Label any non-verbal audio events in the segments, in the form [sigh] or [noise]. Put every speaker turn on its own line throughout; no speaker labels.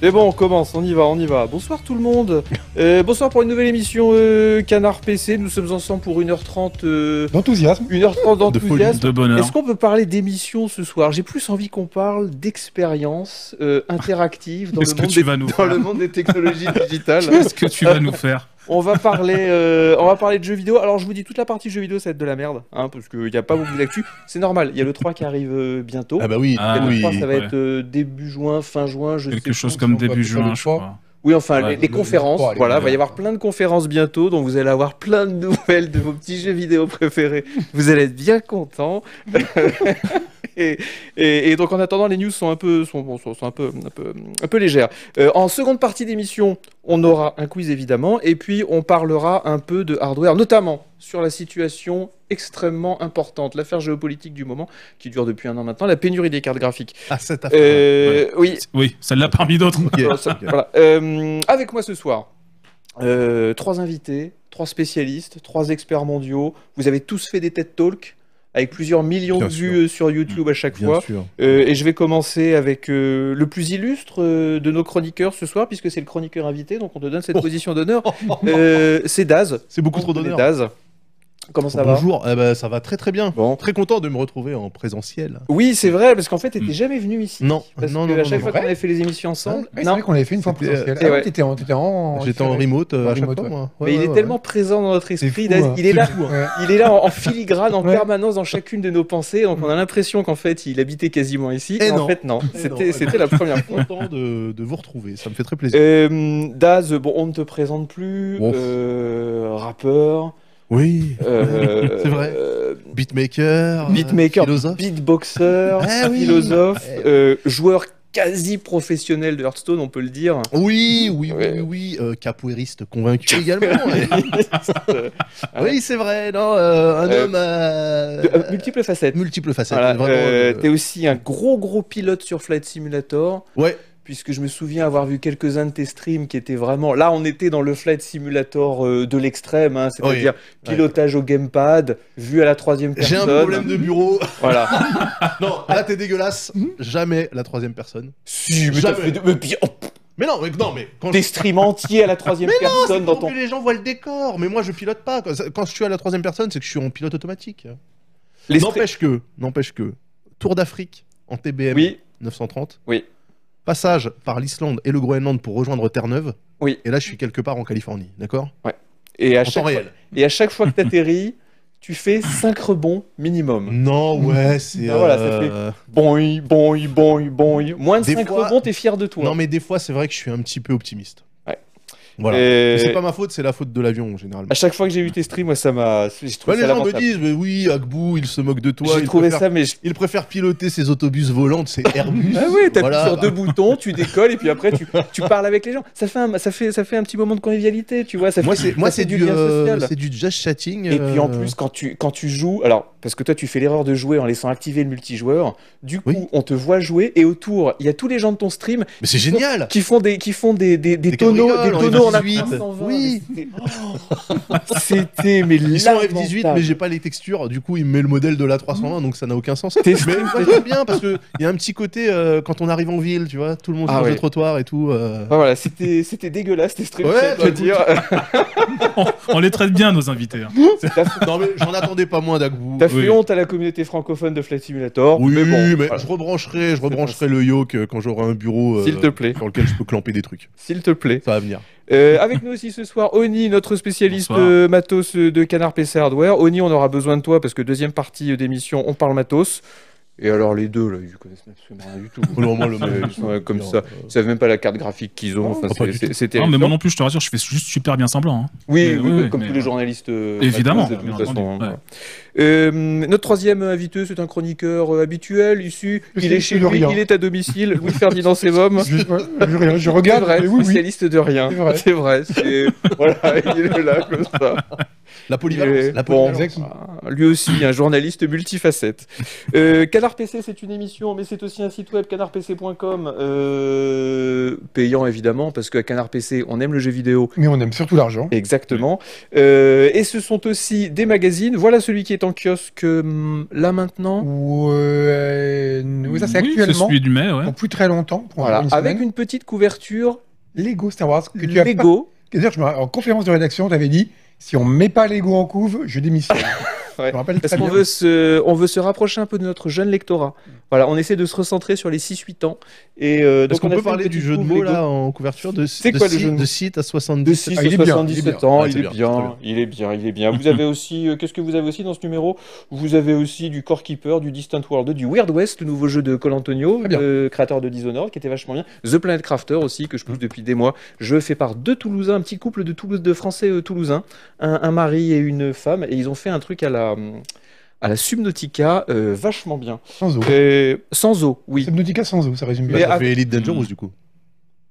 C'est bon, on commence, on y va, on y va. Bonsoir tout le
[laughs]
monde. Euh, bonsoir pour une nouvelle émission euh, Canard PC. Nous sommes ensemble pour 1h30 euh,
D'enthousiasme.
1h30
[laughs] de folie,
d'enthousiasme.
de bonheur.
Est-ce qu'on peut parler d'émission ce soir J'ai plus envie qu'on parle d'expérience euh, interactive dans, le
Est-ce que
monde,
tu
des,
vas
[laughs]
nous
dans
faire
le monde des
[laughs]
technologies digitales.
Qu'est-ce que tu vas
[laughs]
nous faire
On va parler, euh, on va parler de jeux vidéo. Alors je vous dis toute la partie jeux vidéo, ça va être de la merde, hein, parce qu'il n'y a pas beaucoup d'actu. C'est normal. Il y a le 3 qui arrive euh, bientôt.
Ah bah oui,
Ah,
Et le
oui.
3, ça va
ouais.
être euh, début juin, fin juin, je sais
Quelque
pas
chose
si
comme
on va
début
appeler ça le
juin, je
trois.
crois.
Oui, enfin, les-
Ouais,
les,
le- le
conférences.
trois, Oh, les
voilà, il va y
conférences.
avoir plein de conférences bientôt, donc vous allez avoir plein de nouvelles de vos petits jeux vidéo préférés. Vous allez être bien
[laughs]
contents. et, et- et donc, en attendant, les news sont un peu, sont, bon, sont- sont un peu, un peu, un peu légères. Euh, en seconde partie d'émission, on aura un quiz évidemment, et puis on parlera un peu de hardware, notamment sur la situation extrêmement importante, l'affaire géopolitique du moment qui dure depuis un an maintenant, la pénurie des cartes graphiques.
Ah, cette affaire.
Euh, Oui,
Oui, celle-là parmi d'autres. [laughs]
[laughs] voilà, ça- voilà. Euh, avec moi ce soir, euh, trois invités, trois spécialistes, trois experts mondiaux. Vous avez tous fait des TED Talks avec plusieurs millions
Bien Mm.
de vues euh, sur YouTube à chaque
Bien
fois.
sûr.
Euh, et je vais commencer avec euh, le plus illustre euh, de nos chroniqueurs ce soir, puisque c'est le chroniqueur invité, donc on te donne cette
Oh.
position
[laughs]
d'honneur. Euh, c'est Daz.
C'est beaucoup trop
On connaît
d'honneur.
Daz. Comment ça va
Bonjour, eh ben, ça va très très bien.
Bon.
Très content de me retrouver en présentiel.
Oui, c'est vrai, parce qu'en fait, t'étais
Mm.
jamais venu ici.
Non,
Parce
non,
que
non, Ah
à
non,
chaque
non.
fois qu'on avait fait les émissions ensemble,
Ouais, Ah, c'est
non,
vrai qu'on l'avait fait une fois en
C'était,
présentiel.
euh,
Ah
ouais.
oui, t'étais en, t'étais en-
J'étais en remote euh,
En
à chaque
remote,
fois. moi.
mais
Ouais,
il
ouais,
est
ouais.
tellement présent dans notre
C'est
esprit,
fou,
Daz.
hein.
Il est là.
Ouais.
Il est là en en filigrane, en
Ouais.
permanence dans chacune de nos pensées, donc on a l'impression qu'en fait il habitait quasiment ici.
Mm. Eh
Et en
non.
fait, non,
Eh
c'était
non.
c'était la première
[laughs]
fois.
content de, de vous retrouver. Ça me fait très plaisir.
Euh, Daz, bon, on ne te présente plus,
Ouf.
euh, rappeur,
Oui.
euh,
[laughs] C'est vrai.
euh,
Beatmaker. euh,
beatmaker,
Philosophe. [laughs]
beatboxer,
Eh oui.
philosophe,
Eh.
euh, joueur quasi professionnel de Hearthstone, on peut le dire.
Oui, oui, oui,
Ouais.
oui, oui, euh, capoeiriste convaincu également.
[laughs]
ouais. [laughs] oui, c'est vrai, non, euh, un
Euh,
homme euh,
De- euh, multiples facettes.
multiple facette.
Voilà,
vraiment,
euh,
euh,
T'es aussi un gros gros pilote sur Flight Simulator.
Ouais.
Puisque je me souviens avoir vu quelques-uns de tes streams qui étaient vraiment. Là, on était dans le Flight Simulator euh, de l'extrême, hein, c'est-à-dire pilotage au gamepad, vu à la troisième
J'ai
personne.
un problème de bureau. [laughs]
Voilà.
non, là t'es dégueulasse.
Mmh.
Jamais la troisième personne.
si, mais t'as
Jamais.
fait de- mais puis, oh, pff,
Mais non, mais non, mais quand
des streams entiers à la
[laughs]
troisième
C'est
personne dans ton.
pour que les gens voient le décor, mais moi je pilote pas. Quand quand je suis à la troisième personne, c'est que je suis en pilote automatique.
Les streams-
N'empêche que, n'empêche que, Tour d'Afrique en TBM
Oui,
930.
Oui.
Passage par l'Islande et le Groenland pour rejoindre Terre-Neuve.
Oui.
Et là, je suis quelque part en Californie, d'accord
et à,
En temps
chaque fois,
réel.
et à chaque fois que t'atterris, tu fais 5 rebonds minimum.
Non, ouais, c'est.
Ah, voilà, ça
euh,
Boing, boing, boing, boing. Moins de
Des
5
fois-
rebonds, t'es fier de toi.
Non, mais des fois, c'est vrai que je suis un petit peu optimiste.
Ouais.
Voilà.
Et-
Mais C'est pas ma faute, c'est la faute de l'avion, généralement.
À chaque fois que j'ai vu tes streams, moi, ça m'a. J'ai
Bah,
trouvé
les
ça
gens me
lamentable.
disent, mais oui, Agbou, il se moque de toi.
J'ai
il
trouvé
préfère-
ça, mais. je-
Il préfère piloter ses autobus volants
[laughs]
de ses Airbus.
Ah ouais, t'appuies
Voilà.
sur deux boutons, tu décolles et puis après tu, tu parles avec les gens. Ça fait, un, ça, fait, ça fait un petit moment de convivialité, tu vois. Ça
Moi,
fait,
c'est
ça
moi,
fait
c'est
du
du,
lien
euh,
social.
c'est du just chatting.
Et puis en
euh,
plus, quand tu, quand tu joues, alors, parce que toi tu fais l'erreur de jouer en laissant activer le multijoueur, du coup
Oui.
on te voit jouer et autour, il y a tous les gens de ton stream
Mais c'est génial.
qui font des, qui font des, des, des
Des
tonneaux, des
cabrioles en
tonneaux en
F18.
A320,
Oui.
mais C'était, c'était, mais
Ils sont en F18,
lamentable.
mais j'ai pas les textures. Du coup, il me met le modèle de la 320, donc ça n'a aucun sens.
Mmh. T'es-
Mais moi, j'aime bien parce que il y a un petit côté euh, quand on arrive en ville, tu vois, tout le monde
Ah
change
ouais.
de trottoir et tout. euh.
Ah, voilà, c'était, c'était dégueulasse tes streams,
Ouais,
je dois
bah,
le dire.
On, on les traite bien, nos invités. hein.
Non mais j'en attendais pas moins d'Agbou.
T'as fait
Oui.
honte à la communauté francophone de Flight Simulator.
Oui,
mais
mais,
bon, voilà.
je rebrancherai, je rebrancherai le yoke euh, quand j'aurai un bureau euh,
S'il te plaît.
sur lequel je peux clamper des trucs.
s'il te plaît.
Ça va venir.
Euh, avec nous aussi ce soir, Oni, notre spécialiste
Bonsoir.
euh, matos euh, de Canard PC Hardware. Oni, on aura besoin de toi parce que deuxième partie euh, d'émission, on parle matos. Et alors les deux, là, ils connaissent absolument rien du
[laughs]
tout.
Pour le moment,
[laughs]
le
Euh,
mec,
ils sont euh, comme
bien,
ça.
euh,
Ils savent même pas la carte graphique qu'ils ont.
Non,
Enfin,
pas
c'est-
du
c'est-
tout.
c'est
Non, mais
terrifiant.
moi non plus, je te rassure, je fais juste super bien semblant. hein.
Oui,
Mais
oui,
oui, oui,
comme
mais-
tous les journalistes. euh,
Évidemment,
matos, de toute
bien
façon,
entendu,
hein,
ouais.
Euh, notre troisième invité, c'est un chroniqueur euh, habituel, issu.
Je
Il
sais
est chez
plus de
lui,
rien.
il est à domicile. Louis
[laughs]
Ferdinand Sebum.
Je, ouais, je regarde, je
C'est
regarde,
vrai,
mais oui, oui.
spécialiste de rien.
[laughs] C'est vrai.
C'est vrai. c'est- voilà, il est là comme ça.
La [laughs] polyvalence.
Et
la
bon,
polyvalence.
euh, lui aussi, un journaliste multifacette. Euh, Canard PC, c'est une émission, mais c'est aussi un site web, canardpc.com. euh, payant, évidemment, parce qu'à Canard PC, on aime le jeu vidéo.
Mais on aime surtout l'argent.
Exactement. Euh, et ce sont aussi des magazines. Voilà celui qui est en kiosque hum, là maintenant.
Ouais, nous, euh, ça c'est
Oui,
actuellement.
celui du mai, ouais.
Pour plus très longtemps, pour
Voilà.
une semaine.
Avec une petite couverture
Lego Star Wars que tu as pas-
Lego.
D'ailleurs, je me- en conférence de rédaction, tu avais dit si on met pas Lego en couve, je démissionne.
[laughs] Ouais.
Je me rappelle
Parce
très
qu'on
bien.
veut se, on veut se rapprocher un peu de notre jeune lectorat. Voilà, on essaie de se recentrer sur les 6-8 ans. Et euh,
Est-ce
donc
qu'on
on a
peut
fait une
parler du
petite
jeu de
couve
mots
Lego.
là en couverture de,
C'est
de
quoi, le
site-
jeu de mots
de site à 70
De 6
Ah,
à
il est bien,
77
il est bien.
ans,
Ouais,
il
c'est
est
bien,
bien, il est bien, il est bien.
[laughs]
Vous avez aussi, euh, qu'est-ce que vous avez aussi dans ce numéro Vous avez aussi du Core Keeper, du Distant World, du Weird West, le nouveau jeu de Col Antonio,
Très bien.
euh, créateur de Dishonored, qui était vachement bien. The Planet Crafter aussi, que je
Mm.
pousse depuis des mois. Je fais par deux Toulousains, un petit couple de, Toulouse, de Français euh, Toulousains, un, un mari et une femme, et ils ont fait un truc à la, hum, à la Subnautica, euh, vachement bien.
Sans eau.
Euh, sans eau, oui.
Subnautica sans eau, ça résume
Mais
bien.
Ça
à-
fait Elite Dangerous du coup.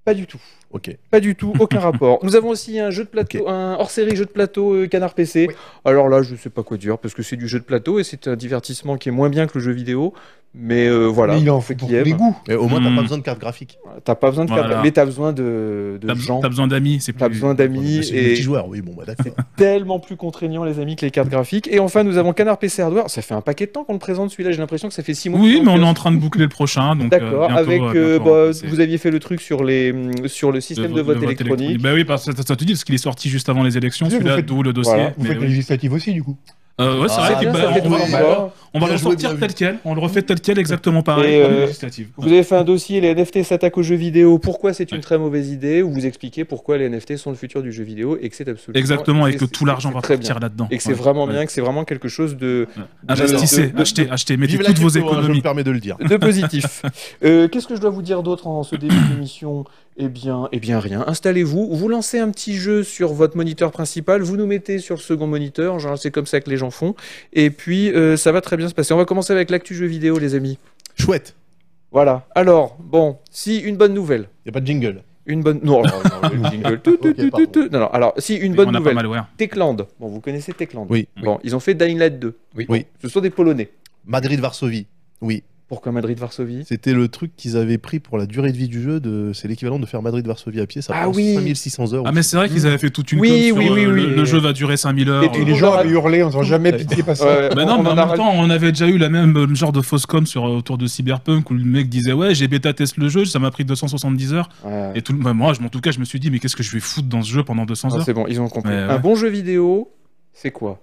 Pas du tout.
Hmm. Ok.
Pas du tout, aucun rapport. Nous avons aussi un jeu de plateau, un hors-série jeu de plateau euh, Canard PC.
Oui.
Alors là, je ne sais pas quoi dire parce que c'est du jeu de plateau et c'est un divertissement qui est moins bien que le jeu vidéo. Mais euh, voilà,
Mais il en
Ceux
fait
qui
pour tous les
aiment.
goûts.
Mais au moins t'as
Hmm.
pas besoin de carte graphique.
t'as pas besoin de faire,
Voilà.
mais t'as besoin de, de
T'as
gens,
t'as besoin d'amis, c'est
t'as
plus.
besoin d'amis
C'est
et
multijoueur, oui bon bah d'accord.
tellement plus contraignant les amis que les cartes graphiques. Et enfin, nous avons Canard PC Hardware. Ça fait un paquet de temps qu'on le présente celui-là. J'ai l'impression que ça fait six mois.
Oui,
qu'on
mais on
le
est
fait.
en train de boucler le prochain, donc. euh,
D'accord.
bientôt,
Avec,
euh,
euh,
bientôt,
bah,
on va passer
vous aviez fait le truc sur les mm, sur le
de
système de,
vo-
vote, électronique.
Bah oui, parce que ça, ça te dit, parce qu'il est sorti juste avant les élections,
Oui, vous
celui-là,
faites-
d'où le dossier.
voilà,
Vous
mais
faites
oui.
les législatives aussi, du coup.
Euh, ouais, c'est
Ah,
vrai
bien,
qu'il-
ça
bah,
fait Bah
on va-
trois
on
mois.
va- on va
Bien
le
joué,
sortir
bien
tel
vu.
quel, on le refait tel quel, exactement pareil,
Et,
comme
euh,
les législatives.
Vous avez fait un dossier, les NFT s'attaquent aux jeux vidéo, pourquoi c'est une très mauvaise idée, où vous expliquez pourquoi les NFT sont le futur du jeu vidéo et que c'est absolument.
Exactement, et que
c'est-
tout l'argent
c'est
va
très bien.
partir là-dedans.
Et que c'est
Ouais,
vraiment
ouais.
bien, que c'est vraiment quelque chose de,
Investissez,
de- de-
achetez, achetez, mettez
Vive la
toutes vos
crypto, hein, je me
économies.
permets de le dire.
de
[laughs]
positif. Euh, Qu'est-ce que je dois vous dire d'autre en ce début d'émission Eh bien, eh bien rien. Installez-vous, vous lancez un petit jeu sur votre moniteur principal, vous nous mettez sur le second moniteur, en général c'est comme ça que les gens font, et puis euh, ça va très bien se passer. On va commencer avec l'actu jeu vidéo, les amis.
Chouette.
Voilà. Alors, bon, si une bonne nouvelle.
Y a pas de jingle.
Une bonne. Non, non, non,
[laughs]
le jingle. Tout, tout,
Ok,
tout,
pardon.
tout, tout. Non, non, alors, si, une
on
bonne
a
nouvelle.
pas mal, ouais.
Techland. Bon, vous connaissez Techland.
Oui.
Bon, ils ont fait Dying Light 2.
Oui.
Oui.
Ce sont des Polonais.
Madrid-Varsovie. Oui,
Pourquoi Madrid-Varsovie
c'était le truc qu'ils avaient pris pour la durée de vie du jeu. De... C'est l'équivalent de faire Madrid-Varsovie à pied. Ça
Ah
prend
oui.
5600 heures.
Ah, mais c'est vrai qu'ils avaient fait toute une
Oui,
com sur,
oui, oui,
euh,
oui.
le, le jeu va durer 5000 heures.
Et puis
Et
euh,
les
on
gens
aura-
avaient hurlé en disant jamais pitié pas ça.
Ouais,
Bah
on-
non,
on
mais en
en a
même temps, on avait déjà eu la même euh, genre de fausse com sur, autour de Cyberpunk où le mec disait Ouais, j'ai bêta test le jeu, ça m'a pris 270 heures.
Ouais.
Et tout le bah, moi, je- en tout cas, je me suis dit Mais qu'est-ce que je vais foutre dans ce jeu pendant 200
Non,
heures
c'est bon, ils ont compris.
Ouais, ouais.
Un bon jeu vidéo, c'est quoi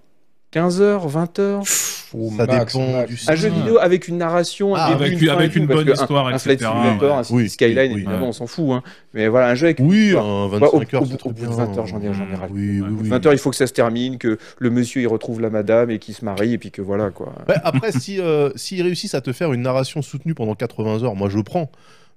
15h, 20h
Oh,
Ça
Max,
dépend
Max.
du
Un
style.
jeu vidéo avec une narration, un
Ah,
début,
Ah. avec-
une, fin
avec
et
une
tout, parce
bonne
que un-
histoire,
un, Flight
etc.,
Simulator,
ouais.
un City
Oui,
Skyline,
oui, oui.
évidemment, on s'en fout. hein. Mais voilà, un jeu avec.
Oui, un 25
Ouais, Bah, au-
heures.
au
c'est
bout-
très
au bout de
bien.
20 heures, j'en ai- j'en ai ras le
Oui, oui,
Ouais.
oui.
20h, il faut que ça se termine, que le monsieur il retrouve la madame et qu'ils se marient et puis que voilà quoi.
Ouais, après, si, euh, s'ils réussissent à te faire une narration soutenue pendant 80 heures, moi je prends.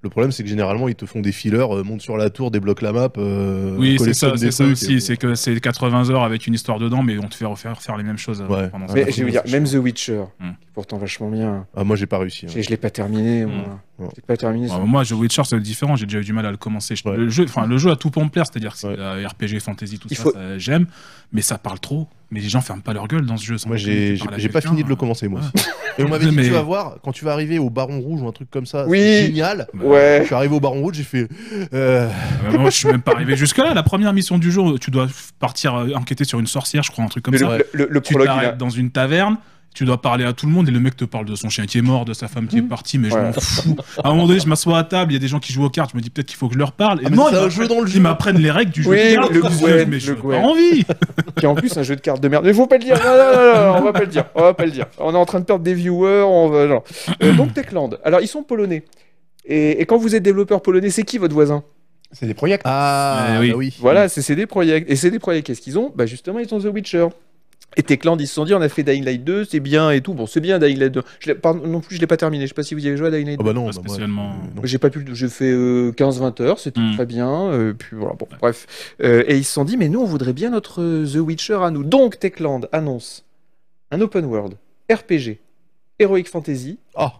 Le problème, c'est que généralement, ils te font des fillers, euh, monte sur la tour, débloque la map, euh,
Oui, c'est
collectionne
ça, c'est
des
ça
trucs, et-
aussi. C'est que c'est 80 heures avec une histoire dedans, mais on te fait refaire faire les mêmes choses euh,
Ouais.
pendant
Ah,
Mais
bah,
je vais
oui,
vous dire,
c'est
même The Witcher,
Hmm.
qui est pourtant vachement bien,
Ah, moi, j'ai pas réussi. hein.
je, je l'ai pas terminé.
Hmm.
Moi.
Ouais.
Je l'ai pas terminé.
Ouais, moi, The Witcher, c'est différent. J'ai déjà eu du mal à le commencer. Je-
Ouais.
Le, jeu, enfin, le jeu a tout pour me plaire, c'est-à-dire que c'est
Ouais.
euh, RPG, fantasy, tout
Il
ça,
faut-
ça, j'aime, mais ça parle trop. Mais les gens ferment pas leur gueule dans ce jeu. sans
Moi,
que
j'ai,
tu
j'ai-
parles à
j'ai pas
quelqu'un,
fini de le
euh,
commencer, moi
ouais.
aussi. Et on m'avait dit,
Mais-
tu vas voir, quand tu vas arriver au Baron Rouge ou un truc comme ça,
Oui.
c'est génial.
Bah,
Je
Ouais.
suis arrivé au Baron Rouge, j'ai fait. euh,
Euh, moi, je suis même pas arrivé jusque-là. La première mission du jour, tu dois f- partir euh, enquêter sur une sorcière, je crois, un truc comme
Mais
ça.
le, le- le
Tu
prologue, il
t'arrêtes
a-
dans une taverne. Tu dois parler à tout le monde et le mec te parle de son chien qui est mort, de sa femme
Mmh.
qui est partie, mais je
Ouais.
m'en fous. À un moment donné, je m'assois à table, il y a des gens qui jouent aux cartes, je me dis peut-être qu'il faut que je leur parle. Et
Ah, mais
non,
c'est
ils
un
m'apprennent-
jeu dans le jeu.
ils m'apprennent les règles du jeu.
Oui,
de cartes.
le Gwen,
mais je
le
n'ai pas
Gwen.
envie.
qui est en plus un jeu de cartes de merde. Mais faut pas le dire. Non, non, non, non, on va pas le dire. On va pas le dire. On est en train de perdre des viewers. On va... non. Euh, donc Techland. Alors ils sont polonais. Et, et quand vous êtes développeur polonais, c'est qui votre voisin
C'est des projets.
Ah,
Eh oui.
bah oui.
Voilà, c'est CD Projekt. Et CD Projekt, qu'est-ce qu'ils ont Bah justement, ils ont The Witcher. Et Techland, ils se sont dit, on a fait Dying Light 2, c'est bien et tout. Bon, c'est bien Dying Light 2. Je l'ai- pardon, non plus, je l'ai pas terminé. Je sais pas si vous y avez joué à Dying Light
Ah,
2.
bah non,
Pas
bah, moi,
spécialement.
euh, non.
J'ai pas pu, j'ai fait 15-20 heures, c'était
Hmm.
très bien. euh, puis voilà, bon, bref. Euh, et ils se sont dit, mais nous, on voudrait bien notre euh, The Witcher à nous. Donc, Techland annonce un open world, RPG, Heroic Fantasy,
Ah,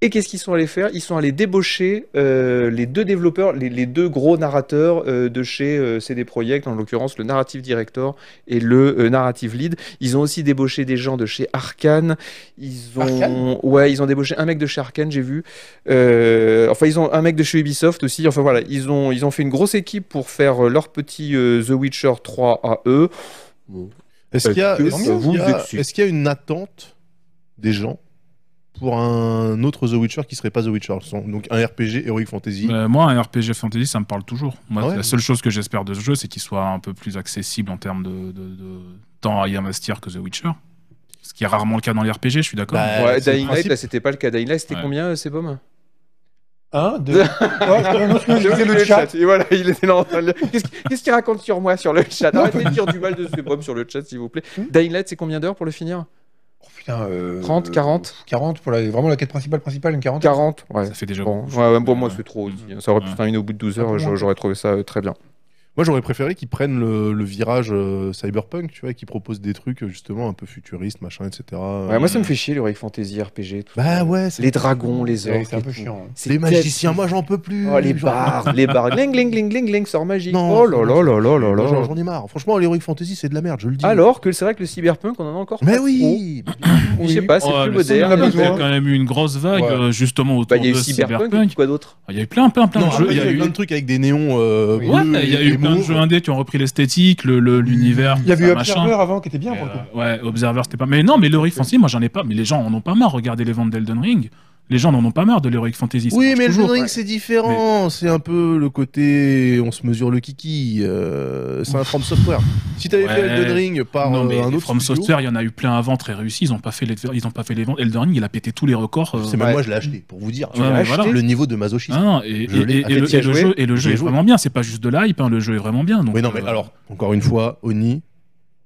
Et qu'est-ce qu'ils sont allés faire Ils sont allés débaucher euh, les deux développeurs, les, les deux gros narrateurs euh, de chez euh, CD Projekt, en l'occurrence le Narrative Director et le euh, Narrative Lead. Ils ont aussi débauché des gens de chez Arkane. Ils ont,
Arkane
ouais, ils ont débauché un mec de chez Arkane, j'ai vu. Euh, enfin, ils ont un mec de chez Ubisoft aussi. Enfin voilà, ils ont, ils ont fait une grosse équipe pour faire euh, leur petit euh, The Witcher 3 à eux.
Est-ce qu'il y,
Est-ce
a-
Euh, que
est-ce
ça vous
qu'il y a-
vexe
est-ce qu'il y a une attente des gens pour un autre The Witcher qui serait pas The Witcher Donc un RPG, Heroic Fantasy.
Euh, moi, un RPG fantasy, ça me parle toujours. Moi,
Ah ouais.
la seule chose que j'espère de ce jeu, c'est qu'il soit un peu plus accessible en termes de, de- de temps à y investir que The Witcher. Ce qui est rarement le cas dans les RPG, je suis d'accord.
Bah, Euh,
ouais,
c'est le
Dying Light,
principe.
là, c'était pas le cas. Dying Light, c'était
Ouais.
combien, euh, c'est pommes
Un, [laughs] deux. Ouais, Oh, je te renonce que je
Ah, J'ai
disais
oublié
le chat.
Et voilà, il était dans le- Qu'est-ce qu'il- qu'est-ce qu'il raconte sur moi sur le chat Arrêtez de dire du mal de ce bomb sur le chat, s'il vous plaît.
Hmm.
Dying Light, c'est combien d'heures pour le finir
Oh, putain, euh,
30, 40
40 pour la, vraiment la quête principale, principale, une 40.
40 Ouais.
Ça fait déjà
Bon,
beaucoup.
ouais, ouais, pour moi,
Ouais.
c'est trop aussi. hein. Ça aurait pu
Ouais.
terminer au bout de 12
Ah,
heures,
pour moi,
j'a- j'aurais trouvé ça euh, très bien.
Moi, j'aurais préféré qu'ils prennent le, le virage euh, cyberpunk, tu vois, et qu'ils proposent des trucs euh, justement un peu futuristes, machin, etc.
Ouais, moi, ça me fait chier, le Ray Fantasy RPG. tout
Bah
ça.
ouais, c'est
Les dragons, les
Ouais,
orques.
C'est un
et
peu
tout.
chiant. hein.
C'est
les
tel-
magiciens, moi j'en peux plus.
Oh, les
J'en-
barres, les barres. Ling, ling, ling, ling, ling, sort magique.
Non,
oh là là là là là
Moi, j'en-
là.
J'en ai marre. Franchement, l'Heroic Fantasy, c'est de la merde, je le dis.
Alors Oh. que c'est vrai que le cyberpunk, on en a encore.
Mais
pas trop.
oui
Je sais pas, Ah, c'est
Ouais,
plus
mais ça,
moderne.
Il y a
Bah,
quand même eu une grosse vague,
Ouais.
euh, justement, autour
Il y a eu
de
cyberpunk, et puis
Cyberpunk. Ah,
quoi d'autre
Il y a eu plein, plein, plein
Non,
de jeux.
après, il y a eu plein de trucs avec des néons. euh,
Oui.
bleus
Ouais, mais il y a
et- et
eu plein de
mauves.
jeux indés qui ont repris l'esthétique, le- le- l'univers.
Il y
tout
avait eu
ça,
Observer avant qui était bien pour le coup.
Euh, ouais, Observer, c'était pas. Mais non, mais l'Heroic Fantasy, moi j'en ai pas. Mais les gens en ont pas marre. Regardez les ventes d'Elden Ring. Les gens n'en ont pas marre de l'Heroic Fantasy. ça
Oui,
marche
mais le
toujours.
Elden Ring, c'est différent. C'est un peu le côté on se mesure le kiki. euh, c'est un From Software. Si t'avais fait
Ouais.
Elden Ring par
Non,
euh,
mais
un autre
From
studio,
Software, il y en a eu plein avant, très réussi. Ils ont pas fait les, ils ont pas fait les ventes. Elden Ring, il a pété tous les records. euh,
c'est même
Ouais.
moi je l'ai acheté pour vous dire.
Ouais, mais voilà.
le niveau de masochisme.
hein, non, et,
Je
et-
l'ai.
et-
Ah,
et le,
t'y as
et le
joué
jeu, et le jeu
J'y ai
est
joué.
vraiment bien. C'est pas juste de l'hype. hein, le jeu est vraiment bien. Donc,
oui, non, mais
euh,
alors encore une fois, Oni,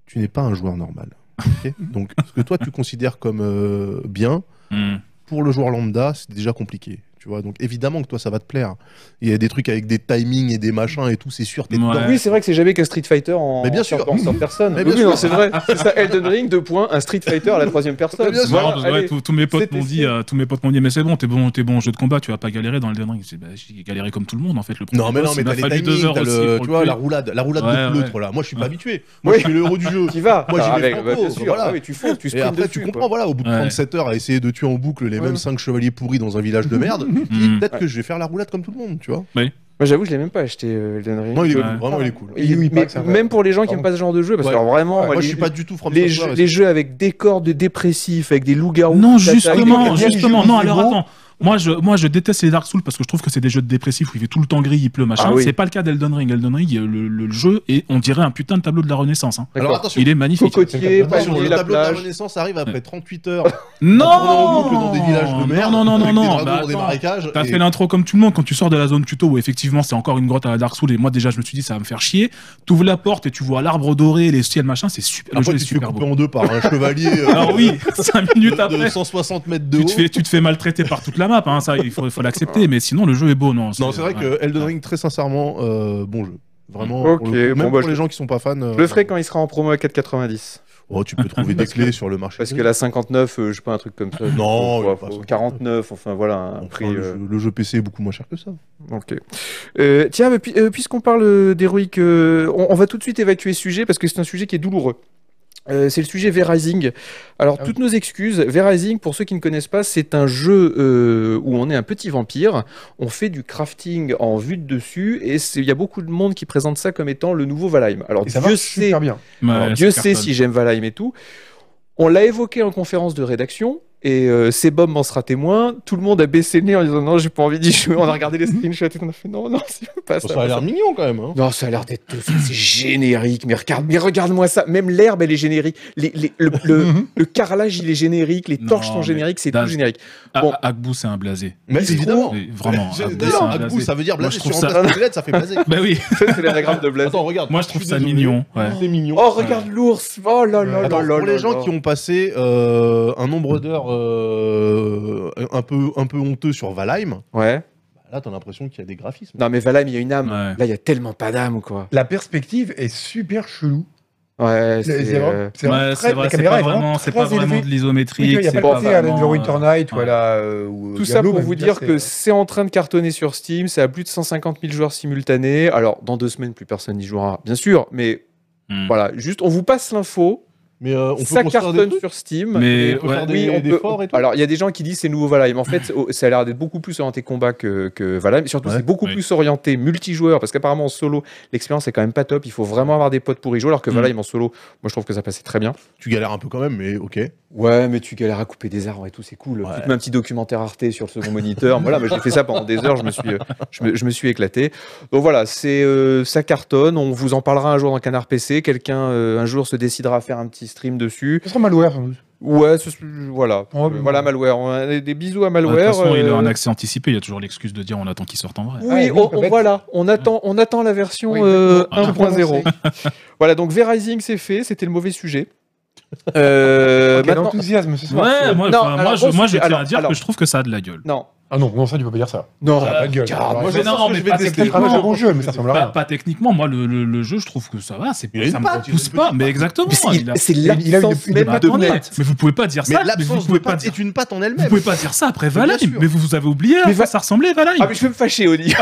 tu n'es pas un joueur normal.
[laughs]
ok Donc ce que toi tu considères comme euh, bien
hmm.
pour le joueur lambda, c'est déjà compliqué. Tu vois, donc évidemment que toi ça va te plaire. Il y a des trucs avec des timings et des machins et tout, c'est sûr. T'es
Ouais.
dedans.
Oui, c'est vrai que c'est jamais qu'un Street Fighter en
Mais bien
en
sûr.
sortant- en sortant personne.
Mais bien
oui,
sûr.
non, c'est
[laughs]
vrai. C'est ça, Elden Ring, deux points, un Street Fighter à la troisième personne.
Mais bien
C'est
sûr.
Voilà,
marrant parce que, ouais,
allez.
tous, tous mes potes
c'était
m'ont dit,
fait.
euh, tous mes potes m'ont dit, mais c'est bon, t'es bon, t'es bon au jeu de combat, tu vas pas galérer dans Elden Ring. J'ai dit, bah, J'ai galéré comme tout le monde en fait. Le premier
Non mais non
boss,
mais
il
t'as
m'a
les
fallu deux
timings,
heures
t'as
aussi
le,
pour
tu
le
vois
tuer.
la roulade, la roulade
Ouais,
de
ouais.
pleutre là. Moi je suis pas habitué. Moi
Oui.
je suis l'euro du jeu.
Tu vas.
Moi, j'y
Ah,
vais
avec-
franco,
bien sûr.
voilà.
Ah oui, tu fonces, tu
Et
sprints
après,
dessus,
tu
quoi.
comprends, voilà, au bout de
Ouais.
37 heures à essayer de tuer en boucle les
Ouais.
mêmes 5 chevaliers pourris dans un village
[laughs]
de merde, tu dis,
Mm.
peut-être
Ouais.
que je vais faire la roulade comme tout le monde, tu vois.
Moi, j'avoue, je l'ai même pas acheté euh, Elden Ring.
Non, il est
Ouais.
cool, vraiment, il est hein, cool.
Il-
Et oui,
mais-
pas que ça va.
même pour les gens qui
Pardon.
aiment pas ce genre de jeu, parce que
Ouais.
alors vraiment,
Moi,
les,
je suis pas du tout from
les
software,
jeux,
et
les jeux avec des cordes dépressifs, avec des
Ah
loups-garous.
Non,
qui t'attaquent,
justement,
avec des-
justement.
jeux
Non,
vidéo.
alors attends. Moi je, moi, je déteste les Dark Souls parce que je trouve que c'est des jeux de dépressifs où il fait tout le temps gris, il pleut, machin.
Ah oui.
C'est pas le cas d'Elden Ring. Elden Ring, il y a le, le jeu, et on dirait un putain de tableau de la Renaissance. hein.
Alors
D'accord.
attention,
Il est magnifique.
Cocotier,
attention,
palmier,
le
la
tableau de la
plage.
Renaissance arrive après 38 heures
Non
à tourner en boucle dans des villages de merde,
Non, non, non,
avec
non,
des
non.
dragons
bah,
dans des
attends.
marécages.
T'as
et-
fait l'intro comme tout le monde quand tu sors de la zone tuto où effectivement c'est encore une grotte à la Dark Souls et moi déjà je me suis dit ça va me faire chier. T'ouvres la porte et tu vois l'arbre doré, les ciels machin, c'est super. Le
Après,
jeu est
tu te fais
super
couper
beau.
en deux par un chevalier
[laughs]
euh,
Alors oui, cinq minutes
de- de
après,
160 mètres de
tu te
haut.
fais, tu te fais maltraiter par toute la map, hein, ça il faut, faut l'accepter. Mais sinon le jeu est beau, non
Non, c'est vrai
ouais.
que Elden Ring, très sincèrement, euh, bon jeu. Vraiment,
Ok,
pour le coup,
bon,
même
bah,
pour
je-
les gens qui sont pas fans. euh,
Je le ferai quand il sera en promo à 4,90.
Oh, tu peux
[laughs]
trouver des clés sur le marché.
Parce que la 59, euh, je sais pas, un truc comme ça.
Non,
faut-
il est
faut-
pas
faut-
à
49, enfin voilà, un
Enfin,
prix.
le,
euh,
jeu, le jeu PC est beaucoup moins cher que ça.
Ok. Euh, tiens, mais puis- euh, puisqu'on parle euh, d'Heroic, euh, on, on va tout de suite évacuer ce sujet parce que c'est un sujet qui est douloureux. Euh, c'est le sujet V-Rising. Alors,
Ah oui.
toutes nos excuses. V-Rising, pour ceux qui ne connaissent pas, c'est un jeu euh, où on est un petit vampire. On fait du crafting en vue de dessus et c'est- il y a beaucoup de monde qui présente ça comme étant le nouveau Valheim. Alors,
Et ça
Dieu
marche
sait
super bien.
Ouais,
alors,
ça
Dieu sait
cartonne.
si j'aime Valheim et tout. On l'a évoqué en conférence de rédaction. Et euh, Sebom m'en sera témoin. Tout le monde a baissé le nez en disant non, j'ai pas envie d'y jouer. On a regardé les screenshots et on a fait non, non, c'est pas ça.
Ça a l'air mignon quand même. hein.
Non, ça a l'air d'être c'est générique. Mais regarde, mais regarde-moi ça. Même l'herbe, elle est générique. Les- les- le,
[laughs]
le-
Mhm.
le carrelage, il est générique. Les
Non,
torches sont
mais
génériques. C'est tout
Daz-
générique.
Ah,
Bon.
ah, Agbu c'est un blasé.
Mais évidemment.
Oui, Vraiment.
C'est-
Agbu, c'est
d'ailleurs,
un
Agbou,
blasé.
ça veut dire
hein, Moi,
blaser
je
sur
trouve
un
ça-
place de LED, ça
[laughs]
fait blaser.
Bah oui.
Ça, c'est l'anagramme de
[laughs]
Blaze.
Attends, regarde.
Moi je trouve
suis
ça
désolé.
mignon. ouais.
C'est mignon.
Oh, regarde l'ours. Oh là là
Attends,
là là.
pour les gens qui ont passé euh, un nombre d'heures euh, un, peu, un peu honteux sur Valheim,
Ouais.
bah là t'as l'impression qu'il y a des graphismes.
Non, mais Valheim, il y a une âme.
Ouais.
Là, il y a tellement pas d'âme, quoi.
La perspective est super chelou.
Ouais,
C'est
c'est,
vrai-
euh,
c'est vrai-
Ouais,
très-
c'est
la
vrai, c'est
caméra
pas
est vraiment
vraiment, c'est
très
pas vraiment
élevée.
de
Oui, il
l'isométrique.
n'y a
c'est
pas
pas
pensé à Alone in the
vraiment,
Winter
euh,
Night,
ouais.
voilà. euh, ou
Tout ça
Diablo,
pour
même,
vous
tu
dire
vois,
euh,
que
c'est-
c'est en train de cartonner sur Steam, c'est à plus de 150 000 joueurs simultanés. Alors, dans deux semaines, plus personne n'y jouera, bien sûr, mais
Hmm.
voilà, juste on vous passe l'info.
Mais euh, on
Ça
peut construire des
cartonne
trucs.
sur Steam.
Mais
on peut
ouais,
faire des-
Oui, on peut.
forts et tout.
Alors, il y a des gens qui disent c'est nouveau Valheim. En
Hmm.
fait, oh, ça a l'air d'être beaucoup plus orienté combat que, que Valheim. Et Surtout,
Ouais,
c'est beaucoup
oui.
plus orienté multijoueur parce qu'apparemment en solo, l'expérience est quand même pas top. Il faut vraiment avoir des potes pour y jouer. Alors que
Mm.
Valheim en solo, moi je trouve que ça passait très bien.
Tu galères un peu quand même, mais ok.
Ouais, mais tu galères à couper des arbres et tout, c'est cool.
Ouais.
Tu te mets un petit documentaire Arte sur le second moniteur. voilà, moi j'ai fait ça pendant des heures. Je me suis, euh, je me, je me suis éclaté. Donc voilà, c'est euh, ça cartonne. On vous en parlera un jour dans Canard PC. Quelqu'un euh, un jour se décidera à faire un petit stream dessus.
Ce sera malware, sans doute.
Ouais, ce- voilà. Euh,
Probablement.
Voilà, malware. On a des bisous à
Oh, De toute
malware.
façon, il a
euh,
un accès anticipé. Il y a toujours l'excuse de dire on attend qu'il sorte en vrai.
Oui,
Ouais, oui,
on-
pas
on-
bête.
voilà, on attend, on attend la version
Oui, Ah,
euh,
Ah,
exactement. Tout
1.0.
prononcé.
Voilà, donc V-Rising c'est fait, c'était le mauvais
[laughs]
sujet. Euh,
Quel
maintenant-
enthousiasme ce soir.
Ouais, moi,
Non,
enfin, moi,
alors,
je,
bon,
moi, je
c'est-
tiens à
alors,
dire
alors.
que je trouve que ça a de la gueule.
Non,
Ah non, non, ça, tu peux pas dire ça.
non,
Ça a
Ah,
pas de gueule.
car- moi,
Alors,
je-
c'est
non, non, mais
je vais
pas
tester.
peut-être
techniquement.
un bon jeu, mais ça ressemble à
Pas,
rien.
pas techniquement, moi le, le- le jeu, je trouve que ça va, c'est
Il a une
ça me
patte,
repousse
il a une
pas,
petite
mais
patte.
exactement.
c'est
il a-
c'est
il a eu
l'absence
une-
même
Bah,
de
attendez,
patte.
mais vous pouvez pas dire Ah, ça,
Mais
mais vous
l'absence de
pouvez pas
patte
dire,
est une patte en
vous
elle-même.
pouvez pas dire ça après
bien
Valheim,
sûr.
mais vous, vous avez oublié à
Mais
quoi
va-
ça ressemblait Valheim.
Ah mais je vais me fâcher, Oli.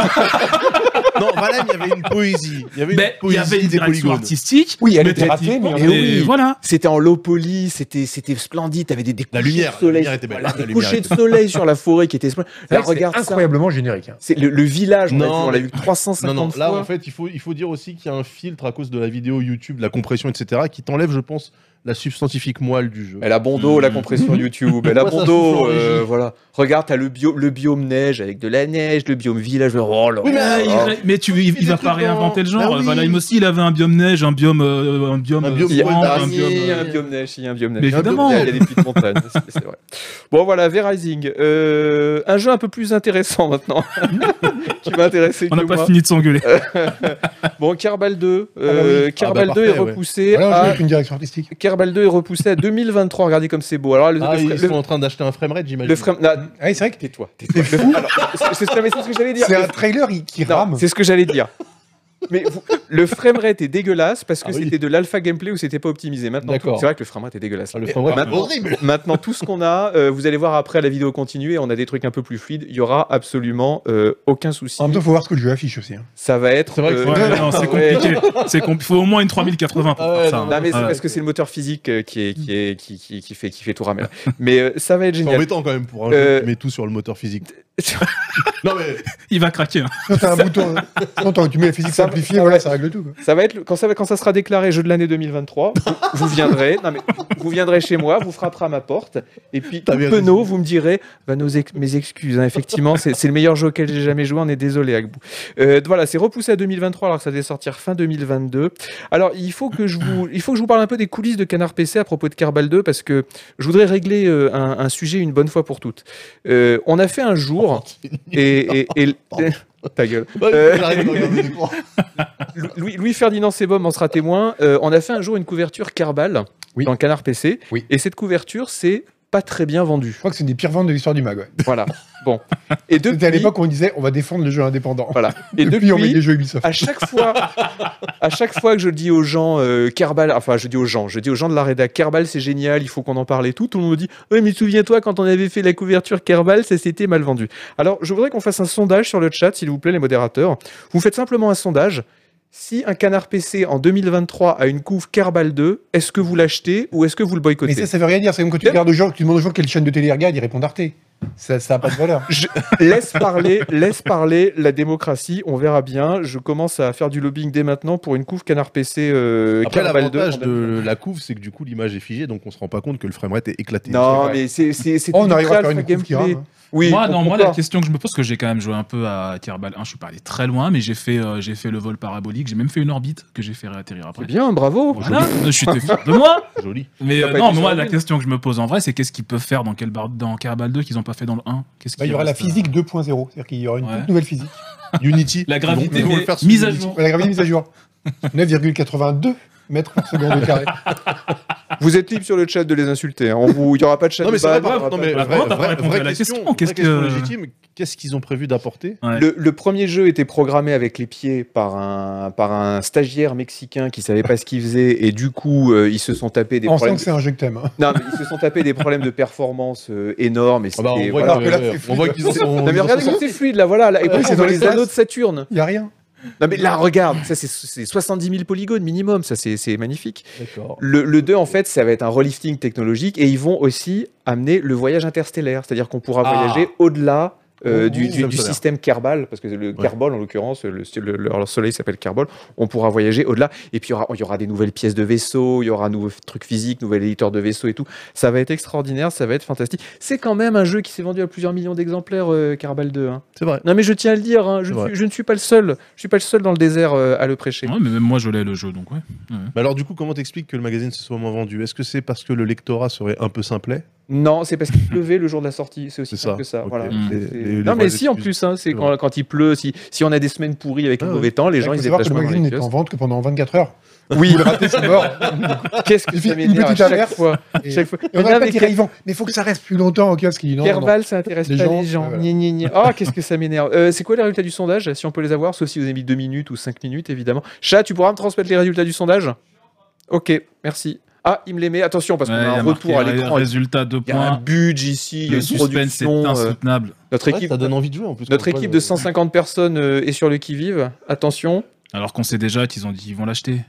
Non, Valheim, il
[laughs]
y avait une poésie. Il y avait une
Mais il y
poésie
avait une
des
direction
polygones.
artistique,
oui, elle
mais
était ratée, mais on-
techniquement, et
oui.
voilà.
C'était en low poly, c'était c'était splendide. T'avais des, des
La
couchers
lumière,
de
la
soleil,
lumière était belle.
voilà,
La
des
lumière
couchers de
était belle.
soleil sur la forêt qui était splendide.
C'est
Là,
vrai que c'est
regarde ça.
incroyablement générique. hein.
C'est le, le village, on l'a vu,
Non,
on l'a
mais-
vu 350
Non, non, là
fois.
en fait, il faut, il faut dire aussi qu'il y a un filtre à cause de la vidéo YouTube, de la compression, etc., qui t'enlève, je pense, la substantifique moelle du jeu.
Elle a bon dos, la compression
Hmm.
YouTube. Elle a
Moi, ça
bon
souffle
dos.
en
euh,
régie.
voilà. Regarde, t'as le, bio, le biome neige avec de la neige, le biome village. le- Oh là
Oui, mais,
là
euh,
là.
Alors,
Eh, Il ré- mais tu, il,
des
il va
trucs
pas réinventer le
dans-
genre.
Bah oui.
Valheim aussi, il avait un biome neige, un biome, euh, un biome,
Un biome euh,
Il y a
swamp,
bois
ah,
un
si,
biome. euh,
il y a un biome neige, il y a un biome neige.
Mais
Il y a un biome
évidemment.
neige, Il y a des petites montagnes, c'est c'est vrai. Bon voilà, V-Rising. euh, un jeu un peu plus intéressant maintenant. qui m'a intéressé
On
que
n'a pas
moi.
fini de s'engueuler.
Euh,
Bon, Kerbal 2.
Ah bah
euh,
oui.
Kerbal
Ah bah
2 est
parfait, ouais.
repoussé
Voilà, un jeu
à...
avec une direction artistique.
Kerbal 2 est repoussé à 2023. Regardez comme c'est beau. Alors, le,
Ah,
le,
ils
fra-
sont en train d'acheter un framerate,
le-
j'imagine.
le frame- là,
Ah oui, c'est vrai que
Tais-toi. tais-toi. Le- alors, C'est c'est- mais c'est ce que j'allais dire.
c'est
Le-
un trailer il- qui
Non,
rame.
C'est ce que j'allais dire. Mais vous- le framerate est dégueulasse parce que
Ah oui.
c'était de l'alpha gameplay où c'était pas optimisé. Maintenant, tout-
D'accord.
c'est vrai que le framerate est dégueulasse.
Ah, le framerate,
maintenant,
c'est horrible.
maintenant, tout ce qu'on a, euh, vous allez voir après la vidéo continue et on a des trucs un peu plus fluides. Il y aura absolument euh, aucun souci.
En même temps, faut voir ce que le jeu affiche aussi. hein.
Ça va être.
C'est vrai que
euh,
Ouais, non, Ah, c'est
[laughs] ouais.
compliqué. C'est compl- Faut au moins une 3080 pour
Ah ouais,
faire ça.
non,
hein.
Non mais c'est
Ouais.
parce que c'est le moteur physique euh, qui est qui est qui, qui- qui fait qui fait tout ramer. là. Mais euh, ça va être
C'est
génial.
embêtant quand même pour un jeu
Euh,
qui met tout sur le moteur
[laughs]
physique. non, mais
Il va craquer. hein.
Quand t'as un bouton, quand t'as- tu mets la physique
Ça- Ah
simplifiée,
ça-
voilà, ça règle tout. quoi.
Ça va être le- quand ça va- quand ça sera déclaré jeu de l'année 2023, vous, vous viendrez, non mais vous viendrez chez moi, vous frapperez à ma porte et puis
T'as
tout
bien
penaud,
raison.
vous me direz bah, nos ex- mes excuses hein, effectivement, c'est c'est le meilleur jeu auquel j'ai jamais joué, on est désolé Agbou. Euh, voilà, c'est repoussé à 2023 alors que ça devait sortir fin 2022. Alors, il faut que je vous il faut que je vous parle un peu des coulisses de Canard PC à propos de Carbal 2 parce que je voudrais régler euh, un, un sujet une bonne fois pour toutes. Euh, on a fait un
Oh,
jour et, et- et- [laughs] ta gueule.
Ouais,
Euh, [laughs]
j'arrive à regarder l'écran.
Lou- Louis, Louis Ferdinand Sebom en sera témoin. Euh, on a fait un jour une couverture Carbal
Oui.
dans Canard PC.
Oui.
Et cette couverture, c'est pas très bien vendue.
Je crois que c'est une des pires ventes de l'histoire du mag. Ouais.
Voilà. Bon. Et
C'était à
depuis,
l'époque où on disait on va défendre le jeu indépendant.
voilà.
Et
Et
[laughs] depuis, on met des jeux Ubisoft.
à chaque fois, à chaque fois que je dis aux gens euh, Kerbal, enfin je dis aux gens, je dis aux gens de la rédac, Kerbal c'est génial, il faut qu'on en parle et tout. Tout le monde me dit, oui mais souviens-toi quand on avait fait la couverture Kerbal, ça s'était mal vendu. Alors je voudrais qu'on fasse un sondage sur le chat, s'il vous plaît les modérateurs. Vous faites simplement un sondage. Si un canard PC en 2023 a une couve Kerbal 2, est-ce que vous l'achetez ou est-ce que vous le boycottez
Mais ça, ça veut rien dire. C'est comme quand tu
Yep.
regardes aux gens, que tu demandes aux gens quelle chaîne de télé ils regardent, ils répondent Arte. Ça, ça a pas de valeur.
Je- laisse parler, laisse parler la démocratie, on verra bien. Je commence à faire du lobbying dès maintenant pour une couve canard PC euh,
Après,
Kerbal 2.
l'avantage
en 2023.
de la couve, c'est que du coup, l'image est figée, donc on se rend pas compte que le framerate est éclaté.
Non,
vrai. Oh,
mais c'est c'est [laughs] c'est
on
du
arrive à
réel
faire une coupe qui
gameplay.
rame. hein.
Oui,
moi,
on
non, moi,
comprend.
la question que je me pose, parce que j'ai quand même joué un peu à Kerbal 1, je suis pas allé très loin, mais j'ai fait, euh, j'ai fait le vol parabolique, j'ai même fait une orbite que j'ai fait réatterrir
C'est
Eh
après.
bien, bravo.
Voilà, je suis fier de moi.
Joli.
[laughs]
Mais
T'as
euh,
pas
non,
été
mais moi, la
surpris,
question que je me pose en vrai, c'est qu'est-ce qu'ils peuvent faire dans, quel bar- dans Kerbal 2 qu'ils n'ont pas fait dans le 1 Qu'est-ce
Bah, il y
qu'il
aura la
reste, euh,
physique 2.0. C'est-à-dire qu'il y aura une
Ouais.
toute nouvelle physique.
Unity.
La
Ils vont-
gravité
ils vont le
des-
faire sous
mise à
[laughs]
Unity.
jour.
La gravité mise à jour. 9,82. mètres par seconde au carré.
[laughs] Vous êtes libre sur le chat de les insulter. hein. On vous... Il n'y aura pas de chat.
Non, mais
de
c'est
ban,
pas
il y aura pas de-
Bah,
grave. Non, mais vraie-
comment t'as pas
vraie-
répondu à
vraie
la question
question.
Qu'est-ce
vraie question
que-
légitime. Qu'est-ce qu'ils ont prévu d'apporter
Le, le premier jeu était programmé avec les pieds par un, par un stagiaire mexicain qui savait pas ce qu'il faisait et du coup euh, ils se sont tapés [laughs] des
On sent
problèmes.
que c'est un jeu que t'aimes. hein.
Non, mais ils se sont tapés des problèmes de performance euh, énormes et
Ah bah,
c'était-
On voit
voilà.
Alors que là,
que-
c'est
on voit qu'ils [laughs]
Non,
ont.
mais regardez comme c'est fluide là, voilà. là, et
Ouais,
puis
c'est
c'est
dans
dans
les
les anneaux
places.
de Saturne.
Y a rien.
Non mais là regarde, ça c'est- c'est 70 000 polygones minimum, ça c'est c'est magnifique.
D'accord.
Le, 2 en fait ça va être un relifting technologique et ils vont aussi amener le voyage interstellaire, c'est-à-dire qu'on pourra
Ah.
voyager au-delà euh,
Au-
du, du-
au système
du
solaire.
système Kerbal, parce que le Kerbal en l'occurrence, le, le- le- leur soleil s'appelle Kerbal, on pourra voyager au-delà et puis il y aura, il y aura des nouvelles pièces de vaisseau, il y aura un nouveau truc physique, nouvel éditeur de vaisseau et tout. Ça va être extraordinaire, ça va être fantastique. C'est quand même un jeu qui s'est vendu à plusieurs millions d'exemplaires, euh, Kerbal 2. hein.
C'est vrai.
Non mais je tiens à le dire, hein, je,
C'est
ne
vrai.
suis, je ne suis pas le seul. Je suis pas le seul dans le désert euh, à le prêcher.
Ouais, mais même moi, je l'ai le jeu, donc ouais.
Mais Bah, alors, du coup, comment t'expliques que le magazine se soit moins vendu Est-ce que c'est parce que le lectorat serait un peu simplet
Non, c'est parce qu'il pleuvait le jour de la sortie. C'est aussi
C'est
simple
ça,
que ça.
ok.
Voilà.
Mm.
C'est-
Les-
c'est-
les- les
non mais
vraies
si en
excuses.
plus, hein, c'est
C'est
quand,
vrai.
quand il pleut, si, si on a des semaines pourries avec le
Ah
mauvais temps, les
Il
gens
faut
ils se
savoir que
déplacent
le
pas dans
magazine
les
est en
kiosques.
vente que pendant 24 heures.
Oui,
Le rater, c'est mort.
qu'est-ce que
Il fait
ça
une
m'énerve à
petite
chaque
alerte.
fois.
Et-
Chaque fois.
Et on
Mais non,
n'arrête pas
mais
de dire, Yvan, mais il faut que ça reste plus longtemps au kiosque. Il dit, non, non, non.
Kerval, ça intéresse
Les
pas
gens,
les gens.
voilà.
Gna, gna, gna. Ah, qu'est-ce que ça m'énerve. Euh, c'est quoi les résultats du sondage Si on peut les avoir, sauf si vous avez mis 2 minutes ou 5 minutes, évidemment. Chat, tu pourras me transmettre les résultats du sondage Ok, merci. Ah, il me les met. Attention, parce qu'on
Ouais,
a
il
un
marqué
retour à
ré-
l'écran.
Résultat de
Il y a un
points.
budge ici, il y a
Le
une
suspense est
production. euh,
insoutenable.
notre
Ouais,
équipe,
Ça donne envie de jouer en plus.
notre
Comme quoi,
équipe
le-
de 150 personnes euh, est sur le qui-vive. Attention,
Alors qu'on sait déjà qu'ils ont dit qu'ils vont l'acheter.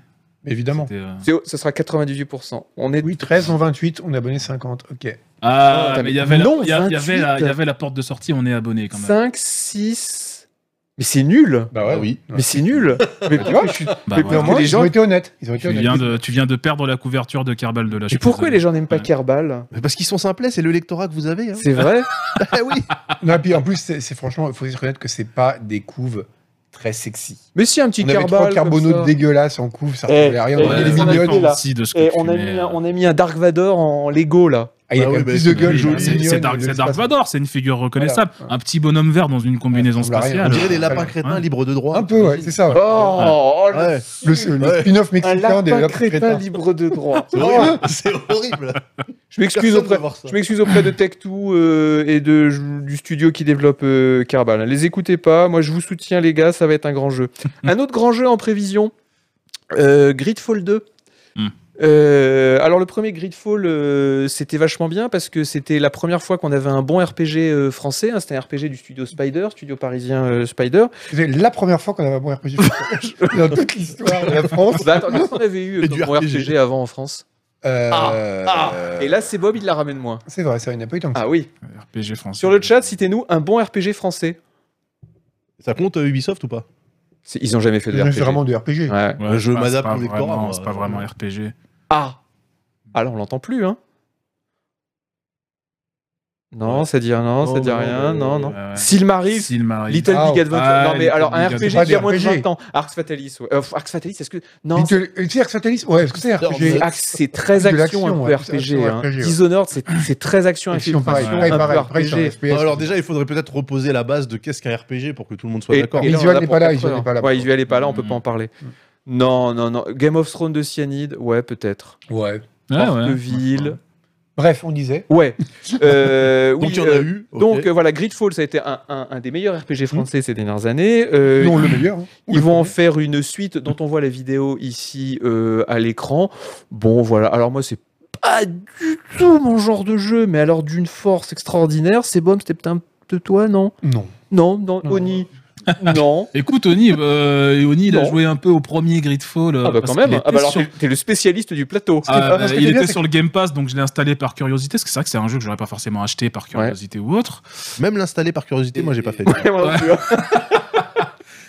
Évidemment.
C'était, euh,
c'est- ce sera 98%. On est
Oui, 13 en 28, on est abonné 50. Ok.
Ah,
Ah,
t'as
mais
mis-
il y avait la-
Non,
il y a- il y avait la-
28.
il y avait la porte de sortie, on est abonné quand même.
5, 6. Mais c'est nul!
Bah
Ah oui.
Mais c'est nul! Mais pourquoi je suis- mais
Bah, voilà.
Parce que
Néanmoins,
les
ils
gens-
ont été honnêtes. Ils ont été
Tu
[laughs]
viens,
honnêtes.
de, tu viens de perdre la couverture de Kerbal de la
mais pourquoi les gens n'aiment pas
Ouais.
Kerbal?
Mais Parce qu'ils sont simplets, c'est le lectorat que vous avez. hein.
C'est vrai?
Ah oui.
Non, et puis en plus, c'est c'est franchement, il faut se reconnaître que c'est pas des couves très sexy.
Mais si, un petit
on avait trois
Kerbal. comme
carbonautes
ça.
dégueulasses en couve, ça
Eh,
ressemblait à rien.
eh,
On avait
eh,
des
on a
mignonnes.
fait là.
de ce que
Eh,
tu
on, a
fumais,
mis, un-
euh.
on a mis un Dark Vador en Lego là.
Ah, il y a
Ah
quand
oui,
même
bah,
plus de
c'est-
gueule
oui,
Bah,
jolie.
c'est-
mignonne,
C'est Dark,
de
c'est Dark
l'espace.
Vador, c'est une figure reconnaissable.
Voilà.
Un petit bonhomme vert dans une combinaison
Ouais, ça ressemble à rien.
On
spatiale.
dirait des lapins
Ouais.
crétins libres de droit.
Un peu, ouais, c'est ça. ouais.
Oh, le-
Ouais.
Le, le
Ouais.
spin-off
un
mexicain des
lapin
lapins
crétin
crétins.
libre de droit. Oh,
C'est horrible. [laughs] C'est horrible.
Je m'excuse
Personne
auprès,
veut voir ça.
je m'excuse auprès de Tech2 euh, et de, du studio qui développe euh, Carbal. Les écoutez pas, moi je vous soutiens les gars, ça va être un grand [laughs] jeu. un autre grand jeu en prévision, euh, Gridfall 2.
Hmm.
Euh, alors le premier Gridfall euh, c'était vachement bien parce que c'était la première fois qu'on avait un bon RPG euh, français, hein, c'était un RPG du studio Spider, studio parisien euh, [laughs] Spider.
C'est la première fois qu'on avait un bon RPG
[laughs]
dans toute l'histoire de la France.
Bah, attends, qu'est-ce qu'on avait eu euh,
Et
comme
du
bon RPG.
RPG.
avant en France
Euh,
Ah, Et là c'est Bob, il la ramène moins.
c'est vrai, ça il n'y en a pas eu tant que ça.
Ah oui.
RPG français.
Sur le chat, citez-nous un bon RPG français.
Ça compte euh, Ubisoft ou pas
C'est- Ils ont jamais fait de
Je
RPG.
fais vraiment du RPG.
Ouais.
Ouais,
Un
c'est
jeu
pas-
m'adapte
c'est pas
au lectorat,
vraiment-
moi.
C'est pas vraiment RPG.
Ah Ah là, on l'entend plus, hein Non,
Ouais.
ça dit rien, non,
Non,
ça dit
non,
rien,
non,
non,
non,
non.
non.
Ouais, ouais.
Silmaril,
Silmaril.
Little
Ah,
Big Adventure.
ouais,
non, mais
Little
alors, un
Big
RPG
Adventure.
qui a moins de
RPG.
20 ans. Arx Fatalis, ouais. Euh, Arx Fatalis, est-ce que. Non, c'est-
Little- Little Satalis Ouais, est-ce que c'est un
c'est
RPG
axe- c'est très
de
action, un
l'action,
peu
ouais,
RPG. hein.
action, ouais.
Dishonored, c'est c'est très action,
Action, pareil,
infiltration,
pareil,
un peu
pareil, pareil, c'est un
RPG.
FPS.
Bon, Alors déjà, il faudrait peut-être reposer la base de qu'est-ce qu'un RPG pour que tout le monde soit
Et-
d'accord.
et là, on
Visual
en a
n'est
pour
pas là,
quatre
visual
heures.
n'est pas là.
Ouais, visual n'est pas là, on peut pas
Mm.
en parler. Non, non, non. Game of Thrones de Cyanide, ouais, peut-être.
Ouais.
Ah, Ouais, ouais.
Porteville.
Bref, on disait.
Ouais. Euh,
Donc
oui,
il y en a
euh,
eu. ok.
Donc euh, voilà, Gridfall, ça a été un, un- un des meilleurs RPG français ces dernières années. Euh,
Non, le meilleur. hein.
ils vont en faire une suite dont on voit la vidéo ici euh, à l'écran. Bon, voilà. Alors moi, c'est pas du tout mon genre de jeu, mais alors d'une force extraordinaire. C'est bon, c'était peut-être un peu toi, non
Non.
Non, dans
Non.
Oni Non.
Écoute, Oni, euh, Oni, il a
Non.
joué un peu au premier Gridfall. euh,
Ah bah
parce
quand
qu'il
même. Ah
était
bah alors,
sur-
t'es- t'es le spécialiste du plateau.
Ah,
pas-
bah,
ce qui
il
était bien,
était
c'est
sur le Game Pass, donc je l'ai installé par curiosité, parce que c'est vrai que c'est un jeu que j'aurais pas forcément acheté par curiosité ou autre.
Même l'installer par curiosité, moi j'ai pas fait.
Ouais, moi non
Ouais.
plus, hein.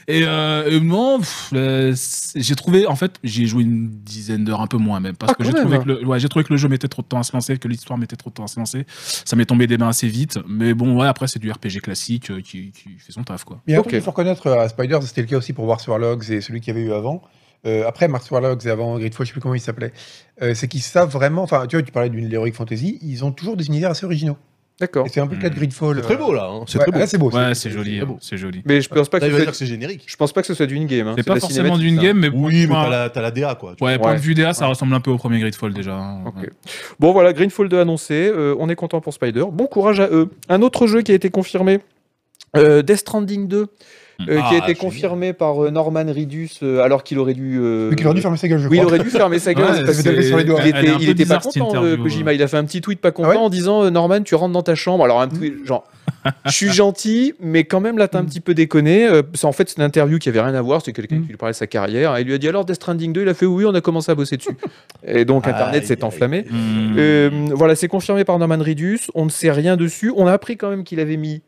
Et, euh, et non, pff, le- c'est- j'ai trouvé, en fait, j'y ai joué une dizaine d'heures, un peu moins même, parce
Ah,
que
quand
j'ai trouvé
même.
que, le, ouais, j'ai trouvé que le jeu mettait trop de temps à se lancer, que l'histoire mettait trop de temps à se lancer. Ça m'est tombé des mains assez vite, mais bon, ouais, après c'est du RPG classique euh, qui, qui fait son taf, quoi.
Mais après,
Ok.
il faut reconnaître euh, à Spiders, c'était le cas aussi pour War Logs et celui qu'il y avait eu avant. Euh, après, Mark Logs et avant Gridfall, je sais plus comment il s'appelait. Euh, c'est qu'ils savent vraiment. Enfin, tu vois, tu parlais d'une Heroic Fantasy, ils ont toujours des univers assez originaux.
D'accord.
[laughs] Et c'est un peu le cas de
Mm.
Hmm.
Gridfall.
C'est très
euh,
beau là. hein. C'est
ouais,
très beau.
Là, c'est beau.
Ouais, c'est joli,
très
hein,
beau.
c'est joli.
Mais je pense pas
Là,
que
il
ce
va
soit...
dire que c'est générique.
je pense pas que ce soit d'une game. Hein.
C'est
de
pas
la
forcément
cinématique,
d'une
ça.
game, mais pour
Oui, mais
moi-
t'as la, t'as la DA quoi. tu
Ouais,
vois.
point
Ouais.
de vue DA, ça ressemble un peu au premier Gridfall déjà. hein.
Ok.
Ouais.
Bon voilà, Greenfall 2 annoncé, euh, on est content pour Spider. Bon courage à eux. Un autre jeu qui a été confirmé, euh, Death Stranding 2, euh,
Ah,
qui a été
génial.
confirmé par euh, Norman Ridus euh, alors qu'il aurait dû... euh,
Mais qu'il aurait dû fermer sa gueule, je
Oui, il
crois.
aurait dû fermer sa gueule.
Ouais,
parce
c'est-
que
taper sur les doigts.
il
Elle est
était,
un
il
peu
était pas
bizarre, cette
content, euh,
interview,
Kojima.
ouais.
Il a fait un petit tweet pas content
Ah ouais
en disant euh, Norman, tu rentres dans ta chambre. Alors, un
[laughs]
tweet, genre, je suis gentil, mais quand même, là, t'as un
Mm.
petit peu déconné. Euh, c'est- en fait, c'est une interview qui avait rien à voir. C'est quelqu'un qui lui parlait de sa carrière. Et il lui a dit Alors, Death Stranding 2, il a fait Oui, on a commencé à bosser
[laughs]
dessus. Et donc, Internet
Aïe,
s'est
aïe,
enflammé.
Mm.
Hmm.
Euh, voilà, c'est confirmé par Norman Reedus. On ne sait rien dessus. On a appris quand même qu'il avait mis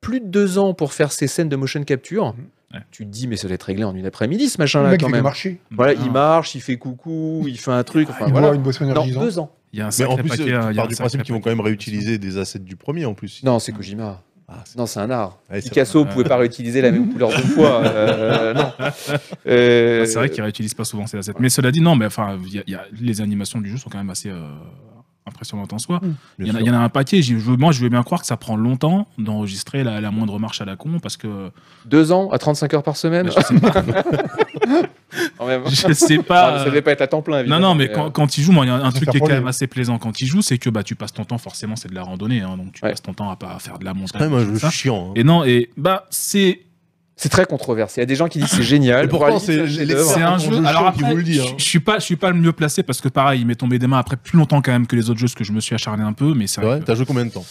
plus de deux ans pour faire ses scènes de motion capture.
Ouais.
Tu te dis, mais ça doit être réglé en une après-midi, ce
Mm. Le
machin-là,
mec, il
quand
fait que
même.
marcher.
Voilà,
Ah.
il marche, il fait coucou, il fait un truc. Enfin,
Ah, Il
voilà.
boit une boisson
Non,
énergisante.
deux ans.
Il y a un
Mais
sacré
en plus,
paquet.
euh,
hein, il
tu
y a
pars
un
du
sacré
principe qu'ils vont
paquet.
quand même réutiliser des assets du premier en plus.
Non, c'est Kojima.
Ah, c'est-
Non, c'est un art.
Ouais, c'est
Picasso
vrai.
pouvait pas réutiliser la même couleur deux fois. euh, non.
[laughs] Ah,
Euh,
C'est vrai qu'ils réutilisent pas souvent ces assets. Mais cela dit, non, mais enfin, il y a- il y a- les animations du jeu sont quand même assez euh, impressionnantes en soi. Il y, en a- il y en a un paquet. J'y- je- moi, je veux bien croire que ça prend longtemps d'enregistrer la, la moindre marche à la con parce que
Euh, Deux ans à 35 heures par semaine.
je sais pas.
[laughs] Quand même.
je sais
Non,
pas,
ça devait pas être à temps plein.
Non,
évidemment,
non, mais
euh,
quand, quand tu joues, moi, il y a un
faut
truc
faire
qui est quand
pour lui.
même assez plaisant quand tu joues, c'est que bah, tu passes ton temps, forcément, c'est de la randonnée. hein, donc tu
Ouais.
passes ton temps à, pas à faire de la
C'est
montagne.
quand même un
tout
jeu
ça.
chiant. hein.
Et non, et bah, c'est.
euh, C'est très controversé. Il y a des gens qui disent c'est génial.
Et pourtant,
Voilà,
c'est-
chef-d'œuvre.
les-
C'est
Ah,
un
un
jeu.
jeu
Alors
chiant qui
après,
vous le dit, hein.
je je suis pas, je suis pas le mieux placé parce que pareil, il m'est tombé des mains après plus longtemps quand même que les autres jeux, parce que je me suis acharné un peu, mais c'est
C'est
vrai.
vrai
que-
T'as joué combien de temps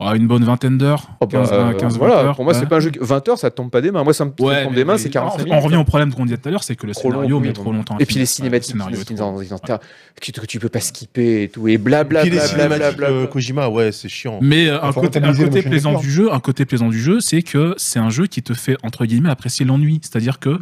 Oh, une bonne vingtaine d'heures,
Oh, bah,
15,
euh,
15
voilà,
heures,
pour moi,
ouais.
c'est pas un jeu. que- 20 heures, ça te tombe pas des mains. Moi, ça me ça me
Ouais,
tombe
mais-
des mains,
mais-
c'est 45
On
minutes.
revient au problème qu'on disait tout à l'heure, c'est que le
Trop
scénario
long,
met
oui,
trop
bon.
longtemps. à
Et puis
finir.
les
Ouais,
cinématiques
le scénario
qui
est
sont
trop
dans- dans- que, tu- que tu peux pas skipper et tout et blablabla.
Puis les
bla, bla, bla,
cinématiques
bla, bla.
euh, Kojima, ouais, c'est chiant.
Mais euh, un,
Faut
côté, un
rentabiliser le
côté
motion
plaisant
capture.
du jeu, un côté plaisant du jeu, c'est que c'est un jeu qui te fait entre guillemets apprécier l'ennui.
[laughs]
C'est-à-dire que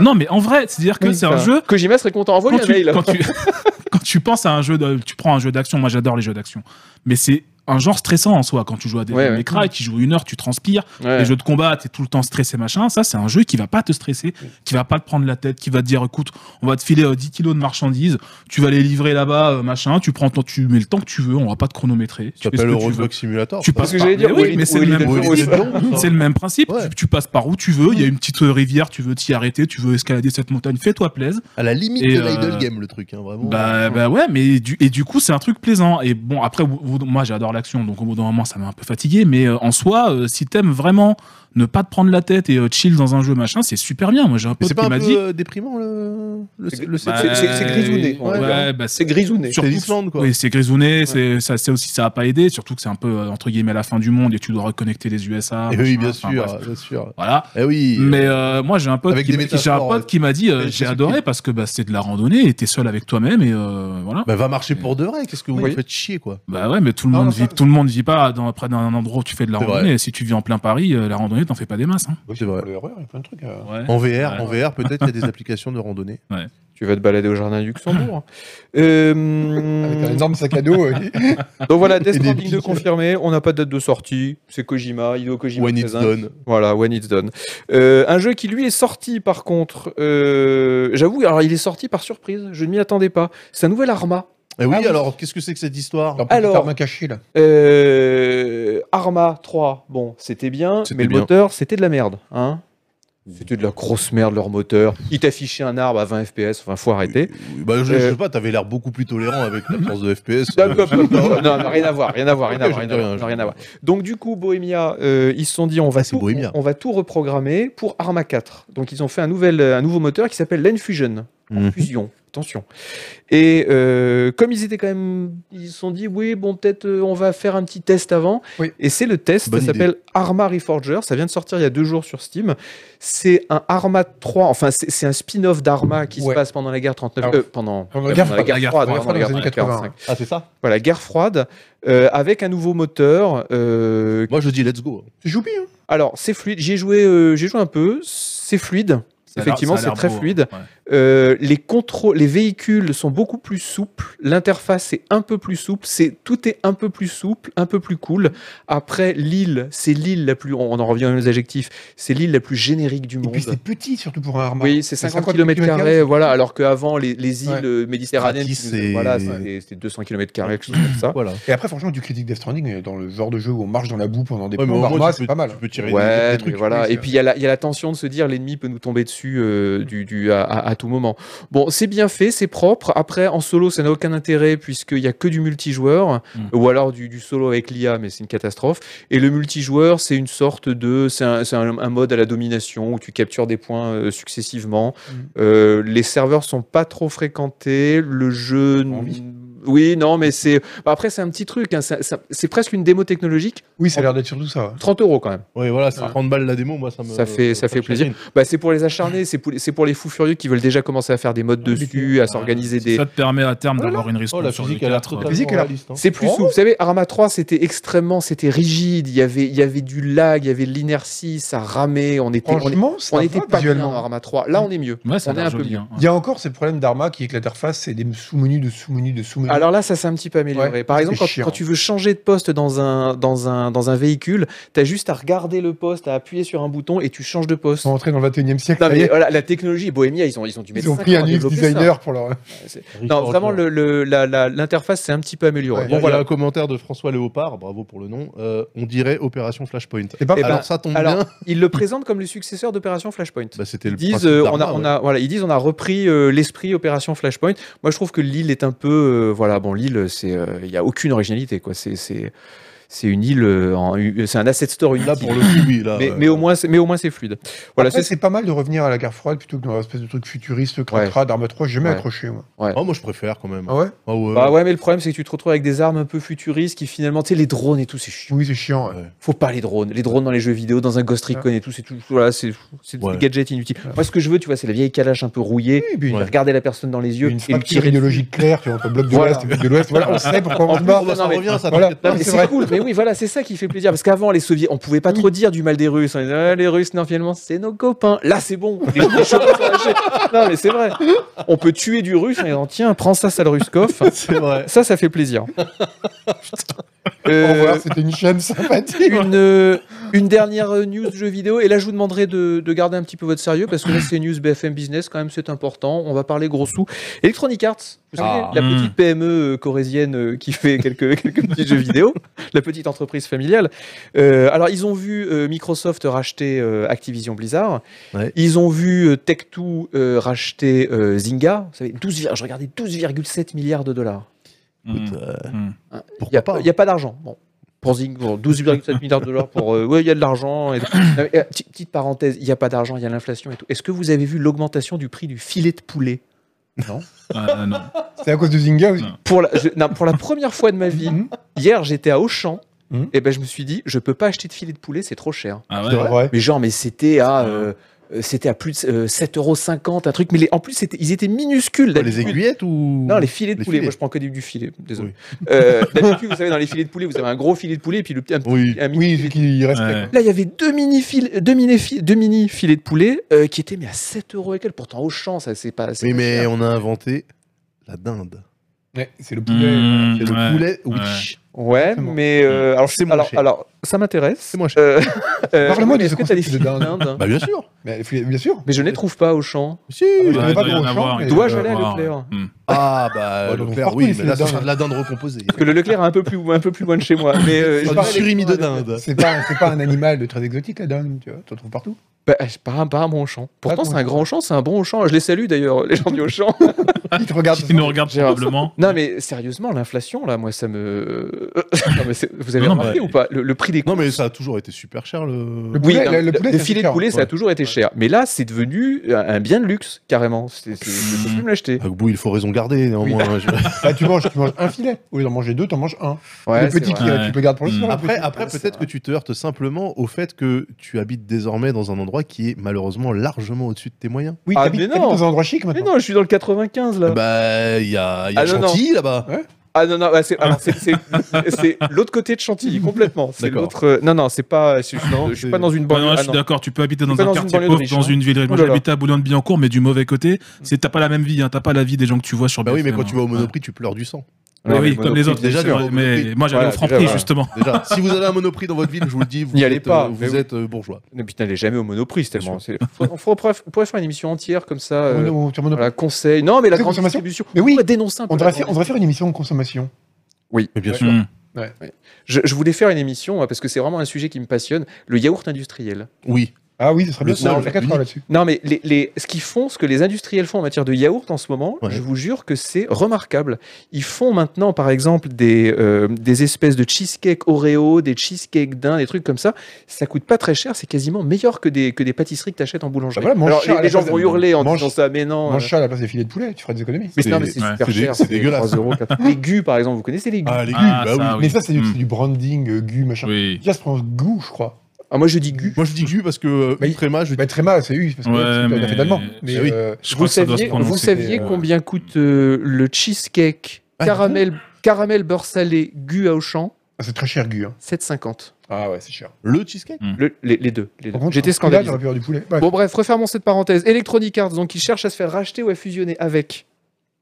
non, mais en vrai, c'est-à-dire que
Oui,
c'est un
enfin,
jeu
Kojima serait content. Envoie
quand
lui un
tu,
mail.
quand
[laughs]
tu [laughs] quand tu penses à un jeu, de, tu prends un jeu d'action. Moi, j'adore les jeux d'action, mais c'est un genre stressant en soi. Quand tu joues à des
Ouais,
des
ouais.
Cry, qui jouent une heure, tu transpires.
Ouais.
Les jeux de combat, t'es tout le temps stressé, machin. Ça, c'est un jeu qui va pas te stresser, qui va pas te prendre la tête, qui va te dire, écoute, on va te filer euh, 10 kilos de marchandises, tu vas les livrer là-bas, euh, machin. Tu prends ton, tu mets le temps que tu veux, on va pas te chronométrer. Tu
Ça
fais ce
s'appelle
que tu veux.
Roadblock Simulator.
Tu
ça.
Parce
passes
que
par-
j'allais dire,
mais oui,
Will-
mais c'est le
Will
même
Smith
principe.
Will Smith Jones,
C'est
ça.
le même principe.
Ouais.
Tu, tu passes par où tu veux. Il y a une petite euh, rivière. Tu veux t'y arrêter. Tu veux escalader cette montagne. Fais-toi plaisir.
À la limite
Et,
de l'idle
euh,
game, le truc, hein, vraiment.
Bah, bah ouais, mais du, et du coup, c'est un truc plaisant. Et bon, après, au- au- moi, j'adore l'action, donc au bout d'un moment, ça m'a un peu fatigué. Mais euh, en soi, euh, si t'aimes vraiment ne pas te prendre la tête et euh, chill dans un jeu, macin, c'est super bien. Moi, j'ai un
Mais
pote
c'est pas
qui
un
m'a
peu
dit. Bah,
euh, déprimant le le
C'est-
le-
c'est- c'est- c'est grisouné, on va
Ouais,
dire.
ouais, bah,
C'est
c'est
grisouné.
surtout-
l'Islande, quoi.
Oui, c'est grisouné. C'est ça, c'est aussi, ça a pas aidé. Surtout que c'est un peu euh, entre guillemets la fin du monde et tu dois reconnecter les USA.
Eh
machin,
oui, bien
enfin, bref.
sûr, bien sûr.
Voilà.
Eh oui.
Mais euh, moi, j'ai un pote,
Avec
qui,
des
m'a- j'ai un
métaphores,
pote qui m'a dit, euh,
euh,
j'ai
Jésus-Christ.
adoré parce que bah, c'était de la randonnée et t'es seul avec toi-même et euh, voilà. Bah,
Bah, va marcher pour de vrai. Qu'est-ce que vous
Oui.
me faites chier, quoi
ouais, mais tout le
Ah,
monde
non,
vit,
ça-
tout le monde vit pas dans, près d'un endroit où tu fais de la
C'est vrai.
randonnée. Et si tu vis en plein Paris, euh, la randonnée, t'en fais pas des masses. hein.
Oui,
C'est vrai.
pour les erreurs, il y a plein de trucs. euh.
En VR, en VR, peut-être il y a des applications de randonnée.
Tu vas te balader au jardin du Luxembourg. Euh,
Avec un énorme sac à dos. euh,
donc
[laughs]
voilà, Death
Et des
Stranding 2
pics.
confirmé. On n'a pas de date de sortie. C'est Kojima, Hideo Kojima.
When it's
présent.
done.
Voilà, When It's Done. Euh, un jeu qui lui est sorti par contre. euh, J'avoue, alors il est sorti par surprise. Je ne m'y attendais pas. C'est un nouvel Arma.
Eh oui,
Ah oui.
alors qu'est-ce que c'est que cette histoire
Alors,
Alors.
alors... caché là.
Euh, Arma 3, bon, c'était bien,
C'était
mais le
bien.
moteur, c'était de la merde. Hein c'était de la grosse merde leur moteur. Ils t'affichaient un arbre à 20 FPS, enfin faut arrêter.
Bah, je, je
Euh,
sais pas, t'avais l'air beaucoup plus tolérant avec la force de FPS.
Non, non,
euh,
[laughs] non, non, non, rien à voir, rien à voir, rien à
Ok,
voir,
je
rien
dis
à
rien,
voir,
je
rien
dis
à voir. Donc du coup, Bohemia, euh, ils se sont dit on va,
Ah, c'est
tout,
Bohemia.
on, on va tout reprogrammer pour Arma 4. Donc ils ont fait un, nouvel, euh, un nouveau moteur qui s'appelle l'Enfusion.
Mhm.
Fusion, attention. Et euh, comme ils étaient quand même, ils se sont dit oui, bon peut-être euh, on va faire un petit test avant.
Oui.
Et c'est le test,
Bonne
ça
idée.
s'appelle Arma Reforger. Ça vient de sortir il y a deux jours sur Steam. C'est un Arma 3, enfin c'est c'est un spin-off d'Arma qui se
Ouais.
passe pendant la guerre 39,
Alors,
euh, pendant,
pendant la
euh,
guerre
pendant la
froide,
guerre
la
froide, pendant
guerre
la
froide dans les
guerre
années 80.
45
Ah, c'est ça
voilà, guerre froide, euh, avec un nouveau moteur. euh,
Moi, je dis let's go.
C'est choupi, hein.
alors, c'est fluide. J'ai joué, euh, j'ai joué un peu. C'est fluide.
Ça a l'air-
Effectivement,
ça a l'air
c'est très
beau, hein.
fluide.
Ouais.
Euh, les contrôles, les véhicules sont beaucoup plus souples. L'interface est un peu plus souple. C'est tout est un peu plus souple, un peu plus cool. Après, l'île, c'est l'île la plus. On en revient aux adjectifs. C'est l'île la plus générique du
Et
monde.
puis c'est petit, surtout pour un arma.
Oui, c'est 50 km carrés, voilà. Alors qu'avant, les, les îles
Ouais.
euh, méditerranéennes,
Stratis
c'est-
et-
voilà, c'était c'était 200 km carrés, quelque chose comme ça.
Voilà.
Et après, franchement, du critique Death Stranding, euh, dans le genre de jeu où on marche dans la boue pendant des
Ouais, mais au
plombs,
moins,
Arma,
tu
c'est
peux-
pas mal.
Tu peux tirer des-
Ouais,
des
mais
trucs.
voilà.
oui,
Et
c'est
puis il y, a la- il y a la tension de se dire l'ennemi peut nous tomber dessus euh, du, du- à, à- à tout moment. Bon, c'est bien fait, c'est propre. Après, en solo, ça n'a aucun intérêt puisqu'il n'y a que du multijoueur
Mm.
ou alors du, du solo avec l'IA, mais c'est une catastrophe. Et le multijoueur, c'est une sorte de. C'est un, c'est un- un mode à la domination où tu captures des points euh, successivement.
Mm.
Euh, les serveurs sont pas trop fréquentés. Le jeu. n-
Envie.
Oui, non, mais c'est. bah, Après, c'est un petit truc. hein, ça- ça- c'est presque une démo technologique.
Oui, ça a l'air d'être surtout ça.
30 euros quand même.
Ouais, voilà, ça
Ouais.
30 balles la démo, moi ça me.
Ça fait- ça fait
me
plaisir.
chagrine.
Bah, c'est pour les acharnés, c'est pour, les- c'est pour les fous furieux qui veulent déjà commencer à faire des
Ah,
modes dessus, à s'organiser
Si
des.
Ça te permet à terme
Oh là
d'avoir une
Oh,
response
la
sur les
physique, elle a l'air
quatre.
totalement
euh,
physique, elle a-
réaliste, hein.
C'est plus
Oh,
souple. Vous savez, Arma 3, c'était extrêmement, c'était rigide. Il y avait, il y avait du lag, il y avait de l'inertie, ça ramait. On était, on,
Franchement, ça
on
va
était pas bien dans
visuellement.
Arma 3. Là, on est mieux.
Ouais, ça a
on est
l'air
un peu
joli,
mieux.
hein.
Il y a encore ce problème d'Arma qui est que l'interface, c'est des sous-menus de sous-menus de sous-menus.
Alors là, ça s'est un petit peu amélioré.
Ouais,
Par exemple,
c'est
quand,
chiant.
quand tu veux changer de poste dans un, dans un, dans un véhicule, t'as juste à regarder le poste, à appuyer sur un bouton et tu changes de poste.
Ils sont entrés dans le 21 e siècle.
Non,
ça y
mais
est.
voilà, la technologie, Bohemia, ils ont, ils ont dû mettre
ils ont
cinq
pris
ans à
un UX
développer euh, ça.
designer pour leur.
Non,
Record,
vraiment,
ouais.
le, le- la- la- l'interface s'est un petit peu améliorée.
Ouais.
Il y
Bon,
a- il y a
voilà.
un commentaire de François Léopard, bravo pour le nom. euh, on dirait Opération Flashpoint.
C'est pas
Eh ben,
alors ça tombe
alors-
bien.
ils le présentent comme le successeur d'Opération Flashpoint.
Bah, c'était
Ils
le
disent,
principe
euh, on a,
d'Arma,
on
ouais.
a, voilà, ils disent on a repris euh, l'esprit Opération Flashpoint. Moi, je trouve que l'île est un peu, euh, voilà, bon, l'île, c'est, euh, il y a aucune originalité, quoi. C'est, c'est, c'est une île, euh, en- c'est un asset store unique.
Là pour le coup, oui. Là,
mais,
euh,
mais au moins, c'est, mais au moins, c'est fluide. Voilà,
Après,
c'est-
c'est pas mal de revenir à la guerre froide plutôt que dans l'espèce de truc futuriste, cracra, d'Arma 3, j'ai jamais
Ouais.
accroché. Moi.
ah, moi je préfère quand même.
Ah ouais
Ah ouais.
Bah ouais, mais le problème, c'est que tu te retrouves avec des armes un peu futuristes qui finalement, tu sais, les drones et tout, c'est chiant.
Oui, c'est chiant. ouais.
Ouais.
Faut pas les drones. Les drones dans les jeux vidéo, dans un Ghost Recon et tout, c'est tout. Voilà, c'est, c'est
Ouais.
des gadgets inutiles. Moi, ce que je veux, tu vois, c'est la vieille calache un peu rouillée.
Oui, et puis,
Ouais.
Regarder la personne dans les yeux
Une
et lui
fracture
tirer dessus.
idéologique claire, tu vois, entre bloc de
Voilà.
l'Est et bloc de l'Ouest. Voilà, on sait pourquoi on
En
se
[laughs]
plus,
bat.
on va- bah, ça
Non, mais-
revient, ça
Voilà.
t'inquiète
Non,
pas.
mais
c'est
c'est
vrai.
cool, mais oui, voilà, c'est ça qui fait plaisir. Parce qu'avant, les soviets, on pouvait pas trop dire du mal des Russes. On disait, Ah, les Russes, non, finalement, c'est nos copains. Là, c'est bon. Les, les choses sont lâchées. Non, mais c'est vrai. On peut tuer du Russe en disant, tiens, prends ça, sale Ruskov.
C'est vrai.
Ça, ça fait plaisir.
Au
Euh,
revoir, c'était une chaîne sympathique.
une, euh, une dernière euh, news jeu vidéo, et là je vous demanderai de, de garder un petit peu votre sérieux parce que là c'est news BFM Business, quand même c'est important. On va parler gros sous. Electronic Arts, vous savez,
Ah.
la
Hmm.
petite PME euh, corésienne euh, qui fait quelques, [laughs] quelques petits jeux vidéo, la petite entreprise familiale. Euh, alors ils ont vu euh, Microsoft racheter euh, Activision Blizzard,
Ouais.
ils ont vu euh, Tech2 euh, racheter euh, Zynga, vous savez, 12, vir- je regardais 12,7 milliards de dollars.
Mm.
Écoute, euh,
Mm.
Il n'y
pourquoi
a,
pas
y a pas hein. d'argent. Bon. Pour Zing, pour 12,7 milliards de dollars, pour. euh, ouais, il y a de l'argent. et- Non, [laughs] mais, euh, petite- petite parenthèse, il n'y a pas d'argent, il y a l'inflation et tout. Est-ce que vous avez vu l'augmentation du prix du filet de poulet
Ah, non.
C'est à cause de Zynga aussi.
Non.
pour la, je- non, pour la première fois de ma vie,
Mhm.
hier, j'étais à Auchan,
Mhm.
et ben je me suis dit, je peux pas acheter de filet de poulet, c'est trop cher.
Ah
C'est
ouais.
vrai.
Mais genre, mais c'était à. euh, euh, c'était à plus de euh, 7,50€, un truc. Mais les- en plus, c'était- ils étaient minuscules.
Quoi,
d'habitude.
hein. Les aiguillettes ou
Non, les filets de
Les
poulet.
filets.
Moi, je prends que du, du filet. Désolé. Euh, D'habitude, vous savez, dans les filets de poulet, vous avez un gros filet de poulet et puis le, petit- un, petit-
Oui.
un mini
Oui,
filet
c'est qu'il
Ouais.
respecte.
Là, il y avait deux mini, fil- deux mini, fi- deux mini filets de poulet euh, qui étaient mais à 7 euros et quelques. Pourtant, au champ, ça c'est pas. c'est
Oui,
pas
mais
cher.
on a inventé la dinde.
Ouais, c'est le poulet.
Mm,
C'est le
ouais.
poulet Witch.
ouais.
Ouais,
C'est bon.
mais euh, alors,
Mm. C'est
c'est
moins
alors,
cher.
alors, ça m'intéresse.
C'est moins cher. [laughs]
Euh, euh,
Parle-moi
mais
de ce
Est-ce que t'as des
concept de
filets de
dinde.
dinde hein
Bah bien sûr.
Mais le filet- bien sûr.
Mais je ne les trouve pas au champ.
Si.
oui,
bah,
j'en ai
Ouais,
pas
il doit
vu
y
au
en avoir,
champ,
il
mais-
doit y
Dois-je aller à
avoir,
Leclerc
ouais. Mm.
Ah bah
Ouais, donc,
Leclerc,
franchement,
oui,
il fait
mais là
la
ça
dinde.
sera de la dinde recomposée.
Parce que le Leclerc est un peu plus, un peu plus loin de chez moi. Mais euh,
C'est
je
pas
vais
du
aller-
surimi de dinde.
C'est pas, c'est pas un animal de très exotique, la dinde, tu vois. T'en trouves partout.
Bah, je pars pas à mon champ. Pourtant,
ton
c'est un
Auchan.
grand champ, c'est un bon champ. Je les salue d'ailleurs, les gens du
[laughs]
champ.
Ils te regardent.
Qui nous regarde
Gérard.
probablement.
Non, mais sérieusement, l'inflation, là, moi, ça me. euh, [laughs] Non, mais c'est- vous avez
Non, non,
remarqué
mais-
ou pas le, le prix des
Non mais ça a toujours été super cher le.
Le
Oui,
poulet,
non,
le-
le,
le poulet,
le
ça
filet
coûte
de poulet,
cher.
ça a toujours été cher. Mais là, c'est devenu un- un bien de luxe, carrément. C'est- c'est- Je peux plus me l'acheter.
Agbou, Ah, il faut raison garder néanmoins. hein, je-
Bah, tu, manges, tu manges un filet. Au lieu d'en manger deux, t'en manges un.
Ouais,
le
c'est
petit,
vrai.
qui, euh,
Ouais.
tu peux garder pour le
Mm.
soir. le
Après,
petit.
après
c'est
peut-être que
vrai.
tu te heurtes simplement au fait que tu habites désormais dans un endroit qui est malheureusement largement au-dessus de tes moyens.
Oui,
Ah,
t'habites
mais
t'habites
non.
dans un endroit chic
Mais
maintenant.
Ah
non, je suis dans le 95 là.
Bah, il y a, il y a
Ah, non,
Chantilly là-bas.
Ouais.
Ah non, non, ouais, c'est alors, c'est- c'est- c'est l'autre côté de Chantilly, complètement. C'est
D'accord.
l'autre. euh, Non, non, c'est pas. Je, je-
Non,
je suis
c'est-
pas dans une
Bah
banlieue.
non, je
ah
suis
non.
d'accord, tu peux habiter dans
Pas
un
dans une
quartier
banlieue de
pauvre,
riche,
dans
hein.
une ville riche. Moi,
Oh là là.
j'habitais à Boulogne-Billancourt, mais du mauvais côté. C'est t'as pas la même vie, hein, t'as pas la vie des gens que tu vois sur
Bah oui, mais
BFM,
quand tu vas au
hein.
Monoprix, tu pleures du sang.
Ouais.
Ouais,
Ouais, oui,
mais
comme les autres.
déjà,
c'est vrai,
tu vas au
Mais
Monoprix.
moi, j'allais
Voilà,
au Franprix,
déjà, voilà.
justement.
Déjà, [laughs] si vous allez à un Monoprix dans votre ville, je vous le dis, vous
N'y allez
êtes,
pas,
euh,
mais
vous
oui.
êtes euh, bourgeois.
Mais putain, n'allez jamais au Monoprix, tellement.
Bien
c'est- Faut- On, fera- on pourrait, on pourrait faire une émission entière comme ça. euh,
Mono- sur Monoprix.
voilà, conseil. Non, mais la
C'est
grande
consommation
distribution.
Mais
On
oui,
pourrait dénoncer un peu.
on
la
devrait, faire, on
grande-
devrait faire une émission de consommation.
Mais bien sûr.
Mm.
Je, je voulais faire une émission moi, parce que c'est vraiment un sujet qui me passionne. Le yaourt industriel.
Oui.
Ah oui, ce serait
Le
bien.
seul,
on va faire 4 heures
unique.
là-dessus.
Non, mais les, les- ce qu'ils font, ce que les industriels font en matière de yaourt en ce moment,
Ouais.
je vous jure que c'est remarquable. Ils font maintenant, par exemple, des, euh, des espèces de cheesecake Oreo, des cheesecakes d'un, des trucs comme ça. Ça coûte pas très cher, c'est quasiment meilleur que des, que des pâtisseries que t'achètes en boulangerie.
Bah voilà, mange
Alors,
ça
les,
à la
les gens
place
vont
de-
hurler en
mange-
disant ça, mais non.
Mange
euh,
ça à la place des filets de poulet, tu feras des économies.
mais non, mais c'est
c'est-
ouais,
super
c'est dé-
cher.
c'est dégueulasse.
3 euros, 4 euros. Les gus, par exemple, vous connaissez les gus
Ah, les gueux,
Ah,
bah oui.
ça,
Mais ça, c'est du,
Mm.
c'est du branding, euh, gu, machin.
Oui.
Déjà, ça prend goût, je crois.
Ah, Moi, je dis gus.
Moi, je dis jus parce que euh,
Mais-
Ultrema, je dis
Bah, très mal, c'est eu, parce que
Ouais,
c'est pas
mais-
tout à fait d'allemand. Mais
Ah oui.
euh,
Je
Vous
crois que ça doit se
saviez, vous
prononcer.
saviez
euh,
combien coûte euh, le cheesecake
Ah,
caramel, caramel beurre salé gus à Auchan
ah, c'est très cher, gu. hein.
7,50.
Ah ouais, c'est cher.
le cheesecake.
Le- les, les deux. les deux.
Par contre,
J'étais
sur ce prix-là,
scandalisé.
J'aurais pu avoir du poulet. Bref.
Bon bref, refermons cette parenthèse. Electronic Arts, donc qui cherche à se faire racheter ou à fusionner avec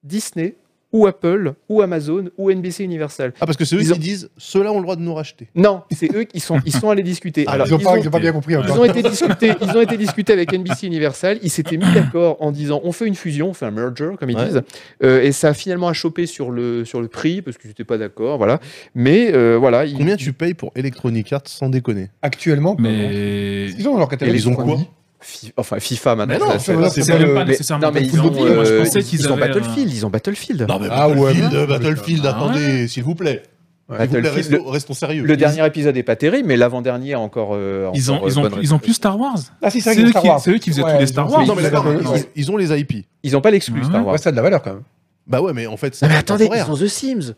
Disney ou Apple ou Amazon ou NBC Universal.
Ah, parce que c'est eux
Ils
qui
ont-
disent ceux-là ont le droit de nous racheter.
Non, c'est eux qui sont, ils sont allés discuter.
Ah,
Alors,
ils ont
ils
pas,
ont-
ils ont pas bien compris. hein,
Ils
ils
encore.
ont été discutés, ils ont été discutés avec NBC Universal. Ils s'étaient mis d'accord en disant on fait une fusion, on fait un merger comme ils
Ouais.
disent. Euh, et ça a finalement à choper sur le sur le prix parce qu'ils n'étaient pas d'accord, voilà. Mais euh, voilà. ils-
Combien tu payes pour Electronic Arts sans déconner
Actuellement, pardon.
Mais.
ils ont leur catalogue.
ils ont quoi
Fi- Enfin FIFA maintenant.
Mais non,
ça-
c'est-
ça-
c'est-
C'est même pas
mais-
nécessairement.
non, mais
du
ils
football,
ont,
moi, je
euh,
pensais qu'ils
ils ont
avaient euh, un-
Battlefield, ils ont Battlefield.
Non, mais
Ah ouais,
Battlefield,
mais-
Battlefield,
Ah ouais.
attendez, s'il vous plaît. S'il vous plaît,
Battlefield,
restons, restons sérieux.
Le dernier épisode est pas terrible, mais l'avant-dernier a encore. euh,
Ils ont,
encore,
ils
euh,
ont,
bonne
ils ont
réponse.
plus Star Wars.
Ah si,
C'est
vrai qu'il y a
eux
Star
qui-
Wars.
c'est eux qui faisaient tous
Ouais,
les
ils
Star
ont-
Wars.
Non, mais
ils ont-
d'accord,
ils ont-
ils, ils ont les IP.
Ils ont pas l'exclus
Ouais.
Star Wars.
Ouais, ça a de la valeur quand même.
Bah ouais, mais en fait, c'est
Non, mais attendez,
temporaire.
ils ont The Sims.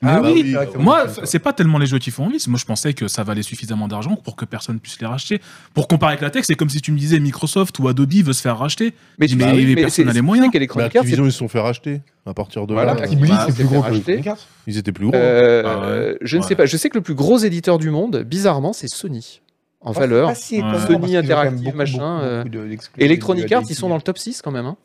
Mais
Ah,
bah
oui,
oui, bah
oui.
moi,
Ouais.
f- c'est pas tellement les jeux qui font envie. c'est- Moi, je pensais que ça valait suffisamment d'argent pour que personne puisse les racheter. Pour comparer avec la tech, c'est comme si tu me disais Microsoft ou Adobe veut se faire racheter.
Mais
Mais
sais-
les personnes
c'est-
n'ont les
c'est- tu sais
moyens.
Bah,
qu'Electronic Arts, c'est-
Activision, ils se sont fait racheter. À partir de
Voilà,
là,
Activision.
euh,
Ghibli,
bah,
c'est
c'est
plus gros que
fait racheter.
Electronic Arts.
ils étaient plus gros.
euh,
Ah ouais.
euh, Je ne
Ouais.
sais pas. Je sais que le plus gros éditeur du monde, bizarrement, c'est Sony en valeur.
Ah, si,
Ouais.
parce
Sony
qu'ils ont quand même
Interactive,
beaucoup, beaucoup,
machin,
beaucoup
euh,
de- d'exclus-
Electronic
de-
Arts,
de-
ils sont dans le top 6 quand même. hein.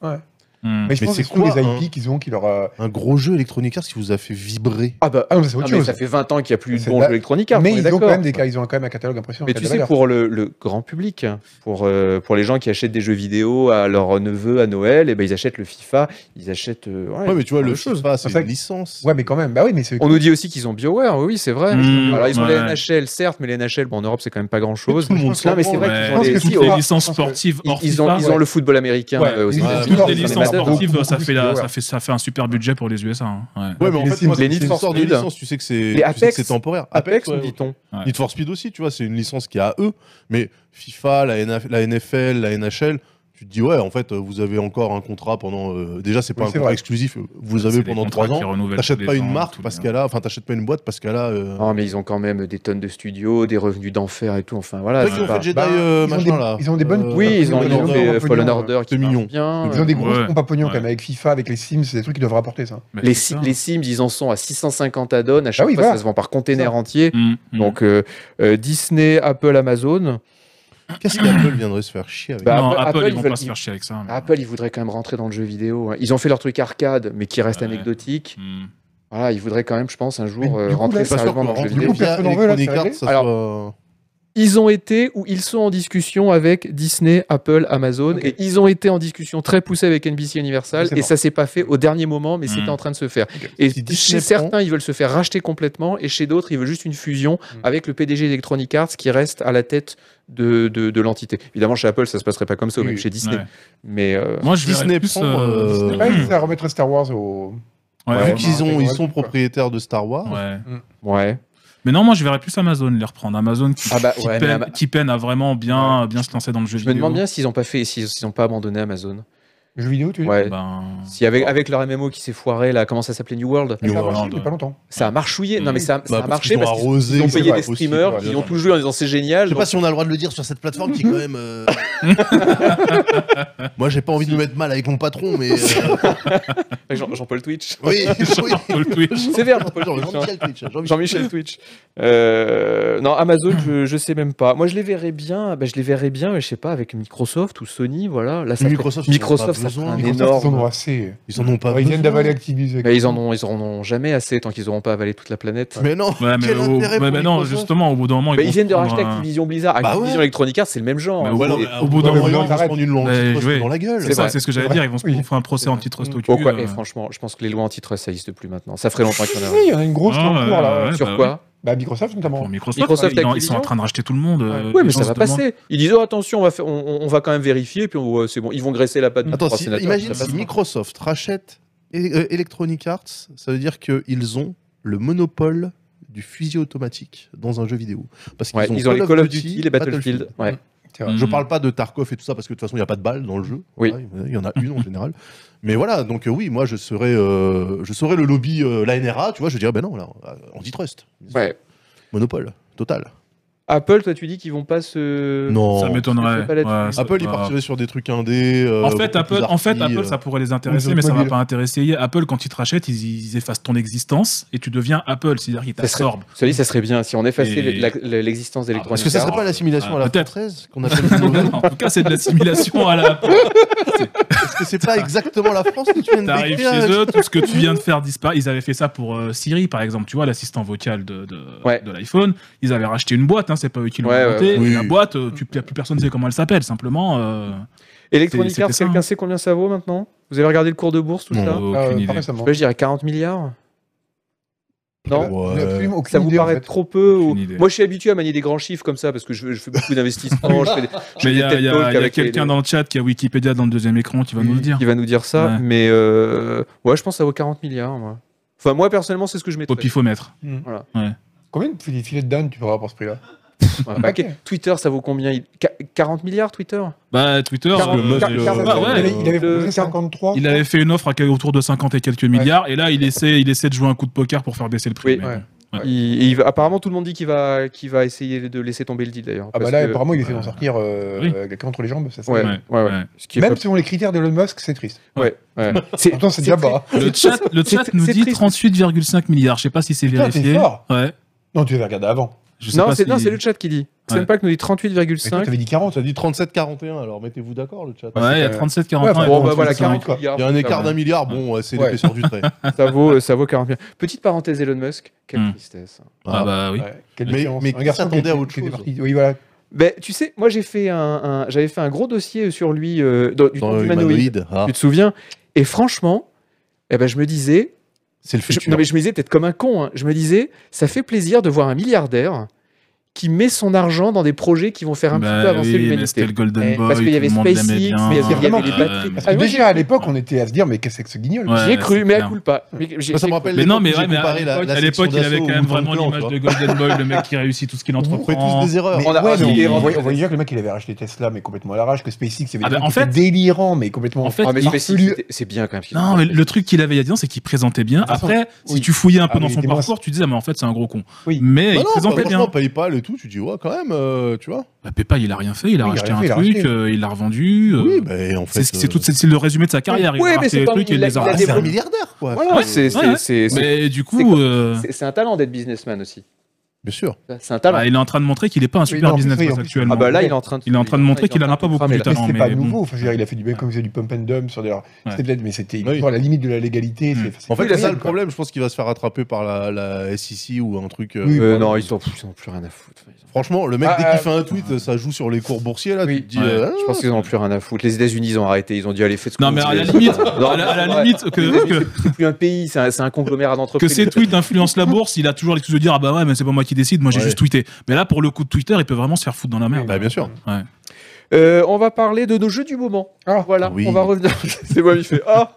Hmm.
Mais je
Mais
pense
c'est
que c'est tous les
quoi,
IP
hein
qu'ils ont qui leur. euh,
Un gros jeu Electronic Arts qui vous a fait vibrer.
Ah bah.
Ah non, mais c'est
ah,
autre
mais
chose.
ça fait 20 ans qu'il n'y a plus de
C'est
bons
là-
jeux Electronic Arts.
mais
on est
ils ont quand
d'accord.
même des cas, ils ont quand même un catalogue impressionnant.
Mais
qui a
tu
de la
sais,
valeur.
pour le, le grand public, pour, euh, pour les gens qui achètent des jeux vidéo à leur neveu à Noël, et ben, ils achètent le FIFA, ils achètent. euh, ouais.
Ouais, mais tu vois,
plein
le
de choses.
FIFA, c'est
C'est ça
une
que-
licence.
Ouais, mais quand même. Bah oui, mais c'est.
On nous dit aussi qu'ils ont BioWare, oui, c'est vrai.
Mmh,
Alors, ils ont
ouais.
les NHL, certes, mais les NHL, bon, en Europe, c'est quand même pas grand chose.
Tout le monde s'en
Non, mais c'est vrai
branle.
Ouais.
qu'ils
Je
ont
pense
des-
que
toutes
si,
tout
oh,
le
les
monde-
licences
je pense que-
sportives
ils,
hors
ils ont,
FIFA,
ils ont le football américain
Ouais,
euh, aux
ils-
États-Unis,
toutes les
ils en
licences
aiment
sportives,
la
beaucoup, beaucoup
ça,
plus
fait la,
de
ça, fait, ça fait un super budget pour les USA. hein. Ouais.
Ouais, mais en
Les
fait,
Sims,
moi, c'est
les
une
Need for
sorte de
Speed.
licence, tu sais que c'est
Les
tu sais que
Apex.
c'est temporaire.
Apex,
ouais,
nous dit-on.
Ouais.
Need for Speed aussi, tu vois, c'est une licence qui a eux, mais FIFA, la, NF la NFL, la NHL, tu te dis ouais, en fait, euh, vous avez encore un contrat pendant. euh, déjà, c'est pas
Oui,
un
c'est
contrat
vrai.
exclusif, euh, vous
C'est
avez
des
pendant
contrats
trois
qui
ans.
renouvellent tous
T'achètes
les
pas une
ans, hein.
marque
tous les
parce
ans.
qu'elle a, enfin, t'achètes pas une boîte parce qu'elle a. euh,
Ah,
Non, mais ils ont quand même des tonnes de studios, des revenus d'enfer et tout. Enfin, voilà.
Ceux qui
c'est
ont
pas-
fait Jedi,
Bah,
euh,
ils ont
machin,
des-
là.
ils ont des bonnes-
Euh,
Oui, ils ont,
Fallen
ils ont
Order.
fait euh, Fallen
Pognon,
Order qui
deux
marche
millions.
bien.
Ils ont des
euh,
gros
Ouais.
pompes à pognon quand même
Ouais.
avec FIFA, avec les Sims, c'est des trucs qui doivent rapporter ça.
Mais
Les,
Bah, c'est
Si-
ça.
les Sims, ils en sont à 650 add-ons. À chaque
Ah oui,
fois,
voilà.
ça se vend par container entier.
Hmm, hmm.
Donc, euh, euh, Disney, Apple, Amazon.
Qu'est-ce qu'Apple viendrait se faire chier avec
Bah,
non,
Apple-
Apple,
Apple,
ils vont
ils veulent-
pas se faire chier avec ça. mais-
Apple, ils voudraient quand même rentrer dans le jeu vidéo. hein. Ils ont fait leur truc arcade, mais qui reste
Ouais.
anecdotique.
Hmm.
Voilà, ils voudraient quand même, je pense, un
Mais
jour euh,
du coup, là,
rentrer
je suis
Pas sûr
sérieusement
qu'on
dans le
rentre
jeu
du
vidéo.
coup, personne en veut, là,
Electronic
c'est
Arts,
réglé
ça soit.
Ils ont été ou ils sont en discussion avec Disney, Apple, Amazon
Ok.
et ils ont été en discussion très poussée avec NBC Universal
C'est
et
bon.
ça s'est pas fait au dernier moment mais
Mm.
c'était en train de se faire.
Ok.
Et
Si
chez
Disney
certains ils veulent se faire racheter complètement et chez d'autres ils veulent juste une fusion
Mm.
avec le PDG d'Electronic Arts qui reste à la tête de, de, de l'entité. Évidemment chez Apple ça se passerait pas comme ça ou
Oui,
même
oui.
chez Disney.
Ouais.
Mais euh,
Moi, je
Disney
verrais plus.
prend,
euh,
euh,
Disney.
Ah, ils à remettre Star Wars au.
Ouais,
Vu
ouais.
qu'ils
ouais,
ont,
ouais,
ils sont
ouais.
propriétaires de Star Wars.
Ouais.
ouais.
Mais non, moi je verrais plus Amazon les reprendre. Amazon qui,
Ah bah,
qui
ouais, mais
peine,
Ama-
qui peine à vraiment bien, bien se lancer dans le jeu
Je me
vidéo.
demande bien s'ils ont pas fait s'ils s'ils ont pas abandonné Amazon.
Jeux vidéo, tu veux dire
Ouais.
Ben,
Si avec, avec leur MMO qui s'est foiré, là, comment ça s'appelait New World
Ça a
New
marché,
World,
mais pas longtemps.
Ça a marchouillé. Non, mais ça, ça
Bah,
a
parce
marché
qu'ils ont
parce qu'ils
arrosé,
ont
c'est
payé
pas
des
possible,
streamers
ouais,
qui
bien
ont
sûr.
tout joué en disant c'est génial.
Je sais
donc-
pas si on a le droit de le dire sur cette plateforme qui est quand
[laughs]
même. euh, Moi, j'ai pas envie de me mettre mal avec mon patron, mais euh,
[laughs]
Jean- Jean-Paul
[laughs]
Twitch.
oui, oui.
Jean-Paul Twitch.
Sévère, Jean-Paul Twitch. hein.
Jean-Michel Twitch. Jean-Michel.
Jean-Michel Twitch. Euh, non, Amazon, je, je sais même pas. Moi, je les verrais bien. bah, je les verrais bien, mais je sais pas, avec Microsoft ou Sony, voilà. Là, ça
Microsoft, ils en ont
Microsoft,
pas
ça
besoin.
ferait un
Microsoft,
Microsoft, ils en
énorme.
ont assez.
Ils en ont pas.
Ouais, Ils viennent
besoin.
d'avaler Activision.
Mais ils en ont, ils en ont jamais assez tant qu'ils auront pas avalé toute la planète.
Mais non.
Ouais, mais,
quel
au-
intérêt
ouais,
pour
mais non,
Microsoft
justement, au bout d'un moment,
Bah, ils
vont
viennent de
prendre
racheter
un-
Activision Blizzard.
Bah
Activision
ouais.
Electronic Arts, c'est le même genre.
Bah,
Ils
au,
ouais,
ont
non,
des-
mais
au bout d'un
Ouais, mais
moment,
bon,
ils vont se prendre une langue
Ouais,
antitrust
jouer.
dans la gueule.
c'est
vrai.
ça, c'est ce que j'allais
vrai.
dire. Ils vont se
Oui.
ils font un procès antitrust au cul.
Pourquoi
euh,
Et franchement, je pense que les lois antitrust, ça existe plus maintenant. Ça ferait longtemps qu'il
[laughs]
y en a.
Oui, il y en a une grosse qui est en
Ah,
cours là.
ouais, ouais.
Sur
bah
quoi
Bah, Microsoft notamment.
Pour Microsoft,
Microsoft,
ils, en- ils
Activision.
sont en train de racheter tout le monde. euh,
Oui,
les
mais
gens
ça
se
va
demandent.
passer. Ils disent oh, attention, on va, faire, on, on va quand même vérifier, puis on- ouais, c'est bon, ils vont graisser la patte. de
Attends,
Mmh. trois
si-
sénateurs,
imagine
ça
si
passera.
Microsoft rachète E- euh, Electronic Arts, ça veut dire qu'ils ont le monopole du fusil automatique dans un jeu vidéo. Parce qu'ils
Ouais,
ont,
ils ont les Call of Duty, les Battlefield. Ouais.
C'est vrai.
Mm.
Mmh. Je parle pas de Tarkov et tout ça parce que de toute façon il n'y a pas de balles dans le jeu.
Oui.
Ouais, Il y en a une en général. Mais voilà, donc euh, oui, moi je serais, euh, je serais le lobby, euh, la NRA, tu vois, je dirais ben non, là, euh, antitrust,
Ouais.
monopole, total.
Apple, toi, tu dis qu'ils vont pas se.
non.
Euh, Ça m'étonnerait.
C'est pas là-dessus.
Ouais, ça-
Apple, ils
bah,
partiraient sur des trucs indés. euh,
En fait,
beaucoup
Apple,
plus
en fait,
arty,
Apple,
euh,
ça pourrait les
Ou
intéresser,
les
mais ça va
automobiles.
pas intéresser. Apple, quand ils te rachètent, ils, ils effacent ton existence et tu deviens Apple, c'est-à-dire qu'ils
Ça serait-
t'absorbent.
Cela dit, ça serait bien si on effaçait
Et-
la- la- l'existence d'Electronic
Est-ce que ça
Arts.
serait pas l'assimilation
Ah,
à la
peut-être.
française qu'on appelle
[laughs]
le monopole
en tout cas, c'est de l'assimilation à la Apple.
Parce que c'est pas exactement la France que tu viens de
T'arrives
décrire.
chez eux, tout ce que tu viens de faire disparaît. Ils avaient fait ça pour euh, Siri, par exemple, tu vois, l'assistant vocal de, de,
Ouais.
de l'iPhone. Ils avaient racheté une boîte, hein, c'est pas eux qui l'ont
Ouais,
inventée.
ouais.
Et La
Oui.
boîte, euh, tu, y a plus personne ne sait comment elle s'appelle, simplement. euh,
Electronic
C'était-
Arts,
c'était ça,
quelqu'un
hein.
sait combien ça vaut maintenant Vous avez regardé le cours de bourse, tout
Non.
ça
aucune
Ah, euh,
idée.
Pas récemment.
Je dirais 40 milliards Non
J'ai absolument aucune
Ça vous
idée, en
paraît
fait.
trop peu ou-
Aucune idée.
Moi, je suis habitué à manier des grands chiffres comme ça parce que je, je fais beaucoup
[laughs]
d'investissements. je fais des- je fais
Mais il y
des
a,
TED
il y a-
Talks
il y a
avec les-
quelqu'un dans le chat qui a Wikipédia dans le deuxième écran qui va nous le dire.
qui va nous dire ça.
Ouais.
Mais euh, ouais, je pense que ça vaut 40 milliards. Moi. Enfin, moi, personnellement, c'est ce que je
Au
mettrais.
pifomètre.
Combien de filets filets de dinde tu pourrais avoir pour ce prix-là
Ouais, bah, ok. Twitter, ça vaut combien il- Qua- 40 milliards, Twitter
Bah, Twitter.
Parce que
euh,
Musk,
euh,
Car-
Il
bah,
Car-
ouais,
avait- il avait
Le-
proposé 53.
Il avait fait une offre à quel- autour de 50 et quelques milliards, et là il essaie, il essaie de jouer un coup de poker pour faire baisser le prix.
Oui,
mais
ouais.
Ouais.
Il- il va- apparemment, tout le monde dit qu'il va, qu'il va essayer de laisser tomber le deal d'ailleurs.
Ah bah
parce
là,
que-
apparemment, il essaie
euh,
d'en sortir euh,
oui.
euh, quelqu'un entre les jambes. Ça, c'est-
Ouais,
Ouais,
ouais, ouais.
ouais.
Ce qui est
Même selon les critères d'Elon Musk, c'est triste.
pas- ouais, ouais. C'est-
Pourtant, c'est déjà
très-
bas.
Le chat, le chat
c'est-
nous
c'est
dit
triste.
38,5 milliards. Je sais pas si c'est
Putain,
vérifié.
t'es fort.
Ouais.
Non, tu l'avais regardé avant.
Je sais
Non,
pas
c'est
si-
non, c'est le chat qui dit. C'est
Ouais.
même pas que nous dit
Mais toi,
38,5.
t'avais dit 40.
Ça dit 37-41, alors mettez-vous d'accord le chat.
Ouais, il y a
Ouais,
37,
ouais,
41. et
Bon, bah voilà,
38,5.
40 milliards.
Il y a un écart
ça
d'un milliard, bon, ouais, c'est
Ouais.
l'épaisseur
[laughs]
du trait. Ah,
vaut- Ça vaut, ça vaut 40 milliards. Petite parenthèse, Elon Musk. Quelle
Hmm.
tristesse. hein.
Ah bah oui.
Ouais, quelle
Mais-
différence.
mais
Un
qui
garçon
s'attendait
qui
à
était-
autre
qui était
chose
parti- Oui, voilà.
Ben, tu sais, moi, j'ai fait un, un- j'avais fait un gros dossier sur lui, euh, dans- du
Dans
temps
le
du humanoïde.
humanoïde, ah,
Tu te souviens Et franchement, eh ben, je me disais,
c'est le
Je-
futur.
non, mais je me disais peut-être comme un con. hein. Je me disais, ça fait plaisir de voir un milliardaire qui met son argent dans des projets qui vont faire un petit
Bah
peu avancer
oui, mais C'était
l'humanité.
le Golden
Eh,
Boy.
parce qu'il y
tout
avait
le monde l'aimait
SpaceX,
bien.
mais il
y avait- il y avait les
Euh,
batteries.
mais-
Ah, moi, j'ai-
Déjà, à l'époque, on était à se dire, mais qu'est-ce que c'est que ce guignol
Ouais,
J'y ai cru,
c'est
mais à
clair.
coup pas. Mais j'ai-
Ça,
j'ai
ça me
cru.
rappelle
Mais
les
non,
trucs
mais,
que j'ai
ouais, mais à,
comparé la- la
à
section
l'époque, il avait
d'assaut
quand
au
même
Mont
vraiment
Blanc,
l'image
tu
de
vois.
Golden Boy, le mec qui réussit tout ce qu'il
On fait
entreprend.
tous des erreurs.
Mais
On a-
ouais,
ah,
mais
si,
on,
on-
voyait, on voyait déjà que le mec il avait racheté Tesla, mais complètement à l'arrache, que SpaceX, il y avait
Ah
des
bah,
trucs
en
qui étaient
fait-
délirants, mais complètement.
En fait,
Ah, mais
il-
SpaceX,
il-
c'était- c'est bien quand même. qu'il-
Non, mais le truc qu'il avait il y a 10 ans, c'est qu'il présentait bien.
De toute façon,
Après, si
oui.
tu fouillais un
Ah,
peu dans
mais
son
dis-moi
parcours, tu disais, ah, mais en fait, c'est un gros con.
Oui.
Mais
Bah
il
non, bah,
présentait bien.
franchement, PayPal et tout, tu dis, ouais, quand même, euh, tu vois.
Bah, Peppa, il a rien fait, il a
Oui, il a
racheté
rien
un
fait, il a
truc,
racheté.
euh, il l'a revendu. euh,
Oui, bah en fait.
c'est c'est
euh,
tout c'est- c'est le résumé de sa carrière.
Ouais,
il a
mais
racheté
c'est
les
pas-
trucs et
il
il
l'a-
les a
il a
ah, c'est un
développé.
revendus.
milliardaire, quoi.
Voilà,
Ouais,
c'est- c'est-
ouais.
c'est- c'est-
Mais du
c'est
coup,
quoi
euh,
c'est- c'est un talent d'être businessman aussi.
Bien sûr.
C'est un talent.
bah, il est en train de montrer qu'il n'est pas un super
non,
business
oui, en plus,
actuellement.
ah bah là, il est en train de.
Il est en train de montrer qu'il en a pas beaucoup
Mais
de
là-
talent.
Mais c'était
mais
pas
bon.
nouveau. Enfin, je veux dire, il a fait du bien comme il faisait du pump and dump sur des. C'était peut-être, mais c'était
Oui.
toujours à la limite de la légalité.
Mm.
c'est- c'est
En fait,
Oui,
c'est
la
ça
mienne,
le
quoi.
problème. Je pense qu'il va se faire rattraper par la, la SEC ou un truc. euh,
Oui.
Euh, Non, ils ont ils ont plus rien à foutre. Ils ont-
Franchement, le mec,
Ah,
dès qu'il
euh,
fait un tweet, ça joue sur les cours boursiers, là.
Oui.
Tu te dis,
Ouais.
euh,
Je pense qu'ils en ont plus rien à foutre. Les États-Unis, ils ont arrêté. Ils ont dit allez, faites ce que
Non,
vous
mais à la
voulez.
limite,
Non,
à la, à la
ouais.
limite que, que,
C'est plus un pays, c'est un, c'est un conglomérat
que
d'entreprises.
ses tweets influencent la bourse, il a toujours l'excuse de dire Ah bah ouais, mais c'est pas moi qui décide, moi j'ai
Ouais.
juste tweeté. Mais là, pour le coup de Twitter, il peut vraiment se faire foutre dans la merde.
Bah, bien sûr.
Euh, on va parler de nos jeux du moment.
Ah,
voilà,
oui.
on va revenir. [laughs] C'est moi qui fais Ah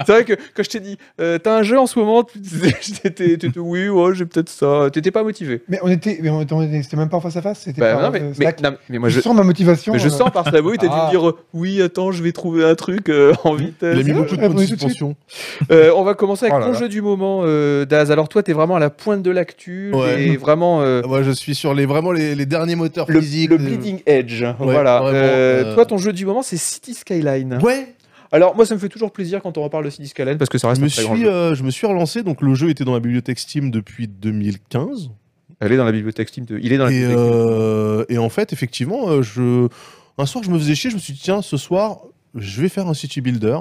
[laughs] C'est vrai que quand je t'ai dit, euh, t'as un jeu en ce moment, tu t'étais, t'étais, oui, ouais, j'ai peut-être ça. T'étais pas motivé.
Mais on était, mais on était- on était- c'était même pas face à face, c'était
Bah,
par,
non, mais,
euh,
mais-
Slack.
non, mais moi,
je,
je,
sens ma motivation.
mais je
euh,
sens par sa bouille, t'as
Ah.
dû me dire, oui, attends, je vais trouver un truc euh, en
Il a
vitesse.
mis
c'est vrai,
beaucoup de points de
répondez tout de suite.
suspension.
Euh, on va commencer avec
Oh là
ton
là.
jeu du moment, euh, Daz. Alors, toi, t'es vraiment à la pointe de l'actu.
Ouais.
Et vraiment. euh,
Moi, je suis sur les, vraiment les, les derniers moteurs
le,
physiques.
le
de-
bleeding edge,
euh, Ouais,
voilà.
vraiment,
Euh,
euh,
Toi, ton jeu du moment, c'est City Skyline.
Ouais,
Alors, moi, ça me fait toujours plaisir quand on reparle de City Skyline parce que ça
je
reste
me,
un très grand
suis,
jeu.
euh, je me suis relancé. Donc, le jeu était dans la bibliothèque Steam depuis 2015.
Elle est dans la bibliothèque Steam. de- Il est dans la
euh, Et,
bibliothèque.
euh, et en fait, effectivement, euh, je... un soir, je me faisais chier. Je me suis dit, tiens, ce soir, je vais faire un city builder.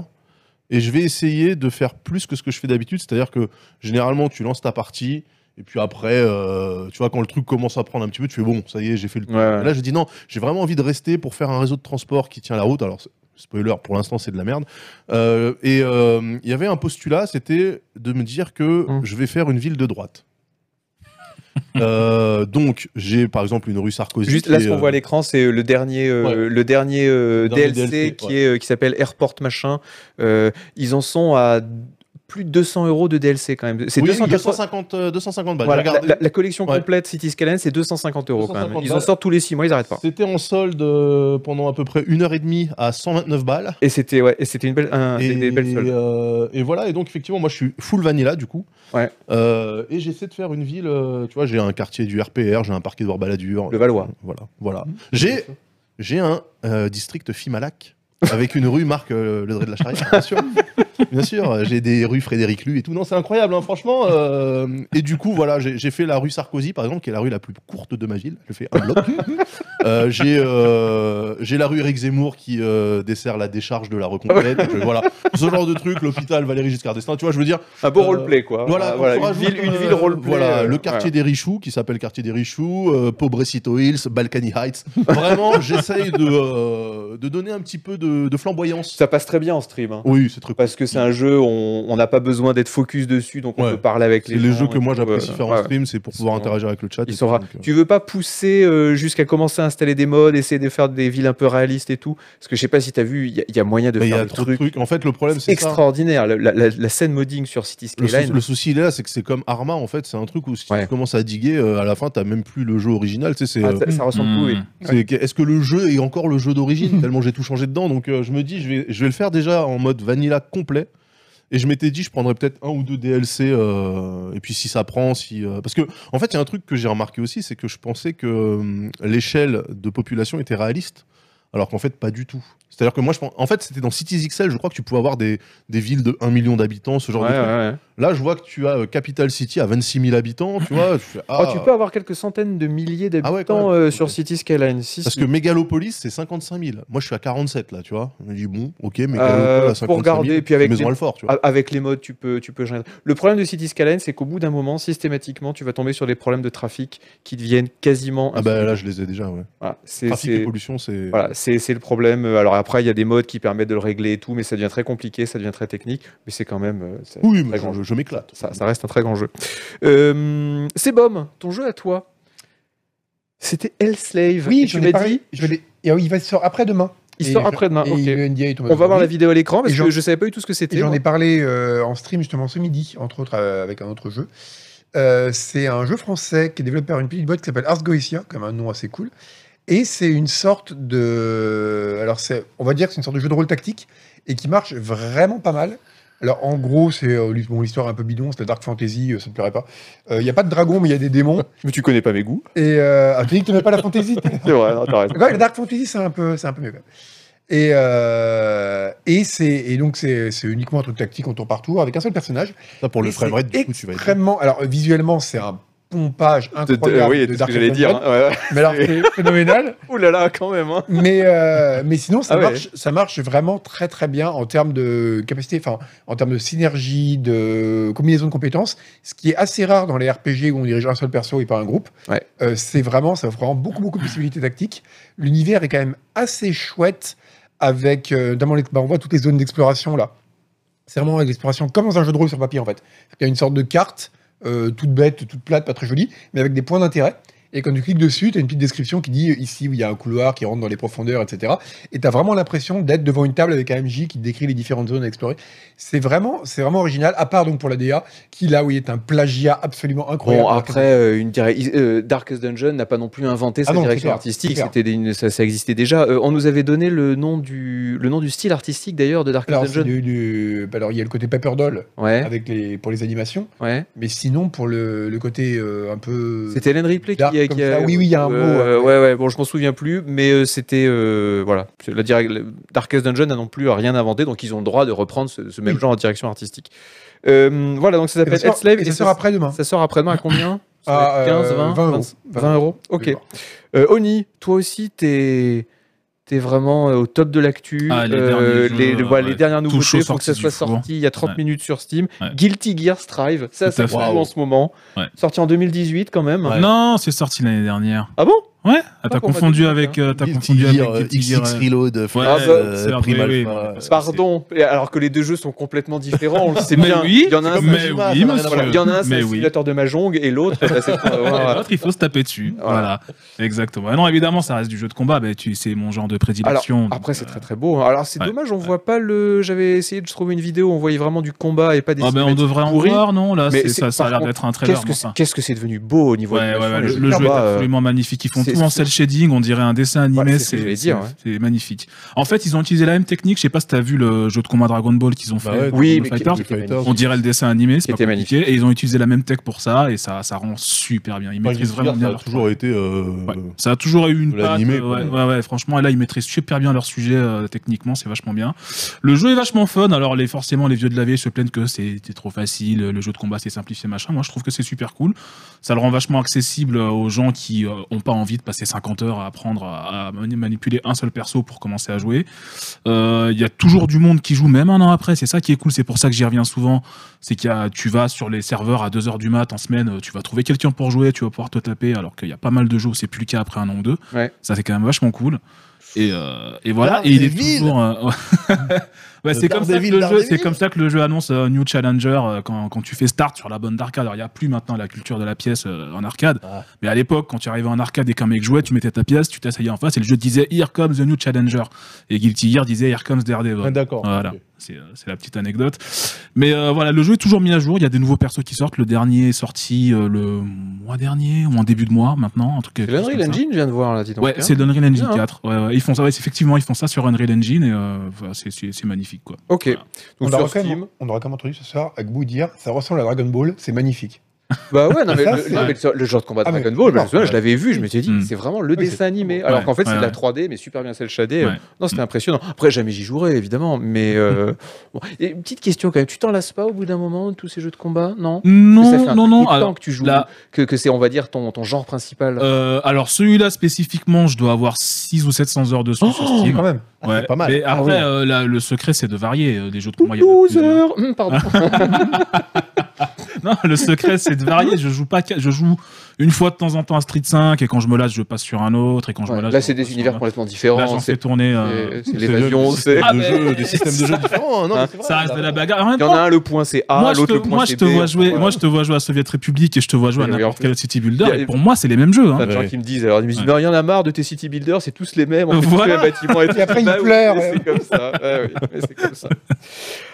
Et je vais essayer de faire plus que ce que je fais d'habitude. C'est-à-dire que généralement, tu lances ta partie. Et puis après, euh, tu vois, quand le truc commence à prendre un petit peu, tu fais bon, ça y est, j'ai fait le
Steam. Ouais, ouais.
Et Là, je dis non, j'ai vraiment envie de rester pour faire un réseau de transport qui tient la route. Alors, c'est- spoiler, pour l'instant, c'est de la merde. Euh, et euh, il y avait un postulat, c'était de me dire que
Hmm.
je vais faire une ville de droite. [laughs] Euh, donc, j'ai par exemple une rue Sarkozy.
Juste
qui
là,
est,
ce qu'on
euh,
voit à l'écran, c'est le dernier, euh,
Ouais.
le dernier, euh,
Le dernier
DLC,
DLC,
qui
ouais.
est euh, qui s'appelle Airport machin. Euh, ils en sont à plus de 200 euros de DLC quand même. C'est
oui,
280.
250, euh, 250 balles.
Voilà,
J'ai
la,
regardé.
la- la collection
Ouais.
complète City Skyline, c'est 250 euros quand même.
250
Ils en
balles.
sortent tous les 6 mois, ils n'arrêtent pas.
C'était en solde euh, pendant à peu près une heure et demie à 129 balles.
Et c'était ouais, et c'était une belle, un- des-
et,
Hein, des belles soldes.
euh, et voilà, et donc effectivement, moi je suis full vanilla du coup.
Ouais.
Euh, et j'essaie de faire une ville, euh, tu vois, j'ai un quartier du RPR, j'ai un parquet de Baladur.
Le Mmh. Valois.
Voilà, voilà. J'ai, j'ai un euh, district Fimalac, avec une rue marque euh, le Dré de la Charrière, bien sûr. Bien sûr, euh, j'ai des rues Frédéric Lu et tout. Non, c'est incroyable, hein, franchement. euh, et du coup, voilà, j'ai j'ai fait la rue Sarkozy, par exemple, qui est la rue la plus courte de ma ville. Je fais un bloc. Euh, j'ai euh, j'ai la rue Éric Zemmour qui euh, dessert la décharge de la reconquête. Je- voilà, ce genre de truc, l'hôpital Valérie Giscard d'Estaing. Tu vois, je veux dire,
Un beau
Euh,
roleplay quoi.
voilà,
Ah,
quand
voilà,
tu
une
rajoutes,
ville, une
euh,
ville roleplay.
Voilà,
euh,
le quartier
voilà.
des Richoux, qui s'appelle quartier des Richoux, euh, Pobrecito Hills, Balkany Heights.
[laughs]
Vraiment, j'essaye de, euh, de donner un petit peu de, de flamboyance.
Ça passe très bien en stream. hein.
Oui, c'est très cool.
Parce que c'est un jeu, on on n'a pas besoin d'être focus dessus, donc on
Ouais.
peut parler avec
C'est
les
les
gens
jeux que
et
moi
tout,
j'apprécie
euh,
faire
ouais.
en stream, c'est pour
Ils
pouvoir
sont-
interagir avec le chat. et
Ils
tout,
sont rares.
donc, euh,
Tu veux pas pousser euh, jusqu'à commencer à installer des mods, essayer de faire des villes un peu réalistes et tout Parce que je sais pas si t'as vu, il y, a- il y a moyen de
mais Il y
faire
a
des
trop de
trucs
trucs. En fait, le problème, c'est ça.
extraordinaires. La, la- la- la scène modding sur City
Le, sou-
Skyline,
le souci, il est là, c'est que c'est comme Arma, en fait. C'est un truc où si
Ouais.
tu commences à diguer, euh, à la fin, t'as même plus le jeu original. Tu sais, c'est.
ah,
euh,
ça, ça ressemble
Hmm.
beaucoup. oui.
C'est que- Est-ce que le jeu est encore le
[laughs]
jeu d'origine Tellement j'ai tout changé dedans. Donc euh, je me dis, je vais, je vais le faire déjà en mode vanilla complet. Et je m'étais dit, je prendrais peut-être un ou deux DLC. euh, et puis si ça prend, si. euh, parce que, en fait, il y a un truc que j'ai remarqué aussi, c'est que je pensais que hum, l'échelle de population était réaliste. Alors qu'en fait, pas du tout. C'est-à-dire que moi, je pense. En fait, c'était dans Cities XL, je crois que tu pouvais avoir des, des villes de 1 million d'habitants, ce genre
Ouais,
de truc.
ouais, ouais.
Là, je vois que tu as euh, Capital City à 26 000 habitants, tu vois. je fais,
Oh,
ah,
tu peux avoir quelques centaines de milliers
Ah ouais,
d'habitants
quand même.
euh,
Ok.
sur City Skyline. Si,
Parce
si.
que Mégalopolis, c'est 55 000. Moi, je suis à 47, là, tu vois. Je me dis, bon, ok, Mégalopolis
Euh,
à 55 000.
pour garder, puis avec
Maison
les-
Alfort, tu vois.
A- Avec les modes, tu peux, tu peux gérer. Le problème de City Skyline, c'est qu'au bout d'un moment, systématiquement, tu vas tomber sur des problèmes de trafic qui deviennent quasiment.
Ah, bah là, je les ai déjà, ouais.
Voilà, c'est-
Trafic et
c'est-
pollution, c'est.
voilà, c'est c'est le problème. Alors après, il y a des modes qui permettent de le régler et tout, mais ça devient très compliqué, ça devient très technique. Mais c'est quand même. euh, ça-
Oui,
Très
mais
grand
je, je m'éclate.
ça, ça reste un très grand jeu. Euh, c'est Bom, ton jeu à toi. C'était Hellslave.
Oui,
Et
je
tu
l'ai
m'as
pas-
dit.
Je l'ai- et, euh, il va sortir après demain.
Il sort après-demain.
Et
ok.
le NDA est tombé
On va voir la
aujourd'hui.
vidéo à l'écran parce
Et j'en-
que je savais pas du tout ce que c'était.
Et J'en
moi.
ai parlé euh, en stream justement ce midi, entre autres euh, avec un autre jeu. Euh, c'est un jeu français qui est développé par une petite boîte qui s'appelle Ars Goetia, comme un nom assez cool. Et c'est une sorte de. Alors, c'est, on va dire que c'est une sorte de jeu de rôle tactique et qui marche vraiment pas mal. Alors, en gros, c'est euh, l'hi- bon, l'histoire est un peu bidon, c'est la Dark Fantasy, euh, ça ne plairait pas. Euh, Il n'y a pas de dragon, mais il y a des démons.
Mais tu connais pas mes goûts.
Et. Euh... Ah, tu dis que tu n'aimes pas la fantasy t'es-
C'est vrai, non, t'as
[laughs]
raison.
Ouais, le Dark Fantasy, c'est un peu, c'est un peu mieux. quand même. Et, euh, et, c'est, et donc, c'est, c'est uniquement un truc tactique en tour par tour avec un seul personnage.
Ça, pour
Et
le
c'est
framerate, du coup, tu vas être.
Extrêmement. Alors, euh, visuellement, c'est un pompage
De- de-
incroyable.
euh, oui,
de
c'est ce
Dark
que j'allais dire.
Fantasy,
hein, ouais, ouais.
Mais alors, c'est phénoménal.
Ouh là là, quand même. hein.
Mais, euh, mais sinon, ça,
Ah ouais.
marche, ça marche vraiment très, très bien en termes de capacité, enfin, en termes de synergie, de combinaison de compétences, ce qui est assez rare dans les RPG où on dirige un seul perso et pas un groupe.
Ouais.
Euh, c'est vraiment, ça offre vraiment beaucoup, beaucoup de possibilités tactiques. L'univers est quand même assez chouette avec, euh, notamment, les- bah, on voit toutes les zones d'exploration là. C'est vraiment avec l'exploration comme dans un jeu de rôle sur papier en fait. Il y a une sorte de carte, euh, toute bête, toute plate, pas très jolie, mais avec des points d'intérêt. Et quand tu cliques dessus, tu as une petite description qui dit ici où il y a un couloir qui rentre dans les profondeurs, etc. Et tu as vraiment l'impression d'être devant une table avec un MJ qui décrit les différentes zones à explorer. C'est vraiment, c'est vraiment original, à part donc pour la DA, qui là, oui, est un plagiat absolument incroyable.
Bon, après, euh, une direc- euh, Darkest Dungeon n'a pas non plus inventé sa
Ah non, c'est
direction
clair,
artistique,
c'est clair.
c'était des- une- ça, ça existait déjà. Euh, on nous avait donné le nom du, le nom du style artistique d'ailleurs de Darkest
alors, c'est
Dungeon.
du- du- bah, alors, il y a le côté paper doll
Ouais,
avec les, pour les animations,
ouais.
mais sinon, pour le, le côté Ah, euh, un peu.
C'était Hélène Ripley qui
Dark
qui a.
comme ça. Oui, oui, il y a un mot,
Euh,
ouais.
ouais, ouais, bon, je m'en souviens plus, mais euh, c'était. euh, voilà. C'est La direc- le- Darkest Dungeon n'a non plus rien inventé, donc ils ont le droit de reprendre ce, ce même
Oui.
genre en direction artistique. Euh, voilà, donc ça
Et ça
s'appelle
sort-
Ed Slave.
et ça
et
sort après-demain.
Ça sort après-demain à combien
[laughs] Ah, euh,
15, 20,
20 euros.
20, euros.
Je
Ok.
vais voir.
Euh, Oni, toi aussi, t'es es vraiment euh, au top de l'actu.
Ah, les derniers jeux,
les,
euh,
voilà,
ouais.
les dernières
Tout
nouveautés,
chaud
faut que ça
sorti
soit
du four.
sorti il y a 30
Ouais.
minilles minutes sur Steam.
Ouais.
Guilty Gear Strive, ça
Tout
c'est
à fait.
cool
Waouh.
en ce moment.
Ouais.
Sorti en 2018 quand même.
Non, c'est sorti l'année dernière.
Ah bon
Ouais, ah,
crois
t'as
qu'on m'a dit
confondu
ça,
avec. euh, T'as
Guilty
confondu avec
Gear, euh,
Guilty Gear,
XX
euh,
Reload,
Ouais,
Ah bah,
Flash,
c'est
euh,
vrai,
Primal.
oui, oui,
enfin,
parce que
Pardon, alors que les deux jeux sont complètement différents, on le sait
Mais
bien.
oui,
il y en a un,
c'est
c'est-
comme
mais
Kojima,
oui,
ça n'a rien à
monsieur.
voilà, il y en a un, c'est
Mais
un
oui.
simulateur de mahjong et l'autre, bah,
[laughs]
c'est- voilà.
L'autre, il faut se taper dessus.
Voilà.
Voilà. Exactement. Ah Non, évidemment, ça reste du jeu de combat. bah, tu- c'est mon genre de prédilection. donc,
Après, c'est
euh,
très très beau. hein. Alors, c'est
ouais,
dommage, on voit pas le. J'avais essayé de trouver une vidéo, on voyait vraiment du combat et pas des.
Ah ben, on
cinématiques
devrait en
pourries.
voir, non Là,
Mais
c'est-
c'est-
ça, ça a
par
l'air
contre,
d'être un trailer.
Qu'est-ce que
mais
c'est
enfin.
qu'est-ce que c'est devenu beau au niveau
Ouais, ouais,
animation,
ouais,
les
le,
jeux
le
de
jeu est
combat, euh,
absolument magnifique. Ils font
c'est-
tout en
c'est-
cel shading, on dirait un dessin animé.
Voilà, c'est ce que
c'est
j'allais dire,
c'est-
ouais.
c'est magnifique. En fait, ils ont utilisé la même technique. Je sais pas si t'as vu le jeu de combat Dragon Ball qu'ils ont fait.
Bah ouais,
Dragon
Oui,
Ball
mais qui-
Fighter.
qui était
Fighter.
magnifique.
On dirait le dessin animé,
Qui
c'est pas
était
compliqué. Et ils ont utilisé la même tech pour ça, et ça, ça rend super bien. Ils
Enfin,
maîtrisent
Guilty
vraiment
Gear,
bien
ça a
leur
toujours été. euh,
Ouais. Ça a toujours eu une
de
patte.
l'animé,
euh,
quoi.
ouais, ouais, ouais, franchement, et là, ils maîtrisent super bien leur sujet euh, techniquement, c'est vachement bien. Le jeu est vachement fun. Alors, les, forcément, les vieux de la vieille se plaignent que c'était trop facile, le jeu de combat c'est simplifié, machin. Moi, je trouve que c'est super cool. Ça le rend vachement accessible euh, aux gens qui n'ont pas envie de passer 50 heures à apprendre à, à mani- manipuler un seul perso pour commencer à jouer. Euh, Il y a toujours du monde qui joue, même un an après. C'est ça qui est cool. C'est pour ça que j'y reviens souvent. C'est qu'il y a, tu vas sur les serveurs à 2 heures du mat en semaine, euh, tu vas trouver quelqu'un pour jouer, tu vas pouvoir te taper. Alors qu'il y a pas mal de jeux où c'est plus le cas après un an ou deux.
Ouais.
Ça, c'est quand même vachement cool. Et, euh, et voilà.
Ah,
et il est
Daredevil
toujours. euh, ouais.
[laughs]
Ouais, c'est comme, ça que
Daredevil,
le jeu, c'est
Daredevil.
comme ça que le jeu annonce euh, New Challenger euh, quand, quand tu fais start sur la bonne d'arcade. Alors, il n'y a plus maintenant la culture de la pièce euh, en arcade.
Ah.
Mais à l'époque, quand tu arrivais en arcade et qu'un mec jouait, tu mettais ta pièce, tu t'asseyais en face et le jeu disait Here comes the new challenger. Et Guilty Gear disait Here comes
Ah,
Daredevil.
D'accord.
Voilà,
ok.
c'est euh, c'est la petite anecdote. Mais euh, voilà, le jeu est toujours mis à jour. Il y a des nouveaux persos qui sortent. Le dernier est sorti euh, le mois dernier ou en début de mois maintenant. Un truc
C'est l'Unreal Engine, je viens de voir là, dis donc.
Ouais,
hein.
c'est l'Unreal Engine
Bien, hein.
4. Ouais, ouais, ils font ça, ouais, c'est- effectivement, ils font ça sur Unreal Engine et euh, voilà, c'est- c'est c'est magnifique quoi.
Ok.
Voilà.
Donc
On hein.
sur
aura, quand même,
Steam.
on aura quand même entendu ce soir Agbou dire ça ressemble à Dragon Ball, c'est magnifique.
Bah ouais, non, mais,
Ça,
le,
c'est-
non, mais le- le genre de combat de
Ah, mais-
Dragon Ball, je, me
non,
souviens, je
ouais.
l'avais vu, je m'étais dit,
Mm.
c'est vraiment le
Oui, c'est-
dessin animé. Alors
Ouais,
qu'en fait, c'est
ouais,
de la
ouais.
3D, mais super bien celle shadée.
Ouais.
euh, Non, c'était
Mm.
impressionnant. Après, jamais j'y jouerai, évidemment. Mais
[laughs]
euh, bon. Et une petite question quand même, tu t'en lasses pas au bout d'un moment de tous ces jeux de combat Non Parce que ça fait
Non,
un
non,
petit
non.
temps
alors-
que tu joues,
là-
que, que c'est, on va dire, ton, ton genre principal.
Euh, alors celui-là spécifiquement, je dois avoir 6 ou 700 heures dessus sur
Oh,
C'est
Steam.
quand même.
Ah, c'est pas mal.
Mais
Ah
après,
ouais.
euh, là, le secret, c'est de varier euh, des jeux de combat. il y en a plusieurs.
Loser Hum, Pardon.
Non, le secret, c'est de varier. Je joue pas, qu'à- je joue une fois de temps en temps à Street 5 et quand je me lasse, je passe sur un autre et quand je me
Ouais,
lasse.
Là,
je
c'est des
passe sur
univers
un autre.
complètement
Là,
différents.
j'en fais
C'est
tourner. euh,
c'est- c'est
C'est
l'évasion,
des
c'est.
systèmes
Ah,
de
mais-
jeu, des systèmes de jeu
hein,
différents. Non, mais c'est vrai,
ça reste de
là.
la bagarre. En même
Il y en
temps,
a un, Ah, le point c'est
moi,
A,
je te,
l'autre, le point
moi, je
c'est B.
te vois jouer.
Voilà.
Moi, je te vois jouer à Soviet République et je te vois jouer à
Mais oui,
n'importe
en
quel City Builder.
Il y a-
Et pour moi, c'est les mêmes jeux. hein.
Plein de gens
Ouais.
qui me disent, alors ils me disent,
Ouais.
non, il y en a marre de tes city builders, c'est tous les mêmes, on fait
Voilà.
tous les bâtiments
[laughs]
et tout.
après, ils
Bah oui,
pleurent.
mais C'est comme ça. Ouais, oui, mais c'est comme ça.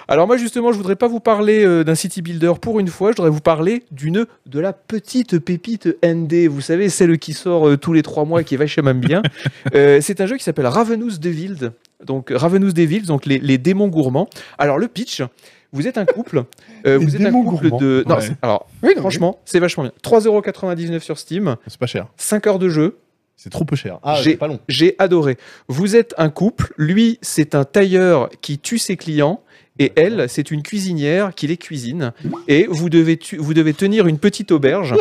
Alors moi justement, je voudrais pas vous parler euh, d'un city builder pour une fois, je voudrais vous parler d'une de la petite pépite ND. Vous savez, celle qui sort euh, tous les trois mois, qui est vachement
[laughs]
bien. Euh, c'est un jeu qui s'appelle Ravenous Devils. Donc Ravenous Devils, donc les, les démons gourmands. Alors le pitch. Vous êtes un couple. euh,
Les
vous êtes un
démons
couple
gourmands.
de. Non,
Ouais.
c'est- alors,
Oui, non,
franchement, c'est vachement bien. 3,99€ sur Steam,
C'est pas cher.
5 heures de jeu.
C'est trop peu cher. Ah,
J'ai-
c'est pas long.
J'ai adoré. Vous êtes un couple. Lui, c'est un tailleur qui tue ses clients. Et elle, c'est une cuisinière qui les cuisine. Et vous devez, tu- vous devez tenir une petite auberge.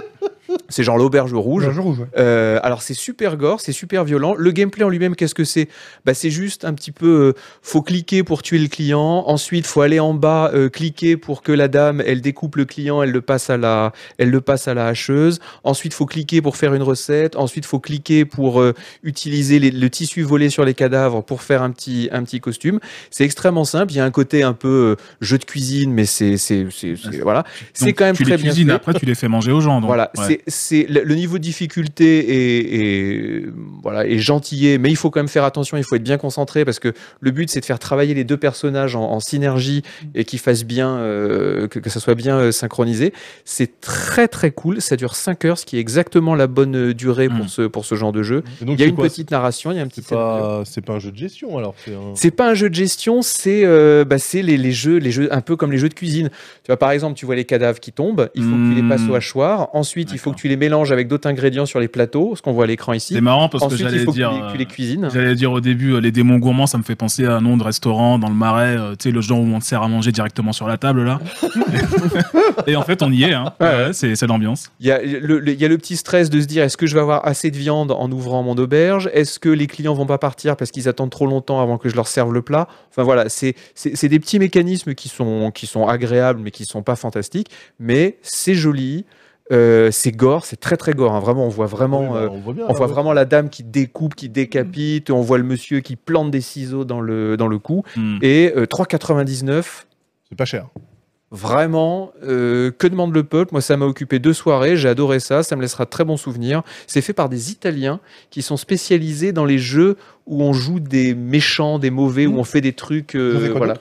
C'est genre l'auberge
oui.
rouge.
Un jour où je-
Euh, alors c'est super gore, c'est super violent. Le gameplay en lui-même, qu'est-ce que c'est bah, C'est juste un petit peu, euh, faut cliquer pour tuer le client, ensuite faut aller en bas, euh, cliquer pour que la dame, elle découpe le client, elle le passe à la, elle le passe à la hacheuse, ensuite faut cliquer pour faire une recette, ensuite faut cliquer pour euh, utiliser les- le tissu volé sur les cadavres pour faire un petit, un petit costume. C'est extrêmement simple, il y a un côté un peu euh, jeu de cuisine, mais c'est, c'est, c'est- c'est- voilà, c'est
Ah, Donc,
quand même
tu
très
les
bien
cuisines,
fait.
après, tu les fais manger aux gens. donc,
Voilà,
ouais.
c'est- c'est le le niveau de difficulté est, est, voilà est gentillet, mais il faut quand même faire attention, il faut être bien concentré parce que le but c'est de faire travailler les deux personnages en, en synergie
Mm.
et qu'ils fassent bien, euh, que, que ça soit bien euh, synchronisé. C'est très très cool, ça dure 5 heures, ce qui est exactement la bonne euh, durée pour
Mm.
ce pour ce genre de jeu.
Et donc,
Il y a
c'est
une
quoi,
petite narration, il y a un petit
C'est
scénario.
pas, c'est pas un jeu de gestion alors. C'est un...
C'est pas un jeu de gestion, c'est euh, bah, c'est les, les jeux, les jeux un peu comme les jeux de cuisine. Tu vois, par exemple, tu vois les cadavres qui tombent, il faut que tu les passes
Mmh.
au hachoir. Ensuite, il faut
D'accord.
que tu les mélanges avec d'autres ingrédients sur les plateaux, ce qu'on voit à l'écran ici.
C'est marrant parce
Ensuite,
que
il
j'allais
faut que tu
dire.
les, tu les
euh,
cuisines.
J'allais dire au début, euh, les démons gourmands, ça me fait penser à un nom de restaurant dans le marais, euh, tu sais, le genre où on te sert à manger directement sur la
[laughs]
table, là. Et en fait, on y est, hein.
Ouais,
Ouais, c'est c'est l'ambiance.
Il y, a le, le- il y a le petit stress de se dire est-ce que je vais avoir assez de viande en ouvrant mon auberge Est-ce que les clients vont pas partir parce qu'ils attendent trop longtemps avant que je leur serve le plat Enfin voilà, c'est c'est c'est des petits mécanismes qui sont qui sont agréables mais qui sont pas fantastiques, mais c'est joli, euh, c'est gore, c'est très très gore. hein. Vraiment, on voit
Oui,
vraiment.
bah,
euh,
on voit bien.
on voit
ouais.
vraiment la dame qui découpe, qui décapite, on voit le monsieur qui plante des ciseaux dans le, dans le cou.
Hmm.
Et euh, 3,99,
C'est pas cher.
Vraiment, euh, que demande le peuple Moi, ça m'a occupé deux soirées, j'ai adoré ça, ça me laissera de très bons souvenirs. C'est fait par des Italiens qui sont spécialisés dans les jeux où on joue des méchants, des mauvais, où on fait des trucs. euh,
Ils ont fait quoi
voilà.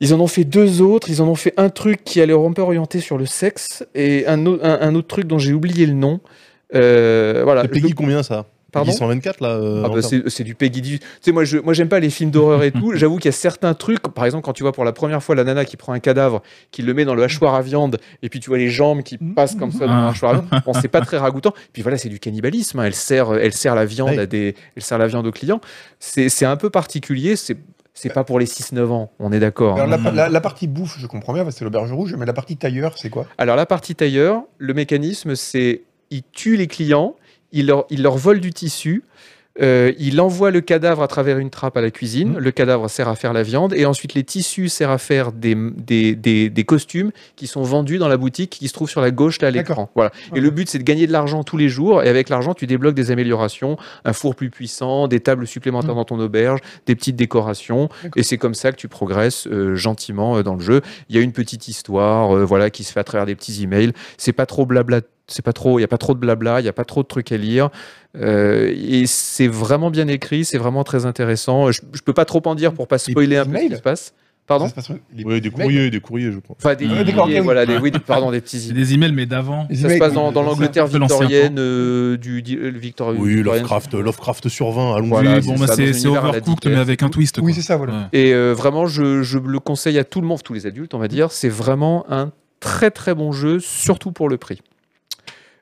Ils en ont fait deux autres, ils en ont fait un truc qui allait un peu orienté sur le sexe et un, au- un- un autre truc dont j'ai oublié le nom. Euh, voilà.
C'est Peggy
Je-
combien ça
Pardon
Peggy 124 là euh,
ah
en
bah,
termes-
c'est c'est du Peggy 18. Tu sais, moi, je, moi, j'aime pas les films d'horreur et tout. J'avoue qu'il y a certains trucs, par exemple, quand tu vois pour la première fois la nana qui prend un cadavre, qui le met dans le hachoir à viande, et puis tu vois les jambes qui passent comme ça dans le
Ah.
hachoir à viande, bon, c'est pas très ragoûtant. Puis voilà, c'est du cannibalisme. hein. Elle, sert, elle sert la viande
Ouais.
à des, elle sert la viande aux clients. C'est c'est un peu particulier. C'est c'est pas pour les 6-9 ans, on est d'accord.
Alors,
hein.
la, la- la partie bouffe, je comprends bien, parce que c'est l'auberge rouge, mais la partie tailleur, c'est quoi
Alors, la partie tailleur, le mécanisme, c'est il tue les clients, il leur, il leur vole du tissu, euh, il envoie le cadavre à travers une trappe à la cuisine, le cadavre sert à faire la viande, et ensuite les tissus servent à faire des, des, des- des costumes qui sont vendus dans la boutique qui se trouve sur la gauche là à l'écran. Voilà. Et le but, c'est de gagner de l'argent tous les jours, et avec l'argent, tu débloques des améliorations, un four plus puissant, des tables supplémentaires dans ton auberge, des petites décorations,
D'accord.
et c'est comme ça que tu progresses euh, gentiment euh, dans le jeu il y a une petite histoire euh, voilà qui se fait à travers des petits emails c'est pas trop blabla c'est pas trop il y a pas trop de blabla il y a pas trop de trucs à lire Euh, et c'est vraiment bien écrit c'est vraiment très intéressant je, je peux pas trop en dire pour pas
Des
spoiler un
petits
peu ce qui
emails
se passe pardon
Ça se passe- les-
Ouais,
les
des
mecs-
courriers, des courriers, je crois.
enfin des,
Ah,
d'accord, ok, oui.
voilà des oui,
[laughs]
des- pardon des petits
C'est
emails
des emails, mais d'avant.
les
ça se
mecs-
passe dans, dans l'Angleterre
un peu l'ancien
victorienne euh, du di- euh, Victor-
Oui,
victorienne.
Lovecraft, euh, Lovecraft sur 20, allons-y.
Voilà,
Oui,
c'est
bon,
ça,
bah,
dans un
c'est c'est
univers à la
overcooked,
Dickaire.
mais avec un twist.
Oui,
quoi.
c'est ça, voilà.
Ouais.
Et euh, vraiment, je, je le conseille à tout le monde, tous les adultes, on va dire. C'est vraiment un très très bon jeu, surtout pour le prix.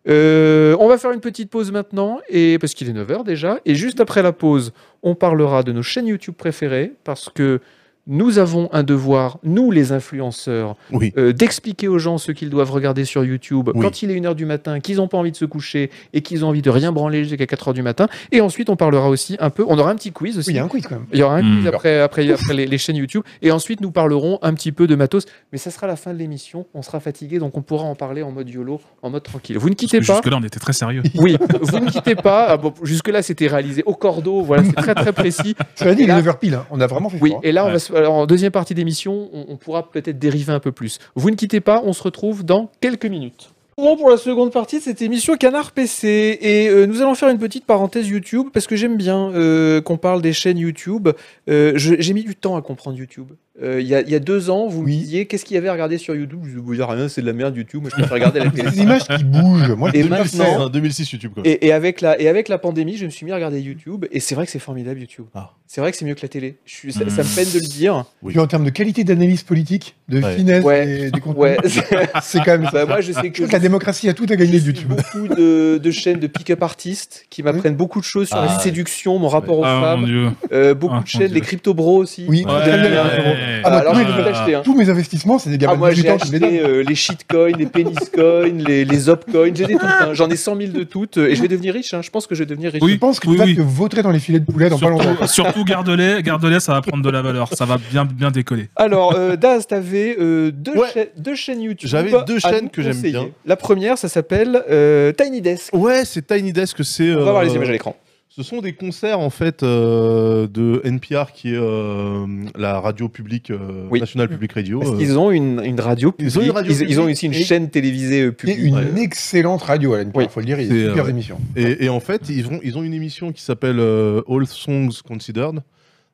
Euh, on va faire une petite pause maintenant, et parce qu'il est 9h déjà. Et juste après la pause, on parlera de nos chaînes YouTube préférées, parce que nous avons un devoir, nous les influenceurs,
Oui.
euh, d'expliquer aux gens ce qu'ils doivent regarder sur YouTube
Oui.
quand il est 1h du matin, qu'ils n'ont pas envie de se coucher et qu'ils ont envie de rien branler jusqu'à 4h du matin. Et ensuite, on parlera aussi un peu, on aura un petit quiz aussi.
Oui, il y a un quiz quand même.
Il y aura un
Hmm.
quiz après, après, après les, les chaînes YouTube. Et ensuite, nous parlerons un petit peu de matos. Mais ça sera la fin de l'émission. On sera fatigué, donc on pourra en parler en mode YOLO, en mode tranquille. Vous ne
Parce
quittez
que
pas.
Jusque-là, on était très sérieux.
Oui, vous ne quittez pas. Ah bon, Jusque-là, c'était réalisé au cordeau. Voilà, c'est très très précis.
Cela dit,
Et
il est
là-
9h pile, hein. on a vraiment fait
Oui,
fort, hein.
et là, on
Ouais.
va se- alors, en deuxième partie d'émission, on, on pourra peut-être dériver un peu plus. Vous ne quittez pas, on se retrouve dans quelques minutes. Bon, pour la seconde partie de cette émission Canard PC, et euh, nous allons faire une petite parenthèse YouTube, parce que j'aime bien euh, qu'on parle des chaînes YouTube. Euh, je- J'ai mis du temps à comprendre YouTube. Euh, Il y, a- il y a deux ans, vous
Oui.
me disiez qu'est-ce qu'il y avait à regarder sur YouTube Je vous disais rien, c'est de la merde YouTube, moi je préfère regarder la
[laughs]
télé.
Ces images qui bougent, moi je
Et
peux pas le
maintenant-
faire.
Hein, 2006 YouTube, quoi.
Et, et avec la, et avec la pandémie, je me suis mis à regarder YouTube, et c'est vrai que c'est formidable YouTube.
Ah.
C'est vrai que c'est mieux que la télé. Je suis, ça,
Mm.
ça me peine de le dire.
Puis en termes de qualité d'analyse politique, de
Ouais.
finesse
Ouais.
et du contenu,
Ouais. [laughs]
c'est quand même ça.
Bah, moi, je sais
Je
que
crois que la démocratie a tout à gagner de
Je suis
YouTube.
beaucoup de, de chaînes de pick-up artistes qui m'apprennent beaucoup de choses sur
Ah,
la séduction, mon rapport aux
Ah, mon
femmes,
dieu.
euh, beaucoup
Ah,
de
mon
chaînes,
Dieu.
les crypto bros aussi.
Oui,
Ah,
Ouais,
j'aime
ouais,
bien.
ouais.
Ah,
Ah,
alors
tous
je
mes-
peux t'acheter. Hein.
Tous mes investissements, c'est des gamins
Ah, moi
de 18
j'ai
ans qui me les donnent.
acheté euh, les shitcoins, les peniscoins, les, les opcoins, j'ai des toutes. hein. J'en ai 100 000 de toutes euh, et je vais devenir riche. hein. Je pense que je vais devenir riche.
Oui.
Je pense que tu
Oui,
vas
oui.
te vautrer dans les filets de poulet dans pas longtemps.
Surtout, surtout garde-les, garde-les, ça va prendre de la valeur. Ça va bien, bien décoller.
Alors, euh, Daz, t'avais euh, deux,
Ouais.
cha- deux chaînes YouTube.
J'avais
à
deux
nous
chaînes que j'aime
conseiller.
bien.
La première, ça s'appelle euh, Tiny Desk.
Ouais, c'est Tiny Desk, c'est.
On va voir les
euh,
images à l'écran.
Ce sont des concerts en fait euh, de NPR qui est euh, la radio publique euh,
Oui.
nationale public radio.
Parce
euh,
qu'ils ont une, une radio publique.
Ils ont une radio
ils, ils ont
publique
aussi une
et-
chaîne télévisée euh,
Et
publique.
une
Ouais.
excellente radio, Alan. Il
Oui.
faut le dire, il y a
C'est,
des super
euh,
émissions.
Et, et en fait, ils ont, ils ont une émission qui s'appelle euh, All Songs Considered,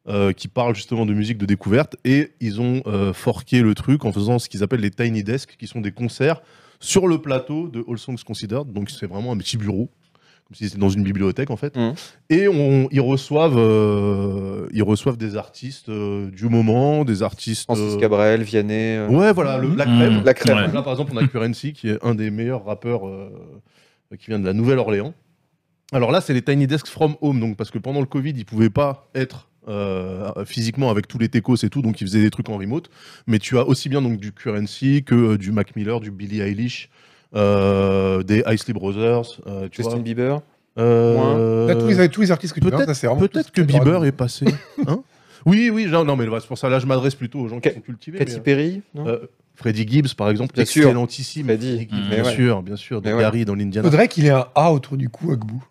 euh, qui parle justement de musique de découverte. Et ils ont euh, forqué le truc en faisant ce qu'ils appellent les Tiny Desks, qui sont des concerts sur le plateau de All Songs Considered. Donc c'est vraiment un petit bureau, comme si c'était dans une bibliothèque en fait.
Mhm.
Et on, ils, reçoivent, euh, ils reçoivent des artistes euh, du moment, des artistes.
Francis
euh,
Cabrel, Vianney. euh,
Ouais, voilà, le, la
Mhm.
crème.
La crème.
Ouais.
Là, par exemple, on a Currency, qui est un des meilleurs rappeurs euh, qui vient de la Nouvelle-Orléans. Alors là, c'est les Tiny Desks from Home, donc, parce que pendant le Covid, ils pouvaient pas être euh, physiquement avec tous les techos et tout, donc ils faisaient des trucs en remote. Mais tu as aussi bien donc, du Currency que euh, du Mac Miller, du Billie Eilish, euh, des Isley Brothers. euh, tu
Justin
vois.
Bieber.
Euh,
Là, tous, les, tous les artistes que tu
peut-être-
veux, ça c'est vraiment tout
Peut-être
ce
que
t'auras
Bieber
dit.
est passé. Hein oui, oui, genre, non, mais c'est pour ça, là, je m'adresse plutôt aux gens qui
Ca-
sont cultivés. mais,
Katy Perry. [laughs] non
euh, Freddie Gibbs, par exemple,
Bien sûr.
excellentissime.
Freddy.
Freddie Gibbs,
Mais
bien
ouais.
sûr, bien sûr.
Mais
De
ouais.
Gary dans l'Indiana.
Faudrait qu'il ait un A autour du cou, Agbou.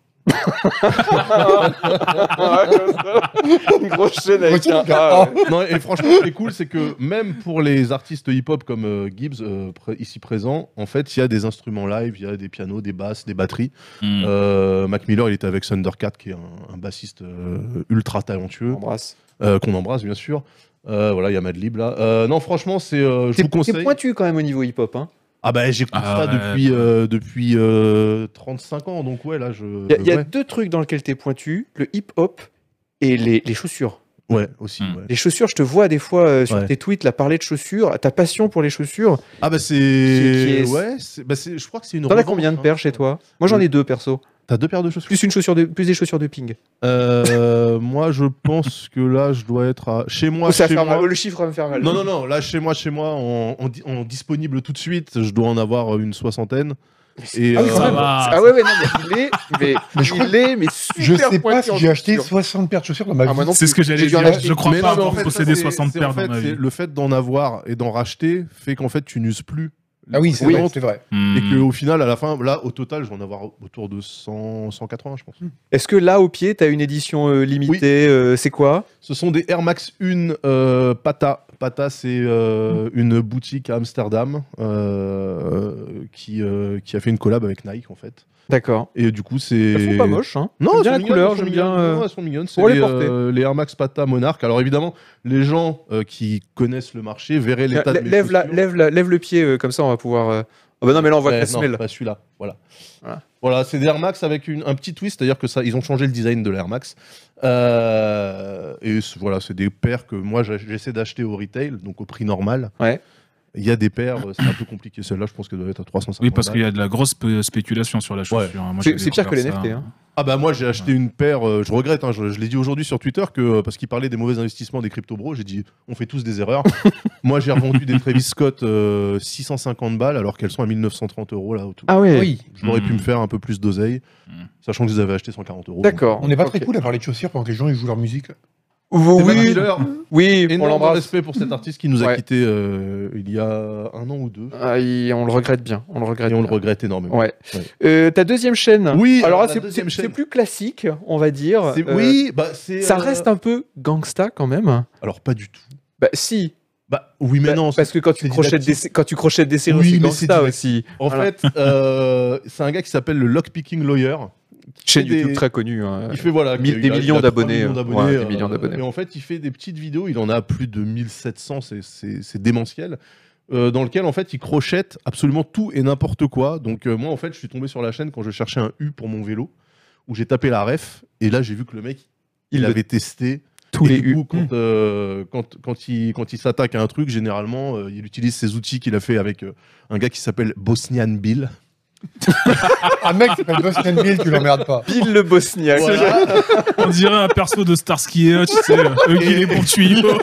Une grosse chaîne avec
Retiens
un
qu'un
A,
A.
ouais.
Non, et franchement, ce qui est cool, c'est que même pour les artistes hip-hop comme euh, Gibbs, euh, pr- ici présent, en fait, il y a des instruments live, il y a des pianos, des basses, des batteries.
Mm.
Hmm.
Euh, Mac Miller, il était avec Thundercat, qui est un, un bassiste euh, ultra talentueux,
Embrasse.
euh, qu'on embrasse, bien sûr. Euh, voilà, il y a Madlib là. Euh, non, franchement, c'est. euh, je
T'es
vous conseille.
t'es pointu quand même au niveau hip-hop. Hein.
Ah bah, j'écoute
Ah
ça
ouais.
depuis, euh, depuis euh, 35 ans, donc ouais, là, je.
Il y a, y a
Euh, ouais.
deux trucs dans lesquels t'es pointu, le hip-hop et les, les chaussures.
Ouais, aussi.
Hmm.
ouais.
Les chaussures, je te vois des fois euh, sur
Ouais.
tes tweets la parler de chaussures, ta passion pour les chaussures.
Ah bah
Qui
c'est
est-
ouais, c'est- bah c'est- je crois que c'est une.
T'en as
revanche,
combien de
hein.
paires chez toi Moi j'en ai deux perso.
T'as deux paires de chaussures.
Plus une chaussure de, plus des chaussures de ping.
Euh, moi, je pense que là, je dois être à chez moi.
Oh, ça va
chez
faire
moi.
mal. Oh, Le chiffre va me faire mal.
Non non non, là chez moi, chez moi, en, en di- en disponible tout de suite, je dois en avoir euh, une soixantaine. Et
Ah oui,
euh,
quand
Ça
même.
va.
Ah ouais ouais non mais il est mais,
[laughs] Mais je
il
crois-
est mais
Je
super
sais pas
pointu
si
en
j'ai acheté
chaussures.
60 paires de chaussures dans ma vie.
Ah, moi non
C'est ce que j'allais
J'ai dû en
dire.
acheter.
Je crois
mais
pas
non, mais en
avoir
fait,
possédé
ça, c'est-
60
c'est en
paires
fait,
dans ma
c'est
vie.
Le fait d'en avoir et d'en racheter fait qu'en fait, tu n'uses plus.
Ah oui, c'est
Oui.
vrai, c'est vrai.
Hmm.
Et qu'au final, à la fin, là, au total, je vais en avoir autour de 100, 180, je pense.
Est-ce que là au pied t'as une édition euh, limitée euh, C'est quoi
Ce sont des Air Max 1 euh, Pata. Pata, c'est euh, une boutique à Amsterdam euh, qui, euh, qui a fait une collab avec Nike, en fait.
D'accord.
Et du coup,
Elles
c'est.
sont pas moches hein.
Non,
J'aime
elles
bien la
sont mignonnes,
couleur,
elles sont
j'aime bien,
mignonnes.
euh,
Non, elles sont mignonnes. C'est
pour les
les,
porter.
euh, les Air Max Pata Monarch. Alors évidemment, les gens euh, qui connaissent le marché verraient
Tiens,
l'état de
lè-
mes
lève, la-
chaussures.
lève, la- lève le pied, euh, comme ça on va pouvoir. euh, Ah bah non, mais là on voit
Ouais,
que la
non,
semelle.
pas celui-là. Voilà.
Voilà.
Voilà, c'est des Air Max avec une- un petit twist, c'est-à-dire que ça, ils ont changé le design de l'Air Max. Euh, et c- voilà, c'est des paires que moi j'a- j'essaie d'acheter au retail, donc au prix normal.
Ouais.
Il y a des paires, euh, c'est un peu compliqué. Celle-là, je pense qu'elle doit être à 350.
Oui, parce qu'il
balles.
y a de la grosse spé- spéculation sur la chaussure. hein. Moi,
C'est-
j'ai
c'est pire que les
découvert ça.
NFT, hein.
Ah bah moi j'ai acheté une paire, euh, je regrette, hein, je, je l'ai dit aujourd'hui sur Twitter que euh, parce qu'il parlait des mauvais investissements des crypto bros, j'ai dit on fait tous des
[laughs]
erreurs. moi j'ai revendu des Travis Scott euh, 650 balles alors qu'elles sont à 1930 euros là au tout.
Ah ouais.
Oui.
J'aurais pu
Mm.
me faire un peu plus d'oseille,
Mm.
sachant que je les avais achetés 140 euros.
D'accord.
On n'est pas très
Ok.
cool à parler de chaussures pendant que les gens ils jouent leur musique. là.
Oh,
Donc, Mac
oui,
Miller,
oui, on
hein. énorme
l'embrasse. Hmm.
respect pour cet artiste qui nous a
Ouais.
quitté il y a un an ou deux.
Ah, il- on le regrette bien. On le regrette.
Et on le
bien.
regrette énormément.
Ouais.
Ouais.
Euh, ta deuxième chaîne.
Oui,
Alors là,
alors la
c'est- c'est
deuxième
c'est
chaîne.
plus classique, on va dire.
C'est-
Euh,
oui, bah c'est.
Ça
euh,
reste un peu gangsta quand même.
Alors pas du tout.
Bah si.
Bah oui, mais
Bah,
non.
parce que quand tu
c'est
crochettes des
didactique.
quand tu crochettes des serrures,
Oui,
c'est
mais
gangsta
c'est
aussi.
En
Voilà.
fait, euh, c'est un gars qui s'appelle le Lockpicking Lawyer.
Chaîne
des-
YouTube très connue. hein.
Il fait voilà,
Mille-
il a-
des
il a
millions
3
d'abonnés,
millions
euh,
d'abonnés,
ouais, des
euh,
millions d'abonnés.
Et en fait, il fait des petites vidéos. Il en a plus de 1700, c'est- c'est c'est démentiel. euh, dans lequel en fait il crochette absolument tout et n'importe quoi. Donc euh, moi en fait je suis tombé sur la chaîne quand je cherchais un U pour mon vélo, où j'ai tapé la ref et là j'ai vu que le mec il
Il
avait testé
tous
Et
les
du
U. Hmm.
coup, quand, euh, quand, quand il, quand il s'attaque à un truc, généralement, euh, il utilise ses outils qu'il a fait avec euh, un gars qui s'appelle Bosnian Bill.
Un mec qui s'appelle Boston Bill, tu l'emmerdes pas.
[laughs] Pile le Bosniaque.
[laughs] Voilà.
On dirait un perso de Starsky et Hutch, tu sais, euh,
[laughs]
eux qui les bons tuyaux,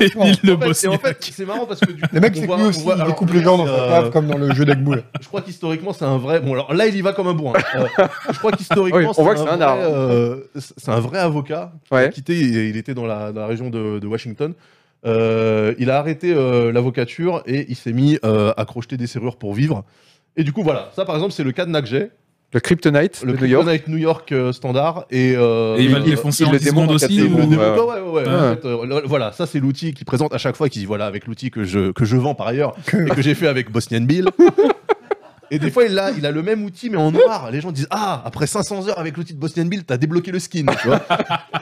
et il le
En fait,
bosse.
et en fait, c'est marrant
[laughs]
parce que du coup,
Le mec,
on
c'est que
voit-
lui
on
aussi,
voit-
il
alors,
découpe les gens dans
c'est,
sa
euh,
table, comme dans le jeu d'Agbou. là.
Je crois qu'historiquement, c'est un vrai. Bon, alors là, il y va comme
[laughs]
un bourrin. Euh, je crois qu'historiquement,
Oui, on voit que c'est un
vrai,
art.
euh, c'est- c'est un vrai avocat. qui
Ouais.
a quitté, il, il était dans la, dans la région de, de Washington. Euh, il a arrêté euh, l'avocature et il s'est mis euh, à crocheter des serrures pour vivre. Et du coup, voilà. Ça, par exemple, c'est le cas de Nakjay.
Le Kryptonite
Le
de New York.
Kryptonite New York euh, standard et, euh,
Et il va
le
euh,
défoncer
il
en
le
10
démonte
secondes
en
aussi
quatre
le
ou-
ou-
démonte,
ouais.
ouais, ouais, ouais,
Ouais.
en fait, euh, le- voilà, ça c'est l'outil qui présente à chaque fois, qui dit voilà, avec l'outil que je, que je vends par ailleurs et que j'ai fait avec Bosnian Bill.
[laughs]
Et des fois, il a, il a le même outil, mais en noir. Les gens disent Ah, après 500 heures avec l'outil de Bosnian Bill, t'as débloqué le skin. Tu vois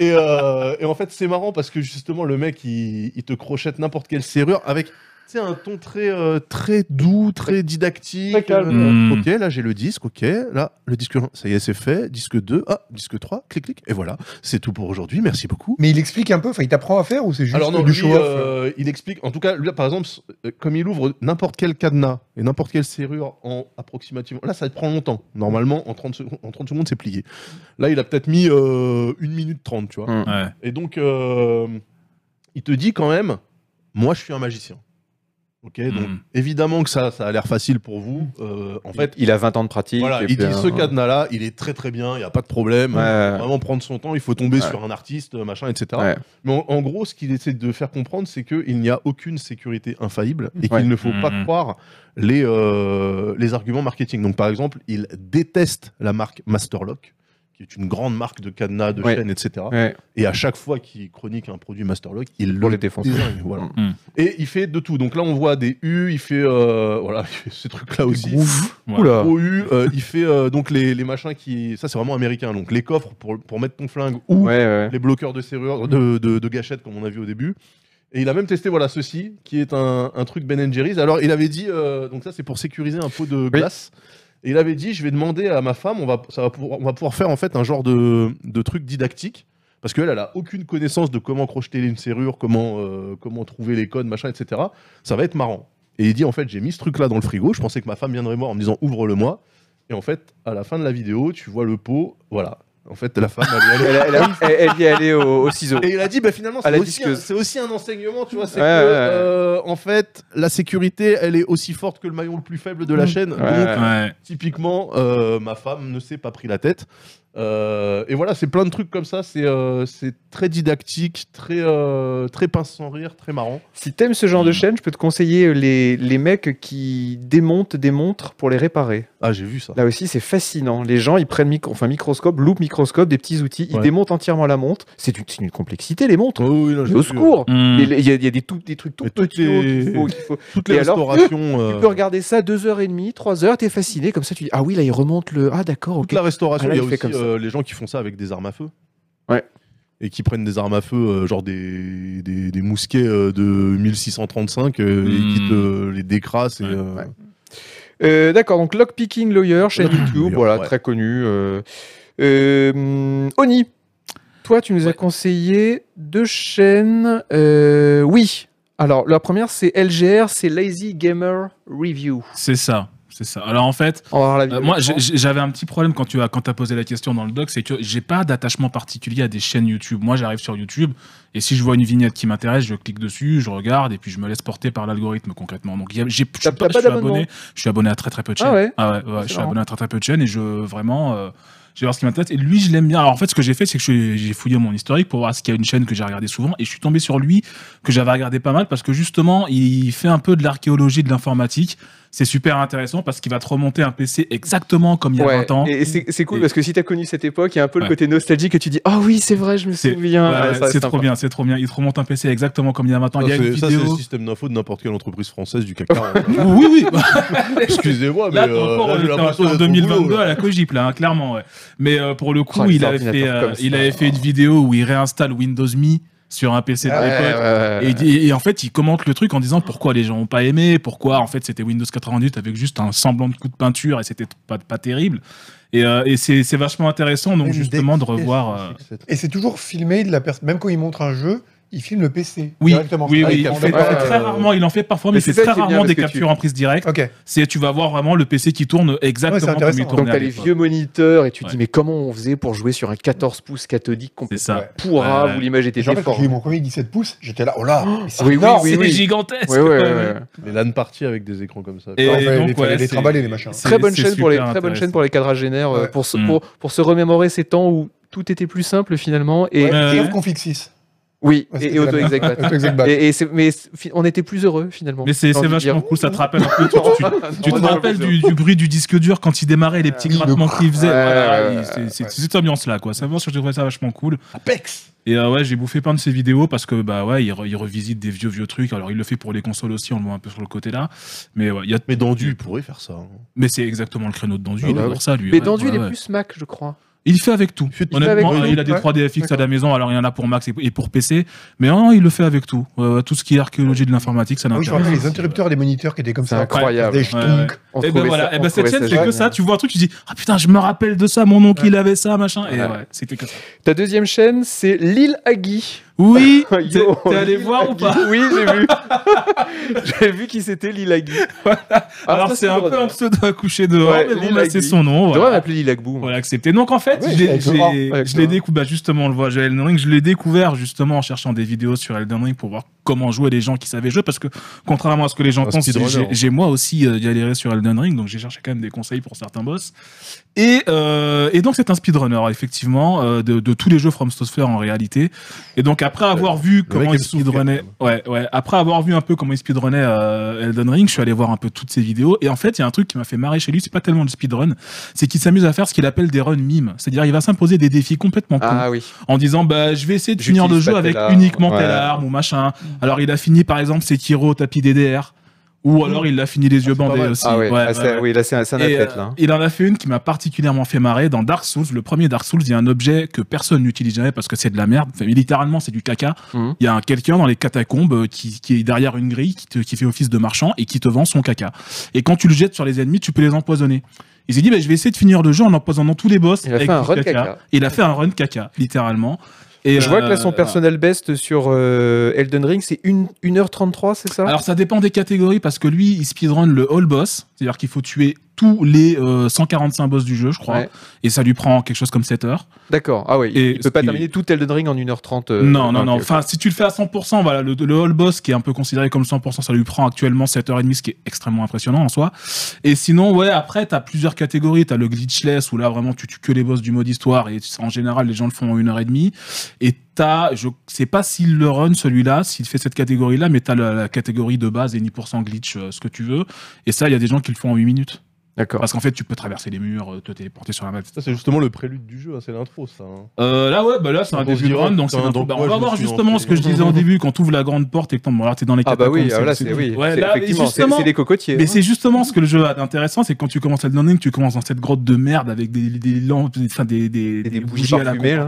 et, euh, et en fait, c'est marrant parce que justement, le mec, il, il te crochette n'importe quelle serrure avec tu sais, un ton très, euh, très doux, très didactique.
Très calme.
Euh,
Mm.
Ok, là, j'ai le disque. Ok, là, le disque 1, ça y est, c'est fait. Disque 2, ah, disque 3, clic, clic. Et voilà, c'est tout pour aujourd'hui. Merci beaucoup.
Mais il explique un peu, enfin, il t'apprend à faire ou c'est juste
Alors non,
du
lui,
show-off
euh, il explique. En tout cas, lui, là, par exemple, euh, comme il ouvre n'importe quel cadenas et n'importe quelle serrure en approximativement, là, ça prend longtemps. Normalement, en 30 secondes, en 30 secondes, c'est plié. Là, il a peut-être mis euh, une minute 30, tu vois.
Ouais.
Et donc, euh, il te dit quand même, moi, je suis un magicien. Ok, donc
Mm.
évidemment que ça, ça a l'air facile pour vous. Euh, en
En fait,
fait,
il a 20 ans de pratique.
voilà,
et
il dit
puis,
ce
euh,
cadenas-là, il est très très bien, il n'y a pas de problème.
Ouais, ouais, ouais.
Vraiment prendre son temps, il faut tomber
Ouais.
sur un artiste, machin, etc.
Ouais.
Mais en, en gros, ce qu'il essaie de faire comprendre, c'est qu'il n'y a aucune sécurité infaillible et
Ouais.
qu'il ne faut pas
Mhm.
croire les, euh, les arguments marketing. Donc, par exemple, il déteste la marque Masterlock, qui est une grande marque de cadenas, de
Ouais.
chaînes, etc.
Ouais.
Et à chaque fois qu'il chronique un produit Masterlock, il
Pour
le
les défoncer.
désigne. Voilà.
Mhm.
Et il fait de tout. Donc là, on voit des U, il fait euh, voilà, [laughs] il fait ces trucs-là aussi.
Ouais.
Oula.
OU, euh, il fait euh, donc les, les machins qui. Ça, c'est vraiment américain. Donc les coffres pour, pour mettre ton flingue ou
Ouais, ouais.
les bloqueurs de serrure, de, de, de gâchettes, comme on a vu au début. Et il a même testé voilà ceci, qui est un, un truc Ben Jerry's. Alors il avait dit, euh, donc ça c'est pour sécuriser un pot de glace. Et il avait dit, je vais demander à ma femme, on va, ça va pouvoir, on va pouvoir faire en fait un genre de, de truc didactique. Parce qu'elle, elle a aucune connaissance de comment crocheter une serrure, comment, euh, comment trouver les codes, machin, etc. Ça va être marrant. Et il dit, en fait, j'ai mis ce truc-là dans le frigo. Je pensais que ma femme viendrait moi en me disant, ouvre-le-moi. Et en fait, à la fin de la vidéo, tu vois le pot. Voilà. En fait, la femme, elle, elle-
Elle, elle a- elle- elle y est allée au, au ciseau.
et il a dit, bah, finalement,
À
c'est
la
aussi, un-
disqueuse.
c'est aussi un enseignement, tu vois. C'est
Ouais,
que,
ouais, ouais.
euh, en fait, la sécurité, elle est aussi forte que le maillon le plus faible de la chaîne.
Mmh. Ouais.
Donc,
Ouais.
typiquement, euh, ma femme ne s'est pas pris la tête. Euh, et voilà, c'est plein de trucs comme ça. C'est euh, c'est très didactique, très, euh, très pince sans rire, très marrant.
Si t'aimes ce genre de chaîne, je peux te conseiller les, les mecs qui démontent des montres pour les réparer.
Ah, j'ai vu ça.
Là aussi, c'est fascinant. Les gens, ils prennent micro, enfin, microscope, loupe, microscope, des petits outils, ils
Ouais.
démontent entièrement la montre. C'est d'une c'est d'une complexité, les montres.
Oh oui, non, j'ai
Au
vu,
secours
Mm.
Il y a, il y a des, tout- des trucs tout
Mais toutes
petits oh, qu'il
les-
faut- qu'il faut-
euh, Toutes les
Et alors,
restaurations. euh,
Tu peux regarder ça deux heures et demie, trois heures, t'es fasciné, comme ça tu dis Ah oui, là il remonte le. Ah d'accord, ok.
toute la restauration,
Ah, là,
il y a
il fait comme
aussi
ça.
euh, les gens qui font ça avec des armes à feu.
Ouais.
Et qui prennent des armes à feu, euh, genre des, des, des mousquets euh, de 1635, euh, et qui
Hmm.
te les décrassent. Et,
Ouais,
euh,
ouais. Euh, d'accord, donc Lockpicking
[coughs]
Lawyer, chaîne
Lockpicking
YouTube,
Lawyer,
voilà,
ouais.
très connu. euh. Euh, hum, Oni, toi tu nous as
Ouais.
conseillé deux chaînes. euh, oui, alors la première c'est LGR, c'est Lazy Gamer Review.
C'est ça. C'est ça. Alors en fait,
On va voir la
Euh,
vidéo.
moi, j'ai- j'ai- j'avais un petit problème quand tu as, quand as posé la question dans le doc, c'est que j'ai pas d'attachement particulier à des chaînes YouTube. Moi, j'arrive sur YouTube et si je vois une vignette qui m'intéresse, je clique dessus, je regarde et puis je me laisse porter par l'algorithme concrètement. Donc, il y a- j'ai- je suis
T'as-
pas-
t'as
je
pas
suis
d'abonnement
abonné, je suis abonné à très très peu de chaînes.
Ah ouais
ouais, je suis
marrant.
abonné à très très peu de chaînes et je vraiment. euh, je vais voir ce qui m'intéresse. Et lui, je l'aime bien. Alors, en fait, ce que j'ai fait, c'est que je- j'ai fouillé mon historique pour voir s'il y a une chaîne que j'ai regardée souvent. Et je suis tombé sur lui, que j'avais regardé pas mal, parce que justement, il fait un peu de l'archéologie de l'informatique. C'est super intéressant parce qu'il va te remonter un PC exactement comme il y a
Ouais,
20 ans.
et c'est c'est cool
Et-
parce que si t'as connu cette époque, il y a un peu le
Ouais.
côté nostalgique et tu dis Ah oui, c'est vrai, je me
C'est-
souviens.
Ouais,
Ouais, ça,
c'est trop
sympa.
bien, c'est trop bien. Il te remonte un PC exactement comme il y a 20 ans.
ça,
Il y a une
c'est ça, c'est le
vidéo.
système d'info de n'importe quelle entreprise française du CAC 40.
[laughs] Oui, oui.
Excusez-moi, mais
Là, t'es
euh,
encore
là,
on
j'ai
était en-
l'impression
en
d'être au boulot,
2022
là.
à la Cogip, là, hein, clairement. ouais. Mais euh, pour le coup,
Oh, les
il, avait fait,
ordinateurs
euh,
comme ça.
il avait fait une vidéo où il réinstalle Windows Me sur un PC de
Ah ouais,
l'époque.
Ouais, ouais,
Et,
ouais.
il dit- et en fait, il commente le truc en disant pourquoi les gens ont pas aimé, pourquoi en fait c'était Windows 98 avec juste un semblant de coup de peinture et c'était pas, pas terrible. Et, euh, et c'est c'est vachement intéressant donc justement de revoir. euh,
Et c'est toujours filmé de la personne. Même quand il montre un jeu, il filme le PC
Oui,
directement.
oui,
Ah,
oui.
il
Il
filme
fait,
pas,
il fait
euh,
très rarement, il en fait parfois, mais,
Mais
il fait
c'est ça
très
qui est bien,
rarement
parce
des
que tu-
captures en prise directe.
Ok.
C'est tu vas voir vraiment le PC qui tourne exactement comme
intéressant.
il
Donc,
tournait.
Donc t'as
à
les
l'époque.
vieux moniteurs et tu te dis
Ouais.
mais comment on faisait pour jouer sur un 14 pouces cathodique
C'est
complètement
ça.
Ouais.
pourra
Ouais, ouais.
où l'image était
Je me rappelle, quand
déformée.
j'ai eu mon premier 17 pouces, j'étais là, oh là, mais c'est
oui,
énorme.
oui,
C'est
oui.
gigantesque.
Ouais, ouais, ouais, ouais.
Les LAN parties avec des écrans comme ça.
Et
Ouais, fallait-
donc,
fallait
ouais,
les
c'est-
trimballer, les machins.
c'est-
Très bonne
c'est
chaîne pour les
super
très bonne chaîne
intéressant.
pour les quadragénaires euh,
Ouais.
pour, se,
Mm.
pour pour se remémorer ces temps où tout était plus simple finalement et
Ouais,
Ouais.
Sauf config 6.
Oui,
Ouais,
et,
c'était
et
la
auto-exec bat.
Auto-exec [laughs] bat.
Et, et c'est- mais c'est- fi- on était plus heureux finalement. [laughs]
Mais c'est
J'ai
c'est
envie de dire.
vachement cool, ça te rappelle un peu. Tu, tu- tu te
On est
rappelles
heureux.
du, du bruit du disque dur quand il démarrait, les petits
Oui, le
grattements qu'il faisait.
Ouais,
voilà,
ouais,
il-
ouais,
c'est- C'est
ouais.
c'est cette ambiance-là, quoi. Ça, moi, je trouvais ça vachement cool.
Apex
Et euh, ouais, j'ai bouffé plein de ses vidéos parce que, bah ouais, il, re- il revisite des vieux, vieux trucs. Alors, il le fait pour les consoles aussi, on le voit un peu sur le côté là. Mais ouais, il y a...
Mais Dandu, il pourrait faire ça. hein.
mais c'est exactement le créneau de Dandu,
Ah
il
ouais,
adore
ouais.
ça, lui.
Mais
Ouais,
Dandu,
ouais,
il est
ouais.
plus Mac, je crois.
Il fait avec tout.
Il fait
Honnêtement,
avec
euh,
tout.
il a des
Ouais.
3DFX à la
D'accord.
maison, alors il y en a pour Mac et- et pour PC, mais non, il le fait avec tout. Ouais, ouais, tout ce qui est archéologie de l'informatique, ça
Ah Oui, je me rappelle
l'intéresse.
les interrupteurs des moniteurs qui étaient comme
C'est
ça.
incroyable.
Des
Ouais,
jetons.
ouais.
On
Et ben
trouvait
voilà,
ça-
et
on
ben cette
trouvait
scène,
ça
c'est que
génial.
ça. Tu vois un truc, tu dis Ah putain, je me rappelle de ça, mon oncle il avait ça, machin. Et
Ouais.
ouais, c'était que ça.
Ta deuxième chaîne, c'est Lille [laughs] Agui.
Oui
Yo,
T'es t'es allé
Lil
voir ou
Agui.
pas
Oui, j'ai [laughs] vu. j'ai vu qui c'était Lille Agui. Ah,
Alors c'est un peu un pseudo à coucher dehors,
Ouais,
mais bon,
Lil
bah,
Agui.
c'est son nom.
On
voilà.
devrait m'appeler Lille Agbou.
Voilà, accepté. Donc en fait,
Oui,
je l'ai-
avec
je
Laurent,
l'ai
avec
je l'ai
Laurent.
découvert, bah, justement, on le voit, Joel Ring, je l'ai découvert justement en cherchant des vidéos sur Elden Ring pour voir comment jouaient les gens qui savaient jouer, parce que contrairement à ce que les gens
Un
pensent,
speedrunner,
j'ai-
hein.
j'ai moi aussi euh, galéré sur Elden Ring, donc j'ai cherché quand même des conseils pour certains boss. Et, euh, et donc c'est un speedrunner, effectivement, euh, de, de tous les jeux From Software en réalité. Et donc après avoir vu comment
mec
il
aime souffrir,
speedrunnait, ouais, ouais, après avoir vu un peu comment il speedrunnait euh, Elden Ring, je suis allé voir un peu toutes ses vidéos, et en fait il y a un truc qui m'a fait marrer chez lui, c'est pas tellement le speedrun, c'est qu'il s'amuse à faire ce qu'il appelle des runs mimes. C'est-à-dire, il va s'imposer des défis complètement cons
Ah oui.
en disant bah je vais essayer de finir le
J'utilise
jeu
pas
avec
telle arme.
uniquement telle
Ouais.
arme ou machin.
Mm.
Alors il a fini par exemple Sekiro au tapis DDR ou alors il l'a fini les yeux
Mm. c'est pas
bandés
mal.
aussi.
Ah ouais,
Ouais,
ah,
ouais,
c'est-
ouais.
oui, là, c'est un, c'est un
Et,
athlète,
euh,
là. hein.
il en a fait une qui m'a particulièrement fait marrer dans Dark Souls, le premier Dark Souls. Il y a un objet que personne n'utilise jamais parce que c'est de la merde. Enfin, littéralement, c'est du caca.
Mhm.
Il y a un quelqu'un dans les catacombes euh, qui, qui est derrière une grille, qui, te- qui fait office de marchand et qui te vend son caca. Et quand tu le jettes sur les ennemis, tu peux les empoisonner. Il s'est dit, bah, je vais essayer de finir le jeu en empoisonnant tous les boss.
Il a
avec
fait un
du
run caca.
Et il a fait un run caca, littéralement. Et
Je vois que là, son
euh,
personal best sur euh, Elden Ring, c'est une- 1h33, c'est ça
Alors ça dépend des catégories parce que lui il speedrun le all boss, c'est-à-dire qu'il faut tuer tous les euh, 145 boss du jeu je crois,
Ouais.
et ça lui prend quelque chose comme 7 heures.
D'accord. Ah oui,
Et
il peut pas
ce qui-
terminer tout Elden Ring en 1h30. euh,
non, non,
ok,
non,
ok.
enfin si tu le fais à 100%, voilà, le, le all boss qui est un peu considéré comme 100%, ça lui prend actuellement 7h30, ce qui est extrêmement impressionnant en soi. Et sinon ouais après t'as plusieurs catégories, t'as le glitchless où là vraiment tu tues que les boss du mode histoire et en général les gens le font en 1h30. Et t'as, je sais pas s'il le run celui-là, s'il fait cette catégorie-là, mais t'as la, la catégorie de base et 10% glitch, euh, ce que tu veux. Et ça, il y a des gens qui le font en 8 minutes.
D'accord.
Parce qu'en fait, tu peux traverser les murs, euh, te téléporter sur la map.
Ça, c'est justement le prélude du jeu, hein, c'est l'intro, ça. hein.
Euh, là, ouais, bah là, c'est un
Ah, Donc, on se
début de
dira,
run, donc c'est
putain,
un
donc
bah,
moi,
On
je
va
me
voir
suis
justement ce que je
enculé.
disais
[laughs]
en début, quand tu ouvres la grande porte et que t'en- bon, là, t'es dans les
Ah bah oui,
catacombes,
ah, là, c'est oui.
Ouais,
c'est
là,
effectivement, c'est hein.
justement,
c'est les cocotiers.
Mais c'est justement ce que le jeu a d'intéressant, c'est que quand tu commences à Elden Ring, tu commences dans cette grotte de merde avec des, des lampes, des, enfin, des, des,
des bougies
partout.
parfumées, là.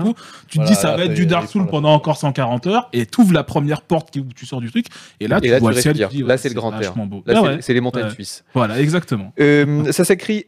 Tu te
Voilà,
dis, ça
là,
va
ça
être
y
du
est,
Dark
il
Souls
prend la
pendant encore 140 heures, et t'ouvres la première porte qui- où tu sors du truc, et là,
Et
tu
là,
vois
tu
le ciel, tu
respires.
dis, ouais,
Là, c'est le grand air.
vachement beau.
Là,
Ah
c'est-
ouais,
c'est les montagnes
Ouais.
suisses.
voilà, exactement.
Euh, ça s'écrit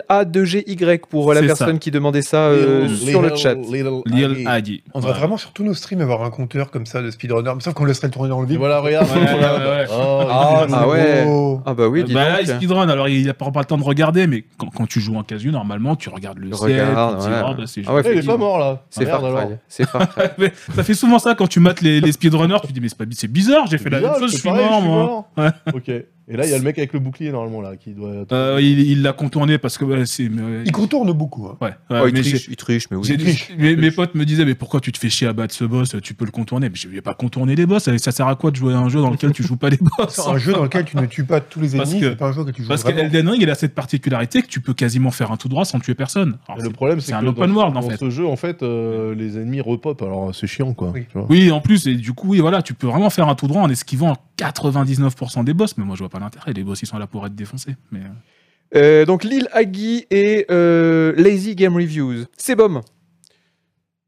L-I-L-A-2-G-Y pour la
C'est
personne qui demandait ça euh,
Little-
sur le
Little-
chat.
Little
Lil
Aggie.
Agi.
On devrait vraiment sur tous nos streams avoir un compteur comme ça de speedrunner, mais sauf qu'on laisserait le tourner dans le
Et
vide.
voilà, regarde.
Ouais,
regarde.
ouais, ouais.
Oh,
Ah,
il est
ah
beau.
ouais.
Oh.
Ah bah oui, dis
bah là, il
donc.
speedrun, alors il n'a pas le temps de regarder, mais quand, quand tu joues en casu, normalement, tu regardes le ciel,
Regarde,
tu te dis,
ouais.
ah, bah, c'est
Ah ouais,
Eh, il est pas mort, là.
C'est
Ah, merde,
Far
alors.
Cry. C'est Far Cry.
Mais [laughs] ça fait souvent ça quand tu mates les, les speedrunners, tu te dis mais c'est pas bi- c'est bizarre, j'ai fait la même
Bizarre,
chose, je
c'est
suis
pareil,
mort moi. Ouais.
Ok. Et là, il y a le mec avec le bouclier, normalement, là, qui doit.
Euh, il il l'a contourné parce que ouais, c'est mais, euh,
Il contourne beaucoup.
[laughs]
hein.
ouais, ouais,
Oh, il
Bah, mais j'ai-
triche, il triche, mais oui.
j'ai-
il
j'ai-
triche.
mes, mes potes me disaient mais pourquoi tu te fais chier à battre ce boss, tu peux le contourner, mais je vais pas contourner les boss, ça sert à quoi de jouer à un jeu dans lequel tu joues
[laughs]
pas les boss
C'est un jeu dans lequel tu ne tues pas tous les
Parce
ennemis,
que-
c'est pas un jeu que tu joues
Parce que
vraiment.
Elden Ring, il a cette particularité que tu peux quasiment faire un tout droit sans tuer personne. Alors,
Et
c'est-
le problème, c'est
un
que
open
dans,
world, en
dans
fait.
ce jeu, en fait, euh, les ennemis repopent. Alors, euh, c'est chiant, quoi.
Oui.
tu vois.
Oui, en plus, et du coup, oui, voilà, tu peux vraiment faire un tout droit en esquivant 99% des boss, mais moi je vois pas l'intérêt, les boss ils sont là pour être défoncés. Mais... euh,
Euh, donc Lil Agui et euh, Lazy Game Reviews. C'est bom.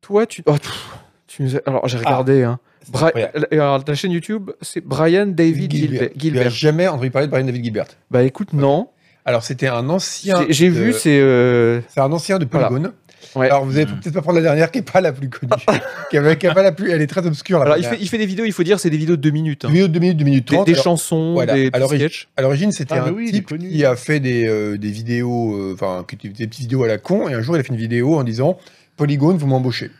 Toi, tu. oh, pff, tu nous as- Alors, j'ai regardé. hein. Bri-
incroyable.
Alors, ta chaîne YouTube, c'est Brian David Gilbert.
Tu n'as
Gilbert.
jamais entendu parler de Brian David Gilbert.
Bah écoute, non.
Alors, c'était un ancien.
J'ai j'ai
de-
vu, c'est. euh,
C'est un ancien de
Voilà.
Polygone.
Ouais.
Alors, vous allez
Mhm.
peut-être pas prendre la dernière qui est pas la plus connue. [laughs] qui est qui est pas la plus... Elle est très obscure. la
Alors, il
dernière.
fait, il fait des vidéos, il faut dire, c'est des vidéos de 2 minutes. hein.
Deux minutes, 2 minutes, 2 minutes
Des,
30.
des
Alors,
chansons,
voilà.
des
Alors,
petits
il-
sketchs.
À l'origine, c'était
Ah, mais
un
oui, il est
type
connu.
qui a fait des, euh, des vidéos, euh, enfin, qui étaient des petites vidéos à la con, et un jour, il a fait une vidéo en disant Polygone, vous m'embauchez.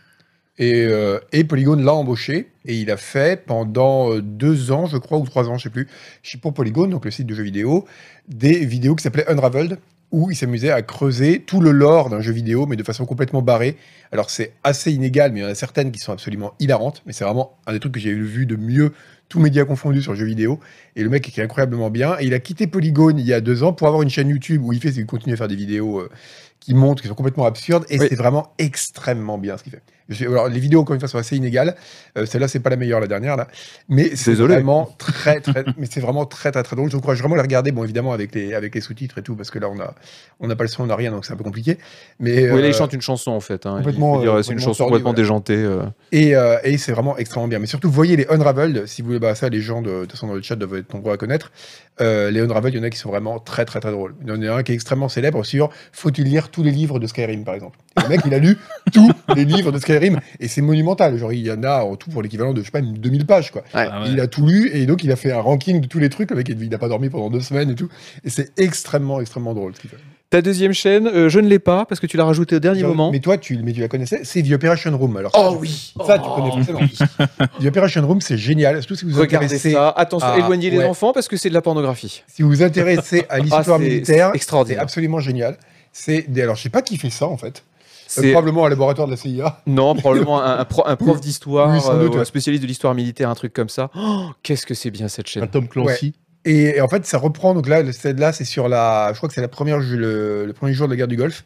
Et, euh, et Polygone l'a embauché, et il a fait pendant euh, deux ans, je crois, ou trois ans, je sais plus, je suis pour Polygone, donc le site de jeux vidéo, des vidéos qui s'appelaient Unraveled, où il s'amusait à creuser tout le lore d'un jeu vidéo, mais de façon complètement barrée. Alors c'est assez inégal, mais il y en a certaines qui sont absolument hilarantes. Mais c'est vraiment un des trucs que j'ai eu vu de mieux, tous médias confondus sur le jeu vidéo. Et le mec écrit incroyablement bien. Et il a quitté Polygon il y a deux ans pour avoir une chaîne YouTube où il fait, il continue à faire des vidéos euh, qui montrent, qui sont complètement absurdes. Et
Oui.
c'est vraiment extrêmement bien ce qu'il fait. Je suis- alors les vidéos encore une fois sont assez inégales. Euh, Celle-là c'est pas la meilleure, la dernière là. Mais c'est
Désolé.
vraiment très très, [laughs] mais c'est vraiment très très très drôle. Je vous encourage vraiment à les regarder. Bon évidemment avec les avec les sous-titres et tout parce que là on a on n'a pas le son, on n'a rien donc c'est un peu compliqué. Mais
Oui, là,
euh,
il chante une chanson en fait. hein. Il
complètement,
faut dire,
euh,
c'est une
complètement
chanson
tordu,
complètement
voilà.
déjantée. euh.
Et, euh, et c'est vraiment extrêmement bien. Mais surtout, voyez les Unraveled, si vous voulez, bah, ça, les gens de, de toute façon dans le chat doivent être nombreux à connaître. Euh, les Unraveled, il y en a qui sont vraiment très, très, très drôles. Il y en a un qui est extrêmement célèbre sur Faut-il lire tous les livres de Skyrim, par exemple Et Le mec, il a lu tous les livres de Skyrim, et c'est monumental. Genre, il y en a en tout pour l'équivalent de, je sais pas, 2000 pages, quoi.
Ah ouais.
Il a tout lu, et donc il a fait un ranking de tous les trucs. Le mec, il n'a pas dormi pendant deux semaines et tout. Et c'est extrêmement, extrêmement drôle ce qu'il fait.
Ta deuxième chaîne, euh, je ne l'ai pas parce que tu l'as rajoutée au dernier
Genre,
moment.
Mais toi, tu, mais tu la connaissais, c'est The Operation Room. Alors,
Oh oui
ça,
Oh.
tu connais forcément.
[laughs]
The Operation Room, c'est génial. Surtout si vous vous
Regardez
intéressez,
ça. Attention,
Ah,
éloignez les
ouais.
enfants parce que c'est de la pornographie.
si vous vous intéressez
[laughs]
à l'histoire
Ah, c'est-
militaire,
c'est
c'est
extraordinaire.
absolument génial. C'est des... alors je sais pas qui fait ça en fait. Euh,
C'est
probablement un laboratoire de la CIA.
non, probablement un, un pro- un prof
Oui,
d'histoire,
oui, sans
euh,
doute,
ou un
ouais.
spécialiste de l'histoire militaire, un truc comme ça. Oh, Qu'est-ce que c'est bien cette
Un
chaîne
Tom Clancy.
Et, et en fait, ça reprend. Donc là, celle là, c'est sur la. Je crois que c'est la première ju- le, le premier jour de la guerre du Golfe.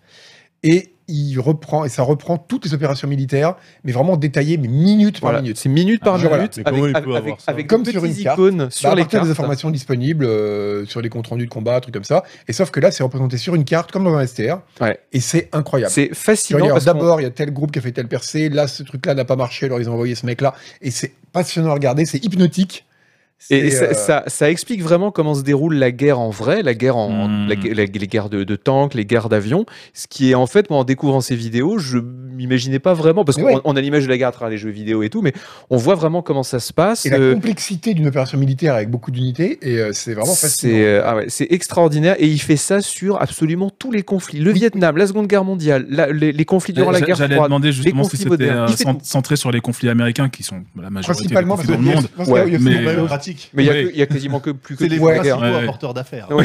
Et il reprend et ça reprend toutes les opérations militaires, mais vraiment détaillées, mais minute par
Voilà,
minute.
C'est minute par
Ah, voilà.
minute
Mais comment
avec,
il peut
avec,
avoir
avec,
ça
avec
Comme
des
sur
petites
une carte.
icônes
Bah,
sur
à
les
partir
cartes.
des informations disponibles euh, sur les comptes rendus de combat, trucs comme ça. Et sauf que là, c'est représenté sur une carte comme dans un STR.
Ouais.
Et c'est incroyable.
C'est
Tu
fascinant
regardes,
parce qu'on-
D'abord, il y a tel groupe qui a fait tel percée. Là, ce truc-là n'a pas marché, alors ils ont envoyé ce mec-là. Et c'est passionnant à regarder, c'est hypnotique.
Et
C'est,
ça,
euh,
ça- ça explique vraiment comment se déroule la guerre en vrai, la guerre en,
Hmm.
la gue- la- les guerres de, de tanks, les guerres d'avions. Ce qui est en fait, moi, en découvrant ces vidéos, je m'imaginais pas vraiment parce
Mais
qu'on
ouais.
on a l'image de la guerre à travers les jeux vidéo et tout, mais on voit vraiment comment ça se passe.
Et la
euh,
complexité d'une opération militaire avec beaucoup d'unités, et euh, c'est vraiment fascinant.
C'est euh, ah ouais, c'est extraordinaire et il fait ça sur absolument tous les conflits. Le Vietnam, la Seconde Guerre mondiale, la- les, les conflits durant la
J'a-
guerre
J'allais
froide.
demander justement si
conflits
c'était
modernes.
euh,
Il fait
cent-
tout.
centré sur les conflits américains qui sont bah, la majorité des
Principalement
conflits
parce que
dans le monde.
je pense que là,
Ouais,
il y a-
mais-
C'est quand même pratique.
Mais il y a
Oui.
que- il y, a quasiment que plus que
C'est les
la
voix.
guerre.
principaux
Ouais, ouais.
apporteurs d'affaires.
Ouais.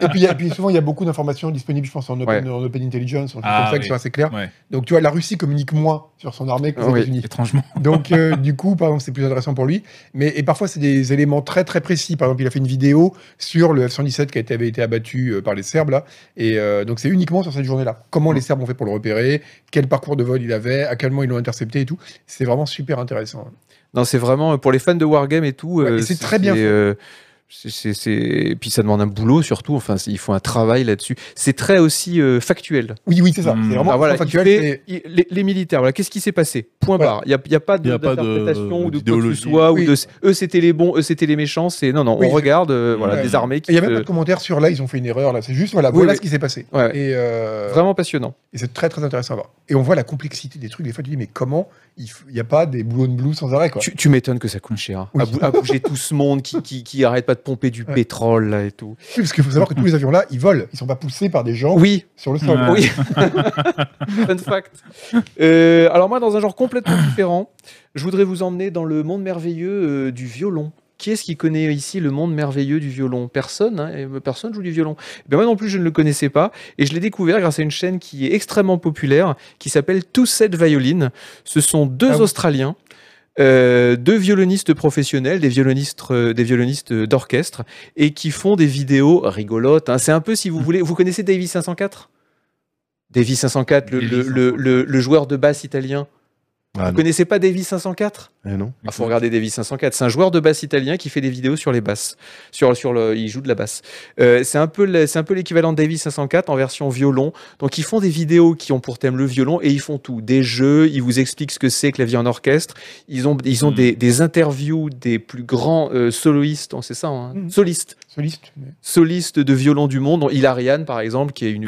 et, puis, il y a- puis souvent, il y a beaucoup d'informations disponibles, je pense, en open, en open intelligence, en
Ah,
comme ça,
oui.
qui sont assez claires.
Ouais,
Donc, tu vois, la Russie communique moins sur son armée que les
Ah, oui.
États-Unis.
[laughs]
étrangement.
Donc, euh, du coup, par exemple, c'est plus intéressant pour lui. Mais et parfois, c'est des éléments très très précis. Par exemple, il a fait une vidéo sur le F-117 qui a été- avait été abattu euh, par les Serbes là. Et euh, donc, c'est uniquement sur cette journée-là. Comment
Mm.
les Serbes ont fait pour le repérer Quel parcours de vol il avait À quel moment ils l'ont intercepté et tout. C'est vraiment super intéressant.
Non, c'est vraiment euh, pour les fans de wargame et tout.
Ouais,
euh,
et c'est très bien fait.
euh, c'est- c'est- c'est- Et puis ça demande un boulot surtout. Enfin, c'est- il faut un travail là-dessus. C'est très aussi euh, factuel.
Oui, oui, c'est ça.
Hmm.
C'est vraiment
Ah, voilà, il
factuel.
fait-
c'est-
il- les, les militaires, voilà, qu'est-ce qui s'est passé Point
Voilà.
barre. Il n'y a, il y a pas
Il y a pas de- euh,
d'interprétation ou de quoi que ce
d'idéologie.
soit. Ou
Oui.
de, eux, c'était les bons, eux, c'était les méchants. C'est non, non,
Oui,
on
c'est-
regarde euh, voilà,
Ouais.
des armées
Et
qui.
Il n'y a même
se-
pas de commentaire sur là, ils ont fait une erreur là. C'est juste voilà,
Oui,
voilà
oui.
ce qui s'est passé.
Ouais, ouais.
Et, euh,
Vraiment passionnant.
et c'est très très intéressant à voir. Et on voit la complexité des trucs. Des fois, tu dis, mais comment il f- il n'y a pas des boulots de blue sans arrêt quoi.
Tu, tu m'étonnes que ça coûte cher. hein.
Oui.
À, bou- à bouger tout ce monde qui, qui, qui arrête pas de pomper du
Ouais.
pétrole là, et tout.
Oui, parce qu'il faut savoir que tous les avions là, ils volent. Ils sont pas poussés par des gens
Oui,
sur le sol.
Ouais.
Oui. Fun fact. Euh, alors moi, dans un genre complètement différent, je voudrais vous emmener dans le monde merveilleux euh, du violon. Qui est-ce qui connaît ici le monde merveilleux du violon Personne, hein, et personne joue du violon. Eh bien, moi non plus, je ne le connaissais pas, et je l'ai découvert grâce à une chaîne qui est extrêmement populaire, qui s'appelle Tous Set Violin. Ce sont deux
Ah oui.
Australiens, euh, deux violonistes professionnels, des violonistes, euh, des violonistes euh, d'orchestre, et qui font des vidéos rigolotes. hein. C'est un peu, si
Hmm.
vous voulez, vous connaissez Davy 504 Davy 504, le,
Davy
le- le- le- le joueur de basse italien.
Ah
Vous connaissez pas Davy 504
Eh non.
Il faut regarder Davy 504. C'est un joueur de basse italien qui fait des vidéos sur les basses. Sur, sur le, il joue de la basse. Euh, c'est un peu le- c'est un peu l'équivalent de Davy 504 en version violon. Donc ils font des vidéos qui ont pour thème le violon et ils font tout. Des jeux, ils vous expliquent ce que c'est que la vie en orchestre. Ils ont, ils ont
Mhm.
des, des interviews des plus grands euh, soloistes, Oh, c'est ça, hein,
Mhm.
solistes
Soliste. mais-
soliste de violon du monde, dont Hilariane par exemple,
[clears throat]
qui est une,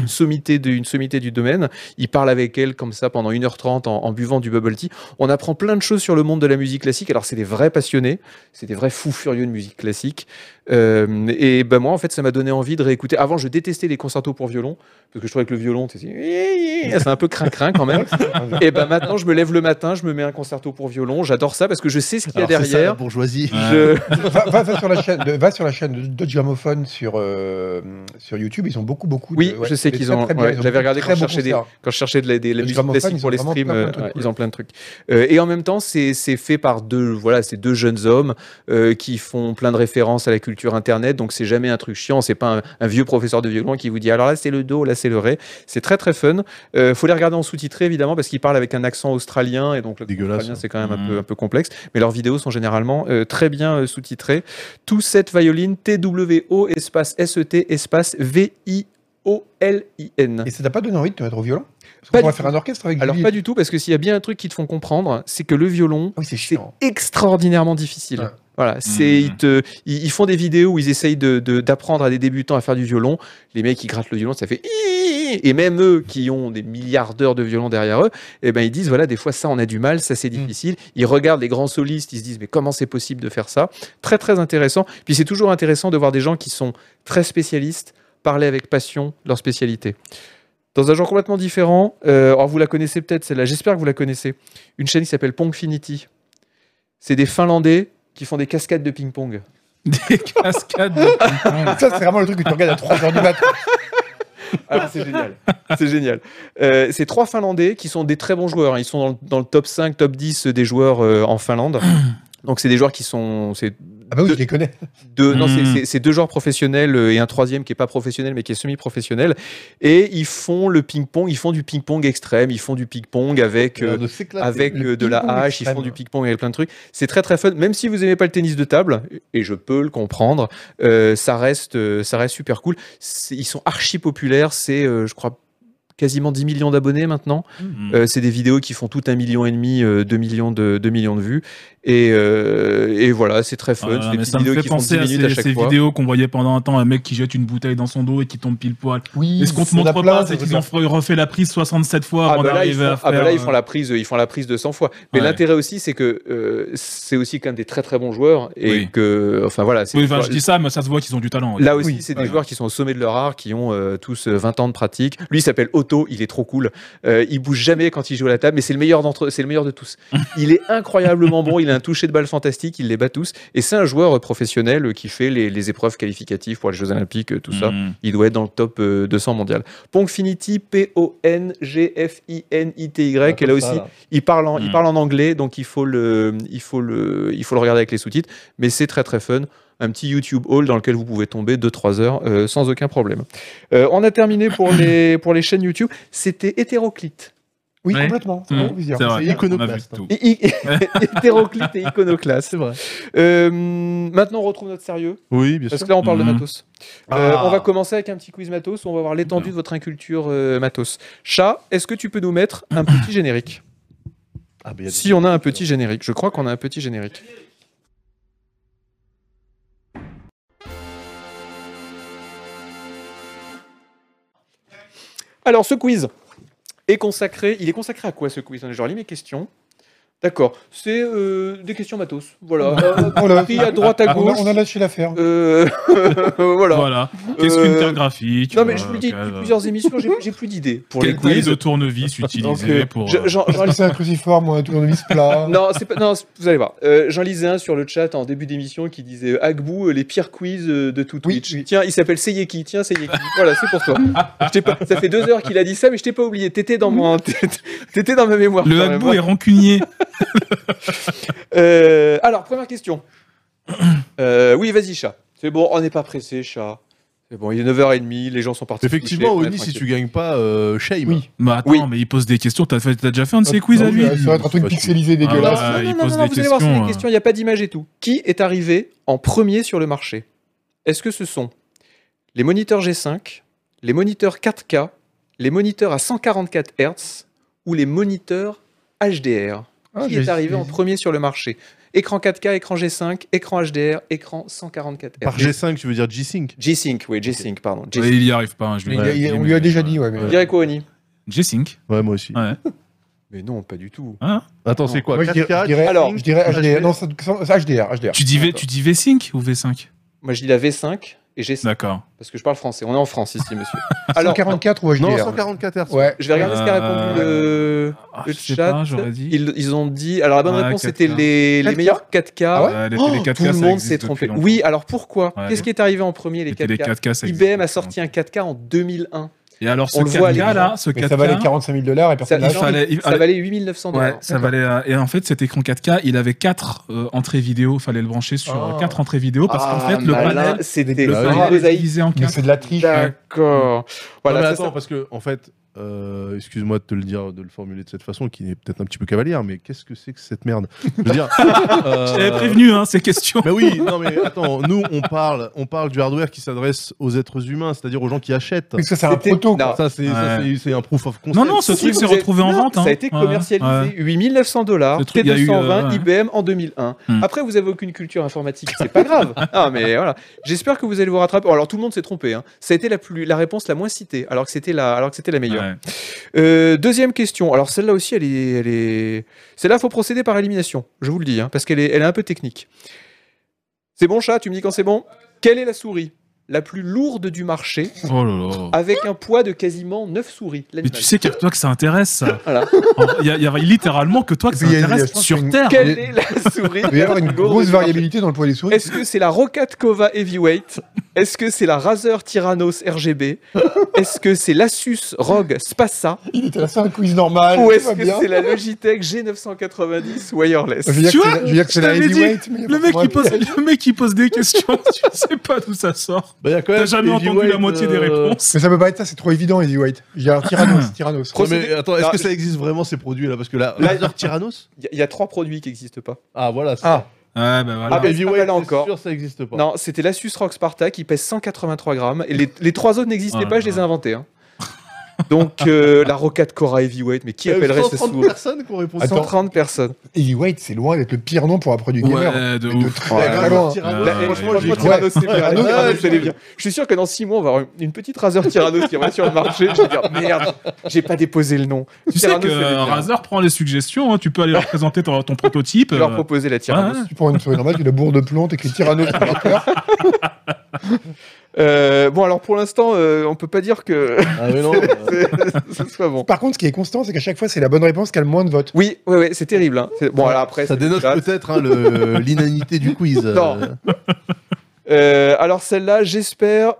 une sommité, de- une sommité du domaine. Il parle avec elle comme ça pendant 1h30 en, en buvant du bubble tea. On apprend plein de choses sur le monde de la musique classique. Alors, c'est des vrais passionnés, c'est des vrais fous furieux de musique classique. Euh, et ben moi, en fait, ça m'a donné envie de réécouter. Avant, je détestais les concertos pour violon, parce que je trouvais que le violon, t'es- c'est un peu crin-crin quand
[laughs]
même. et ben maintenant, je me lève le matin, je me mets un concerto pour violon. J'adore ça parce que je sais ce qu'il y a
Alors, c'est ça, la
derrière.
bourgeoisie.
Je-
va, va- va sur la chaîne, de, va sur la chaîne de Dodge Gramophone sur, euh, sur YouTube. Ils ont beaucoup, beaucoup. de-
Oui,
ouais,
je sais
des
qu'ils
très,
ont.
très bien.
ouais,
Ils ont
J'avais
des
regardé
très
quand je
beaux
cherchais des,
concerts.
quand je cherchais de la, des- la
Les
musique
gramophones,
classique
ils
pour
ont
les
vraiment
streams,
plein, plein de
euh,
trucs,
ouais,
ouais.
ils ont plein de trucs. Euh, et en même temps, c'est c'est fait par deux, voilà, ces deux jeunes hommes euh, qui font plein de références à la culture internet. Donc c'est jamais un truc chiant. C'est pas un, un vieux professeur de violon qui vous dit alors là c'est le do, là c'est le ré. C'est très très fun. Euh, faut les regarder en sous-titré évidemment parce qu'ils parlent avec un accent australien et donc le
Dégueulasse.
australien c'est quand même un
Mhm.
peu un peu complexe. Mais leurs vidéos sont généralement euh, très bien euh, sous-titrées. Tout cette violine T-W-O espace S-E-T espace V-I-O-L-I-N.
Et ça t'a pas donné envie de te mettre au violon Parce
Pas
qu'on va
du
faire un orchestre avec
Alors
Julie.
pas du tout, parce que s'il y a bien un truc qu'ils te font comprendre, c'est que le violon,
Ah Oui, c'est
c'est
chiant.
extraordinairement difficile.
Ouais.
Voilà, c'est
Mhm.
ils, te- ils- ils font des vidéos où ils essayent de- de- d'apprendre à des débutants à faire du violon. Les mecs qui grattent le violon, ça fait Iiii et même eux qui ont des milliards d'heures de violon derrière eux, eh ben ils disent voilà des fois ça on a du mal, ça c'est difficile. Ils regardent les grands solistes, ils se disent mais comment c'est possible de faire ça Très très intéressant. Puis c'est toujours intéressant de voir des gens qui sont très spécialistes parler avec passion de leur spécialité. Dans un genre complètement différent, euh, alors vous la connaissez peut-être celle-là, j'espère que vous la connaissez. Une chaîne qui s'appelle Pongfinity. C'est des Finlandais qui font des cascades de ping-pong.
[laughs] Des
[laughs]
cascades de
Ça, c'est vraiment le truc que tu regardes à 3h du matin.
Alors, Ah, c'est génial. C'est génial. Euh, c'est trois Finlandais qui sont des très bons joueurs. hein. Ils sont dans le, dans le top 5, top 10 des joueurs euh, en Finlande. Donc, c'est des joueurs qui sont. C'est
Ah bah oui,
Deux-
je les connais.
deux, non, c'est-
Mm.
c'est- c'est deux joueurs professionnels euh, et un troisième qui est pas professionnel mais qui est semi-professionnel. Et ils font le ping-pong. Ils font du ping-pong extrême. Ils font du ping-pong avec. euh,
de s'éclater.
avec
le
euh, de la
ping-pong
hache, ils
extrême.
font du ping-pong avec plein de trucs. C'est très très fun, même si vous aimez pas le tennis de table, et je peux le comprendre, euh, ça, reste, euh, ça reste super cool. C'est- Ils sont archi populaires, c'est euh, je crois quasiment 10 millions d'abonnés maintenant.
Mmh. Hmm.
Euh, c'est des vidéos qui font tout un million et demi, euh, deux millions de, deux millions de vues. Et, euh, et voilà, c'est très fun.
Ah,
c'est des
mais
petites
ça me
vidéos
fait
qui font
penser
10
à
minutes
ces,
à chaque
ces
fois.
vidéos qu'on voyait pendant un temps, un mec qui jette une bouteille dans son dos et qui tombe pile poil.
Oui,
Et ce qu'on te
il y en a
montre
plein,
pas,
ce
c'est qu'ils
truc-là.
ont f- refait la prise 67 fois
Ah
avant
bah, là, ils font,
d'arriver à
ah
faire.
bah là, ils
euh,
font la prise, ils font la prise de 100 fois. Mais
Ouais.
l'intérêt aussi, c'est que euh, c'est aussi quand même des très très bons joueurs et
Oui.
que, enfin voilà, c'est
Oui, enfin, je dis ça, mais ça se voit qu'ils ont du talent. ouais.
Là aussi,
Oui,
c'est des
ouais.
joueurs qui sont au sommet de leur art, qui ont euh, tous euh, 20 ans de pratique. Lui, il s'appelle Otto, il est trop cool. Euh, il bouge jamais quand il joue à la table, mais c'est le meilleur d'entre eux, c'est le meilleur de tous. Il est incroyablement bon, il a un toucher de balle fantastique, il les bat tous. Et c'est un joueur euh, professionnel euh, qui fait les, les épreuves qualificatives pour les Jeux Olympiques, euh, tout ça.
Mm.
Il doit être dans le top euh, 200 mondial. Pongfinity,
Ah,
P-O-N-G-F-I-N-I-T-Y, et là aussi, il parle, en, il
Hmm.
parle en anglais, donc il faut, le, il, faut le, il faut le regarder avec les sous-titres, mais c'est très très fun. Un petit YouTube haul dans lequel vous pouvez tomber 2-3 heures euh, sans aucun problème. Euh, on a terminé pour les, pour les chaînes YouTube. C'était hétéroclite.
Oui,
Ouais.
complètement.
Mm.
bizarre.
C'est vrai, on a vu
iconoclaste.
tout.
I- [laughs] i- hétéroclite et iconoclaste.
C'est vrai.
Euh, maintenant, on retrouve notre sérieux,
Oui, bien
parce
sûr.
que là, on parle de
Mhm.
matos. Euh,
Ah.
on va commencer avec un petit quiz matos, où on va voir l'étendue de votre inculture euh, matos. Chat, est-ce que tu peux nous mettre un petit générique
Ah, bah, il y a des-
Si on a un petit générique, je crois qu'on a un petit générique. Alors ce quiz est consacré, il est consacré à quoi ce quiz Je relis mes questions. D'accord, c'est euh, des questions matos. Voilà, Euh,
Oh là.
pris à droite à
On a,
gauche.
on a lâché l'affaire.
Euh, [laughs] voilà.
Voilà. Qu'est-ce qu'une
Euh,
carte graphique
Non mais
euh,
je vous le dis, depuis
quel-
plusieurs émissions, j'ai- j'ai plus d'idées pour les
Quel taille
quiz.
de tournevis
Donc,
utiliser
euh,
pour.
je-
euh,
j'en- j'en
Parce que c'est un cruciforme, on a tout mis plat.
Non, c'est pas, non, c'est- vous allez voir. Euh, J'en lisais un sur le chat en début d'émission qui disait euh, Agbou, euh, les pires quiz euh, de tout
Oui,
Twitch. Tiens, il s'appelle Seyeki. Tiens, Seyeki. voilà, c'est pour toi. Je t'ai pas, ça fait deux heures qu'il a dit ça, mais je t'ai pas oublié. T'étais dans, mon- t'étais dans ma mémoire.
Le
quand même.
Hagbou est rancunier.
Euh, alors, première question. Euh, oui, vas-y, chat. C'est bon, on n'est pas pressé, chat. C'est bon, il est 9h30, les gens sont partis. se
Effectivement,
coucher, on est
Oni, si
tranquille.
tu gagnes pas, euh, shame.
Oui.
Bah
Oui. Euh,
attends, mais il pose des questions. T'as fait- t'as déjà fait un de ces quiz à lui
Ça va être un truc pixelisé
Ah,
dégueulasse.
ouais.
Non, non,
il
non,
pose
non,
des
vous allez voir, c'est
questions,
des
euh.
questions, il n'y a pas d'image et tout. Qui est arrivé en premier sur le marché Est-ce que ce sont les moniteurs G5, les moniteurs 4K, les moniteurs à 144 Hz ou les moniteurs HDR
Ah,
Qui
j'ai-
est arrivé en
j'ai-
premier sur le marché Écran 4K, écran G5, écran HDR, écran 144
Par
Hz.
G5, tu veux dire G-Sync
G-Sync, oui, G-Sync, pardon.
Ouais,
G-Sync.
Il y arrive pas. hein, je
Il y a- il y a- on lui a déjà dit, ouais. mais-
Je dirais quoi, Oni
G-Sync.
Ouais, moi aussi.
Ouais.
Mais non, pas du tout.
[laughs]
Hein
Ah, Attends, c'est quoi
Moi, je dirais,
4K,
je dirais-
Alors,
je dirais HDR.
HDR.
Non, ça- ça- HDR, HDR.
tu, dis v, tu dis V5 ou V5
Moi, je dis la V5 et G5
D'accord.
parce que je parle français. On est en France ici, monsieur.
Alors,
Alors,
44 ou HDR
Non, 144 Hz.
Ouais.
je vais regarder ce qu'a répondu le,
Ah,
le
je sais
chat.
pas, j'aurais dit.
ils, ils ont dit. Alors, la bonne
Ah,
réponse,
4K.
c'était les, les
4K?
meilleurs 4K.
Ah ouais
Ouais, les télé
Oh,
4K,
tout le
ça
monde
existe
s'est
depuis
trompé.
longtemps.
Oui, alors pourquoi
Ouais.
Qu'est-ce qui est arrivé en premier, les
les
4K,
télé 4K, ça existe
IBM a
depuis
sorti un
longtemps.
4K en 2001.
Et alors, ce
On le voit à
4K là,
l'écran.
ce
Mais ça valait
4K.
45 000 dollars et personne
Ça-
n'a
Il
genre,
fallait, il-
Ça valait 8900
Ouais,
dollars.
ça valait. euh, Et en fait, cet écran 4K, il avait 4 entrées vidéo. Fallait le brancher sur
Ah.
4 entrées vidéo parce
Ah,
qu'en fait, le
malin,
panel,
c'était
le
Ah,
une
oui.
panel est
mosaïque.
divisé en
Mais
4.
c'est de la triche.
D'accord. Voilà,
non, mais
ça,
attends,
ça-
parce que, en fait, euh, excuse-moi de te le dire, de le formuler de cette façon, qui est peut-être un petit peu cavalière, mais qu'est-ce que c'est que cette merde Je veux [laughs] dire. euh,
J'avais prévenu hein, ces questions.
[laughs] Mais oui, non, mais attends, nous, on parle, on parle du hardware qui s'adresse aux êtres humains, c'est-à-dire aux gens qui achètent.
Parce que c'est un
C'était- Non.
proto. quoi.
Ça, c'est ça,
Ouais.
c'est- c'est un proof of concept.
Non, non, ce
Si,
truc
vous
s'est
avez-
retrouvé en
Non,
vente.
Ça a
hein.
été
Ouais,
commercialisé,
ouais.
8900 dollars,
Le truc, il y a eu,
T220
euh,
IBM en 2001.
Hmm.
Après, vous avez aucune culture informatique, c'est pas grave.
[laughs]
Ah, mais voilà. J'espère que vous allez vous rattraper. Oh, Alors, tout le monde s'est trompé. hein. Ça a été la, plus, la réponse la moins citée, alors que c'était la, alors que c'était la meilleure.
Ouais.
Euh, deuxième question. Alors celle-là aussi, elle est, elle est... Celle-là, faut procéder par élimination. Je vous le dis, hein, parce qu'elle est, elle est un peu technique. C'est bon, chat. Tu me dis quand c'est bon. Quelle est la souris la plus lourde du marché,
Oh là là.
avec un poids de quasiment 9 souris
Mais
l'animal
tu sais qu'il y a que toi que ça intéresse. ça.
Ah, Voilà.
Il y, a- il y a littéralement que toi que ça
Il y a- il y a- je
intéresse
pense
sur
qu'il y a une-
Terre.
Quelle est la souris
Il va y avoir une
la plus lourde
grosse
du marché
variabilité dans le poids des souris.
Est-ce que c'est la Rocatkova Heavyweight Est-ce que c'est la Razer Tyrannos RGB Est-ce que c'est l'Asus Rogue Spassa
Il était là, c'est un quiz normal.
Ou
Ah, tout
est-ce
va
que
bien.
c'est la Logitech G990 Wireless
Je veux dire
Tu
que
vois,
c'est la- je veux dire que
je
c'est la
t'avais dit,
heavyweight. mais
Le mec,
moi,
qui pose, le mec qui pose
[laughs]
des questions, tu sais pas d'où ça sort.
Bah, y a quand
T'as
même
jamais entendu la
heavyweight,
moitié des
euh,
réponses.
Mais ça peut pas être ça, c'est trop évident, heavyweight. Je dirais Tyrannos, Tyrannos.
Non, mais attends, est-ce
Non,
que ça existe vraiment ces produits-là Parce
[laughs]
que là,
Là-
Laser Tyrannos
Il y a- il y, a trois produits qui n'existent pas.
Ah, voilà. c'est-
Ah,
Ouais, bah
Ah,
voilà.
ben,
Heavyweight,
ah, ben, là
c'est
encore.
sûr, ça n'existe pas.
Non, c'était l'Asus ROG Sparta qui pèse 183 grammes. Et les, les trois autres n'existaient
Oh
pas,
là
je les ai
là.
inventés. hein. Donc euh, la Rocat Cora Heavyweight, mais qui
Il y a eu
appellerait ce
130
sourd
Euh, personnes qui ont répondu.
Attends.
130 personnes.
heavyweight, c'est loin d'être le pire nom pour un produit gamer. hein.
Ouais, de
Mais de
ouf.
très loin.
Là,
Tyrannos,
Ouais,
franchement,
ouais,
je crois que Tyrannos,
ouais.
c'est bien.
Ouais,
Allez,
ouais,
Tyrannos, c'est
ouais.
bien. Je suis sûr que dans 6 mois, on va avoir une petite Razer Tyrannos qui va sur le marché. Je vais dire, [laughs] merde, j'ai pas déposé le nom.
Tu sais
Tyrannos,
que euh,
c'est bien.
Razer prend les suggestions, hein, tu peux aller leur présenter ton, ton prototype.
Je vais leur
euh,
proposer la Tyrannos.
ouais.
Tu prends une souris normale, tu la bourre de plomb, t'écris Tyrannos sur le cœur.
Euh, bon, alors pour l'instant, euh, on peut pas dire que [laughs]
Ah, mais non.
ce soit bon.
Par contre, ce qui est constant, c'est qu'à chaque fois, c'est la bonne réponse qui a le moins de votes.
Oui, ouais, ouais, c'est terrible. hein. C'est- Bon, alors après,
Ça
c'est-
dénote
là,
peut-être
[laughs]
hein, le- l'inanité du quiz. euh.
Non. Euh, alors celle-là, j'espère,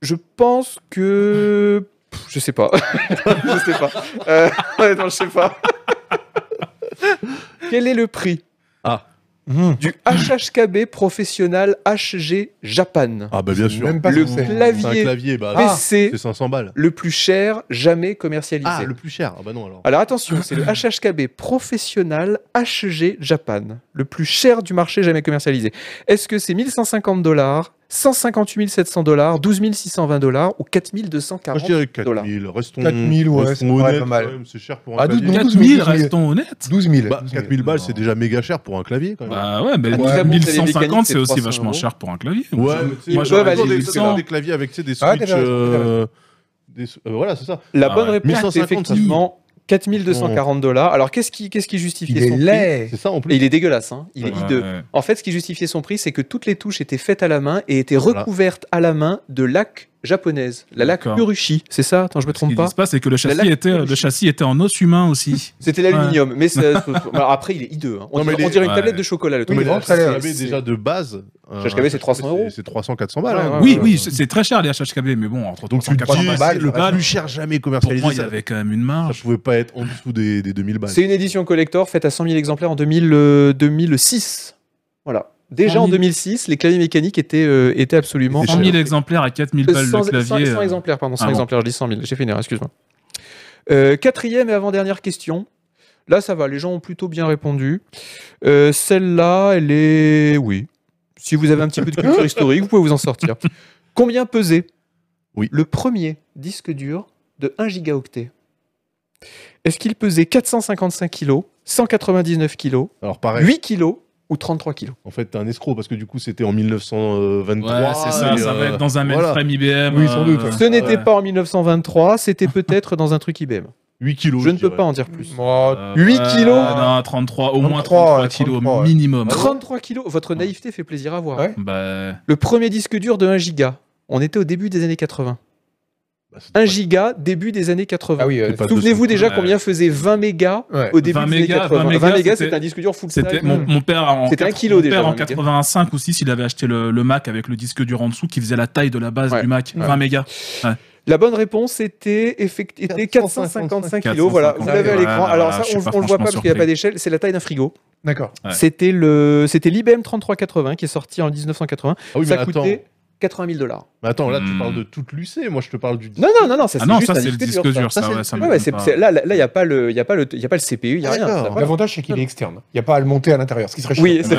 je pense que Pff, je sais pas, [laughs] je sais pas, Euh, ouais, non, je sais pas. [laughs] Quel est le prix
Ah.
du HHKB professionnel HG Japan
Ah, bah bien sûr.
Même pas ce
Le
que
plat-
c'est.
C'est un
clavier.
clavier, bah,
Ah.
PC
c'est 500 balles.
le plus cher jamais commercialisé.
Ah, le plus cher. Ah, bah non, alors.
Alors attention, c'est le
[coughs]
HHKB professionnel HG Japan, le plus cher du marché jamais commercialisé. Est-ce que c'est 1150 dollars, 158 700 dollars, 12 620 dollars ou 4240
Moi, je dirais 4
Ah, dollars.
000. Restons,
4 000, ouais,
restons
c'est pas mal,
honnêtes,
pas mal.
quand même, C'est cher pour un
Ah,
Bah,
clavier.
douze
4000,
12 000.
restons honnêtes.
12 000.
Bah, 4 000 balles, c'est déjà méga cher pour un clavier, quand même.
Bah ouais, mais
Ah, très bon, c'est les mécaniques,
1150, c'est
c'est
aussi
300
vachement
euros.
cher pour un clavier.
ouais, mais tu
je
moi
sais, t'as
vais
toujours
valider
des,
le
t'as toujours
cent.
des claviers avec tu sais, des switches.
Ah, t'as raison, t'as raison.
euh, des- euh, voilà, c'est ça.
La
Ah
bonne
ouais.
réponse c'est
1150, ça fait.
effectivement 4240 dollars. Alors qu'est-ce qui, qu'est-ce qui
Il
justifiait
est
son prix
laid.
C'est ça en
Et
plus.
il est dégueulasse, hein. il est
Ouais,
hideux.
ouais.
En fait, ce qui justifiait son prix, c'est que toutes les touches étaient faites à la main et étaient
Voilà.
recouvertes à la main de laque japonaise, la laque
D'accord.
Urushi. C'est ça Attends, je me
Ce qui
trompe pas
se passe, c'est que le
La-
châssis,
la- Ah,
était, le châssis était en os humain aussi.
C'était l'aluminium, mais ça- ça- ça- alors après il est hideux. hein. On,
Non, mais
dirait,
les-
on dirait une
ouais.
tablette de chocolat le
Oui,
truc.
mais
C'est-
bon, ça a l'air-
HKB déjà de base. euh,
HKB, c'est 300 euros.
C'est 300-400 balles.
Ouais,
hein.
ouais,
oui,
ouais.
oui, c'est c'est très cher les HHKB, mais bon, entre
Donc
300
tu te dis,
400
balles,
c'est le
ça reste-
plus cher jamais
Pour moi,
commercialisé.
il y
Ça
avait quand même une
ça
marge.
pouvait pas être en dessous des des 2000 balles.
C'est une édition collector faite à 100 000 exemplaires en 2000, euh, 2006. Voilà. Déjà
100 000.
en 2006, les claviers mécaniques étaient, euh, étaient absolument.
C'était
100 000 exemplaires à 4000
Euh,
balles
100
le clavier.
100
euh,
exemplaires, pardon, 100
ah bon.
exemplaires, je dis 100 000, j'ai fait une erreur, excuse-moi. Euh, quatrième et avant-dernière question. Là, ça va, les gens ont plutôt bien répondu. Euh, Celle-là, elle est. Oui. Si vous avez un petit peu de
[laughs]
culture historique, vous pouvez vous en sortir. Combien pesait
Oui.
le premier disque dur de 1 gigaoctet Est-ce qu'il pesait 455 kg, 199 kg,
Alors
Ah
pareil,
8 kg ou 33 kg
en fait, t'es un escroc parce que du coup, c'était en 1923.
Ouais, c'est ça,
et,
ça va
euh,
être dans un
voilà.
mainframe IBM.
Oui, sans doute, ouais.
Ce n'était
ouais.
pas en 1923, c'était peut-être dans un truc IBM.
8 kilos.
Je ne peux
dirais.
pas en dire plus.
Bon,
Euh,
8
ouais,
kilos
Non, 33, au
33,
moins 33,
ouais,
kilos
33, ouais.
minimum.
33 kilos, votre naïveté fait plaisir à voir.
Ouais.
Bah,
Le premier disque dur de 1 giga. On était au début des années 80.
Bah, c'est-
1 giga, début des années 80.
Ah oui, euh,
c'est pas
Souvenez-vous
200.
déjà
Ouais.
combien faisait 20 mégas
ouais.
au début
20
des années
mégas,
80 20 mégas,
20 mégas,
c'était
c'était-
un disque dur full
c'était
size.
mon, mon père en,
C'était un
quatre-
kilo
mon
déjà,
père en
le mec.
85 ou 6, il avait acheté le, le Mac avec le disque dur en dessous qui faisait la taille de la base
Ouais.
du Mac, 20 mégas.
La bonne réponse était, effect- était 455 kilos. Voilà, vous
455,
l'avez à
ouais,
l'écran.
voilà,
Alors
je
ça,
suis
on,
pas
on le voit pas parce qu'il n'y a
franchement
pas d'échelle. C'est la taille d'un frigo.
D'accord.
Ouais.
C'était le, c'était l'IBM 3380 qui est sorti en 1980.
Ah oui, mais
ça
attends.
coûtait 80 000 dollars.
Mais attends, là, tu
Hmm.
parles de toute l'UC. Moi, je te parle du.
Non, non, non, non, ça
Ah
c'est
non,
juste
ça
un
c'est le disque dur, ça, ouais, ça
Ouais,
m'étonne
ouais, c'est-
pas.
c'est- là, là, il n'y a pas le, il y a pas le, il y a pas le CPU, il y a rien.
D'accord.
ça va.
L'avantage, c'est qu'il est externe. Il n'y a pas à le monter à l'intérieur, ce qui serait chiant.
Oui, c'est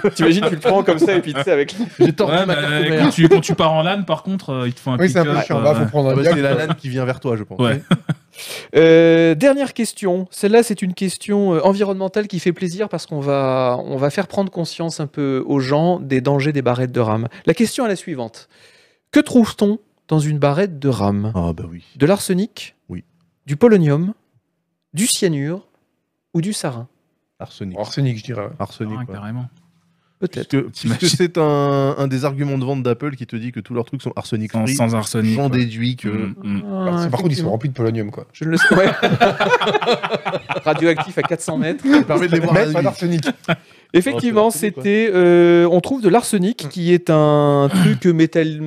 [laughs] T'imagines, tu le prends comme ça et puis tu sais, avec.
J'ai tordu
Ouais,
ma
bah,
carte
quand,
mère.
tu, quand tu pars en LAN, par contre, euh, il te faut un
Oui, c'est un peu
pick-up,
chiant.
euh,
Là, faut prendre
Ah
un
bah, c'est
diable.
la LAN qui vient vers toi, je pense.
Ouais.
[laughs] Euh, dernière question. Celle-là, c'est une question euh, environnementale qui fait plaisir parce qu'on va, on va faire prendre conscience un peu aux gens des dangers des barrettes de rame. La question est la suivante. Que trouve-t-on dans une barrette de rame
Ah bah oui.
De l'arsenic
Oui.
Du polonium Du cyanure Ou du sarin
Arsenic.
Arsenic, je dirais.
Arsenic.
Ah,
ouais.
carrément.
Peut-être.
Puisque, puisque
T'imagines-
c'est un, un des arguments de vente d'Apple qui te dit que tous leurs trucs sont arsenic
Sans,
free,
sans arsenic.
j'en
quoi.
déduis que.
Mm, mm.
Ah,
Alors, c'est- par contre, ils sont
effectivement.
remplis de polonium, quoi.
Je ne le sais. ouais. [laughs] Radioactif à 400 mètres.
Ça permet de les voir à
Mais
la
pas
nuit.
d'arsenic.
Effectivement,
Oh, c'est l'arsenic,
c'était. euh, on trouve de l'arsenic qui est un truc métal.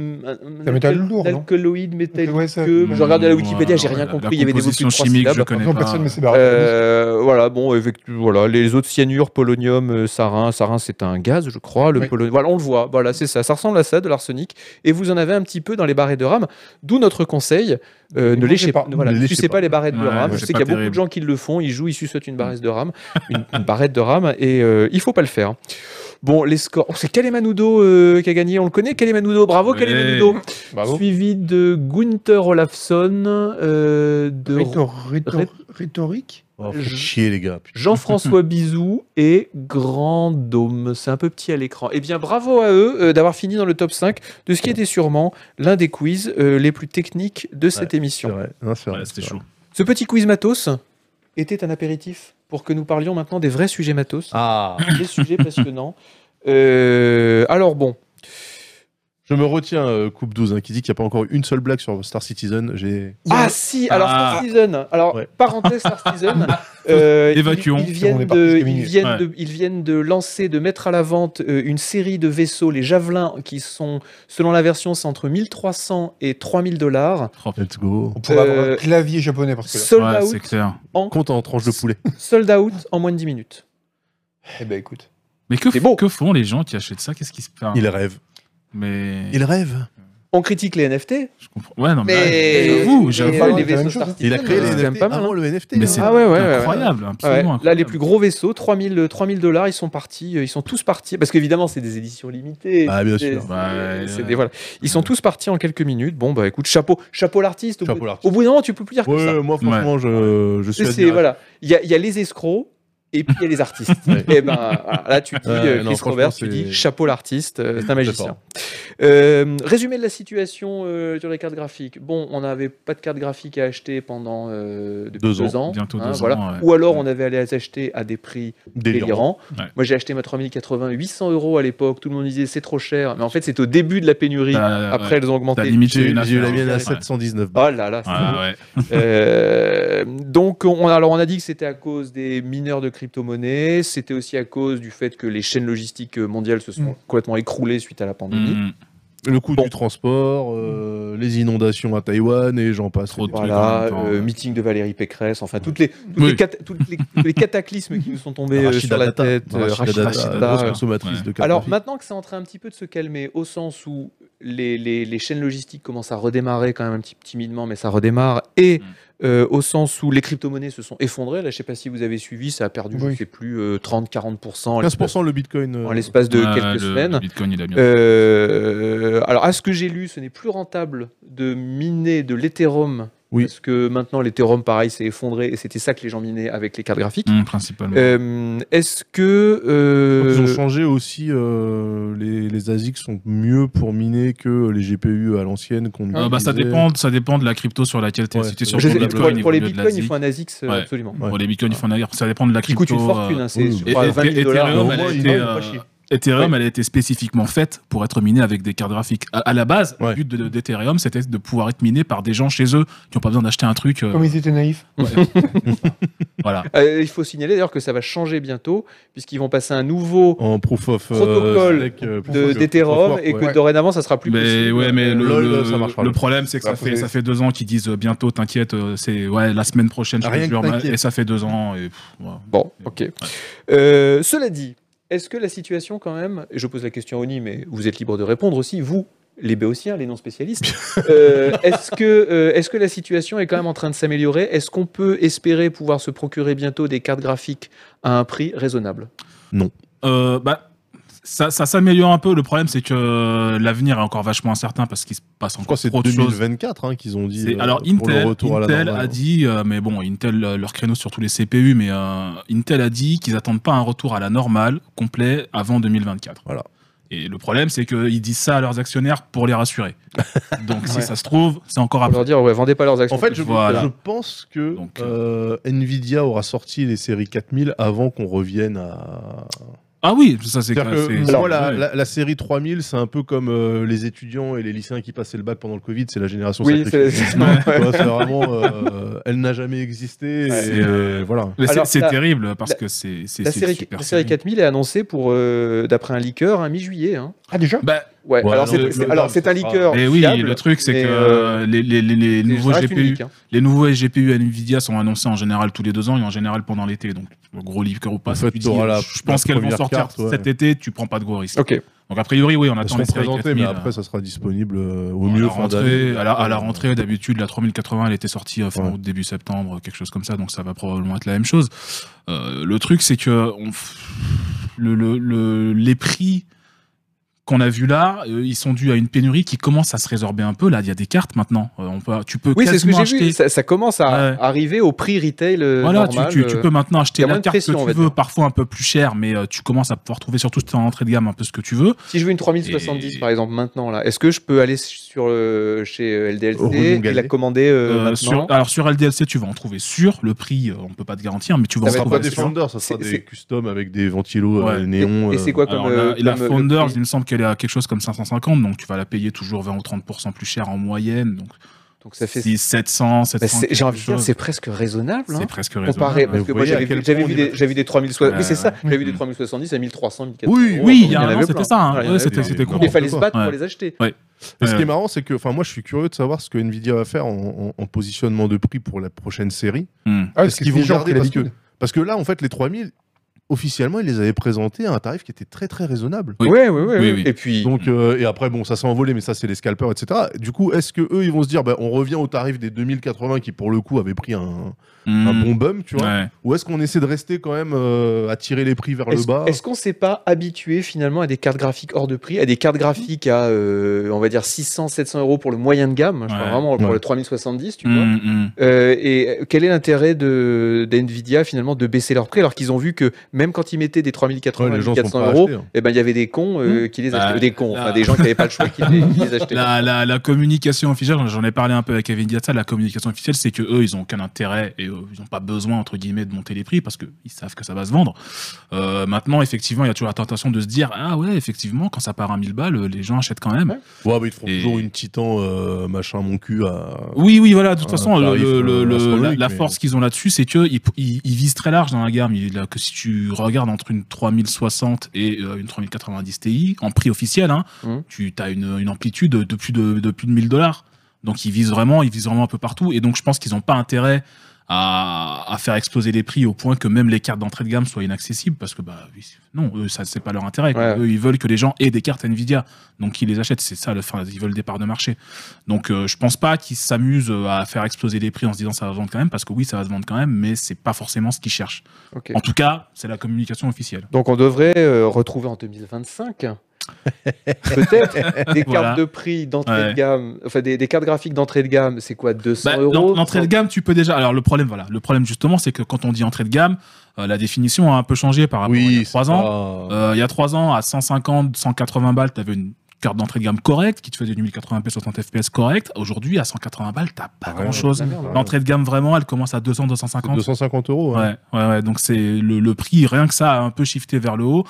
un métal lourd, non
Alcaloïde, métal.
Ouais, ça-
que- Je regardais la
hum, Voilà,
Wikipédia, j'ai rien
la-
compris,
La
il y avait des mots
composition
de trois
chimique, je
syllabes.
connais
Non,
pas.
personne ne s'est barré.
Euh, voilà, bon, effect- voilà, les autres cyanure, polonium, euh, sarin. Sarin, c'est un gaz, je crois. Le
Oui.
polonium, voilà, on le voit. Voilà, c'est ça. Ça ressemble à ça, de l'arsenic. Et vous en avez un petit peu dans les barrettes de rame. d'où notre conseil euh, ne
Ne
léchez
mangez
pas.
pas.
Voilà,
Ne
ne
léchez
sucez pas
pas.
les barrettes de
Ouais,
rame.
ouais,
Je sais
c'est
qu'il y
pas
a beaucoup de
terrible.
gens qui le font. Ils jouent, ils sucent une barrette de rame, une, une barrette de rame, et euh, il faut pas le faire. Bon, les scores. Oh, c'est Kalemanudo euh, qui a gagné. On le connaît, Kalemanudo. Bravo,
Ouais.
Kalemanudo.
Bravo.
Suivi de Gunther Olafsson, euh, de
Rhétor- rhétor- Rhétorique
Oh, faites
Je-
chier, les gars. putain. [laughs]
Jean-François Bizou et Grand Dôme. C'est un peu petit à l'écran. Eh bien, bravo à eux euh, d'avoir fini dans le top 5 de ce qui était sûrement l'un des quiz euh, les plus techniques de cette
C'est
émission.
vrai. Non, c'est vrai,
Ouais, C'était
c'est
chaud.
vrai.
Ce petit quiz matos était un apéritif pour que nous parlions maintenant des vrais sujets matos,
Ah,
des sujets passionnants. Euh, alors bon,
je me retiens, euh, Coupe 12, hein, qui dit qu'il n'y a pas encore une seule blague sur Star Citizen. J'ai.
Ah si, alors Star
Ah.
Season. Alors
Ouais.
parenthèse Star
[laughs]
Season. euh, ils-
Évacuons.
Ils,
On
viennent
est parti
de,
jusqu'à
ils
minuit.
viennent
Ouais.
de, ils viennent de lancer, de mettre à la vente euh, une série de vaisseaux, les javelins, qui sont, selon la version, c'est entre 1300 et 3000 dollars.
Oh, putain.
Let's go.
On pourrait avoir
Euh,
un clavier japonais, parce que là...
Sold
Ouais, c'est
out,
clair.
Compte en tranche de poulet.
sold out en moins de 10 minutes.
Eh ben, écoute.
Mais que,
C'est beau.
que font les gens qui achètent ça Qu'est-ce qui se passe
Il rêve.
Mais
Il rêve.
On critique les NFT,
je comprends. Ouais, non, mais,
mais,
j'avoue,
mais,
pas
j'avoue.
euh,
mal,
les
c'est la
vaisseaux
même chose.
Star Citizen,
Il a créé
euh,
les
c'est quand même
NFT
pas mal.
avant le NFT.
Mais
hein.
c'est
Ah ouais, ouais, ouais, Ah
incroyable,
ouais,
absolument.
Là, les
incroyable.
plus gros vaisseaux, 3000 euh, 3000 dollars, ils sont partis, euh, ils sont tous partis, parce qu'évidemment, c'est des éditions limitées.
Ah, bien
C'est-
sûr.
c'est-
Bah, ouais,
c'est
ouais.
des- voilà. Ils sont tous partis en quelques minutes. Bon, bah écoute, chapeau, chapeau l'artiste. Au,
Chapeau
bout-
l'artiste.
au bout d'un moment, tu peux plus dire que ça.
Ouais, moi, franchement, je, je suis.
C'est- c'est-
admiratif.
voilà. Il y a, il y a les escrocs et puis il y a les artistes.
Ouais.
Et ben voilà, là, tu dis,
Ouais,
euh,
non,
Chris
franchement,
Robert, tu
c'est-
dis chapeau l'artiste, euh, c'est un magicien.
fort.
Euh, résumé de la situation euh, sur les cartes graphiques. Bon, on n'avait pas de cartes graphiques à acheter pendant euh, depuis
Deux
deux,
ans,
ans. hein,
bientôt deux ans,
voilà.
ouais.
Ou alors on avait allé les acheter à des prix
Délirant.
délirants.
Ouais.
Moi j'ai acheté ma 3080 800 euros à l'époque. Tout le monde disait c'est trop cher. Mais en fait c'est au début de la pénurie.
T'as-
Après elles ont
Bah, t'as
augmenté.
limité
J'ai
une
j'ai eu la
affaire,
mienne à
ouais.
719
Oh là là, c'est
Ouais, ouais.
euh, donc, on, alors on a dit que c'était à cause des mineurs de crypto-monnaies, c'était aussi à cause du fait que les chaînes logistiques mondiales se sont
Mm.
complètement écroulées suite à la pandémie.
Mm,
Le coût
Bon.
du transport, euh, les inondations à Taïwan et j'en passe.
Trop de trucs. en
Voilà,
même temps,
euh,
ouais.
meeting de Valérie Pécresse, enfin, toutes les, toutes
Oui.
les, cat- toutes les- tous les cataclysmes qui nous sont tombés euh,
Rachida
sur la
Data,
tête. euh, Rachida
Rachida Data,
Data,
grosse
euh,
consommatrice
Ouais.
de cartes
Alors
graphiques.
maintenant que c'est en train un petit peu de se calmer, au sens où les, les- les chaînes logistiques commencent à redémarrer quand même un petit timidement, mais ça redémarre, et
Mm.
euh, au sens où les crypto-monnaies se sont effondrées, là je sais pas si vous avez suivi, ça a perdu, je
Oui.
ne sais plus, euh, 30-40% en l'espace-
15% le bitcoin. euh,
en l'espace de
Ouais,
quelques
le-
semaines.
Le Bitcoin, il a bien.
Euh, alors à ce que j'ai lu, ce n'est plus rentable de miner de l'Ethereum
Oui.
Parce que maintenant, l'Ethereum, pareil, s'est effondré et c'était ça que les gens minaient avec les cartes graphiques.
Hum, principalement.
Euh, Est-ce que. euh,
Ils ont changé aussi, euh, les, les ASIC sont mieux pour miner que les GPU à l'ancienne qu'on
Euh, bah, ça,
utilisait.
dépend, ça dépend de la crypto sur laquelle tu es
Ouais,
situé.
ça
Sur
je
dépend.
sais-
ton
le
pour,
blockchain,
pour les
au niveau de la
bitcoins, il
ZIC.
faut un ASIX, euh,
Ouais.
absolument.
Ouais.
Pour les bitcoins, ils font derrière. Ça dépend de la
Qui
crypto.
coûte une fortune,
euh,
hein, c'est
oui.
je
et-
crois,
et-
20 000 dollars.
Ethereum, elle
au
a
moins,
été,
il
faut pas
euh,
chier.
Ethereum, elle a été spécifiquement faite pour être minée avec des cartes graphiques. À, à la base,
Ouais.
le but de- de- d'Ethereum, c'était de pouvoir être miné par des gens chez eux qui n'ont pas besoin d'acheter un truc. euh,
Comme ils étaient naïfs.
voilà.
Euh, il faut signaler d'ailleurs que ça va changer bientôt, puisqu'ils vont passer un nouveau
En proof of.
Protocole
avec, euh, proof
de-
of- proof
d'Ethereum
of-
et que
ouais.
dorénavant, ça sera plus
Mais
possible. Euh,
ouais, mais le,
LOL,
le-
ça marchera.
le problème, c'est que
Ça
ça,
va
fait,
poser-
ça fait deux ans qu'ils disent euh, bientôt, t'inquiète, euh, c'est ouais, la semaine prochaine, je
Rien
te
que
jure,
t'inquiète.
et ça fait deux ans. Et, pff, ouais.
Bon, ok. Euh, cela dit, est-ce que la situation quand même, et je pose la question à Oni, mais vous êtes libre de répondre aussi, vous, les béotiens, les non-spécialistes, euh, est-ce que, euh, est-ce que la situation est quand même en train de s'améliorer Est-ce qu'on peut espérer pouvoir se procurer bientôt des cartes graphiques à un prix raisonnable
Euh, bah, ça, ça s'améliore un peu. Le problème, c'est que euh, l'avenir est encore vachement incertain parce qu'il se passe
Je crois
encore
que c'est
trop de choses.
2024 hein, qu'ils ont dit.
C'est-
euh,
Alors
pour le
Intel,
retour à la
Intel
normale,
a
hein.
dit, euh, mais bon, Intel, euh, leur créneau sur tous les CPU, mais euh, Intel a dit qu'ils n'attendent pas un retour à la normale complet avant 2024.
Voilà.
Et le problème, c'est qu'ils disent ça à leurs actionnaires pour les
[laughs]
rassurer. Donc si
Ouais.
ça se trouve, c'est encore
Pour
après.
leur dire, ouais, vendez pas leurs actions.
En fait, je,
Voilà.
je pense que
Donc,
euh, Nvidia aura sorti les séries 4000 avant qu'on revienne à.
Ah oui, ça c'est
C'est-à-dire que
c'est-
moi,
c'est-
la,
ouais.
la- la série 3000, c'est un peu comme euh, les étudiants et les lycéens qui passaient le bac pendant le Covid, c'est la génération
oui, c'est-
sacrifiée. Tu vois, c'est vraiment, euh, elle n'a jamais existé.
Ouais.
et, euh, voilà.
Mais c'est
Alors,
c'est
la-
terrible parce
la-
que c'est c'est-
la
c'est
série,
super
la série
sérieux.
4000 est annoncée pour, euh, d'après un leaker, hein, mi-juillet. hein.
Ah, déjà
Bah,
Ouais,
Ouais,
alors
non,
c'est-
le-
c'est
le
alors,
DAB,
c'est un
ce sera-
leaker.
Et Eh oui,
Oh, fiable,
le truc c'est
mais,
que
euh,
euh, les, les- les- les
c'est-
nouveaux
ça reste une
GPU,
leak, hein.
Les nouveaux GPU Nvidia sont annoncés en général tous les deux ans et en général pendant l'été. Donc, gros livre ou pas,
En
si
fait,
tu dis,
t'auras la-
je pense
la
qu'elles vont
première
sortir
carte, ouais.
cet été, tu prends pas de gros risques.
Ok.
Donc, a priori, oui, on
Elles
attend
seront
les séries
présentées, mais
4000,
après, ça sera disponible euh, au
euh, à
mieux
la
fin d'année.
rentrée. À la, à la rentrée, d'habitude, la 3080, elle était sortie euh, fin août, début septembre, quelque chose comme ça. Donc, ça va probablement être la même chose. Euh, le truc, c'est que on f- le- le- le- les prix qu'on a vus là, euh, ils sont dus à une pénurie qui commence à se résorber un peu. Là, il y a des cartes maintenant. Euh, on peut, tu peux
Oui, c'est ce que
quasiment
j'ai
acheter.
vu. Ça, ça commence à
Ouais.
arriver au prix retail euh,
Voilà, tu-
normal.
tu, tu
euh.
peux maintenant
y
acheter
a moins
la
de
carte
pression, on
que
va
tu veux,
dire.
parfois un peu plus cher, mais euh, tu commences à pouvoir trouver surtout en entrée de gamme un peu ce que tu veux.
Si je veux une 3070
Et-
par exemple maintenant là, est-ce que je peux aller sur le- chez euh,
Rue
LDLC et
Montgalet.
la commander euh,
Euh,
maintenant
sur- alors sur LDLC, tu vas en trouver sûr, le prix, euh, on peut pas te garantir, mais tu
Ça va
vas en
Ce
être
sera pas
trouver
des
sûr.
Founders, ça sera
C'est-
des
c'est-
custom avec des ventilos euh,
Ouais.
néons.
Et- et
euh,
c'est quoi comme,
Alors, la,
euh,
la
comme, euh,
Founders,
prix
il me semble qu'elle est à quelque chose comme 550, donc tu vas la payer toujours 20 ou 30% plus cher en moyenne. Donc
Donc ça fait.
si 700,
Bah,
700.
c'est- J'ai envie de
quelque
dire,
chose,
c'est presque raisonnable. hein,
c'est presque
Comparé,
raisonnable.
parce
Vous
que moi
voyez à
j'avais vu,
quel
j'avais
point
vu
on est
des, j'avais des 3060.
Ouais,
oui, c'est ça.
ouais.
J'avais vu des
Mhm.
3070 à 1300, 1400.
Oui,
Oui, il y
Il
a
en
un
avait
an,
plein.
c'était ça, hein.
Ouais, il y en
Ouais,
avait
c'était
plein.
c'était courant.
Il fallait se
n'importe
battre
quoi.
pour les acheter.
Et ce qui
Euh,
est marrant, c'est que enfin, moi, je suis curieux de savoir ce que Nvidia va faire en, en- en positionnement de prix pour la prochaine série.
Hmm.
Ah,
Est-ce qu'ils vont garder parce que, parce que là, en fait, les 3000, officiellement, ils les avaient présentés à un tarif qui était très, très raisonnable.
Oui.
Ouais, ouais, ouais,
Oui,
ouais.
oui.
Et puis.
Donc, euh, et après, bon, ça s'est envolé, mais ça, c'est les scalpers, etc. Du coup, est-ce que eux ils vont se dire, bah, on revient au tarif des 2080 qui, pour le coup, avait pris un, un
Hmm.
bon bum, tu vois
Ouais.
Ou est-ce qu'on essaie de rester quand même euh, à tirer les prix vers le
Est-ce
bas
est-ce qu'on s'est pas habitué finalement à des cartes graphiques hors de prix, à des cartes graphiques à, euh, on va dire, 600, 700 euros pour le moyen de gamme, je
Ouais.
parle vraiment pour
Ouais.
le 3070, tu vois.
Hmm, hmm.
Euh, et quel est l'intérêt de d'Nvidia finalement de baisser leurs prix alors qu'ils ont vu que même quand ils mettaient des 3080
Ouais, les gens sont
400
pas
euros,
achetés, hein.
eh ben il y avait des cons euh, qui les
Bah,
achetaient, des cons, enfin
là-
des gens qui n'avaient pas le choix qui les, qui
[laughs]
les achetaient.
La, la- la communication officielle, j'en ai parlé un peu avec Kevin Diazza, la communication officielle, c'est que eux, ils n'ont aucun intérêt et euh, ils n'ont pas besoin, entre guillemets, de monter les prix parce qu'ils savent que ça va se vendre. Euh, maintenant, effectivement, il y a toujours la tentation de se dire Ah ouais, effectivement, quand ça part à 1000 balles, les gens achètent quand même.
Ouais.
Ouais, mais ils te font
Et-
toujours une titan euh, machin mon cul à.
Oui, oui, voilà, de toute
Un
façon, le-
tarif,
le- le- le-
euh,
la,
astronomique,
la
mais-
force qu'ils ont là-dessus, c'est qu'ils ils, ils visent très large dans la gamme. Il- là, que si tu regardes entre une 3060 et euh, une 3090 Ti, en prix officiel, hein,
Mhm.
tu as une, une amplitude de plus de, de plus de 1000 dollars. Donc ils visent vraiment, ils visent vraiment un peu partout. Et donc je pense qu'ils n'ont pas intérêt à, à faire exploser les prix au point que même les cartes d'entrée de gamme soient inaccessibles parce que bah oui, non, eux, ça c'est pas leur intérêt. quoi.
Ouais.
Eux, ils veulent que les gens aient des cartes Nvidia, donc ils les achètent. C'est ça, le, fin, ils veulent des parts de marché. Donc euh, je pense pas qu'ils s'amusent euh, à faire exploser les prix en se disant ça va se vendre quand même, parce que oui, ça va se vendre quand même, mais c'est pas forcément ce qu'ils cherchent.
Ok.
En tout cas, c'est la communication officielle.
Donc on devrait euh, retrouver en 2025 Peut-être des
Voilà.
cartes de prix d'entrée
Ouais.
de gamme, enfin des, des cartes graphiques d'entrée de gamme, c'est quoi 200
Bah, l'en-
euros
L'entrée de gamme, tu peux déjà. Alors le problème, voilà, le problème justement, c'est que quand on dit entrée de gamme, euh, la définition a un peu changé par rapport à il y a
c'est
3 ans.
pas-
Euh, il y a 3 ans, à 150, 180 balles, tu avais une carte d'entrée de gamme correcte qui te faisait du 1080p 60 fps correct. Aujourd'hui, à 180 balles, t'as pas
Ouais,
grand chose.
la merde, ouais.
L'entrée de gamme, vraiment, elle commence à 200,
c'est
250.
250 euros. hein.
Ouais, ouais, ouais. Donc, c'est le, le prix, rien que ça, a un peu shifté vers le haut.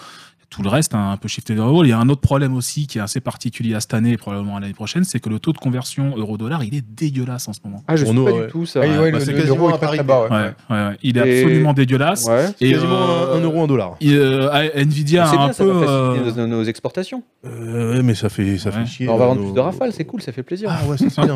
Tout le reste a un peu shifté vers le haut. Il y a un autre problème aussi qui est assez particulier à cette année et probablement à l'année prochaine, c'est que le taux de conversion euro-dollar, il est dégueulasse en ce moment.
Ah, je
On
sais pas
aurait-
du tout ça.
Ah oui,
Ouais.
ouais,
bah,
le-
c'est
le-
quasiment
l'euro est
à
très,
parité.
très bas, ouais.
Ouais, ouais, ouais. Il est
Et-
absolument dégueulasse.
Ouais.
C'est
Et,
quasiment
euh,
un, un euro, un dollar.
il- euh, à- Nvidia a
C'est
un
bien, ça
peu.
va
euh,
faciliter nos, nos exportations.
Euh, ouais, mais ça fait, ça
Ouais.
fait chier.
on va
euh,
vendre
nos-
plus de rafales, c'est cool, ça fait plaisir.
Ah ouais, ça, c'est bien.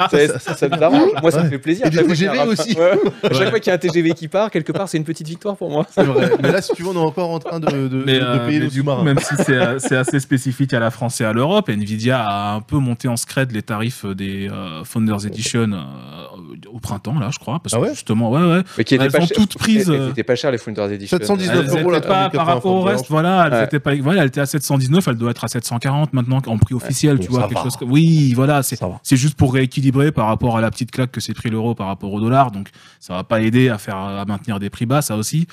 Ah,
ça, ça, ça nous arrange. Moi, ça
Ouais.
me fait plaisir.
Et des
Chaque fois qu'il y a
TGV
un-
aussi.
Ouais. À Chaque fois qu'il y a un TGV qui part, quelque part, c'est une petite victoire pour moi.
[laughs] C'est vrai. Mais là, si tu veux, on est encore en train de, de,
Mais,
de
euh,
payer
mais
nos
du coup,
sous-marins.
même si c'est euh, c'est
[laughs]
assez spécifique à la France et à l'Europe, Nvidia a un peu monté en scred les tarifs des euh, Founders Edition euh, au printemps, là, je crois. Parce
Ah ouais
que justement, ouais, ouais.
Mais qui
Elles sont toutes prises. euh.
Elles étaient pas chères, les Founders Edition.
719
Elles
Elles-
euros. la
étaient pas
3080
par rapport au
Founders.
reste, voilà. Elles
Ouais.
étaient pas, voilà, elle était à 719, elle doit être à 740 maintenant en prix officiel,
Bon,
tu vois.
ça
quelque
va.
chose que- Oui, voilà, c'est
Ça va.
c'est juste pour rééquilibrer par rapport à la petite claque que s'est pris l'euro par rapport au dollar. Donc, ça va pas aider à faire à maintenir des prix bas, ça aussi.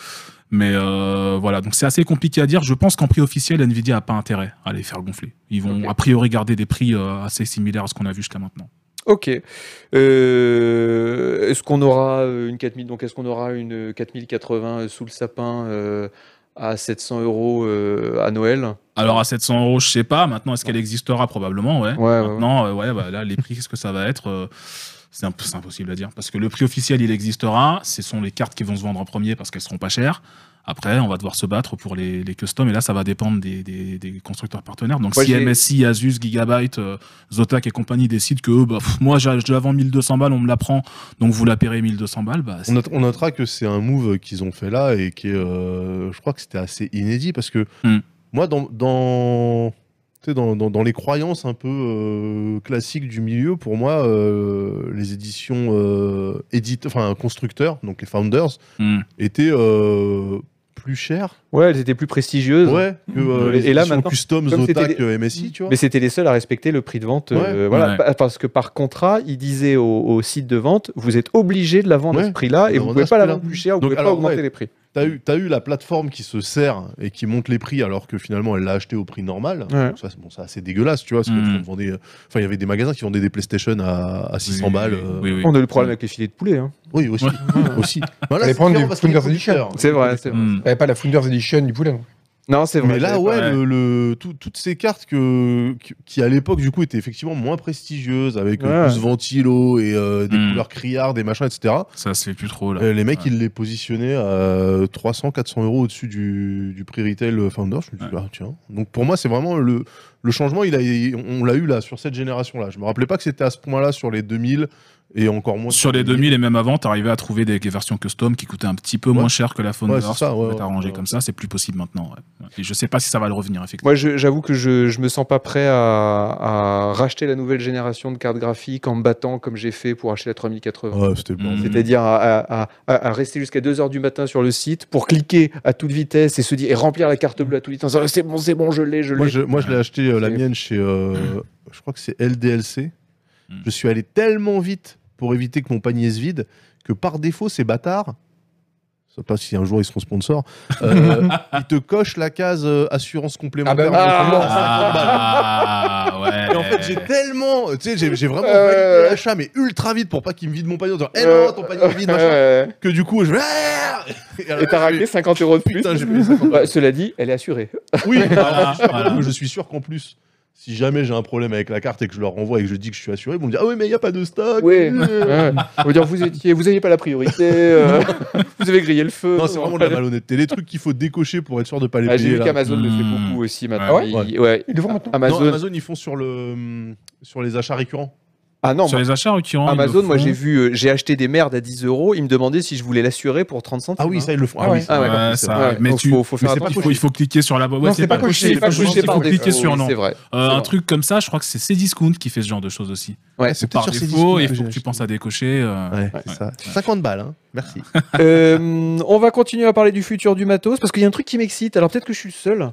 Mais euh, voilà, donc c'est assez compliqué à dire. Je pense qu'en prix officiel, Nvidia a pas intérêt à les faire gonfler. Ils vont
Ok.
a priori garder des prix euh, assez similaires à ce qu'on a vu jusqu'à maintenant.
Ok. Euh, est-ce qu'on aura euh, une 4000 donc est-ce qu'on aura une 4080 euh, sous le sapin euh, à 700 euros euh, à Noël
Alors à 700 euros, je sais pas. Maintenant, est-ce qu'elle existera probablement Ouais.
Ouais, ouais, ouais.
Maintenant, euh, ouais, bah, là, les prix, qu'est-ce que ça va être euh, C'est un peu- c'est impossible à dire parce que le prix officiel, il existera. Ce sont les cartes qui vont se vendre en premier parce qu'elles seront pas chères. Après, on va devoir se battre pour les, les customs et là, ça va dépendre des, des- des constructeurs partenaires. Donc,
Moi,
si
j'ai-
MSI, Asus, Gigabyte, euh, Zotac et compagnie décident que eux, bah, pff, moi, j'a- je la vends 1200 balles, on me la prend, donc vous la paierez 1200 balles, bah, c'est-
On, note- on notera que c'est un move qu'ils ont fait là et qui est, euh, je crois que c'était assez inédit parce que
Hmm.
moi, dans, dans, tu sais, dans, dans- dans les croyances un peu euh, classiques du milieu, pour moi, euh, les éditions euh, édite- enfin, constructeurs, donc les founders,
Hmm.
étaient euh, plus chères
Ouais, elles étaient plus prestigieuses.
ouais, que euh, les
Et là,
éditions
maintenant,
custom,
comme c'était
Zotac,
des-
euh, MSI, tu vois.
Mais c'était les seuls à respecter le prix de vente. euh,
Ouais.
voilà,
Ouais.
pa- parce que par contrat, ils disaient au, au site de vente, vous êtes obligé de la vendre à
Ouais,
ce prix-là
de
et
la
vous
vendre
pouvez
à ce
pas la
prix-là.
vendre plus cher, vous
Donc,
pouvez
alors,
pas augmenter
ouais.
les prix.
T'as eu, t'as eu la plateforme qui se sert et qui monte les prix alors que finalement elle l'a acheté au prix normal.
Ouais.
Donc ça, c'est- bon, ça, c'est dégueulasse, tu vois. Parce que
Mm.
on vendait- enfin, il y avait des magasins qui vendaient des PlayStation à, à 600
Oui,
balles.
oui,
euh,
oui, oui.
On a eu le problème avec les filets de poulet. hein.
oui, aussi.
Ouais.
[laughs] aussi. Bah
Fallait
Voilà,
prendre des Founders
C'est vrai, c'est vrai.
Hmm.
T'avais pas la Founders Edition du poulet. non
Non, c'est vrai.
Mais là,
j'avais pas-
ouais,
Ouais.
le- le- tout- toutes ces cartes que, qui- qui à l'époque, du coup, étaient effectivement moins prestigieuses, avec euh,
Ouais.
plus ventilo et euh, des
Mm.
couleurs criardes et machin, etc.
Ça se fait plus trop là.
Euh, les mecs,
Ouais.
ils les positionnaient à euh, 300, 400 euros au-dessus du, du prix retail euh, Founder. Je me dis,
Ouais.
ah, tiens. Donc pour moi, c'est vraiment le, le changement. Il a, il- on l'a eu là, sur cette génération-là. Je me rappelais pas que c'était à ce point-là sur les 2000 et encore moins
Sur les 2000 et même avant, t'arrivais à trouver des, des versions custom qui coûtaient un petit peu
Ouais.
moins cher que la Founder.
Ouais, c'est ça,
tu pouvais
ouais,
t'arranger
ouais.
comme ça, c'est plus possible maintenant. ouais. Ouais. Et je sais pas si ça va le revenir, effectivement.
Moi, je- j'avoue que je, je me sens pas prêt à, à racheter la nouvelle génération de cartes graphiques en me battant comme j'ai fait pour acheter la 3080.
Ouais, c'était bon.
Mm.
C'est-à-dire à, à- à- à- à rester jusqu'à 2h du matin sur le site pour cliquer à toute vitesse et se dire et remplir la carte bleue à toute vitesse. en disant, C'est bon, c'est bon, je l'ai, je
Moi,
l'ai.
je, moi, je l'ai acheté euh, la
C'est-
mienne chez, euh, je crois que c'est LDLC.
Mm.
Je suis allé tellement vite pour éviter que mon panier se vide que par défaut, ces bâtards, je sais pas si un jour ils seront sponsors, euh, ils te cochent la case euh, assurance complémentaire.
Ah bah oui,
Donc,
forcément.
[laughs]
Ah, ouais.
Et en fait, j'ai tellement. Tu sais, j'ai j'ai vraiment
Euh,
validé
ouais.
l'achat, mais ultra vite pour pas qu'il me vide mon panier en disant Eh
Euh,
non, ton panier est vide, machin.
Ouais.
Que du coup, je. Ah Et alors,
et t'as
je fais,
raclé 50 euros de plus.
Putain, j'ai payé 50
Bah, cela dit, elle est assurée.
Oui,
[laughs] Voilà, voilà.
alors, je suis sûr qu'en plus. Si jamais j'ai un problème avec la carte et que je leur renvoie et que je dis que je suis assuré, ils vont me dire Ah oui, mais il n'y a pas de stock.
Ouais. [laughs]
Euh.
Ouais. On va dire vous étiez, vous n'aviez pas la priorité, euh, vous avez grillé le feu.
Non, c'est vraiment de la malhonnêteté. Les trucs qu'il faut décocher pour être sûr de pas les
Ah, J'ai
payer.
vu
là. Mmh.
qu'Amazon le fait
Hmm.
beaucoup aussi
Ah
maintenant.
ouais
Il- ouais.
Ils le font maintenant.
Non,
Amazon.
Amazon, ils font sur, le, sur les achats récurrents.
Ah non,
Sur les achats récurrents. ils le
Amazon, moi
font.
j'ai vu, euh, j'ai acheté des merdes à 10 euros. Ils me demandaient si je voulais l'assurer pour 30 centimes.
Ah oui,
hein.
ça, ils le font.
Ah
oui,
ouais.
Ah ouais,
vrai,
ouais,
c'est
ça
vrai.
Ouais,
mais
donc
tu-
faut, faut faire
mais c'est pas
attention.
Il faut, il faut cliquer sur la. Ouais,
Non, c'est pas coché,
C'est
il
pas
faut-
coché
Il faut
par
cliquer
défaut.
sur
oui,
non.
C'est [laughs] vrai.
Euh,
C'est
un
vrai.
truc comme ça, je crois que c'est Cdiscount qui fait ce genre de choses aussi.
Ouais.
C'est
Par
peut-être sur
défaut,
Cdiscount
il
que
faut
j'ai
que tu penses à décocher. euh,
Ouais, c'est ça. 50 balles, hein. merci.
Euh, on va continuer à parler du futur du matos parce qu'il y a un truc qui m'excite. Alors peut-être que je suis le seul.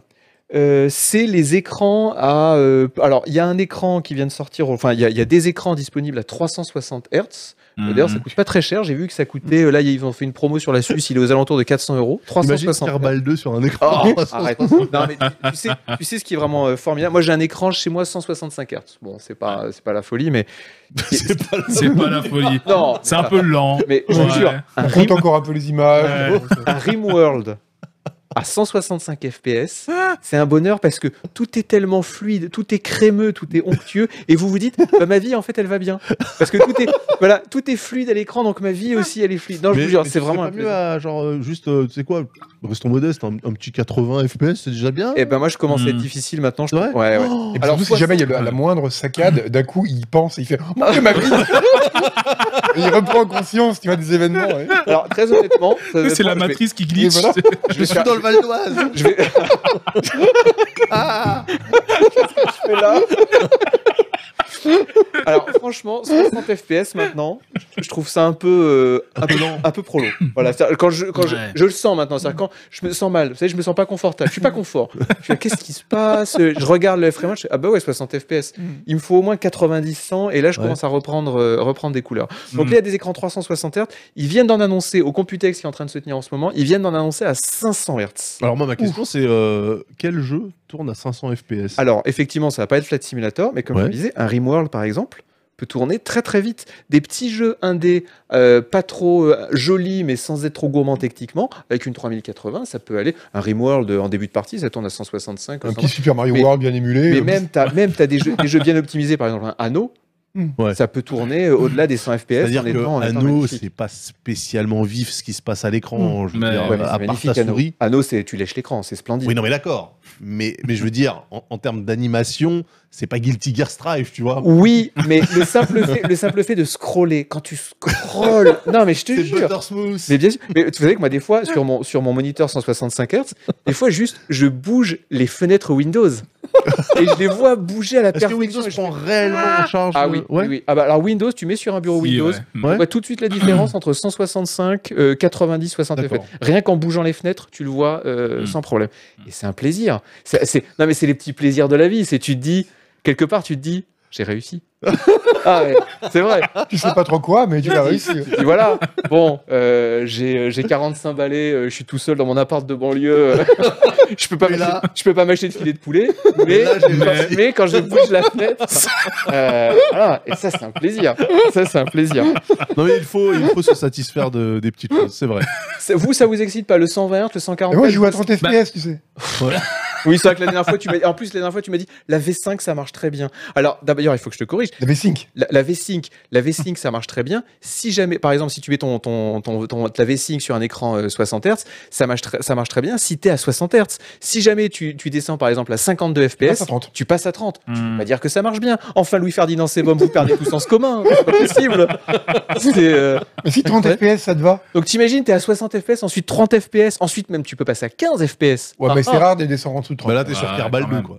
euh, c'est les écrans à. euh, alors, il y a un écran qui vient de sortir, enfin, il y, a- il y a des écrans disponibles à 360 Hz.
hum,
D'ailleurs, ça coûte pas très cher. J'ai vu que ça coûtait. euh, Là, ils ont fait une promo sur la Suisse, il est aux alentours de 400 euros.
Imagine
360
Carbal 2 sur un écran.
Oh,
[laughs]
arrête. [laughs] Non, mais tu, tu sais, tu sais ce qui est vraiment euh, formidable. Moi, j'ai un écran chez moi 165 Hz. Bon, c'est pas, c'est pas la folie, [laughs] mais.
C'est pas le
C'est pas la folie.
Non,
C'est un peu lent.
Mais je vous
Ouais.
jure, un,
On
Rim,
compte encore un peu les images.
un Rimworld à 165 FPS, c'est un bonheur parce que tout est tellement fluide, tout est crémeux, tout est onctueux, et vous vous dites, bah, ma vie en fait elle va bien, parce que [laughs] tout est, voilà, tout est fluide à l'écran, donc ma vie aussi elle est fluide. Non, je
Mais-
vous jure,
mais
c'est
tu
vraiment
serais
un
pas
plaisir.
mieux à, genre euh, juste, euh, tu sais quoi, restons modestes, un, un petit 80 FPS, c'est déjà bien.
Et ben moi je commence à être
Hmm.
difficile maintenant. Je...
C'est vrai
ouais, ouais. [laughs]
Oh,
Et puis
Alors,
surtout,
soit-
si jamais il y a le- la moindre saccade, d'un coup, il pense et il fait « Mon Dieu, ma vie !» Et Il reprend conscience, tu vois, des événements. ouais.
Alors très honnêtement, très
C'est
honnêtement,
la
je vais-
matrice qui glitch.
Et voilà.
Je vais
Je suis
faire-
dans le Val d'Oise.
[laughs] je vais-
Ah
je fais là. Alors franchement, 60 FPS maintenant, je trouve ça un peu euh, un, peu un peu prolo. Voilà, c'est-à-dire, quand je quand je,
Ouais.
je le sens maintenant, c'est quand je me sens mal, vous savez, je me sens pas confortable, je suis pas confort. Je fais, qu'est-ce qui se passe Je regarde le frame rate, je fais, ah bah ouais, 60 FPS. Il me faut au moins 90 100 et là je
Ouais.
commence à reprendre euh, reprendre des couleurs. Donc là, il y a des écrans 360 Hz, ils viennent d'en annoncer au Computex qui est en train de se tenir en ce moment, ils viennent d'en annoncer à 500 Hz.
Alors moi ma question c'est euh, quel jeu tourne à 500 FPS
Alors, effectivement, ça va pas être Flat Simulator, mais comme je
Ouais.
le disais, un Rimworld, par exemple, peut tourner très très vite. Des petits jeux indés, euh, pas trop euh, jolis, mais sans être trop gourmand techniquement, avec une 3080, ça peut aller. Un Rimworld, euh, en début de partie, ça tourne à 165.
Un
120.
petit Super Mario
Mais-
World bien émulé.
Mais
euh,
même, t'as même as des, jeux, des jeux bien optimisés, par exemple un Anno,
Ouais.
ça peut tourner euh, au-delà des 100 FPS.
Hmm. C'est-à-dire
en étant- en
que
étant
Anno
magnifique.
c'est pas spécialement vif ce qui se passe à l'écran, je veux
Mais-
dire,
Ouais, Hmm. mais
à
c'est
part
magnifique,
ta
Anno.
souris.
Anno, c'est tu lèches l'écran, c'est splendide.
Oui non mais d'accord, mais, mais je veux dire en, en termes d'animation c'est pas Guilty Gear Strive tu vois.
Oui, mais le simple, fait, le simple fait de scroller, quand tu scrolles. Non, mais je te
C'est
jure.
Butter Smooth.
Mais bien sûr, mais vous savez que moi, des fois, sur mon, sur mon moniteur 165 Hz, des fois, juste, je bouge les fenêtres Windows. Et je les vois bouger à la
Est-ce que
perfection.
Windows
et je-
prend réellement en charge
Ah
le-
oui,
ouais
oui, oui. Ah bah, alors Windows, tu mets sur un bureau Windows, on
Mm.
Ouais.
voit tout de suite la différence entre 165, euh, 90, 60 FPS.
D'accord. Hmm.
Rien qu'en bougeant les fenêtres, tu le vois euh,
Mm.
sans problème.
Mm.
Et c'est un plaisir. C'est- c'est- non, mais c'est les petits plaisirs de la vie. C'est tu te dis, quelque part, tu te dis, j'ai
[laughs]
réussi. ah ouais, c'est vrai.
Tu sais pas trop quoi, mais tu l'as réussi.
Tu dis, voilà, bon, euh, j'ai euh, j'ai 45 balais, euh, je suis tout seul dans mon appart de banlieue, euh, [laughs] je peux pas
Mais
m'acheter-
là-
je peux pas m'acheter de filet de poulet, mais,
Mais là, j'ai
quand,
réussi.
mais quand je bouge la fenêtre, euh, voilà, et ça c'est un plaisir, ça c'est un plaisir.
Non mais il faut, il faut se satisfaire de, des petites choses, c'est
[laughs]
vrai.
Ça- Vous, ça vous excite pas le 120 Hz, le 140
Et moi,
Hz?
je joue à 30 FPS, tu sais.
Oui, c'est vrai que la dernière fois, tu m'as en plus la dernière fois tu m'as dit la V5 ça marche très bien. Alors d'ailleurs, il faut que je te corrige.
La V-Sync.
La, la V-Sync, la V-Sync, ça marche très bien. Si jamais, par exemple, si tu mets ton, ton, ton, ton- ta V-Sync sur un écran euh, 60 Hz, ça marche, tr- ça marche très bien si tu es à 60 Hz. Si jamais tu, tu descends, par exemple, à 52 FPS, [laughs]
à 30.
tu passes à 30. On
Hmm.
va dire que ça marche bien. Enfin, Louis-Ferdinand Sebum, vous perdez tout sens commun. hein. C'est pas possible. C'est, euh,
Mais si 30
Ouais.
FPS, ça te va
Donc, t'imagines, t'es à 60 FPS, ensuite 30 FPS, ensuite même tu peux passer à 15 FPS.
Ouais,
Ah,
mais c'est
ah.
rare de descendre en dessous de 30.
Bah là t'es sur
Ouais,
Kerbal
quand
2
même.
quoi.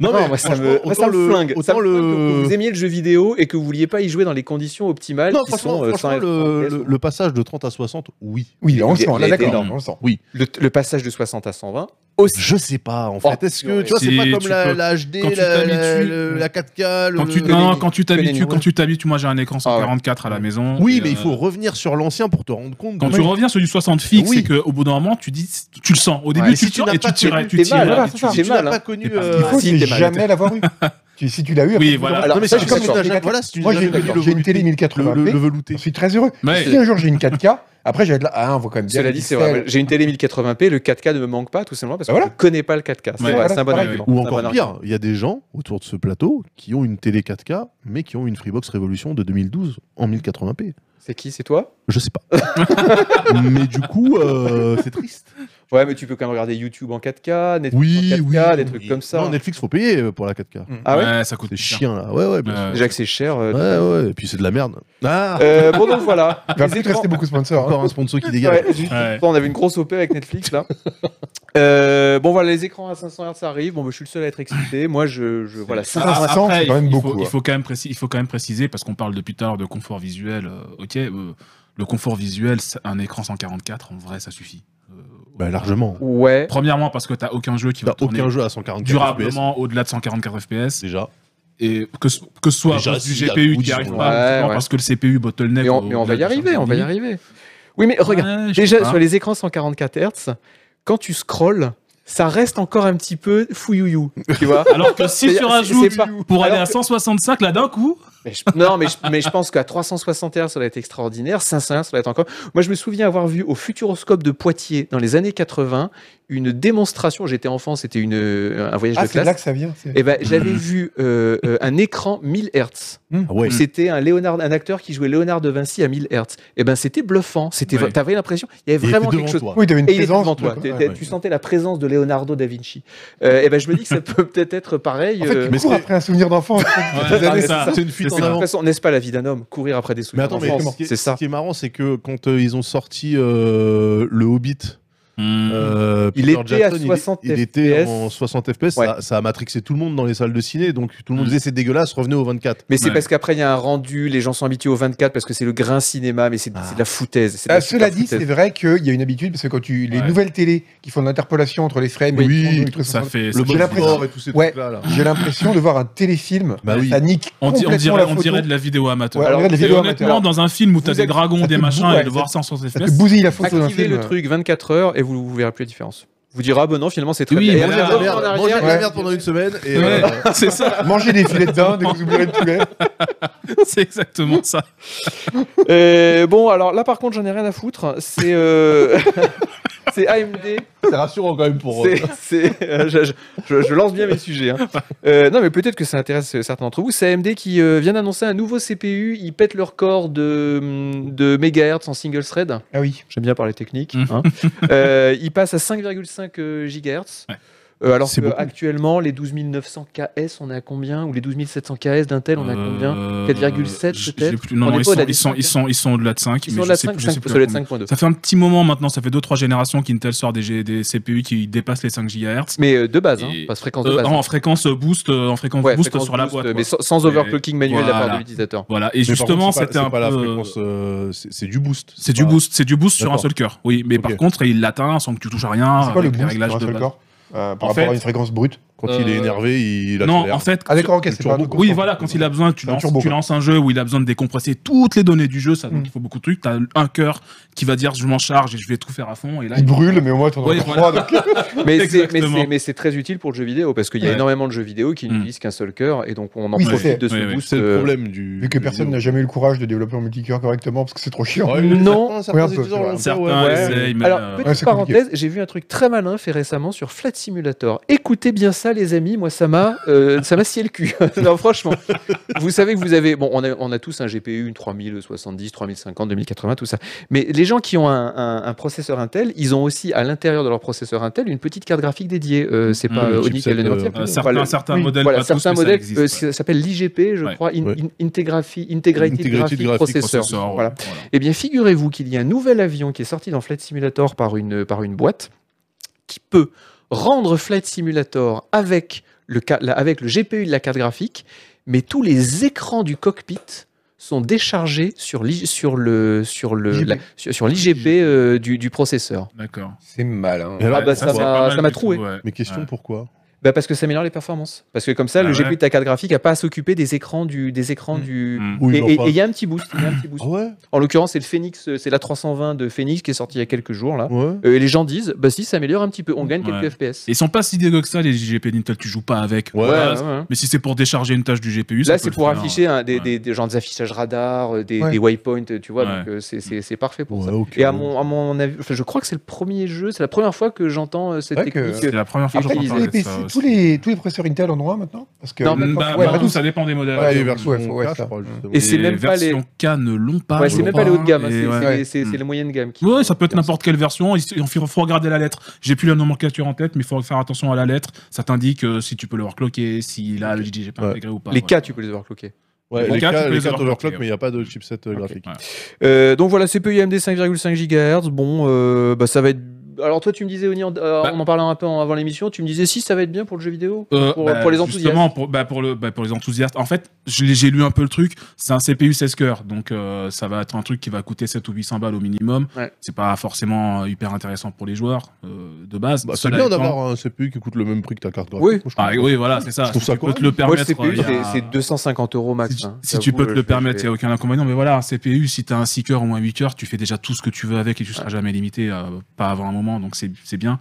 Non, moi, ça me,
franchement,
moi, ça me
autant le-
flingue. Ça
autant
me flingue que
le-
vous aimiez le jeu vidéo et que vous vouliez pas y jouer dans les conditions optimales
Non,
qui
franchement,
sont euh,
franchement,
100
le,
FPS.
le- le passage de 30 à 60, oui.
Oui, on le
Il-
sent,
il
là,
a été
d'accord,
énorme.
on le sent.
le, le passage de 60 à 120.
Je sais pas, en fait.
Oh,
Est-ce que,
purée.
tu vois, c'est
Si,
pas
tu
comme la,
peux-
la HD,
quand tu
la, la,
t'habitues-
le- la 4K, le...
Quand tu
le-
non,
Denis.
quand tu
Que
t'habitues,
Denis,
quand tu t'habitues, moi j'ai un écran
Ah ouais.
144 à la maison.
Oui,
et,
mais il
euh,
faut revenir sur l'ancien pour te rendre compte.
Quand
de-
tu reviens sur du 60 fixe,
Oui.
c'est qu'au bout d'un moment, tu dis, tu le sens. Au début,
Ouais,
tu
si
le
tu
sens
n'as
et
pas
tu tirais,
tenu,
tu
t'es
tirais,
mal,
et
voilà,
tu
c'est ça,
tirais.
Si
j'ai
tu
mal,
n'as
hein.
pas connu...
Et parce
euh,
Il faut
si,
ne
t'es malade.
jamais l'avoir eu. Tu- Si tu l'as eu, après,
Oui,
tu
voilà.
l'auras.
Alors,
Non, mais
ça,
si
je
tu
suis
n'as
d'accord.
jamais- voilà, si tu
Moi,
n'as
j'ai
jamais connu
j'ai une
le
télé
velouté- le-
1080p.
le- le velouté.
Je suis très heureux.
Mais-
Si un jour j'ai une 4K, après je vais être là, ah, on voit quand même bien.
Cela
les
dit, c'est
pixels.
vrai. J'ai une télé 1080p, le 4K ne me manque pas tout simplement parce que
Bah voilà.
je ne connais pas le 4K. C'est
Ouais,
vrai,
voilà,
c'est un bon
pareil.
argument. c'est
Ou
un bon
encore
argument.
pire, il y a des gens autour de ce plateau qui ont une télé 4K, mais qui ont une Freebox Révolution de 2012 en 1080p.
C'est qui C'est toi
Je
[laughs]
sais pas. mais du coup, euh, c'est triste.
Ouais, mais tu peux quand même regarder YouTube en 4K, Netflix
Oui,
en 4K,
oui.
des trucs comme ça.
Non, Netflix, faut payer pour la 4K.
Ah ouais,
Ouais, ça coûte
C'est
cher.
chiant, là. Ouais, ouais. bien
Euh,
Déjà que c'est cher. euh,
sûr. Ouais, ouais. Et puis c'est de la merde. Ah
Euh, bon, donc voilà.
[laughs] Il va
Les
plus te
écrans-
rester beaucoup de sponsors. hein.
Encore un sponsor qui dégage.
Ouais, juste-
Ouais.
On avait une grosse OP avec Netflix là. Euh, bon voilà, les écrans à 500 Hz ça arrive. Bon, bah, je suis le seul à être excité. Moi, je, je voilà.
Ah,
500,
après,
c'est quand même
il faut-
beaucoup,
Il
hein.
faut quand même préciser, il faut quand même préciser parce qu'on parle depuis tout à l'heure de confort visuel. euh, ok, euh, le confort visuel, c'est- un écran 144, en vrai, ça suffit. Euh,
Bah, largement.
Ouais.
Premièrement, parce que t'as aucun jeu qui va
T'as
tourner
aucun jeu à 144 FPS
durablement au-delà de 144 FPS.
déjà.
Et que, ce- que ce soit à
Déjà,
cause du
s'il y a
GPU
beaucoup
qui
de
arrive
jeux.
pas,
Ouais,
justement,
ouais.
parce que le CPU bottleneck.
Mais on,
au-
mais on va y
au-delà de
arriver, on va y
144,
arriver. Oui, mais regarde,
ouais, je sais
déjà
pas.
sur les écrans 144 Hz, quand tu scrolles, ça reste encore un petit peu fouillouyou, tu vois.
Alors que si
C'est-
tu
c'est-
rajoutes
c'est pas-
pour aller
alors
à 165 là d'un coup,
Mais je- non, mais je, mais je pense qu'à 360 Hz, ça doit être extraordinaire. 500 Hz, ça doit être encore. Moi, je me souviens avoir vu au Futuroscope de Poitiers, dans les années 80, une démonstration. J'étais enfant, c'était une, euh, un voyage
Ah,
de
c'est
classe.
là que ça vient. c'est-
Et ben, j'avais vu euh, euh, un écran 1000 Hz.
Ah ouais.
où C'était un, Léonard, un acteur qui jouait Léonard de Vinci à 1000 Hz. Et ben, c'était bluffant. C'était,
Ouais.
vra- T'avais l'impression, il y avait
Il
vraiment
était
quelque
devant
chose.
toi.
Oui, t'avais une
Et il était
présence.
devant toi.
quoi. Ah
T'es-
ouais.
Tu sentais la présence de Leonardo da Vinci. Euh, et ben, je me dis que ça peut peut-être être pareil.
En fait,
euh,
tu
mais
cours
c'est-
après un souvenir d'enfance.
Ouais,
années,
c'est ça.
c'est une fuite
C'est
de
ça.
en
toute
avant.
façon, n'est-ce pas la vie d'un homme Courir après des
Mais
souvenirs
attends, mais
d'enfance.
ce qui est,
C'est ça.
ce qui est marrant, c'est que quand euh, ils ont sorti euh, le Hobbit,
Hmm.
euh,
Il
Peter
était à
Jackson,
60
il, il était
FPS.
en 60 FPS.
Ouais.
Ça, ça a matrixé tout le monde dans les salles de ciné, donc tout le monde
Mm.
disait c'est dégueulasse, revenez au 24.
Mais c'est
Ouais.
parce qu'après, il y a un rendu, les gens sont habitués au 24 parce que c'est le grain cinéma, mais c'est c'est de la foutaise. c'est de la
Ah, cela
super
dit, c'est
foutaise.
vrai qu'il y a une habitude, parce que quand tu les
Ouais.
nouvelles télés qui font de l'interpolation entre les frames,
Oui,
et les secondes, les
ça
360,
fait.
Le
ça fait-
j'ai
mode
l'impression-
sport et tous ces
Ouais.
trucs-là. là.
j'ai l'impression de voir un téléfilm.
Bah oui.
Ça nique
on, di- on
complètement
dirait,
la
on
photo.
dirait de la vidéo amateur.
Ouais, alors, regarde les
Et
vidéos
honnêtement,
amateurs.
dans un film où t'as
Vous
des
êtes-
dragons, des
te
machins,
bourre,
et de
ouais,
voir ça en 160
Ça te
FPS.
bousille la photo d'un
Activez
film.
le truc 24 heures et vous vous verrez plus la différence. Vous direz, ah ben non, finalement, c'est très
Oui,
bien. Et
voilà.
on revient
Mangez de la
en
merde,
arrière,
mangez de la
ouais.
merde pendant une semaine et
Ouais,
euh,
[laughs] c'est ça,
Manger des filets de dinde et vous oublierez le poulet.
c'est exactement ça.
Euh, bon, alors là, par contre, j'en ai rien à foutre. C'est euh, [laughs] c'est AMD.
c'est rassurant quand même
[laughs]
pour.
C'est- c'est- euh, je, je- je lance bien mes sujets. hein. Euh, non, mais peut-être que ça intéresse euh, certains d'entre vous. C'est AMD qui euh, vient d'annoncer un nouveau CPU. Ils pètent leur corps de, hum, de mégahertz en single thread.
Ah oui.
J'aime bien parler technique.
Mhm. [laughs]
Hein. Euh, ils passent à 5,5 euh, gigahertz.
Ouais.
Euh, alors
C'est
que,
beaucoup.
actuellement, les 12 900 KS, on est à combien Ou les 12 700 KS d'Intel, on est à
Euh,
combien 4,7
je- je
peut-être
sais plus. Non,
On
non,
est
ils
pas au-delà
sont,
des
ils, sont,
cinq,
ils, sont, ils sont au-delà de 5.
Ils sont là 5, 5, ça doit être 5.2.
Ça fait un petit moment maintenant, ça fait 2-3 générations qu'Intel sort des, G- des CPU qui dépassent les 5 GHz.
Mais euh, de base, hein,
Et-
pas de fréquence de base.
en fréquence boost, euh, en fréquence
Ouais,
boost
fréquence
sur la
boost,
boîte.
Mais
quoi.
sans, sans
Et-
overclocking manuel de la part
Voilà.
de l'utilisateur.
Voilà, et
Mais par
justement,
contre, c'est pas-
c'était
c'est
un
pas la
peu-
fréquence, euh, c'est c'est du boost.
C'est du
pas-
boost, c'est du boost sur un
D'accord.
seul cœur. Oui, mais par
Ok.
contre, il l'atteint sans que tu touches à rien.
C'est quoi le
Ah, avec les
boost
réglages
sur un
de
seul
base.
corps Euh, Par
En
rapport à
fait-
une fréquence brute.
Quand il est
Euh,
énervé, il a.
Non, en fait,
Ah d'accord, ok, c'est pas
turbo,
un-
Oui, voilà, quand il a besoin, tu
C'est un
lances,
turbo,
tu
quoi.
lances un jeu où il a besoin de décompresser toutes les données du jeu, ça donc
Mm.
il faut beaucoup de trucs. T'as un cœur qui va dire je m'en charge et je vais tout faire à fond. Et là,
Il brûle, mais au moins, t'en
Ouais,
as
voilà.
trois. donc-
Mais c'est-
[laughs]
mais
Exactement.
c'est mais c'est très utile pour le jeu vidéo parce qu'il y a
Ouais.
énormément de jeux vidéo qui
Mm.
n'utilisent qu'un seul cœur et donc on en
Oui, c'est
profite de ce
vrai. Oui, oui.
boost.
C'est le
euh,
problème du.
Vu que
du
personne
vidéo.
n'a jamais eu le courage de développer un multicœur correctement, parce que c'est trop chiant.
Ouais, mais
Non.
Ouais,
certains- certains
un peu,
étudiants
ouais.
l'ont fait,
certains
ouais, ouais.
essayent, mais
Alors,
euh,
petite
Ouais, c'est compliqué.
parenthèse, j'ai vu un truc très malin fait récemment sur Flat Simulator. Écoutez bien ça, les amis. Moi, ça m'a, euh, ça m'a scié le cul. [laughs] non, franchement. Vous savez que vous avez, bon, on a, on a tous un GPU, une 3070, 3050, 2080, tout ça. Mais les gens qui ont un, un- un processeur Intel, ils ont aussi à l'intérieur de leur processeur Intel une petite carte graphique dédiée. Euh, c'est
Mm,
pas
le
euh, Onyx
chipset,
Galliano
euh,
Martin,
euh,
enfin,
certains,
le-
certains
oui,
modèles,
voilà,
pas
certains
tous, mais
modèles,
ça
euh,
existe, ouais.
ça s'appelle l'IGP, je
Ouais.
crois, in-
Ouais.
in- Integraphi- Integrated,
Integrated
Graphic,
Graphic
Processor.
Processeur, ouais,
Voilà. Eh bien, figurez-vous qu'il y a un nouvel avion qui est sorti dans Flight Simulator par une, par une boîte qui peut rendre Flight Simulator avec le, ca- la- avec le GPU de la carte graphique, mais tous les écrans du cockpit sont déchargés sur l'I- sur le sur le
IGP.
la- sur, sur l'IGP euh, du, du processeur.
D'accord.
C'est malin.
Mais alors,
Ah bah, ça
c'est
m'a-
pas mal
ça m'a
du tout,
troué.
ouais.
Mais question
Ouais.
pourquoi
Bah parce que ça améliore les performances. Parce que comme ça,
Ah
le
ouais.
GPU de ta carte graphique n'a pas à s'occuper des écrans du des écrans
Mm.
du
Mm.
Oui,
et
mais
et-
enfin-
et il y a un petit boost. il y a un petit boost.
Ah ouais
En l'occurrence, c'est le Phoenix, euh, c'est la 320 de Phoenix qui est sortie il y a quelques jours là.
Ouais.
Euh, et les gens disent, bah si, ça améliore un petit peu, on gagne
Ouais.
quelques FPS.
Ils sont pas si dégueux que ça, les JGP d'Intel, tu joues pas avec.
Ouais,
Voilà.
Ouais, ouais, ouais.
Mais si c'est pour décharger une tâche du GPU, ça
Là,
peut
c'est
le
pour
faire.
afficher hein, des,
Ouais.
des, des genres d'affichage radar, euh, des,
Ouais.
des waypoints, tu vois,
Ouais.
donc euh, c'est- c'est c'est parfait pour
Ouais,
ça.
ok.
Et à mon, à mon avis, enfin, je crois que c'est le premier jeu, c'est la première fois que j'entends euh, cette
Ouais, que-
technique.
C'est la première fois que
Et
j'entends
ils-
parler
les
de
PC,
ça.
tous, les, tous les processeurs Intel en ont un maintenant Parce que.
Non,
Mm, bah,
ouais,
bah,
pas
tout,
tous.
ça dépend des modèles.
Ouais,
les
les
versions
versions, ouais,
K, je
ça.
crois, justement.
Et c'est même pas les-
versions K ne l'ont pas.
ouais,
je
c'est même
crois,
pas les hauts de gamme, hein,
et
c'est
ouais.
c'est- c'est-
Mm.
c'est le moyen de gamme. Qui
Ouais, ça peut être n'importe quelle version. Il s- Il faut faut regarder la lettre. J'ai plus la nomenclature en tête, mais il faut faire attention à la lettre. Ça t'indique euh, si tu peux le overclocker, si là, le JDG pas
Ouais.
intégré ou pas.
Les
ouais.
cas, tu peux les avoir cloqués.
Ouais,
Bon,
les
quatre,
cas-
tu peux
les
les
cartes
avoir
overclock,
cloquées,
mais il n'y a pas de chipset euh, graphique.
Ouais.
Euh, donc voilà, CPU AMD 5,5 GHz. Bon, euh, bah, ça va être alors toi, tu me disais, Oni, en, euh,
Bah.
on en parlait un peu en- avant l'émission, tu me disais si ça va être bien pour le jeu vidéo.
Euh,
Pour- pour les enthousiastes.
Justement, pour, bah, pour, le, bah, pour les enthousiastes. En fait, je l'ai- j'ai lu un peu le truc. C'est un CPU 16 cœurs, donc euh, ça va être un truc qui va coûter 7 ou 800 balles au minimum.
Ouais.
C'est pas forcément euh, hyper intéressant pour les joueurs euh, de base.
Bah, c'est
Cela
bien
étant-
d'avoir un CPU qui coûte le même prix que ta carte graphique.
Oui.
Moi, je
Ah,
trouve-
oui, voilà, c'est ça.
Je trouve
Si
ça
tu peux
correct.
te le
Moi, le
permettre.
CPU,
euh, il y
c'est
a-
c'est 250 euros max.
Si,
hein.
si tu peux
J'avoue,
te le
je-
permettre, il
je-
n'y a aucun inconvénient. Mais voilà, un CPU, si tu as un 6 cœurs ou un 8 heures, tu fais déjà tout ce que tu veux avec et tu seras jamais limité, euh, pas avant un moment, donc c'est c'est bien.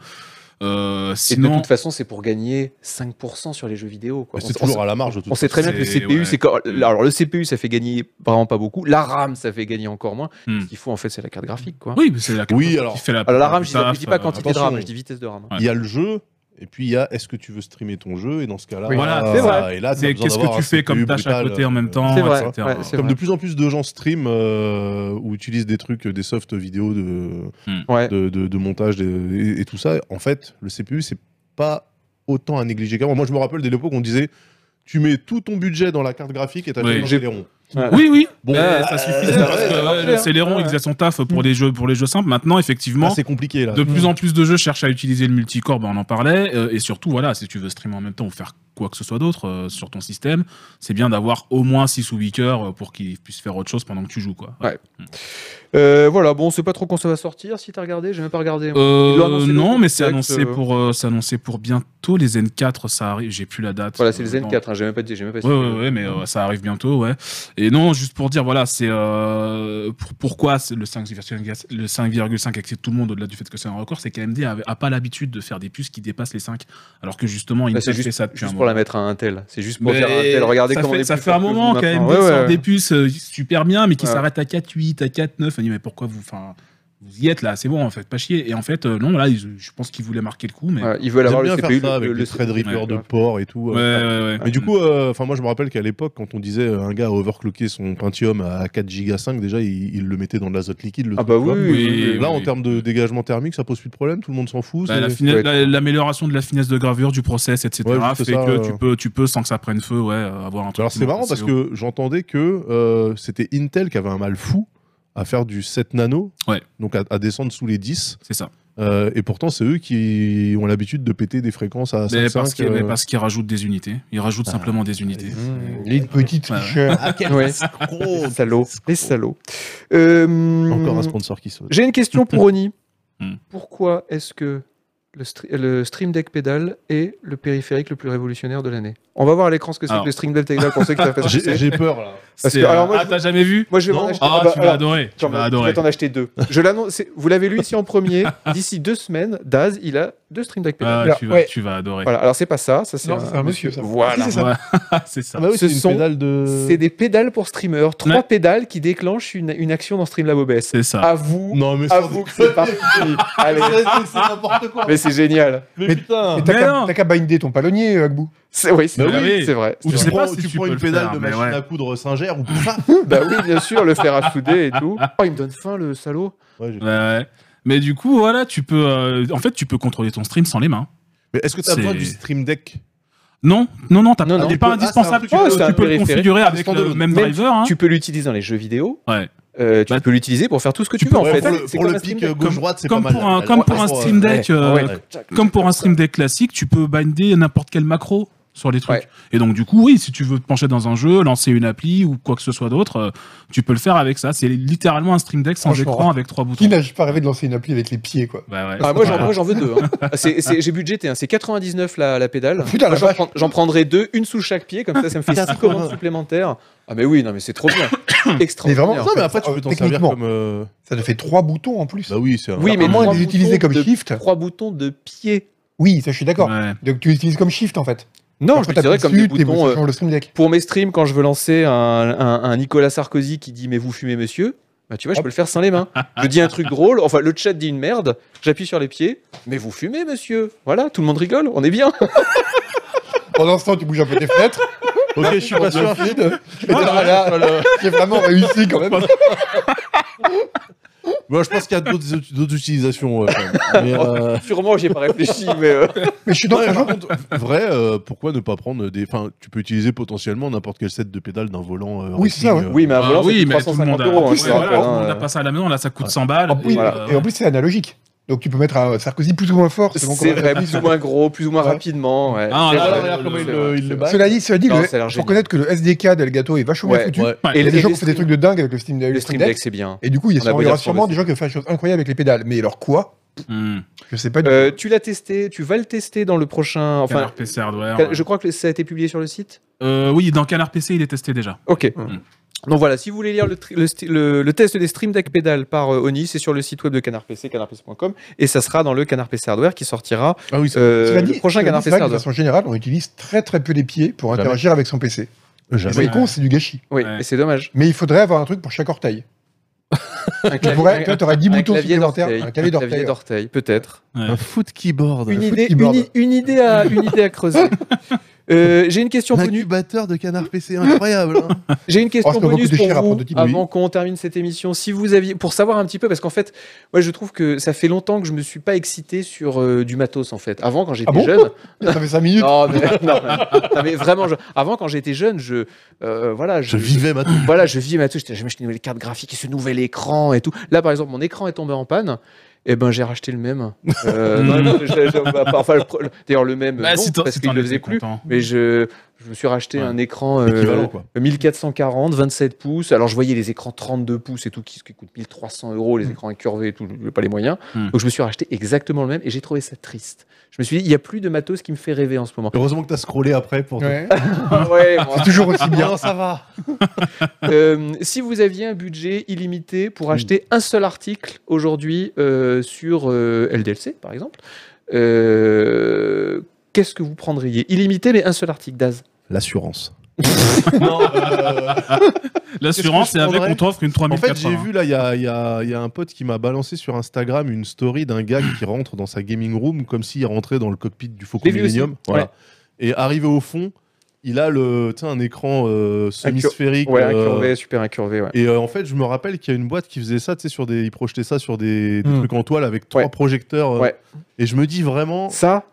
Euh,
Et
sinon,
de toute façon, c'est pour gagner 5% sur les jeux vidéo. Quoi.
Mais
On
C'est
s- on s-
toujours à la marge de tout.
On sait très bien que le
C'est-
CPU,
ouais.
c'est quand- alors le CPU, ça fait gagner vraiment pas beaucoup. La RAM, ça fait gagner encore moins.
Hmm.
Ce qu'il faut en fait, c'est la carte graphique, quoi.
oui, mais c'est la
Oui, alors-
qui fait la,
Alors la RAM, je dis,
taf,
je dis pas
euh,
quantité de
attention.
RAM, je dis vitesse de RAM. hein.
Ouais.
Il y a le jeu, et puis il y a est-ce que tu veux streamer ton jeu, et dans ce cas-là,
Oui,
voilà,
ah,
c'est vrai.
et là, t'as
C'est
besoin
qu'est-ce
d'avoir
que
un
tu fais comme
CPU
tâche à
brutal,
côté en même
euh,
temps,
C'est vrai,
etc.
ouais, c'est
Comme
vrai.
de plus en plus de gens stream euh, où utilisent des trucs, des softs vidéo de,
Ouais.
de, de- de montage de- et, et tout ça, en fait, le CPU, c'est pas autant à négliger qu'avant. Moi, je me rappelle des l'époque où on disait tu mets tout ton budget dans la carte graphique et t'as
Oui.
le Celeron.
Oui, oui.
Bon,
Eh,
euh,
ça suffisait
ça
parce
va,
que
ça
va
ouais,
faire.
le Celeron, il faisait son taf
Mm.
pour les jeux, pour les jeux simples. Maintenant,
là,
effectivement,
Ah, c'est compliqué là.
de plus en plus de jeux cherchent à utiliser le multicore. Ben, on en parlait. euh, et surtout, voilà, si tu veux streamer en même temps ou faire quoi que ce soit d'autre euh, sur ton système, c'est bien d'avoir au moins 6 ou 8 heures euh, pour qu'ils puissent faire autre chose pendant que tu joues, quoi.
Ouais. Euh, voilà, bon, on sait pas trop quand ça va sortir. Si t'as regardé, j'ai même pas regardé. moi. Ils l'ont annoncé
Euh,
dans
non,
le
mais c'est
direct,
annoncé
euh.
pour, euh, c'est annoncé pour bientôt les N4. Ça arrive. J'ai plus la date.
Voilà, c'est le
euh,
Zen
dans-
4, hein, j'ai même pas dit. j'ai même pas
Ouais,
cité.
ouais, ouais, mais euh, ça arrive bientôt, ouais. Et non, juste pour dire, voilà, c'est euh, pour- pourquoi c'est le 5,5 le 5,5 excite tout le monde au-delà du fait que c'est un record, c'est qu'AMD a, a pas l'habitude de faire des puces qui dépassent les 5, alors que justement,
Là,
Intel
Bah, c'est
fait
juste,
ça depuis
juste
un
pour la
moment.
mettre à un tel. C'est juste pour
Mais
faire un tel. Regardez
ça
comment
fait,
on est
ça
plus
fait un
fort que
moment
vous
qu'AMD
maintenant. Ouais,
sort
ouais.
des puces euh, super bien, mais qui
Ouais.
s'arrête à 4,8, à 4,9. On dit, mais pourquoi vous, enfin, vous y êtes là, c'est bon, en fait, pas chier. Et en fait, euh, non, là, ils- je pense qu'ils voulaient marquer le coup, mais.
Ouais, ils veulent
J'aime
avoir
bien
le
faire
CPU,
ça
le,
avec
le-
le
le
threadripper
ouais,
de
ouais.
port et tout.
Ouais,
euh,
ouais, ouais.
Mais du coup, euh, enfin moi je me rappelle qu'à l'époque, quand on disait euh, un gars a overclocké son Pentium à 4 Go 5, déjà il, il le mettait dans de l'azote liquide. Le
Ah
truc,
bah
tu
oui,
vois.
oui,
Oui,
oui, oui.
Là, en
oui.
termes de dégagement thermique, ça pose plus de problème, tout le monde s'en fout.
Bah,
c'est-
la finesse-
Ouais.
la- L'amélioration de la finesse de gravure du process, etc.,
Ouais, juste
fait
ça,
que
euh.
tu, peux, tu peux, sans que ça prenne feu, ouais, euh, avoir un truc.
Alors
qui
c'est
monte
marrant
assez
parce
haut.
que j'entendais que euh, c'était Intel qui avait un mal fou à faire du 7 nano,
Ouais.
donc à, à descendre sous les 10.
C'est ça.
euh, et pourtant, c'est eux qui ont l'habitude de péter des fréquences à
Mais
5.5,
parce qu'ils
euh,
mais parce qu'ils rajoutent des unités. Ils rajoutent simplement des unités.
Les petites
Ouais, ouais.
tricheurs.
[laughs] Ouais. Les
[laughs]
salauds. Les salauds. Euh,
Encore un sponsor qui saute.
J'ai une question pour Oni.
[laughs] Hmm.
Pourquoi est-ce que le, stre- le Stream Deck Pedal est le périphérique le plus révolutionnaire de l'année On va voir à l'écran ce que c'est
Alors.
que le Stream Deck Pedal pour ceux qui savent
[laughs]
pas ce que
J'ai
c'est.
j'ai peur là.
Parce
C'est,
que- alors
euh,
moi,
ah,
je-
t'as jamais vu
Moi, je vais
Non.
m'en acheter.
Ah,
bah,
tu vas
alors,
adorer. Tu
attends,
vas
je
adorer.
vais t'en acheter deux. Je l'annonce. c'est- Vous l'avez lu ici en premier. D'ici deux semaines, Daz, il a deux Stream Deck Pedal.
Ah,
Alors,
tu, vas,
ouais.
tu vas adorer.
Voilà. Alors c'est pas ça. Ça c'est
bah,
Non, ça, c'est un monsieur, ça.
Voilà.
Si, c'est ça.
Ouais. [laughs] c'est ça.
Ah bah oui,
Ce
c'est une
sont-
pédale de.
C'est des pédales pour streamers. Trois
Ouais.
pédales qui déclenchent une, une action dans Streamlab OBS.
C'est ça.
À vous.
Non mais
À
ça- [laughs]
vous que c'est parti. Allez.
c'est c'est n'importe quoi.
Mais c'est génial.
[laughs] Mais,
Mais-
putain.
Et t'as
Mais non.
qu'à- t'as qu'à binder ton palonnier, euh, Agbou.
C'est- Oui, c'est
Bah
vrai.
oui.
C'est vrai.
Ou
Je
tu,
sais
prends,
pas si
tu
tu
prends
peux
une
le
pédale
faire,
de
mais
machine
ouais.
à coudre Singer ou
[laughs]
paf.
Bah oui, bien sûr, le fer à souder et tout. Oh, il me donne faim, le salaud.
Ouais, j'ai-
Ouais, ouais. Mais du coup, voilà, tu peux. euh, en fait, tu peux contrôler ton stream sans les mains.
Mais est-ce que t'as
C'est-
besoin du Stream Deck
Non, non, non, t'as
Non,
pas-
non.
t'es pas
Ah, c'est un
indispensable.
truc-
tu peux,
Ouais, c'est un
tu peux le
périphérique.
configurer avec
Standalone.
le même
Même
driver. hein.
Tu peux l'utiliser dans les jeux vidéo.
Ouais.
euh, tu
Bah,
peux l'utiliser pour faire tout ce que tu,
tu
veux, en
Ouais,
fait.
Pour le,
C'est
pour
comme
le
un Steam
pic
Deck.
Comme-
gauche droite, c'est
comme
pas mal.
pour un-
Elle
comme
droite,
pour un
euh,
Steam Deck, euh,
ouais.
Ouais.
Comme pour un stream deck classique, tu peux binder n'importe quel macro sur les trucs.
Ouais.
Et donc, du coup, oui, si tu veux te pencher dans un jeu, lancer une appli ou quoi que ce soit d'autre, euh, tu peux le faire avec ça. C'est littéralement un stream deck sans
Franchement,
écran avec trois boutons.
Qui n'a pas rêvé de lancer une appli avec les pieds, quoi
Bah ouais.
Ah, moi, j'en,
Voilà.
moi, j'en veux deux. hein. Ah, c'est- c'est- j'ai budgété, hein. c'est 99 la, la pédale.
Ah, Putain, la
Moi, j'en,
vache. Ah,
prends- j'en prendrai deux, une sous chaque pied, comme ça, ça me fait six commandes supplémentaires. Ah, mais oui, non, mais c'est trop bien.
[coughs] Mais vraiment,
Extraordinaire.
Non, mais après, tu
Euh,
peux t'en servir
techniquement.
comme. euh,
Ça te fait trois boutons en plus.
Bah oui, c'est un.
Oui, mais
à moins
trois
de les utiliser
boutons
comme
de-
shift.
Trois boutons de pied.
Oui, ça je suis d'accord.
Ouais.
Donc tu l'utilises comme shift en fait.
Non,
Après,
je dirais
t'appuies
comme des
dessus, t'es-
boutons.
ça
euh,
change le stream deck.
pour mes streams, quand je veux lancer un, un- un Nicolas Sarkozy qui dit Mais vous fumez, monsieur bah, tu vois, je peux le faire sans les mains. Je dis un truc drôle, enfin le chat dit une merde, j'appuie sur les pieds, mais vous fumez, monsieur. Voilà, tout le monde rigole, on est bien.
Pendant l'instant, tu bouges un peu tes fenêtres.
[laughs]
Ok, je
Bah,
suis pas sûr.
Ah,
Et t'as- là, J'ai vraiment réussi quand même.
Moi, je pense qu'il y a d'autres d'autres utilisations. euh, quand même. Mais, euh,
Sûrement, j'y ai pas réfléchi, mais. euh,
Mais je suis dans
non, mais
un
par
genre.
contre, vrai, euh, pourquoi ne pas prendre des. Enfin, tu peux utiliser potentiellement n'importe quel set de pédales d'un volant. euh,
Oui,
racing,
c'est ça, ouais.
euh,
Oui, mais un
Ah
volant,
oui,
c'est
mais tout le
350
monde a,
euros.
en
hein,
plus,
je
voilà,
rappelle,
tout le monde
hein.
a pas ça à la maison, on a ça coûte 100 balles.
En plus-
et, euh,
Et en plus, c'est analogique. Donc tu peux mettre un Sarkozy plus ou moins fort. selon
C'est
comment-
vrai, plus ou moins gros, plus ou moins
Ouais.
rapidement. ouais.
Ah,
C'est
là,
vrai,
là, regarde
c'est
comment
vrai,
il
c'est
le-
vrai,
il
c'est
le
vrai.
bat.
Cela dit, cela dit,
Non,
le-
ça a l'air
faut
génial.
reconnaître que le SDK d'Elgato est vachement bien
Ouais,
foutu.
euh, Ouais.
Il y a
Et
des gens
les
qui font des
stream-
trucs de dingue avec le Steam, le
Le
Stream
Stream
Deck.
Deck, c'est bien.
Et du coup, il y
On
a
a
sûrement-
beau
il y aura
dire sur le
sûrement des gens qui vont faire des choses incroyables avec les pédales. Mais alors quoi
Hmm.
Je sais pas du
Euh,
tout.
tu l'as testé, tu vas le tester dans le prochain. Enfin,
Canard PC Hardware.
cal- je crois que ça a été publié sur le site.
Euh, oui, dans Canard PC, il est testé déjà.
Ok.
Mm.
Donc voilà, si vous voulez lire le, tri- le sti- le- le test des Stream Deck pédales par euh, Oni, c'est sur le site web de Canard PC, canardpc.com, et ça sera dans le Canard PC Hardware qui sortira
Ah oui, c'est-
euh,
Cela dit,
le prochain
cela
Canard
dit,
PC
c'est vrai que de
Hardware.
façon générale, on utilise très très peu les pieds pour
Jamais.
interagir avec son PC. Et
jamais.
C'est con, c'est du gâchis.
Oui,
Ouais.
et c'est dommage.
Mais il faudrait avoir un truc pour chaque orteil.
Un
Tu
clavier-
pourrais- toi, t'aurais 10
un
boutons
clavier
supplémentaires,
d'orteil,
un clavier d'orteil.
d'orteil, peut-être.
Ouais.
Un foot keyboard.
Une
foot
idée, une,
keyboard.
i- une idée à, une idée à
[laughs]
creuser. Euh, J'ai une question bonus.
L'incubateur de Canard PC, incroyable. hein.
J'ai une
Oh,
question
ça va beaucoup
bonus
de
pour
chier à
vous
prototype, oui.
avant qu'on termine cette émission. Si vous aviez, pour savoir un petit peu, parce qu'en fait, moi je trouve que ça fait longtemps que je me suis pas excité sur euh, du matos en fait. Avant quand j'étais
Ah bon
jeune,
Ça fait 5 minutes.
non, mais, [laughs] non, non, mais vraiment, je- avant quand j'étais jeune, je euh, voilà,
[laughs] Je vivais maintenant.
voilà, je vivais ma touche. J'ai acheté une nouvelle carte graphique et ce nouvel écran et tout. Là, par exemple, mon écran est tombé en panne. Et ben, j'ai racheté le même.
[laughs]
Euh, non, non, je- je- bah, enfin, le pro- d'ailleurs, le même,
Bah,
non,
si t'en-
parce
si
qu'il
t'en
le
étais
faisait plus.
content.
Mais je, je me suis racheté
Ouais.
un écran euh,
Équivalent, quoi.
1440, 27 pouces. Alors, je voyais les écrans 32 pouces et tout qui, qui coûtent 1300 euros, les écrans incurvés et tout, je n'ai pas les moyens.
Mm.
Donc, je me suis racheté exactement le même et j'ai trouvé ça triste. Je me suis dit, il n'y a plus de matos qui me fait rêver en ce moment.
Heureusement que t'as scrollé après pour. te-
Ouais.
[laughs] Ouais, moi.
C'est toujours aussi bien.
Non, ça va.
Euh, si vous aviez un budget illimité pour acheter un seul article aujourd'hui euh, sur euh, LDLC, par exemple, euh, qu'est-ce que vous prendriez Illimité, mais un seul article, Daz.
[laughs] L'assurance. euh,
L'assurance,
Qu'est-ce
c'est
que je
avec
prendrais
on t'offre une
En
3080.
fait, j'ai
hein.
vu là, il y a, il y a- il y a un pote qui m'a balancé sur Instagram une story d'un gars qui rentre dans sa gaming room comme s'il rentrait dans le cockpit du Faucon
J'ai vu aussi,
Millennium. Voilà. Et arrivé au fond, il a le, tu sais, un écran euh, semi-sphérique.
Ouais,
euh,
incurvé, super incurvé, ouais.
et euh, en fait, je me rappelle qu'il y a une boîte qui faisait ça, tu sais, sur des, ils projetaient ça sur des, des
Hmm.
trucs en toile avec trois
Ouais.
projecteurs. euh,
Ouais.
Et je me dis vraiment,
Ça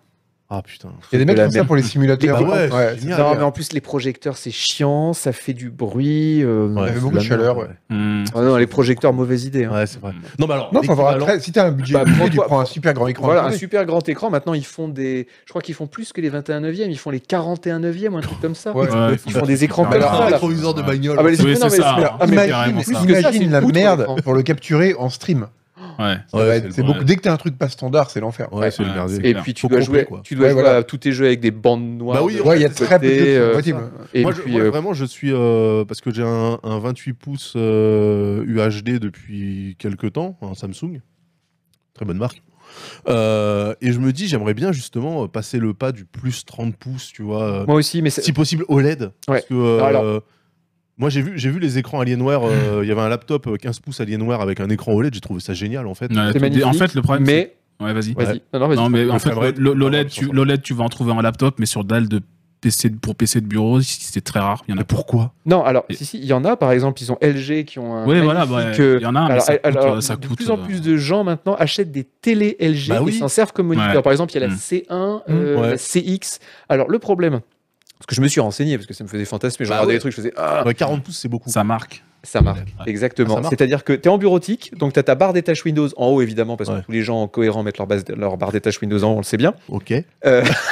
ah putain.
Il y a des
de
mecs qui
la
font ça
merde.
pour les simulateurs.
Bah ouais, c'est
c'est
génial.
ça.
Non, mais en plus, les projecteurs, c'est chiant, ça fait du bruit. euh,
Ouais,
avait
c'est
beaucoup
la
de chaleur,
merde,
Hmm.
ah non, les projecteurs, mauvaise idée. hein.
Ouais, c'est vrai. Non, mais alors,
Non, faut avoir un
l'équivalent-
très- si t'as un budget,
Bah,
limité, tu
prends-toi-
prends un super grand écran.
Voilà, un
incurvé.
super grand écran. Maintenant, ils font des. Je crois qu'ils font plus que les 21 neuvième, ils font les 41 neuvième ou un truc comme ça.
Ouais.
Ouais,
Ils font des écrans
Ah,
comme
alors,
ça. là.
rétroviseur de
Ouais.
bagnole.
Ah, bah, les-
Oui,
non,
c'est
mais-
ça.
mais-
Ah, mais
imagine,
carrément ça.
plus que ça, c'est
imagine
une
la
poutre,
merde
l'écran.
pour le capturer en stream.
Ouais.
Ça
Ouais,
va
c'est
être- c'est
le
beaucoup-
bordel.
Dès que t'as un truc pas standard, c'est l'enfer.
Ouais, c'est
Ouais,
le merdier.
c'est
Et
clair.
puis tu
Faut
dois,
compter,
jouer,
quoi.
tu dois
Ouais,
jouer
voilà.
à tous tes jeux avec des bandes noires.
Bah oui,
de
ouais,
Ouais, il y a
tous
très peu de
côtés,
trucs
euh,
compatibles.
Et
moi, je-
puis,
moi,
euh,
vraiment, je suis. euh, parce que j'ai un, un 28 pouces euh, UHD depuis quelques temps, un Samsung. Très bonne marque. Euh, et je me dis, j'aimerais bien justement euh, passer le pas du plus 30 pouces, tu vois. euh,
moi aussi, mais c'est-
si possible, OLED. Parce
Ouais. Ah,
que. euh,
Alors-
moi, j'ai vu, j'ai vu les écrans Alienware. euh, Il y avait un laptop euh, 15 pouces Alienware avec un écran OLED. J'ai trouvé ça génial, en fait.
Ouais, tout-
magnifique,
En fait, le problème, c'est-
mais
Ouais, vas-y.
vas-y. Non, non, vas-y.
Non, mais en
Le
fait,
framerate,
le- l'OLED,
pas
tu,
grave,
l'OLED, tu vas en trouver en laptop, mais sur dalle de PC de- pour PC de bureau, si c'est très rare. Il y en a
Mais pourquoi
Non, alors,
Et-
si, si, il y en a, par exemple, ils ont LG qui ont un.
Oui, voilà,
magnifique,
bah,
euh,
il y en a, mais
alors,
ça coûte,
alors,
euh, ça
de
coûte,
plus en
euh,
plus de gens maintenant achètent des télé LG
Bah oui.
et s'en servent comme moniteur.
Ouais.
Par exemple, il y a la
Mm.
C1, euh,
Ouais.
la CX. Alors, le problème, parce que je me suis renseigné, parce que ça me faisait fantasmer, je
Bah
regardais
ouais.
les trucs, je faisais Ah,
Ouais, 40 pouces, c'est beaucoup.
Ça marque.
Ça marque,
Ouais.
exactement.
Ah, ça marque.
C'est-à-dire que tu es en bureautique, donc tu as ta barre des tâches Windows en haut, évidemment, parce que
Ouais.
tous les gens cohérents mettent leur, base- leur barre des tâches Windows en haut, on le sait bien.
Ok.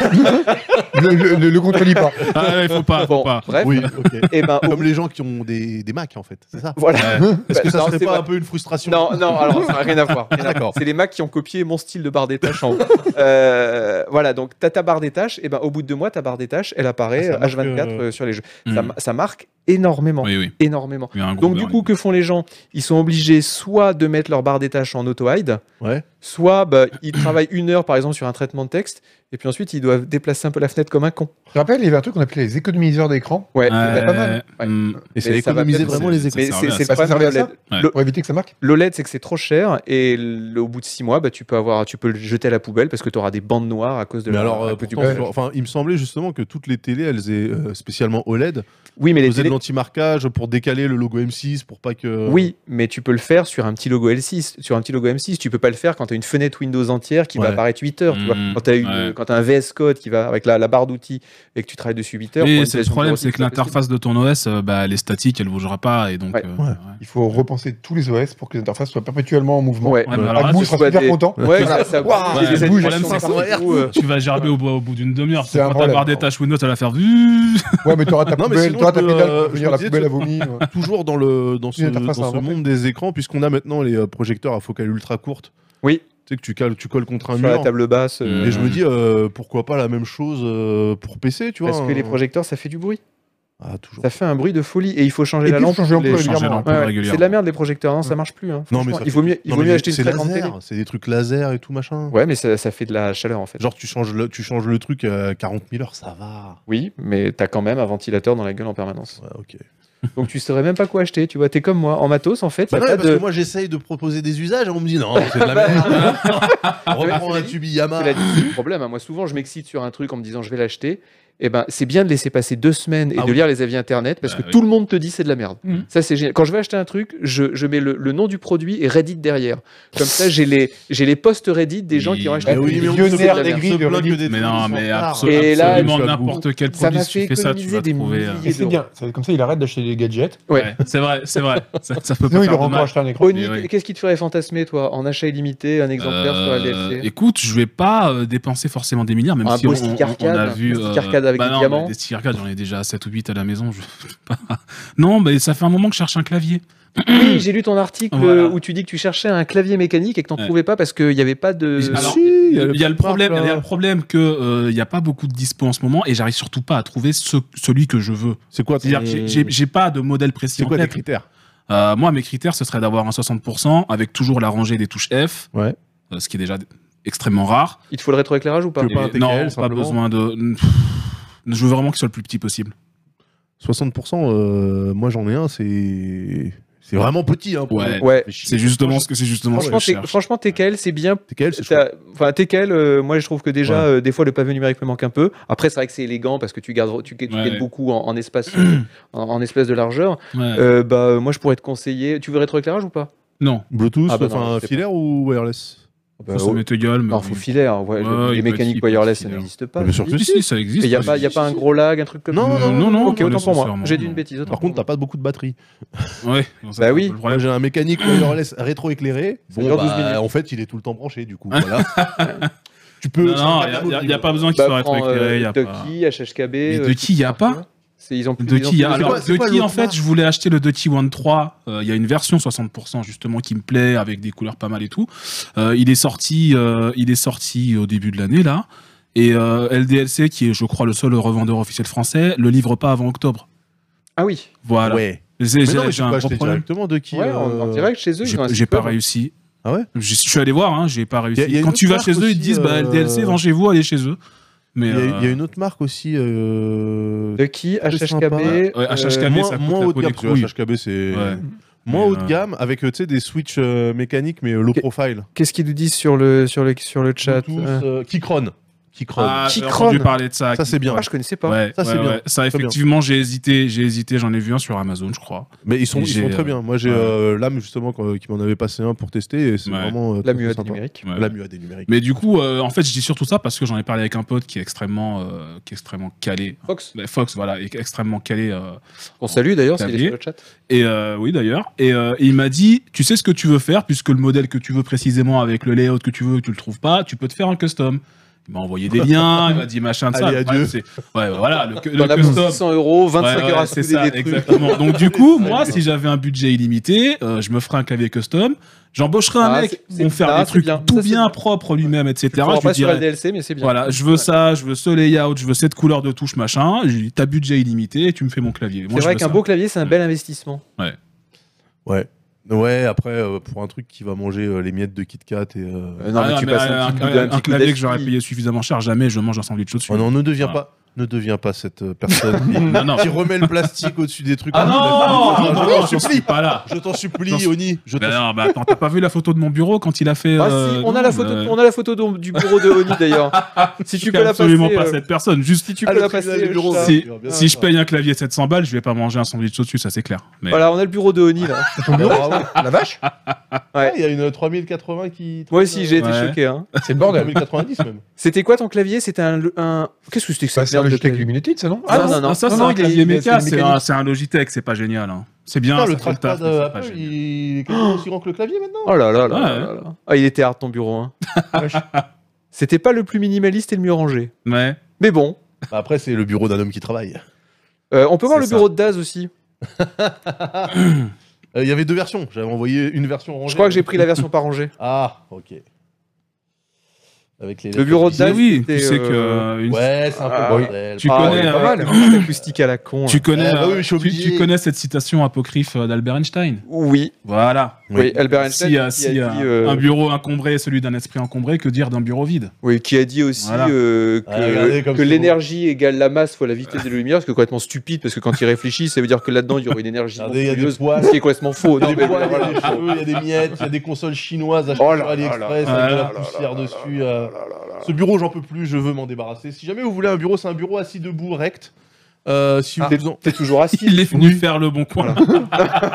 Le- Le le- le contrôle pas.
Ah, ouais, faut pas, faut
Bon,
pas.
bref,
Oui, ok.
[laughs] et ben, au-
Comme les gens qui ont des, des Mac, en fait. C'est ça
voilà.
Est-ce que ça
Bah, Non,
serait
c'est
pas
vrai.
un peu une frustration
Non, non, alors ça n'a rien à voir. rien à voir.
Ah, D'accord.
C'est les Macs qui ont copié mon style de barre des tâches
[laughs]
en haut. Euh, voilà, donc tu as ta barre des tâches, et ben au bout de deux mois, ta barre des tâches, elle apparaît
Ah, ça marque,
H24
euh,
euh, sur les jeux.
Hmm.
Ça, ma- ça marque énormément,
Oui, oui.
énormément.
Il y a un gros
Donc du
burn.
coup, que font les gens Ils sont obligés soit de mettre leur barre des tâches en auto-hide,
Ouais.
soit bah, ils travaillent une heure par exemple sur un traitement de texte, et puis ensuite ils doivent déplacer un peu la fenêtre comme un con.
Je rappelle, il y avait un truc qu'on appelait les économiseurs d'écran
Ouais,
Ouais,
pas mal.
Ouais.
hmm.
Et c'est
Mais ça va
économiser
peut-être,
vraiment
c'est-
les écrans.
mais
Ça
c'est
servait à
c'est
ça.
le problème de
Ça servait à
l'OLED.
pour éviter que ça marque.
L'OLED, E c'est que c'est trop cher, et l- au bout de six mois, bah, tu, peux avoir, tu peux le jeter à la poubelle parce que tu auras des bandes noires à cause de
Mais
la-
alors,
à
euh,
cause du
pourtant,
bouffage.
sur- enfin, il me semblait justement que toutes les télés, elles aient euh, spécialement OLED,
Oui, mais les
faisaient de
télé-
l'anti-marquage pour décaler le logo M6, pour pas que.
Oui, mais tu peux le faire sur un petit logo L6, sur un petit logo M6. Tu peux pas le faire quand tu as une fenêtre Windows entière qui
Ouais.
va apparaître 8 heures. Tu vois.
Mm,
Quand tu as,
ouais.
un VS Code qui va avec la, la barre d'outils et que tu travailles dessus 8 heures. pour
Et
une
c'est le
version
problème,
06,
c'est que
pas possible.
l'interface de ton OS, euh, bah, elle est statique, elle bougera pas. Et donc,
Ouais.
euh,
Ouais.
Il faut repenser tous les OS pour que les interfaces soient perpétuellement en mouvement.
Ouais.
Ouais, mais
Ah,
alors là,
vous,
que
tu-
ce
sera
soit
super
des-
content.
Ouais,
Voilà.
ça, ça
Waouh,
bouge,
ouais,
des
le
animations
problème, c'est
partout, euh,
tu vas gerber au, bout- au bout d'une demi-heure.
C'est
C'est
un
quand t'as
problème.
barre des tâches Windows, elle va faire vu.
Ouais, mais t'auras ta
Non, mais
poubelle,
sinon,
t'auras
je
ta
peux,
pédale,
euh,
je veux dire,
je
la
disais,
poubelle
tu-
à vomi. ouais.
[laughs] Toujours dans, le, dans ce,
Une interface
dans
à
ce
inventer.
monde des écrans, puisqu'on a maintenant les euh, projecteurs à focale ultra courte.
Oui.
Tu sais que tu, cales, tu colles contre un
sur la
mur.
table basse. euh,
Et je me dis, euh, pourquoi pas la même chose euh, pour PC, tu vois
Parce que
euh,
les
hein.
projecteurs, ça fait du bruit.
Ah, toujours.
Ça fait un bruit de folie et il faut changer
Et
la
puis,
lampe.
changer l'ampoule
les-
Changer
régulièrement.
l'ampoule.
Ouais, ouais.
régulièrement.
C'est de la merde les projecteurs, non, ça marche plus. hein.
Non, mais
Franchement,
ça
il vaut mieux, il
Non,
vaut
mais
mieux
les-
acheter une
c'est
très grande
laser,
télé.
C'est des trucs laser et tout machin.
Ouais, mais ça, ça fait de la chaleur en fait.
Genre, tu changes, le, tu changes le truc à 40 000 heures, ça va.
Oui, mais t'as quand même un ventilateur dans la gueule en permanence. [laughs]
Ouais, ok.
Donc tu saurais même pas quoi acheter, tu vois. T'es comme moi, en matos en fait.
Bah
y a
non,
pas
mais parce
de-
que moi j'essaye de proposer des usages et on me dit non, c'est de la merde. Reprends un Tubiyama.
C'est la- c'est le problème. hein. Moi, souvent, je m'excite sur un truc en me disant je vais l'acheter. Et ben, c'est bien de laisser passer deux semaines et
Ah
de
oui.
lire les avis internet parce
Bah
que
oui.
tout le monde te dit c'est de la merde.
Mhm.
Ça, c'est génial. Quand je vais acheter un truc, je, je mets le, le nom du produit et Reddit derrière. Comme ça, j'ai les, j'ai les posts Reddit des gens qui ont
Oui.
acheté
Bah
Eh
un
oui,
truc.
mais
qui
on
dit
se
c'est de la
plaint
merde.
des grilles de
Mais non, mais abso-
Et là,
absolument
je suis à bout.
n'importe quel
Ça m'a
produit, si tu
fait
fais ça, tu vas
économiser des
trouver. euh,
milliers.
Et c'est bien, Ça- comme ça il arrête d'acheter des gadgets.
Ouais.
ouais, c'est vrai,
[laughs]
c'est vrai. Ça, ça peut
Sinon il
pas faire
aura
de
encore
mal.
acheté un écran.
Oni,
Mais oui.
qu'est-ce qui te ferait fantasmer, toi, en achat illimité, un exemplaire sur la
Euh,
DLC
Écoute, je vais pas euh, dépenser forcément des milliards, même
Un
si
beau
on,
stick
on- on
arcade,
a
un
vu.
stick arcade avec
bah
des
non,
diamants.
mais Des stick arcades, j'en ai déjà 7 ou 8 à la maison. Je... [laughs] non, mais ça fait un moment que je cherche un clavier.
Oui, j'ai lu ton article
Voilà.
euh, où tu dis que tu cherchais un clavier mécanique et que t'en
Ouais.
trouvais pas parce qu'il n'y avait pas de.
Mais alors,
Si,
Il y a le,
parc,
problème,
là.
il y a le problème que euh, il y a pas beaucoup de dispo en ce moment et j'arrive surtout pas à trouver ce- celui que je veux.
C'est quoi,
C'est-à-dire que j'ai- j'ai- j'ai pas de modèle précis
c'est
en
quoi tes
tête.
critères
Euh, moi, mes critères, ce serait d'avoir un 60% avec toujours la rangée des touches F,
Ouais.
euh, ce qui est déjà inextrêmement rare.
Il te faut le rétroéclairage ou pas
Tu veux pas un
Et non,
TKL,
pas
simplement
besoin de. Je veux vraiment qu'il soit le plus petit possible.
60%, euh, moi j'en ai un, c'est. C'est vraiment petit, hein. pour-
Ouais.
Ouais.
Fait chier.
C'est justement ce que c'est justement ce que
Franchement,
je
t'es-
cherche.
franchement, TKL, c'est bien.
TKL, c'est chouette.
T'as- Enfin, TKL, euh, moi je trouve que déjà, euh, des fois, le pavé numérique me manque un peu. Après, c'est vrai que c'est élégant parce que tu gardes, tu, tu
Ouais,
gagnes
ouais.
beaucoup en, en
[clears throat]
espace, euh, en, en espace de largeur.
Ouais.
Euh, bah, euh, moi, je pourrais te conseiller. Tu veux rétroéclairage ou pas
non,
Bluetooth,
Ah bah non,
enfin
c'est pas-
filaire ou wireless
Bah,
ça, ça
oh,
met ta gueule. mais
Non,
oui.
faut filaire. hein, ouais,
Ouais,
le- les
il peut
mécaniques
être- hein. il peut
wireless,
être
ça
filaire.
n'existe pas.
Mais sur
Si, si, ça
Il
existe. Bah
n'y a,
ça
pas- y a
existe.
pas un gros lag, un truc comme
Non,
ça
non, non,
non,
Ok, autant pour moi.
nécessairement,
J'ai dit une
non.
bêtise. autant
Par
pour
contre, t'as
moi.
pas beaucoup de batterie.
Ouais. Non, ça,
Bah
c'est
oui.
un peu le
Moi,
problème.
j'ai un mécanique wireless rétro-éclairé.
Ça
Bon,
dure
bah,
12 minutes.
en fait, il est tout le temps branché, du coup. [laughs] Voilà. tu peux.
Non, il n'y a, pas besoin qu'il
Bah,
soit
prends, euh,
rétroéclairé. y a pas-
Ducky, HHKB.
Mais
euh,
de
tout
qui y a
ça,
pas
tu vois. C'est- Ils ont plus
De
ils ont
qui
plus-
y a-
c'est
Alors,
quoi- c'est
de
quoi
qui,
l'autre
en fait,
marque
je voulais acheter le Ducky One 3. euh, Il y a une version 60% justement qui me plaît avec des couleurs pas mal et tout. Euh, il est sorti, euh, il est sorti au début de l'année là. Et euh, LDLC, qui est, je crois, le seul revendeur officiel français, le livre pas avant octobre.
Ah oui,
Voilà.
Ouais.
J'ai
Mais non, mais
j'ai
tu
un
peux
gros
acheter
problème.
directement de qui
ouais, en, en
euh,
direct chez eux.
J'ai
ils ont un
j'ai
site
pas
web.
réussi.
Ah ouais
Je je suis allé voir, hein, j'ai pas réussi.
Y a- y a une
Quand tu vas
autre
chez
marque
eux, ils
aussi,
te disent bah,
euh,
LDLC, vend chez vous, allez chez eux. Mais
Il y, a- il y a
euh,
une autre marque aussi. euh,
Ducky,
Très sympa.
HHKB.
Ouais,
euh,
HHKB.
moins,
ça coûte
moins
la
haut
peau
de gamme.
des
parce que
couilles.
HHKB, c'est
Ouais.
moins
Mais,
haut de
euh,
gamme avec euh, tu sais, des switches euh, mécaniques mais euh, low
Qu'est-
profile.
Qu'est-ce qu'ils nous disent sur le, sur le, sur le chat
Bluetooth,
euh,
euh, Keychron. Keychron.
ah,
Qui
j'ai entendu
crône.
parler de ça.
ça c'est bien.
Ah, je connaissais pas.
Ouais,
Ça, c'est
ouais,
bien.
ouais. Ça,
Très bien.
effectivement, j'ai hésité, j'ai hésité, j'en ai vu un sur Amazon, je crois.
Mais ils sont,
Et
ils sont
j'ai,
très
euh,
bien. Moi j'ai
ouais.
euh, l'âme justement quand- qui m'en avait passé un pour tester et c'est
Ouais.
vraiment euh,
La
très, très
muette
sympa.
numérique.
Ouais.
La muade est numérique.
Mais du coup, euh, en fait, je dis surtout ça parce que j'en ai parlé avec un pote qui est extrêmement, euh, qui est extrêmement calé.
Fox,
Bah, Fox, voilà, est extrêmement calé. euh.
on salue d'ailleurs s'il est
Tablier.
sur le chat.
Et euh, oui, d'ailleurs. Et euh, il m'a dit, tu sais ce que tu veux faire, puisque le modèle que tu veux précisément avec le layout que tu veux, tu le trouves pas, tu peux te faire un custom. Il m'a envoyé
[laughs]
des liens, il m'a dit machin de ça.
Allez,
Le problème,
adieu.
c'est- Ouais, bah, voilà, le, cu-
T'en
le
as pour
custom.
600 euros, 25
Ouais, ouais,
heures à
c'est
souder
ça,
des trucs.
exactement. Donc du coup,
[laughs]
Allez,
moi,
salut.
si j'avais un budget illimité, euh, je me ferais un clavier custom, j'embaucherais un
Ah,
mec,
c'est- c'est-
on faire
ah,
des
c'est
trucs
bien.
tout
Ça, c'est
bien
bien.
propre lui-même, etc.
Alors,
Je lui
pas sur la
dirais,
DLC, mais c'est bien.
voilà, je veux ça, je veux ce layout, je veux cette couleur de touche, machin. Je lui dis, T'as budget illimité, et tu me fais mon clavier. Moi,
C'est
je
vrai
veux
qu'un
ça.
beau clavier, c'est un bel investissement.
Ouais. Ouais, après, euh, pour un truc qui va manger euh, les miettes de Kit Kat et. euh,
Euh, non,
Ah,
mais tu
mais
passes
un,
un petit coup
un-
d'un
un
petit coup
clavier que j'aurais
d'aspi.
payé suffisamment cher, jamais je mange un sandwich au-dessus.
oh non, ne devient
Voilà.
pas. Ne deviens pas cette euh, personne
[laughs]
[laughs]
qui,
Non, non.
qui remet le plastique au-dessus des trucs.
Ah non, non,
Je t'en
non, j'en suis
supplie
pas là.
Je t'en
J'en
supplie,
suis-
Oni Je t'en
Bah non, bah attends, t'as pas vu la photo de mon bureau quand il a fait.
Ah,
euh,
si, on, a
non,
la photo,
euh,
on a la photo de- du bureau de Oni d'ailleurs. si tu
je
peux
fais
la passer.
absolument pas
euh,
cette personne. Juste
Si tu
Ah,
peux
le
la
tribunal
passer.
du bureau,
je-
ça.
si,
bien
si je
sûr.
paye un clavier 700 balles, je vais pas manger un sandwich au-dessus, ça c'est clair. Mais
Voilà, on a le bureau de Oni là.
C'est ton bureau ça La vache
Ah, Il y a une 3080 qui.
Moi aussi, j'ai été
Ouais.
choqué. hein.
C'est le bordel.
3090 même.
C'était quoi ton clavier C'était un. un- Qu'est-ce que c'était que
Ça,
Bah,
cette
C'est un
merde de
Logitech
clavier
Luminated, ça, non
Ah, non, non, non.
ça
Non,
c'est
non, il
un
est-
clavier
il est-
méca,
c'est une
c'est un,
mécanique.
c'est un Logitech, c'est pas génial. hein. C'est bien,
Putain,
ça
le
fait le taf,
trackpad
mais
euh,
c'est pas
Apple,
génial.
il est quasiment aussi grand que le clavier maintenant.
Oh là là là,
Ouais.
là là là. Ah, il était hard ton bureau. hein.
Vache.
[laughs] C'était pas le plus minimaliste et le mieux rangé.
Ouais.
Mais bon,
Bah, Après, c'est le bureau d'un homme qui travaille.
euh, on peut voir
C'est
le bureau de Daz aussi.
Euh, Il y avait deux versions. J'avais envoyé une version rangée.
Je crois que j'ai pris la version pas rangée.
Ah, ok. Avec les
Le bureau de
Ah
Daz.
oui,
c'était,
tu sais
euh,
que euh, une-
Ouais, c'est un peu
Ah,
le
[laughs]
bordel.
Tu
Ah,
connais,
ouais,
euh,
pas mal. Putain, Acoustique à la con. hein. là.
tu connais,
Ah bah oui,
euh,
je suis
tu-
obligé.
tu connais cette citation apocryphe euh, d'Albert Einstein.
Oui,
Voilà.
oui,
Oui.
Albert Einstein
Si, euh,
qui,
si,
a
euh,
dit, euh,
un bureau encombré est celui d'un esprit encombré, que dire d'un bureau vide
oui, qui a dit aussi
Voilà.
euh, que,
Ouais, regardez comme
que
c'est beau.
l'énergie égale la masse fois la vitesse de la lumière, ce qui est complètement stupide parce que quand il réfléchit, ça veut dire que là-dedans il y aurait une énergie
Regardez, il y a des
monstrueuse,
poils.
ce qui est complètement faux.
Il y a
Non,
des
mais
poils,
voilà.
il y a des cheveux, il y a des miettes, il y a des consoles chinoises achetées
Oh là
sur
là
AliExpress
là
avec de
là
la poussière dessus. euh, Ce bureau, j'en peux plus, je veux m'en débarrasser. Si jamais vous voulez un bureau, c'est un bureau assis debout, rect. Euh, si
Ah,
vous en-
T'es toujours assis.
Il est venu faire le bon coin. [laughs]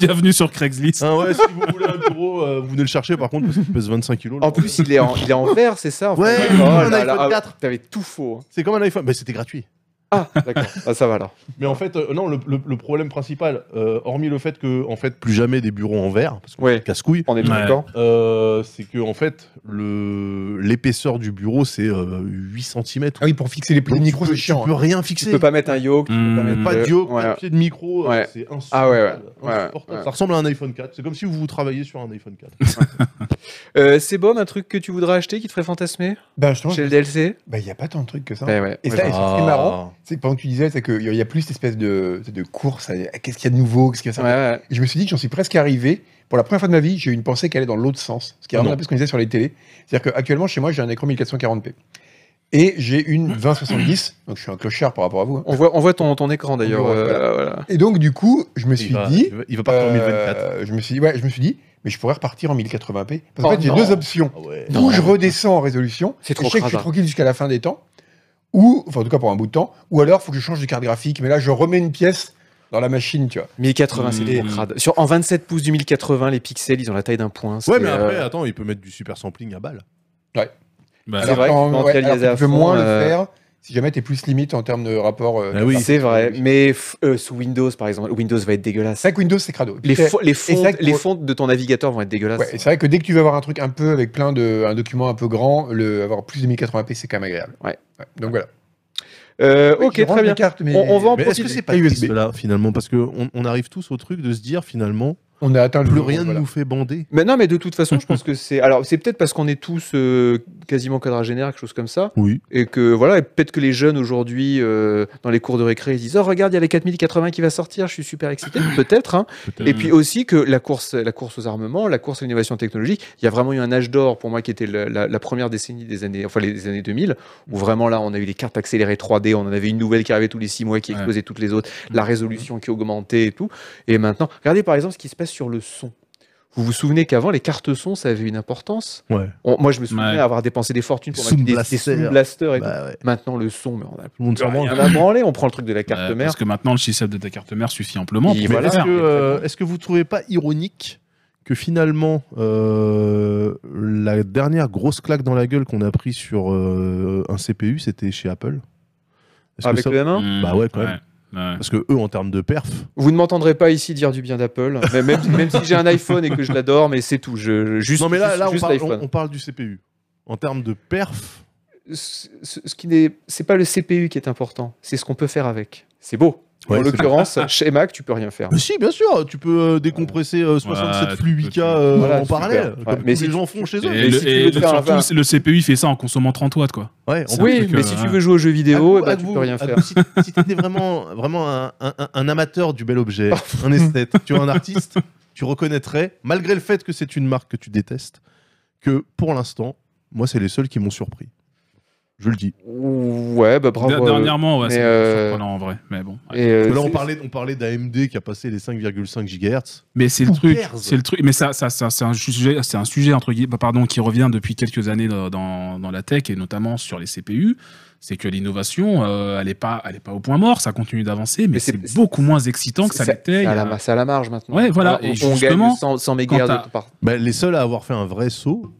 Bienvenue sur Craigslist.
Ah ouais, si vous voulez un bureau, euh, vous venez le chercher par contre, parce qu'il pèse 25 kilos. le
En
bordel.
plus, il est en, il est en vert, c'est ça en fait
Ouais,
Oh
un
là là,
iPhone
ah,
4.
T'avais tout faux. hein.
c'est comme un iPhone. Bah, c'était gratuit.
Ah, d'accord. Ah, ça va alors.
Mais en fait, euh, non, le, le- le problème principal, euh, hormis le fait que, en fait, plus jamais des bureaux en verre, parce qu'on
Ouais,
casse-couille,
on est bien
Ouais.
d'accord.
euh, c'est que, en fait, le- l'épaisseur du bureau, c'est euh, 8 cm.
Ah oui, pour fixer les prix de micro, c'est chiant.
Tu peux
hein.
rien
Tu
fixer.
peux pas mettre un yoke. tu peux pas
Hmm.
mettre
Pas
de-
de yoke,
Ouais.
pas de pied de micro, euh,
Ouais.
c'est insupportable.
Ah ouais, ouais.
insupportable.
Ouais, ouais.
Ça ressemble à un iPhone 4. C'est comme si vous travailliez sur un iPhone 4.
Euh, c'est bon, un truc que tu voudrais acheter qui te ferait fantasmer
Bah, justement, bah,
chez le DLC
il n'y a pas tant de trucs que ça.
Ouais, Eh ouais.
Et
Ouais,
ça,
je-
et ça, c'est marrant.
Ah.
C'est que pendant que tu disais, c'est qu'il n'y a plus cette espèce de, de course. à- à Qu'est-ce qu'il y a de nouveau Qu'est-ce qu'il y a
ouais,
ça
ouais.
Et Je me suis dit que j'en suis presque arrivé. Pour la première fois de ma vie, j'ai eu une pensée qui allait dans l'autre sens. Ce qui est
Ah
vraiment
non.
un peu ce qu'on disait sur les télés. C'est-à-dire qu'actuellement, chez moi, j'ai un écran 1440p. Et j'ai une 2070. Donc je suis un clochard par rapport à vous. hein.
On voit, on voit ton, ton écran d'ailleurs.
voit,
euh,
voilà.
voilà.
Et donc, du coup, je me
il,
suis
va,
dit.
il va- il va partir en 1024.
euh, je me suis dit, ouais, je me suis dit, mais je pourrais repartir en 1080p. Parce qu'en
Oh
fait, j'ai
non.
deux options.
Ah ouais.
Ou je redescends en résolution.
C'est
et
trop
Je sais que je suis
crade.
tranquille jusqu'à la fin des temps. Ou, enfin, en tout cas pour un bout de temps. Ou alors, faut que je change de carte graphique. Mais là, je remets une pièce dans la machine, tu vois.
1080, c'est trop
Hmm.
crade. Sur, en 27 pouces du 1080, les pixels, ils ont la taille d'un point. c'est,
Ouais, mais après,
euh,
attends, il peut mettre du super sampling à balle.
Bah,
C'est vrai,
qu'en-
quand
ouais,
tu réalises
alors que
à
tu peux
fond,
moins
euh,
le faire si jamais t'es plus limite en termes de rapport. euh,
Ah oui.
C'est vrai, mais f- euh, sous Windows par exemple, Windows va être dégueulasse.
C'est vrai que Windows, c'est crado. Et puis,
Les,
c'est-
fo- les, fontes,
vrai que
les
pour-
fontes de ton navigateur vont être dégueulasses.
ouais, c'est vrai que dès que tu vas avoir un truc un peu avec plein de. un document un peu grand, le, avoir plus de 1080p, c'est quand même agréable.
Ouais.
donc voilà.
Euh,
Oui,
ok,
tu rends
très
mes
bien.
cartes, mais-
On- on va en-
Mais est-ce que c'est pas
USB.
triste là, finalement Parce qu'on on arrive tous au truc de se dire, finalement,
On a atteint le.
plus
jour,
rien ne
voilà.
nous fait bander.
Mais non, mais de toute
[laughs]
façon, je pense que c'est. Alors, c'est peut-être parce qu'on est tous euh, quasiment quadragénaires, quelque chose comme ça.
Oui.
Et que voilà, et peut-être que les jeunes aujourd'hui, euh, dans les cours de récré, ils disent Oh, regarde, il y a les 4080 qui va sortir, je suis super excité. peut-être. hein. Et
euh,
puis aussi que la course, la course aux armements, la course à l'innovation technologique, il y a vraiment eu un âge d'or pour moi qui était la, la- la première décennie des années, enfin les, des années 2000,
Mm.
où vraiment là, on a eu les cartes accélérées 3D, on en avait une nouvelle qui arrivait tous les six mois, qui
Ouais. Mm.
explosait toutes les autres, la résolution qui augmentait et tout. Et maintenant, regardez par exemple ce qui se passe sur le son. Vous vous souvenez qu'avant, les cartes son, ça avait une importance
Ouais.
On- Moi, je me souviens
Ouais.
avoir dépensé des fortunes pour
Sound
m'acheter des, des
blaster.
sound blasters et tout.
Bah ouais.
Maintenant, le son, mais on a
Tout le monde
plus
s'en branle.
rien à branler. On prend le truc de la
Bah,
carte mère.
Ah parce que maintenant, le système de ta carte mère suffit amplement.
Et
pour
Mais
voilà.
le
est-ce
faire.
que, euh, est-ce que vous trouvez pas ironique que finalement euh, la dernière grosse claque dans la gueule qu'on a pris sur euh, un CPU, c'était chez Apple Est-ce que
Avec
ça-
le
Mm.
M1
Bah ouais, quand même.
Ouais.
Parce que eux, en termes de perf,
Vous ne m'entendrez pas ici dire du bien d'Apple, mais même, même si j'ai un iPhone et que je l'adore, mais c'est tout. Je, je- juste,
non mais là,
juste-
là on,
juste
parle,
l'iPhone.
on- on parle du CPU. En termes de perf,
Ce, ce- ce qui n'est, c'est pas le CPU qui est important, c'est ce qu'on peut faire avec. C'est beau.
Ouais,
en
c'est
l'occurrence, chez Mac, tu peux rien faire.
Mais si, bien sûr, tu peux euh, décompresser euh, 67
Ouais, tu
flux
peux,
8K
tu peux.
euh,
Voilà,
en
super.
parallèle,
Ouais,
comme
mais
tous
si
les
tu-
gens font chez eux.
mais
Et,
si
le,
tu
et
veux te faire un vin-
surtout, le CPU fait ça en consommant 30 watts, quoi.
Ouais,
C'est
en-
un
Oui,
truc,
mais
euh,
si
ouais.
tu veux jouer aux jeux vidéo,
Ah,
eh ben,
vous,
tu
vous,
peux rien
ah,
faire.
vous, Si, si t'étais vraiment, vraiment un, un- un amateur du bel objet, un esthète, tu vois, un artiste, tu reconnaîtrais, malgré le fait que c'est une marque que tu détestes, que pour l'instant, moi, c'est les seuls qui m'ont surpris. Je le dis.
Ouais, bah bravo. à eux.
Dernièrement, ouais,
Mais,
c'est
euh,
surprenant en vrai. Mais bon. ouais.
Et, euh,
Parce que là, on
c'est-
parlait, on parlait d'AMD qui a passé les 5,5 GHz.
Mais c'est le truc,
Poupers.
c'est le truc. Mais ça, ça, ça c'est un sujet, c'est un sujet entre guillemets, bah, pardon, qui revient depuis quelques années dans, dans, dans la tech et notamment sur les CPU. C'est que l'innovation, euh, elle est pas, elle est pas au point mort. Ça continue d'avancer, mais,
Mais c'est-
c'est beaucoup moins excitant que ça
c'est-
l'était.
c'est à,
il y
la
a-
ma- c'est à la marge maintenant.
Ouais, voilà,
Ah, on,
et
on gagne
justement,
100, 100
quand
mégas
t'as-
de part.
Bah, les seuls à avoir fait un vrai saut,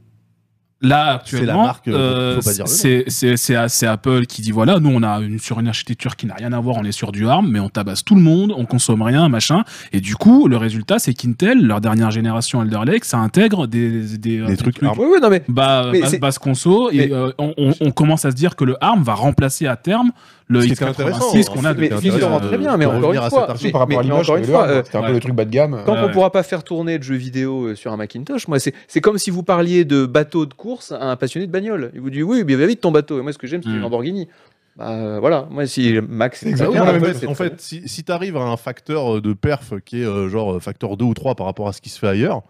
Là,
C'est la
actuellement,
marque,
euh,
faut pas dire le nom.
c'est c'est- c'est à- c'est Apple qui dit voilà, nous on a une, sur une architecture qui n'a rien à voir, on est sur du ARM, mais on tabasse tout le monde, on consomme rien, machin. Et du coup, le résultat, c'est qu'Intel, leur dernière génération Elder Lake, ça intègre des, des, euh,
des trucs. ARM.
Oui, oui, non, mais
bas,
Mais
bas-
c'est-
basse conso, et
mais-
euh, on, on- on commence à se dire que le ARM va remplacer à terme le
Ce qui était intéressant, hein.
X86 qu'on a depuis.
mais- mais
euh,
visiblement très bien, mais
pour
encore
revenir à
une fois,
cet article
mais-
par rapport à
mais
l'image,
encore une
mais
fois,
là,
euh,
hein. c'était un
ouais.
peu le truc bas de gamme.
Tant
Ouais,
qu'on
ouais.
pourra pas faire tourner de jeux vidéo euh, sur un Macintosh, moi, c'est c'est comme si vous parliez de bateau de course à un passionné de bagnole. Il vous dit oui, mais va vite ton bateau. Et moi, ce que j'aime, c'est une
Mm.
Lamborghini. Bah, euh, voilà, moi, si Max est
exactement
Ah
la
oui, en
même
fait,
c'est
en
très
fait, si, tu arrives à un facteur de perf qui est euh, genre facteur 2 ou 3 par rapport à ce qui se fait ailleurs,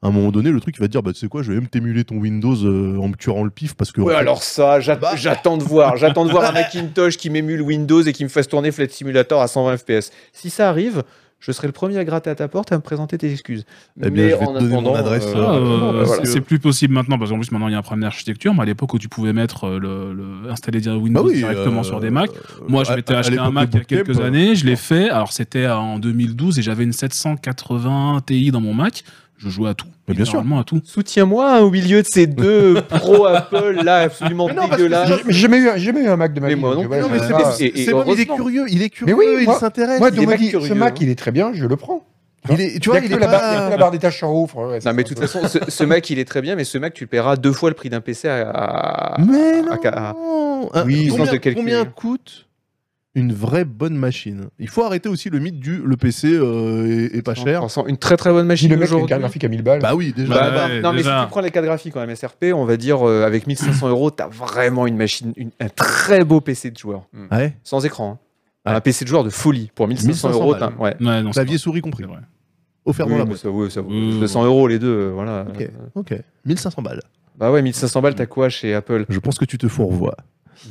à un moment donné, le truc il va te dire bah, Tu sais quoi, je vais même t'émuler ton Windows euh, en me curant le pif parce que.
bon. Ouais, alors ça, j'at-
Bah.
j'attends de voir. J'attends de voir
[laughs]
un Macintosh qui m'émule Windows et qui me fasse tourner Flight Simulator à 120 FPS. Si ça arrive, je serai le premier à gratter à ta porte et à me présenter tes excuses.
Eh bien, je vais te donner mon adresse,
euh,
Ah, euh,
non, bah, voilà.
c'est- c'est plus possible maintenant parce qu'en plus maintenant il y a un problème d'architecture mais à l'époque où tu pouvais mettre euh, le, le- installer dire- Windows
Bah oui,
directement
euh,
sur des Mac
euh,
moi je
à-
m'étais
à
acheté un
l'époque
Mac
de
il y a
Bootcamp,
quelques
euh,
années je l'ai fait alors c'était euh, en 2012 et j'avais une 780 Ti dans mon Mac je jouais à tout
Mais bien sûr.
littéralement à tout
Soutiens-moi hein, au milieu de ces
[laughs]
deux pro Apple là absolument
Mais non, parce que
dégueulasses.
c'est
J'ai- J'ai jamais, eu un- j'ai jamais eu un Mac de ma
Ah. Mais
vie.
moi
donc,
non
voilà,
plus, Ah.
Non, mais
je
c'est
sais pas.
pas-
et- et
c'est bon, il est
heureusement.
curieux, il est curieux,
Mais oui,
il
moi-
s'intéresse.
Moi,
il
donc,
est-
Mac
dit, ce
curieux,
Mac,
hein.
il est très bien, je le prends.
il est- tu
Tu vois,
vois,
il
il
que
est
la, barre, il y a que la
pas.
barre des tâches en haut. frère, ouais, c'est
Non, mais de
ça,
toute
ça.
façon, ce, ce Mac, il est très bien, mais ce Mac, tu le paieras deux fois le prix d'un PC à. à-
Mais
à- à-
non Ah,
Oui, sens de
combien,
calcul.
combien coûte une vraie bonne machine Il faut arrêter aussi le mythe du le PC euh, est, est pas cher.
Pensant Une très très bonne
J'ai
machine
le mec qui a une
aujourd'hui.
carte graphique à 1000 balles.
Bah oui, déjà.
Bah,
Ouais,
bah, non, mais si
déjà.
tu prends les cartes graphiques en MSRP, on va dire euh, avec 1500 euros, t'as vraiment une machine, une- un très beau PC de joueur.
Ah Ouais.
Sans écran. hein.
Mmh. Ouais.
Un PC de joueur de folie. Pour 1500 euros, t'as. Ouais.
ouais, non, c'est
Clavier souris compris.
c'est vrai.
Offert
Oui,
dans la
mais
boîte.
ça, ouais, ça vaut
Oui, oui,
200 euros les deux, euh, voilà.
Ok, ok. 1500 balles.
Bah ouais, 1500 balles, t'as quoi chez Apple
Je pense que tu te fourvoies.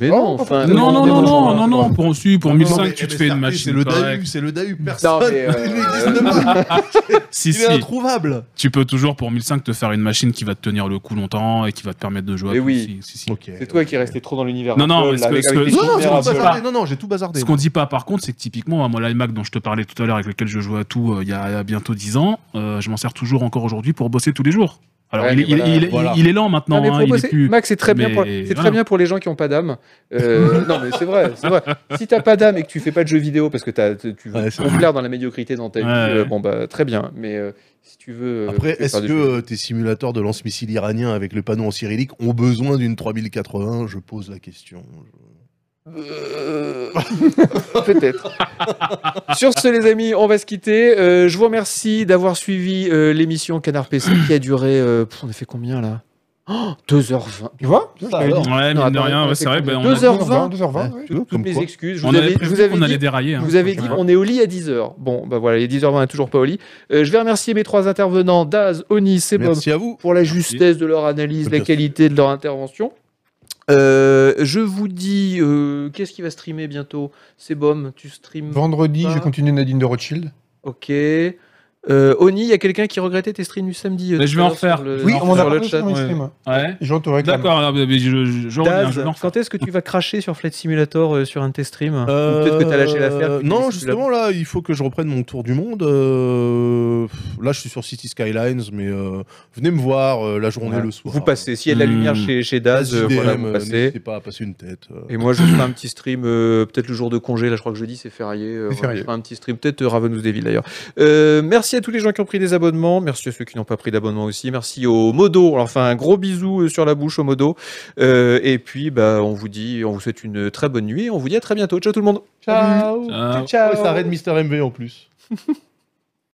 Mais
Oh,
non, enfin.
non non non non
euh,
non non pour ensuite pour
Non,
1005
mais
tu te
MSRP,
fais une machine
C'est le
correcte.
DAU, c'est le DAU.
Non,
Personne.
mais, euh,
[laughs] il n'existe pas.
si
Il
Ah, si
est introuvable.
tu peux toujours pour 1005 te faire une machine qui va te tenir le coup longtemps et qui va te permettre de jouer à
Mais
tout.
oui.
Si, si, si.
Ok.
C'est toi qui restais trop dans l'univers.
Non, non,
Apple,
mais ce que-
avec-
ce
avec
que-
les
Non, non,
chiffres
j'ai tout
Apple.
bazardé. Ah, Non, non, j'ai tout bazardé.
Ce qu'on dit pas, par contre, c'est que typiquement, moi, l'iMac dont je te parlais tout à l'heure, avec lequel je jouais à tout euh, il y a il y a bientôt 10 ans, euh, je m'en sers toujours encore aujourd'hui pour bosser tous les jours. Alors,
Ouais,
il, est-
mais voilà,
il est-
voilà.
il est lent
Non,
maintenant.
mais
hein,
pour
il est
bosser-
plus...
Max, c'est très, bien
mais
pour... c'est très
voilà.
bien pour les gens qui n'ont pas d'âme.
[laughs]
Euh, non, mais c'est vrai, c'est vrai. Si t'as pas d'âme et que tu fais pas de jeux vidéo parce que t'as- tu tu veux
Ouais, c'est vrai.
complaire dans la médiocrité dans ta vie,
Ouais,
euh,
ouais.
bon, bah, très bien. Mais euh, si tu veux. euh, tu
Après,
veux
est-ce
faire des
que
choses-
euh, tes simulateurs de lance-missiles iraniens avec le panneau en cyrillique ont besoin d'une 3080 Je pose la question.
Euh, [laughs]
[laughs]
Peut-être. Sur ce, les amis, on va se quitter. Euh, je vous remercie d'avoir suivi euh, l'émission Canard PC qui a duré. euh, pff, on a fait combien là oh, 2h20.
Tu vois
Ça, alors.
Ouais,
Non,
mine de
attends,
rien,
on
ouais,
a
c'est
fait
vrai.
combien
ben, on a-
2h20.
2h20,
Ouais,
oui.
tu vois,
Toutes
comme
mes
quoi.
excuses. Je
On
vous
avait
avais, je vous
prévu
avais
qu'on allait
dit-
dérailler. hein.
Vous avez dit,
Ouais.
on est au lit à 10h. Bon, bah voilà, les 10h20, on est toujours pas au lit. Euh, je vais remercier mes trois intervenants, Daz, Oni, Sebom,
Merci à vous.
pour la justesse de leur analyse, la
Bien sûr.
qualité de leur intervention. Euh, je vous dis, euh, qu'est-ce qui va streamer bientôt Sebom, tu streames
Vendredi,
Pas.
je continue Nadine de Rothschild.
Ok. Euh, Oni, il y a quelqu'un qui regrettait tes streams du samedi. euh,
Mais
tout
je vais
à
en
l'heure sur
refaire.
le-
Oui,
sur
on en
le
a
parlé
chat.
sur mon
ouais.
stream.
Ouais.
Jean te réclame.
D'accord, alors, mais je, je, je reviens,
Daz,
je vais en refaire.
quand est-ce que tu vas cracher sur Flight Simulator euh, sur un de tes streams Ou
Euh,
Peut-être que t'as lâché l'affaire. puis tu
Non,
dis, c'est
justement, là, il faut que je reprenne mon tour du monde. Euh, pff, Là, je suis sur City Skylines, mais euh, venez me voir euh, la journée,
Ouais.
le soir.
Vous passez. S'il y a de la
Hmm.
lumière chez, chez Daz, euh,
SJDM,
voilà, vous
euh,
passez.
n'hésitez pas à passer une tête. euh.
Et moi, je ferai un petit stream, euh, peut-être le jour de congé, là, je crois que jeudi, c'est férié. euh,
C'est
voilà,
férié.
je ferai un petit stream, peut-être euh, Ravenous Devil d'ailleurs. Euh, merci à tous les gens qui ont pris des abonnements. Merci à ceux qui n'ont pas pris d'abonnement aussi. Merci au Modo. Alors, enfin, un gros bisou euh, sur la bouche au Modo. Euh, et puis, bah, on vous dit, on vous souhaite une très bonne nuit. On vous dit à très bientôt. Ciao tout le monde.
Ciao.
Ciao.
Ciao. Ouais, ça arrête Mister MV en plus.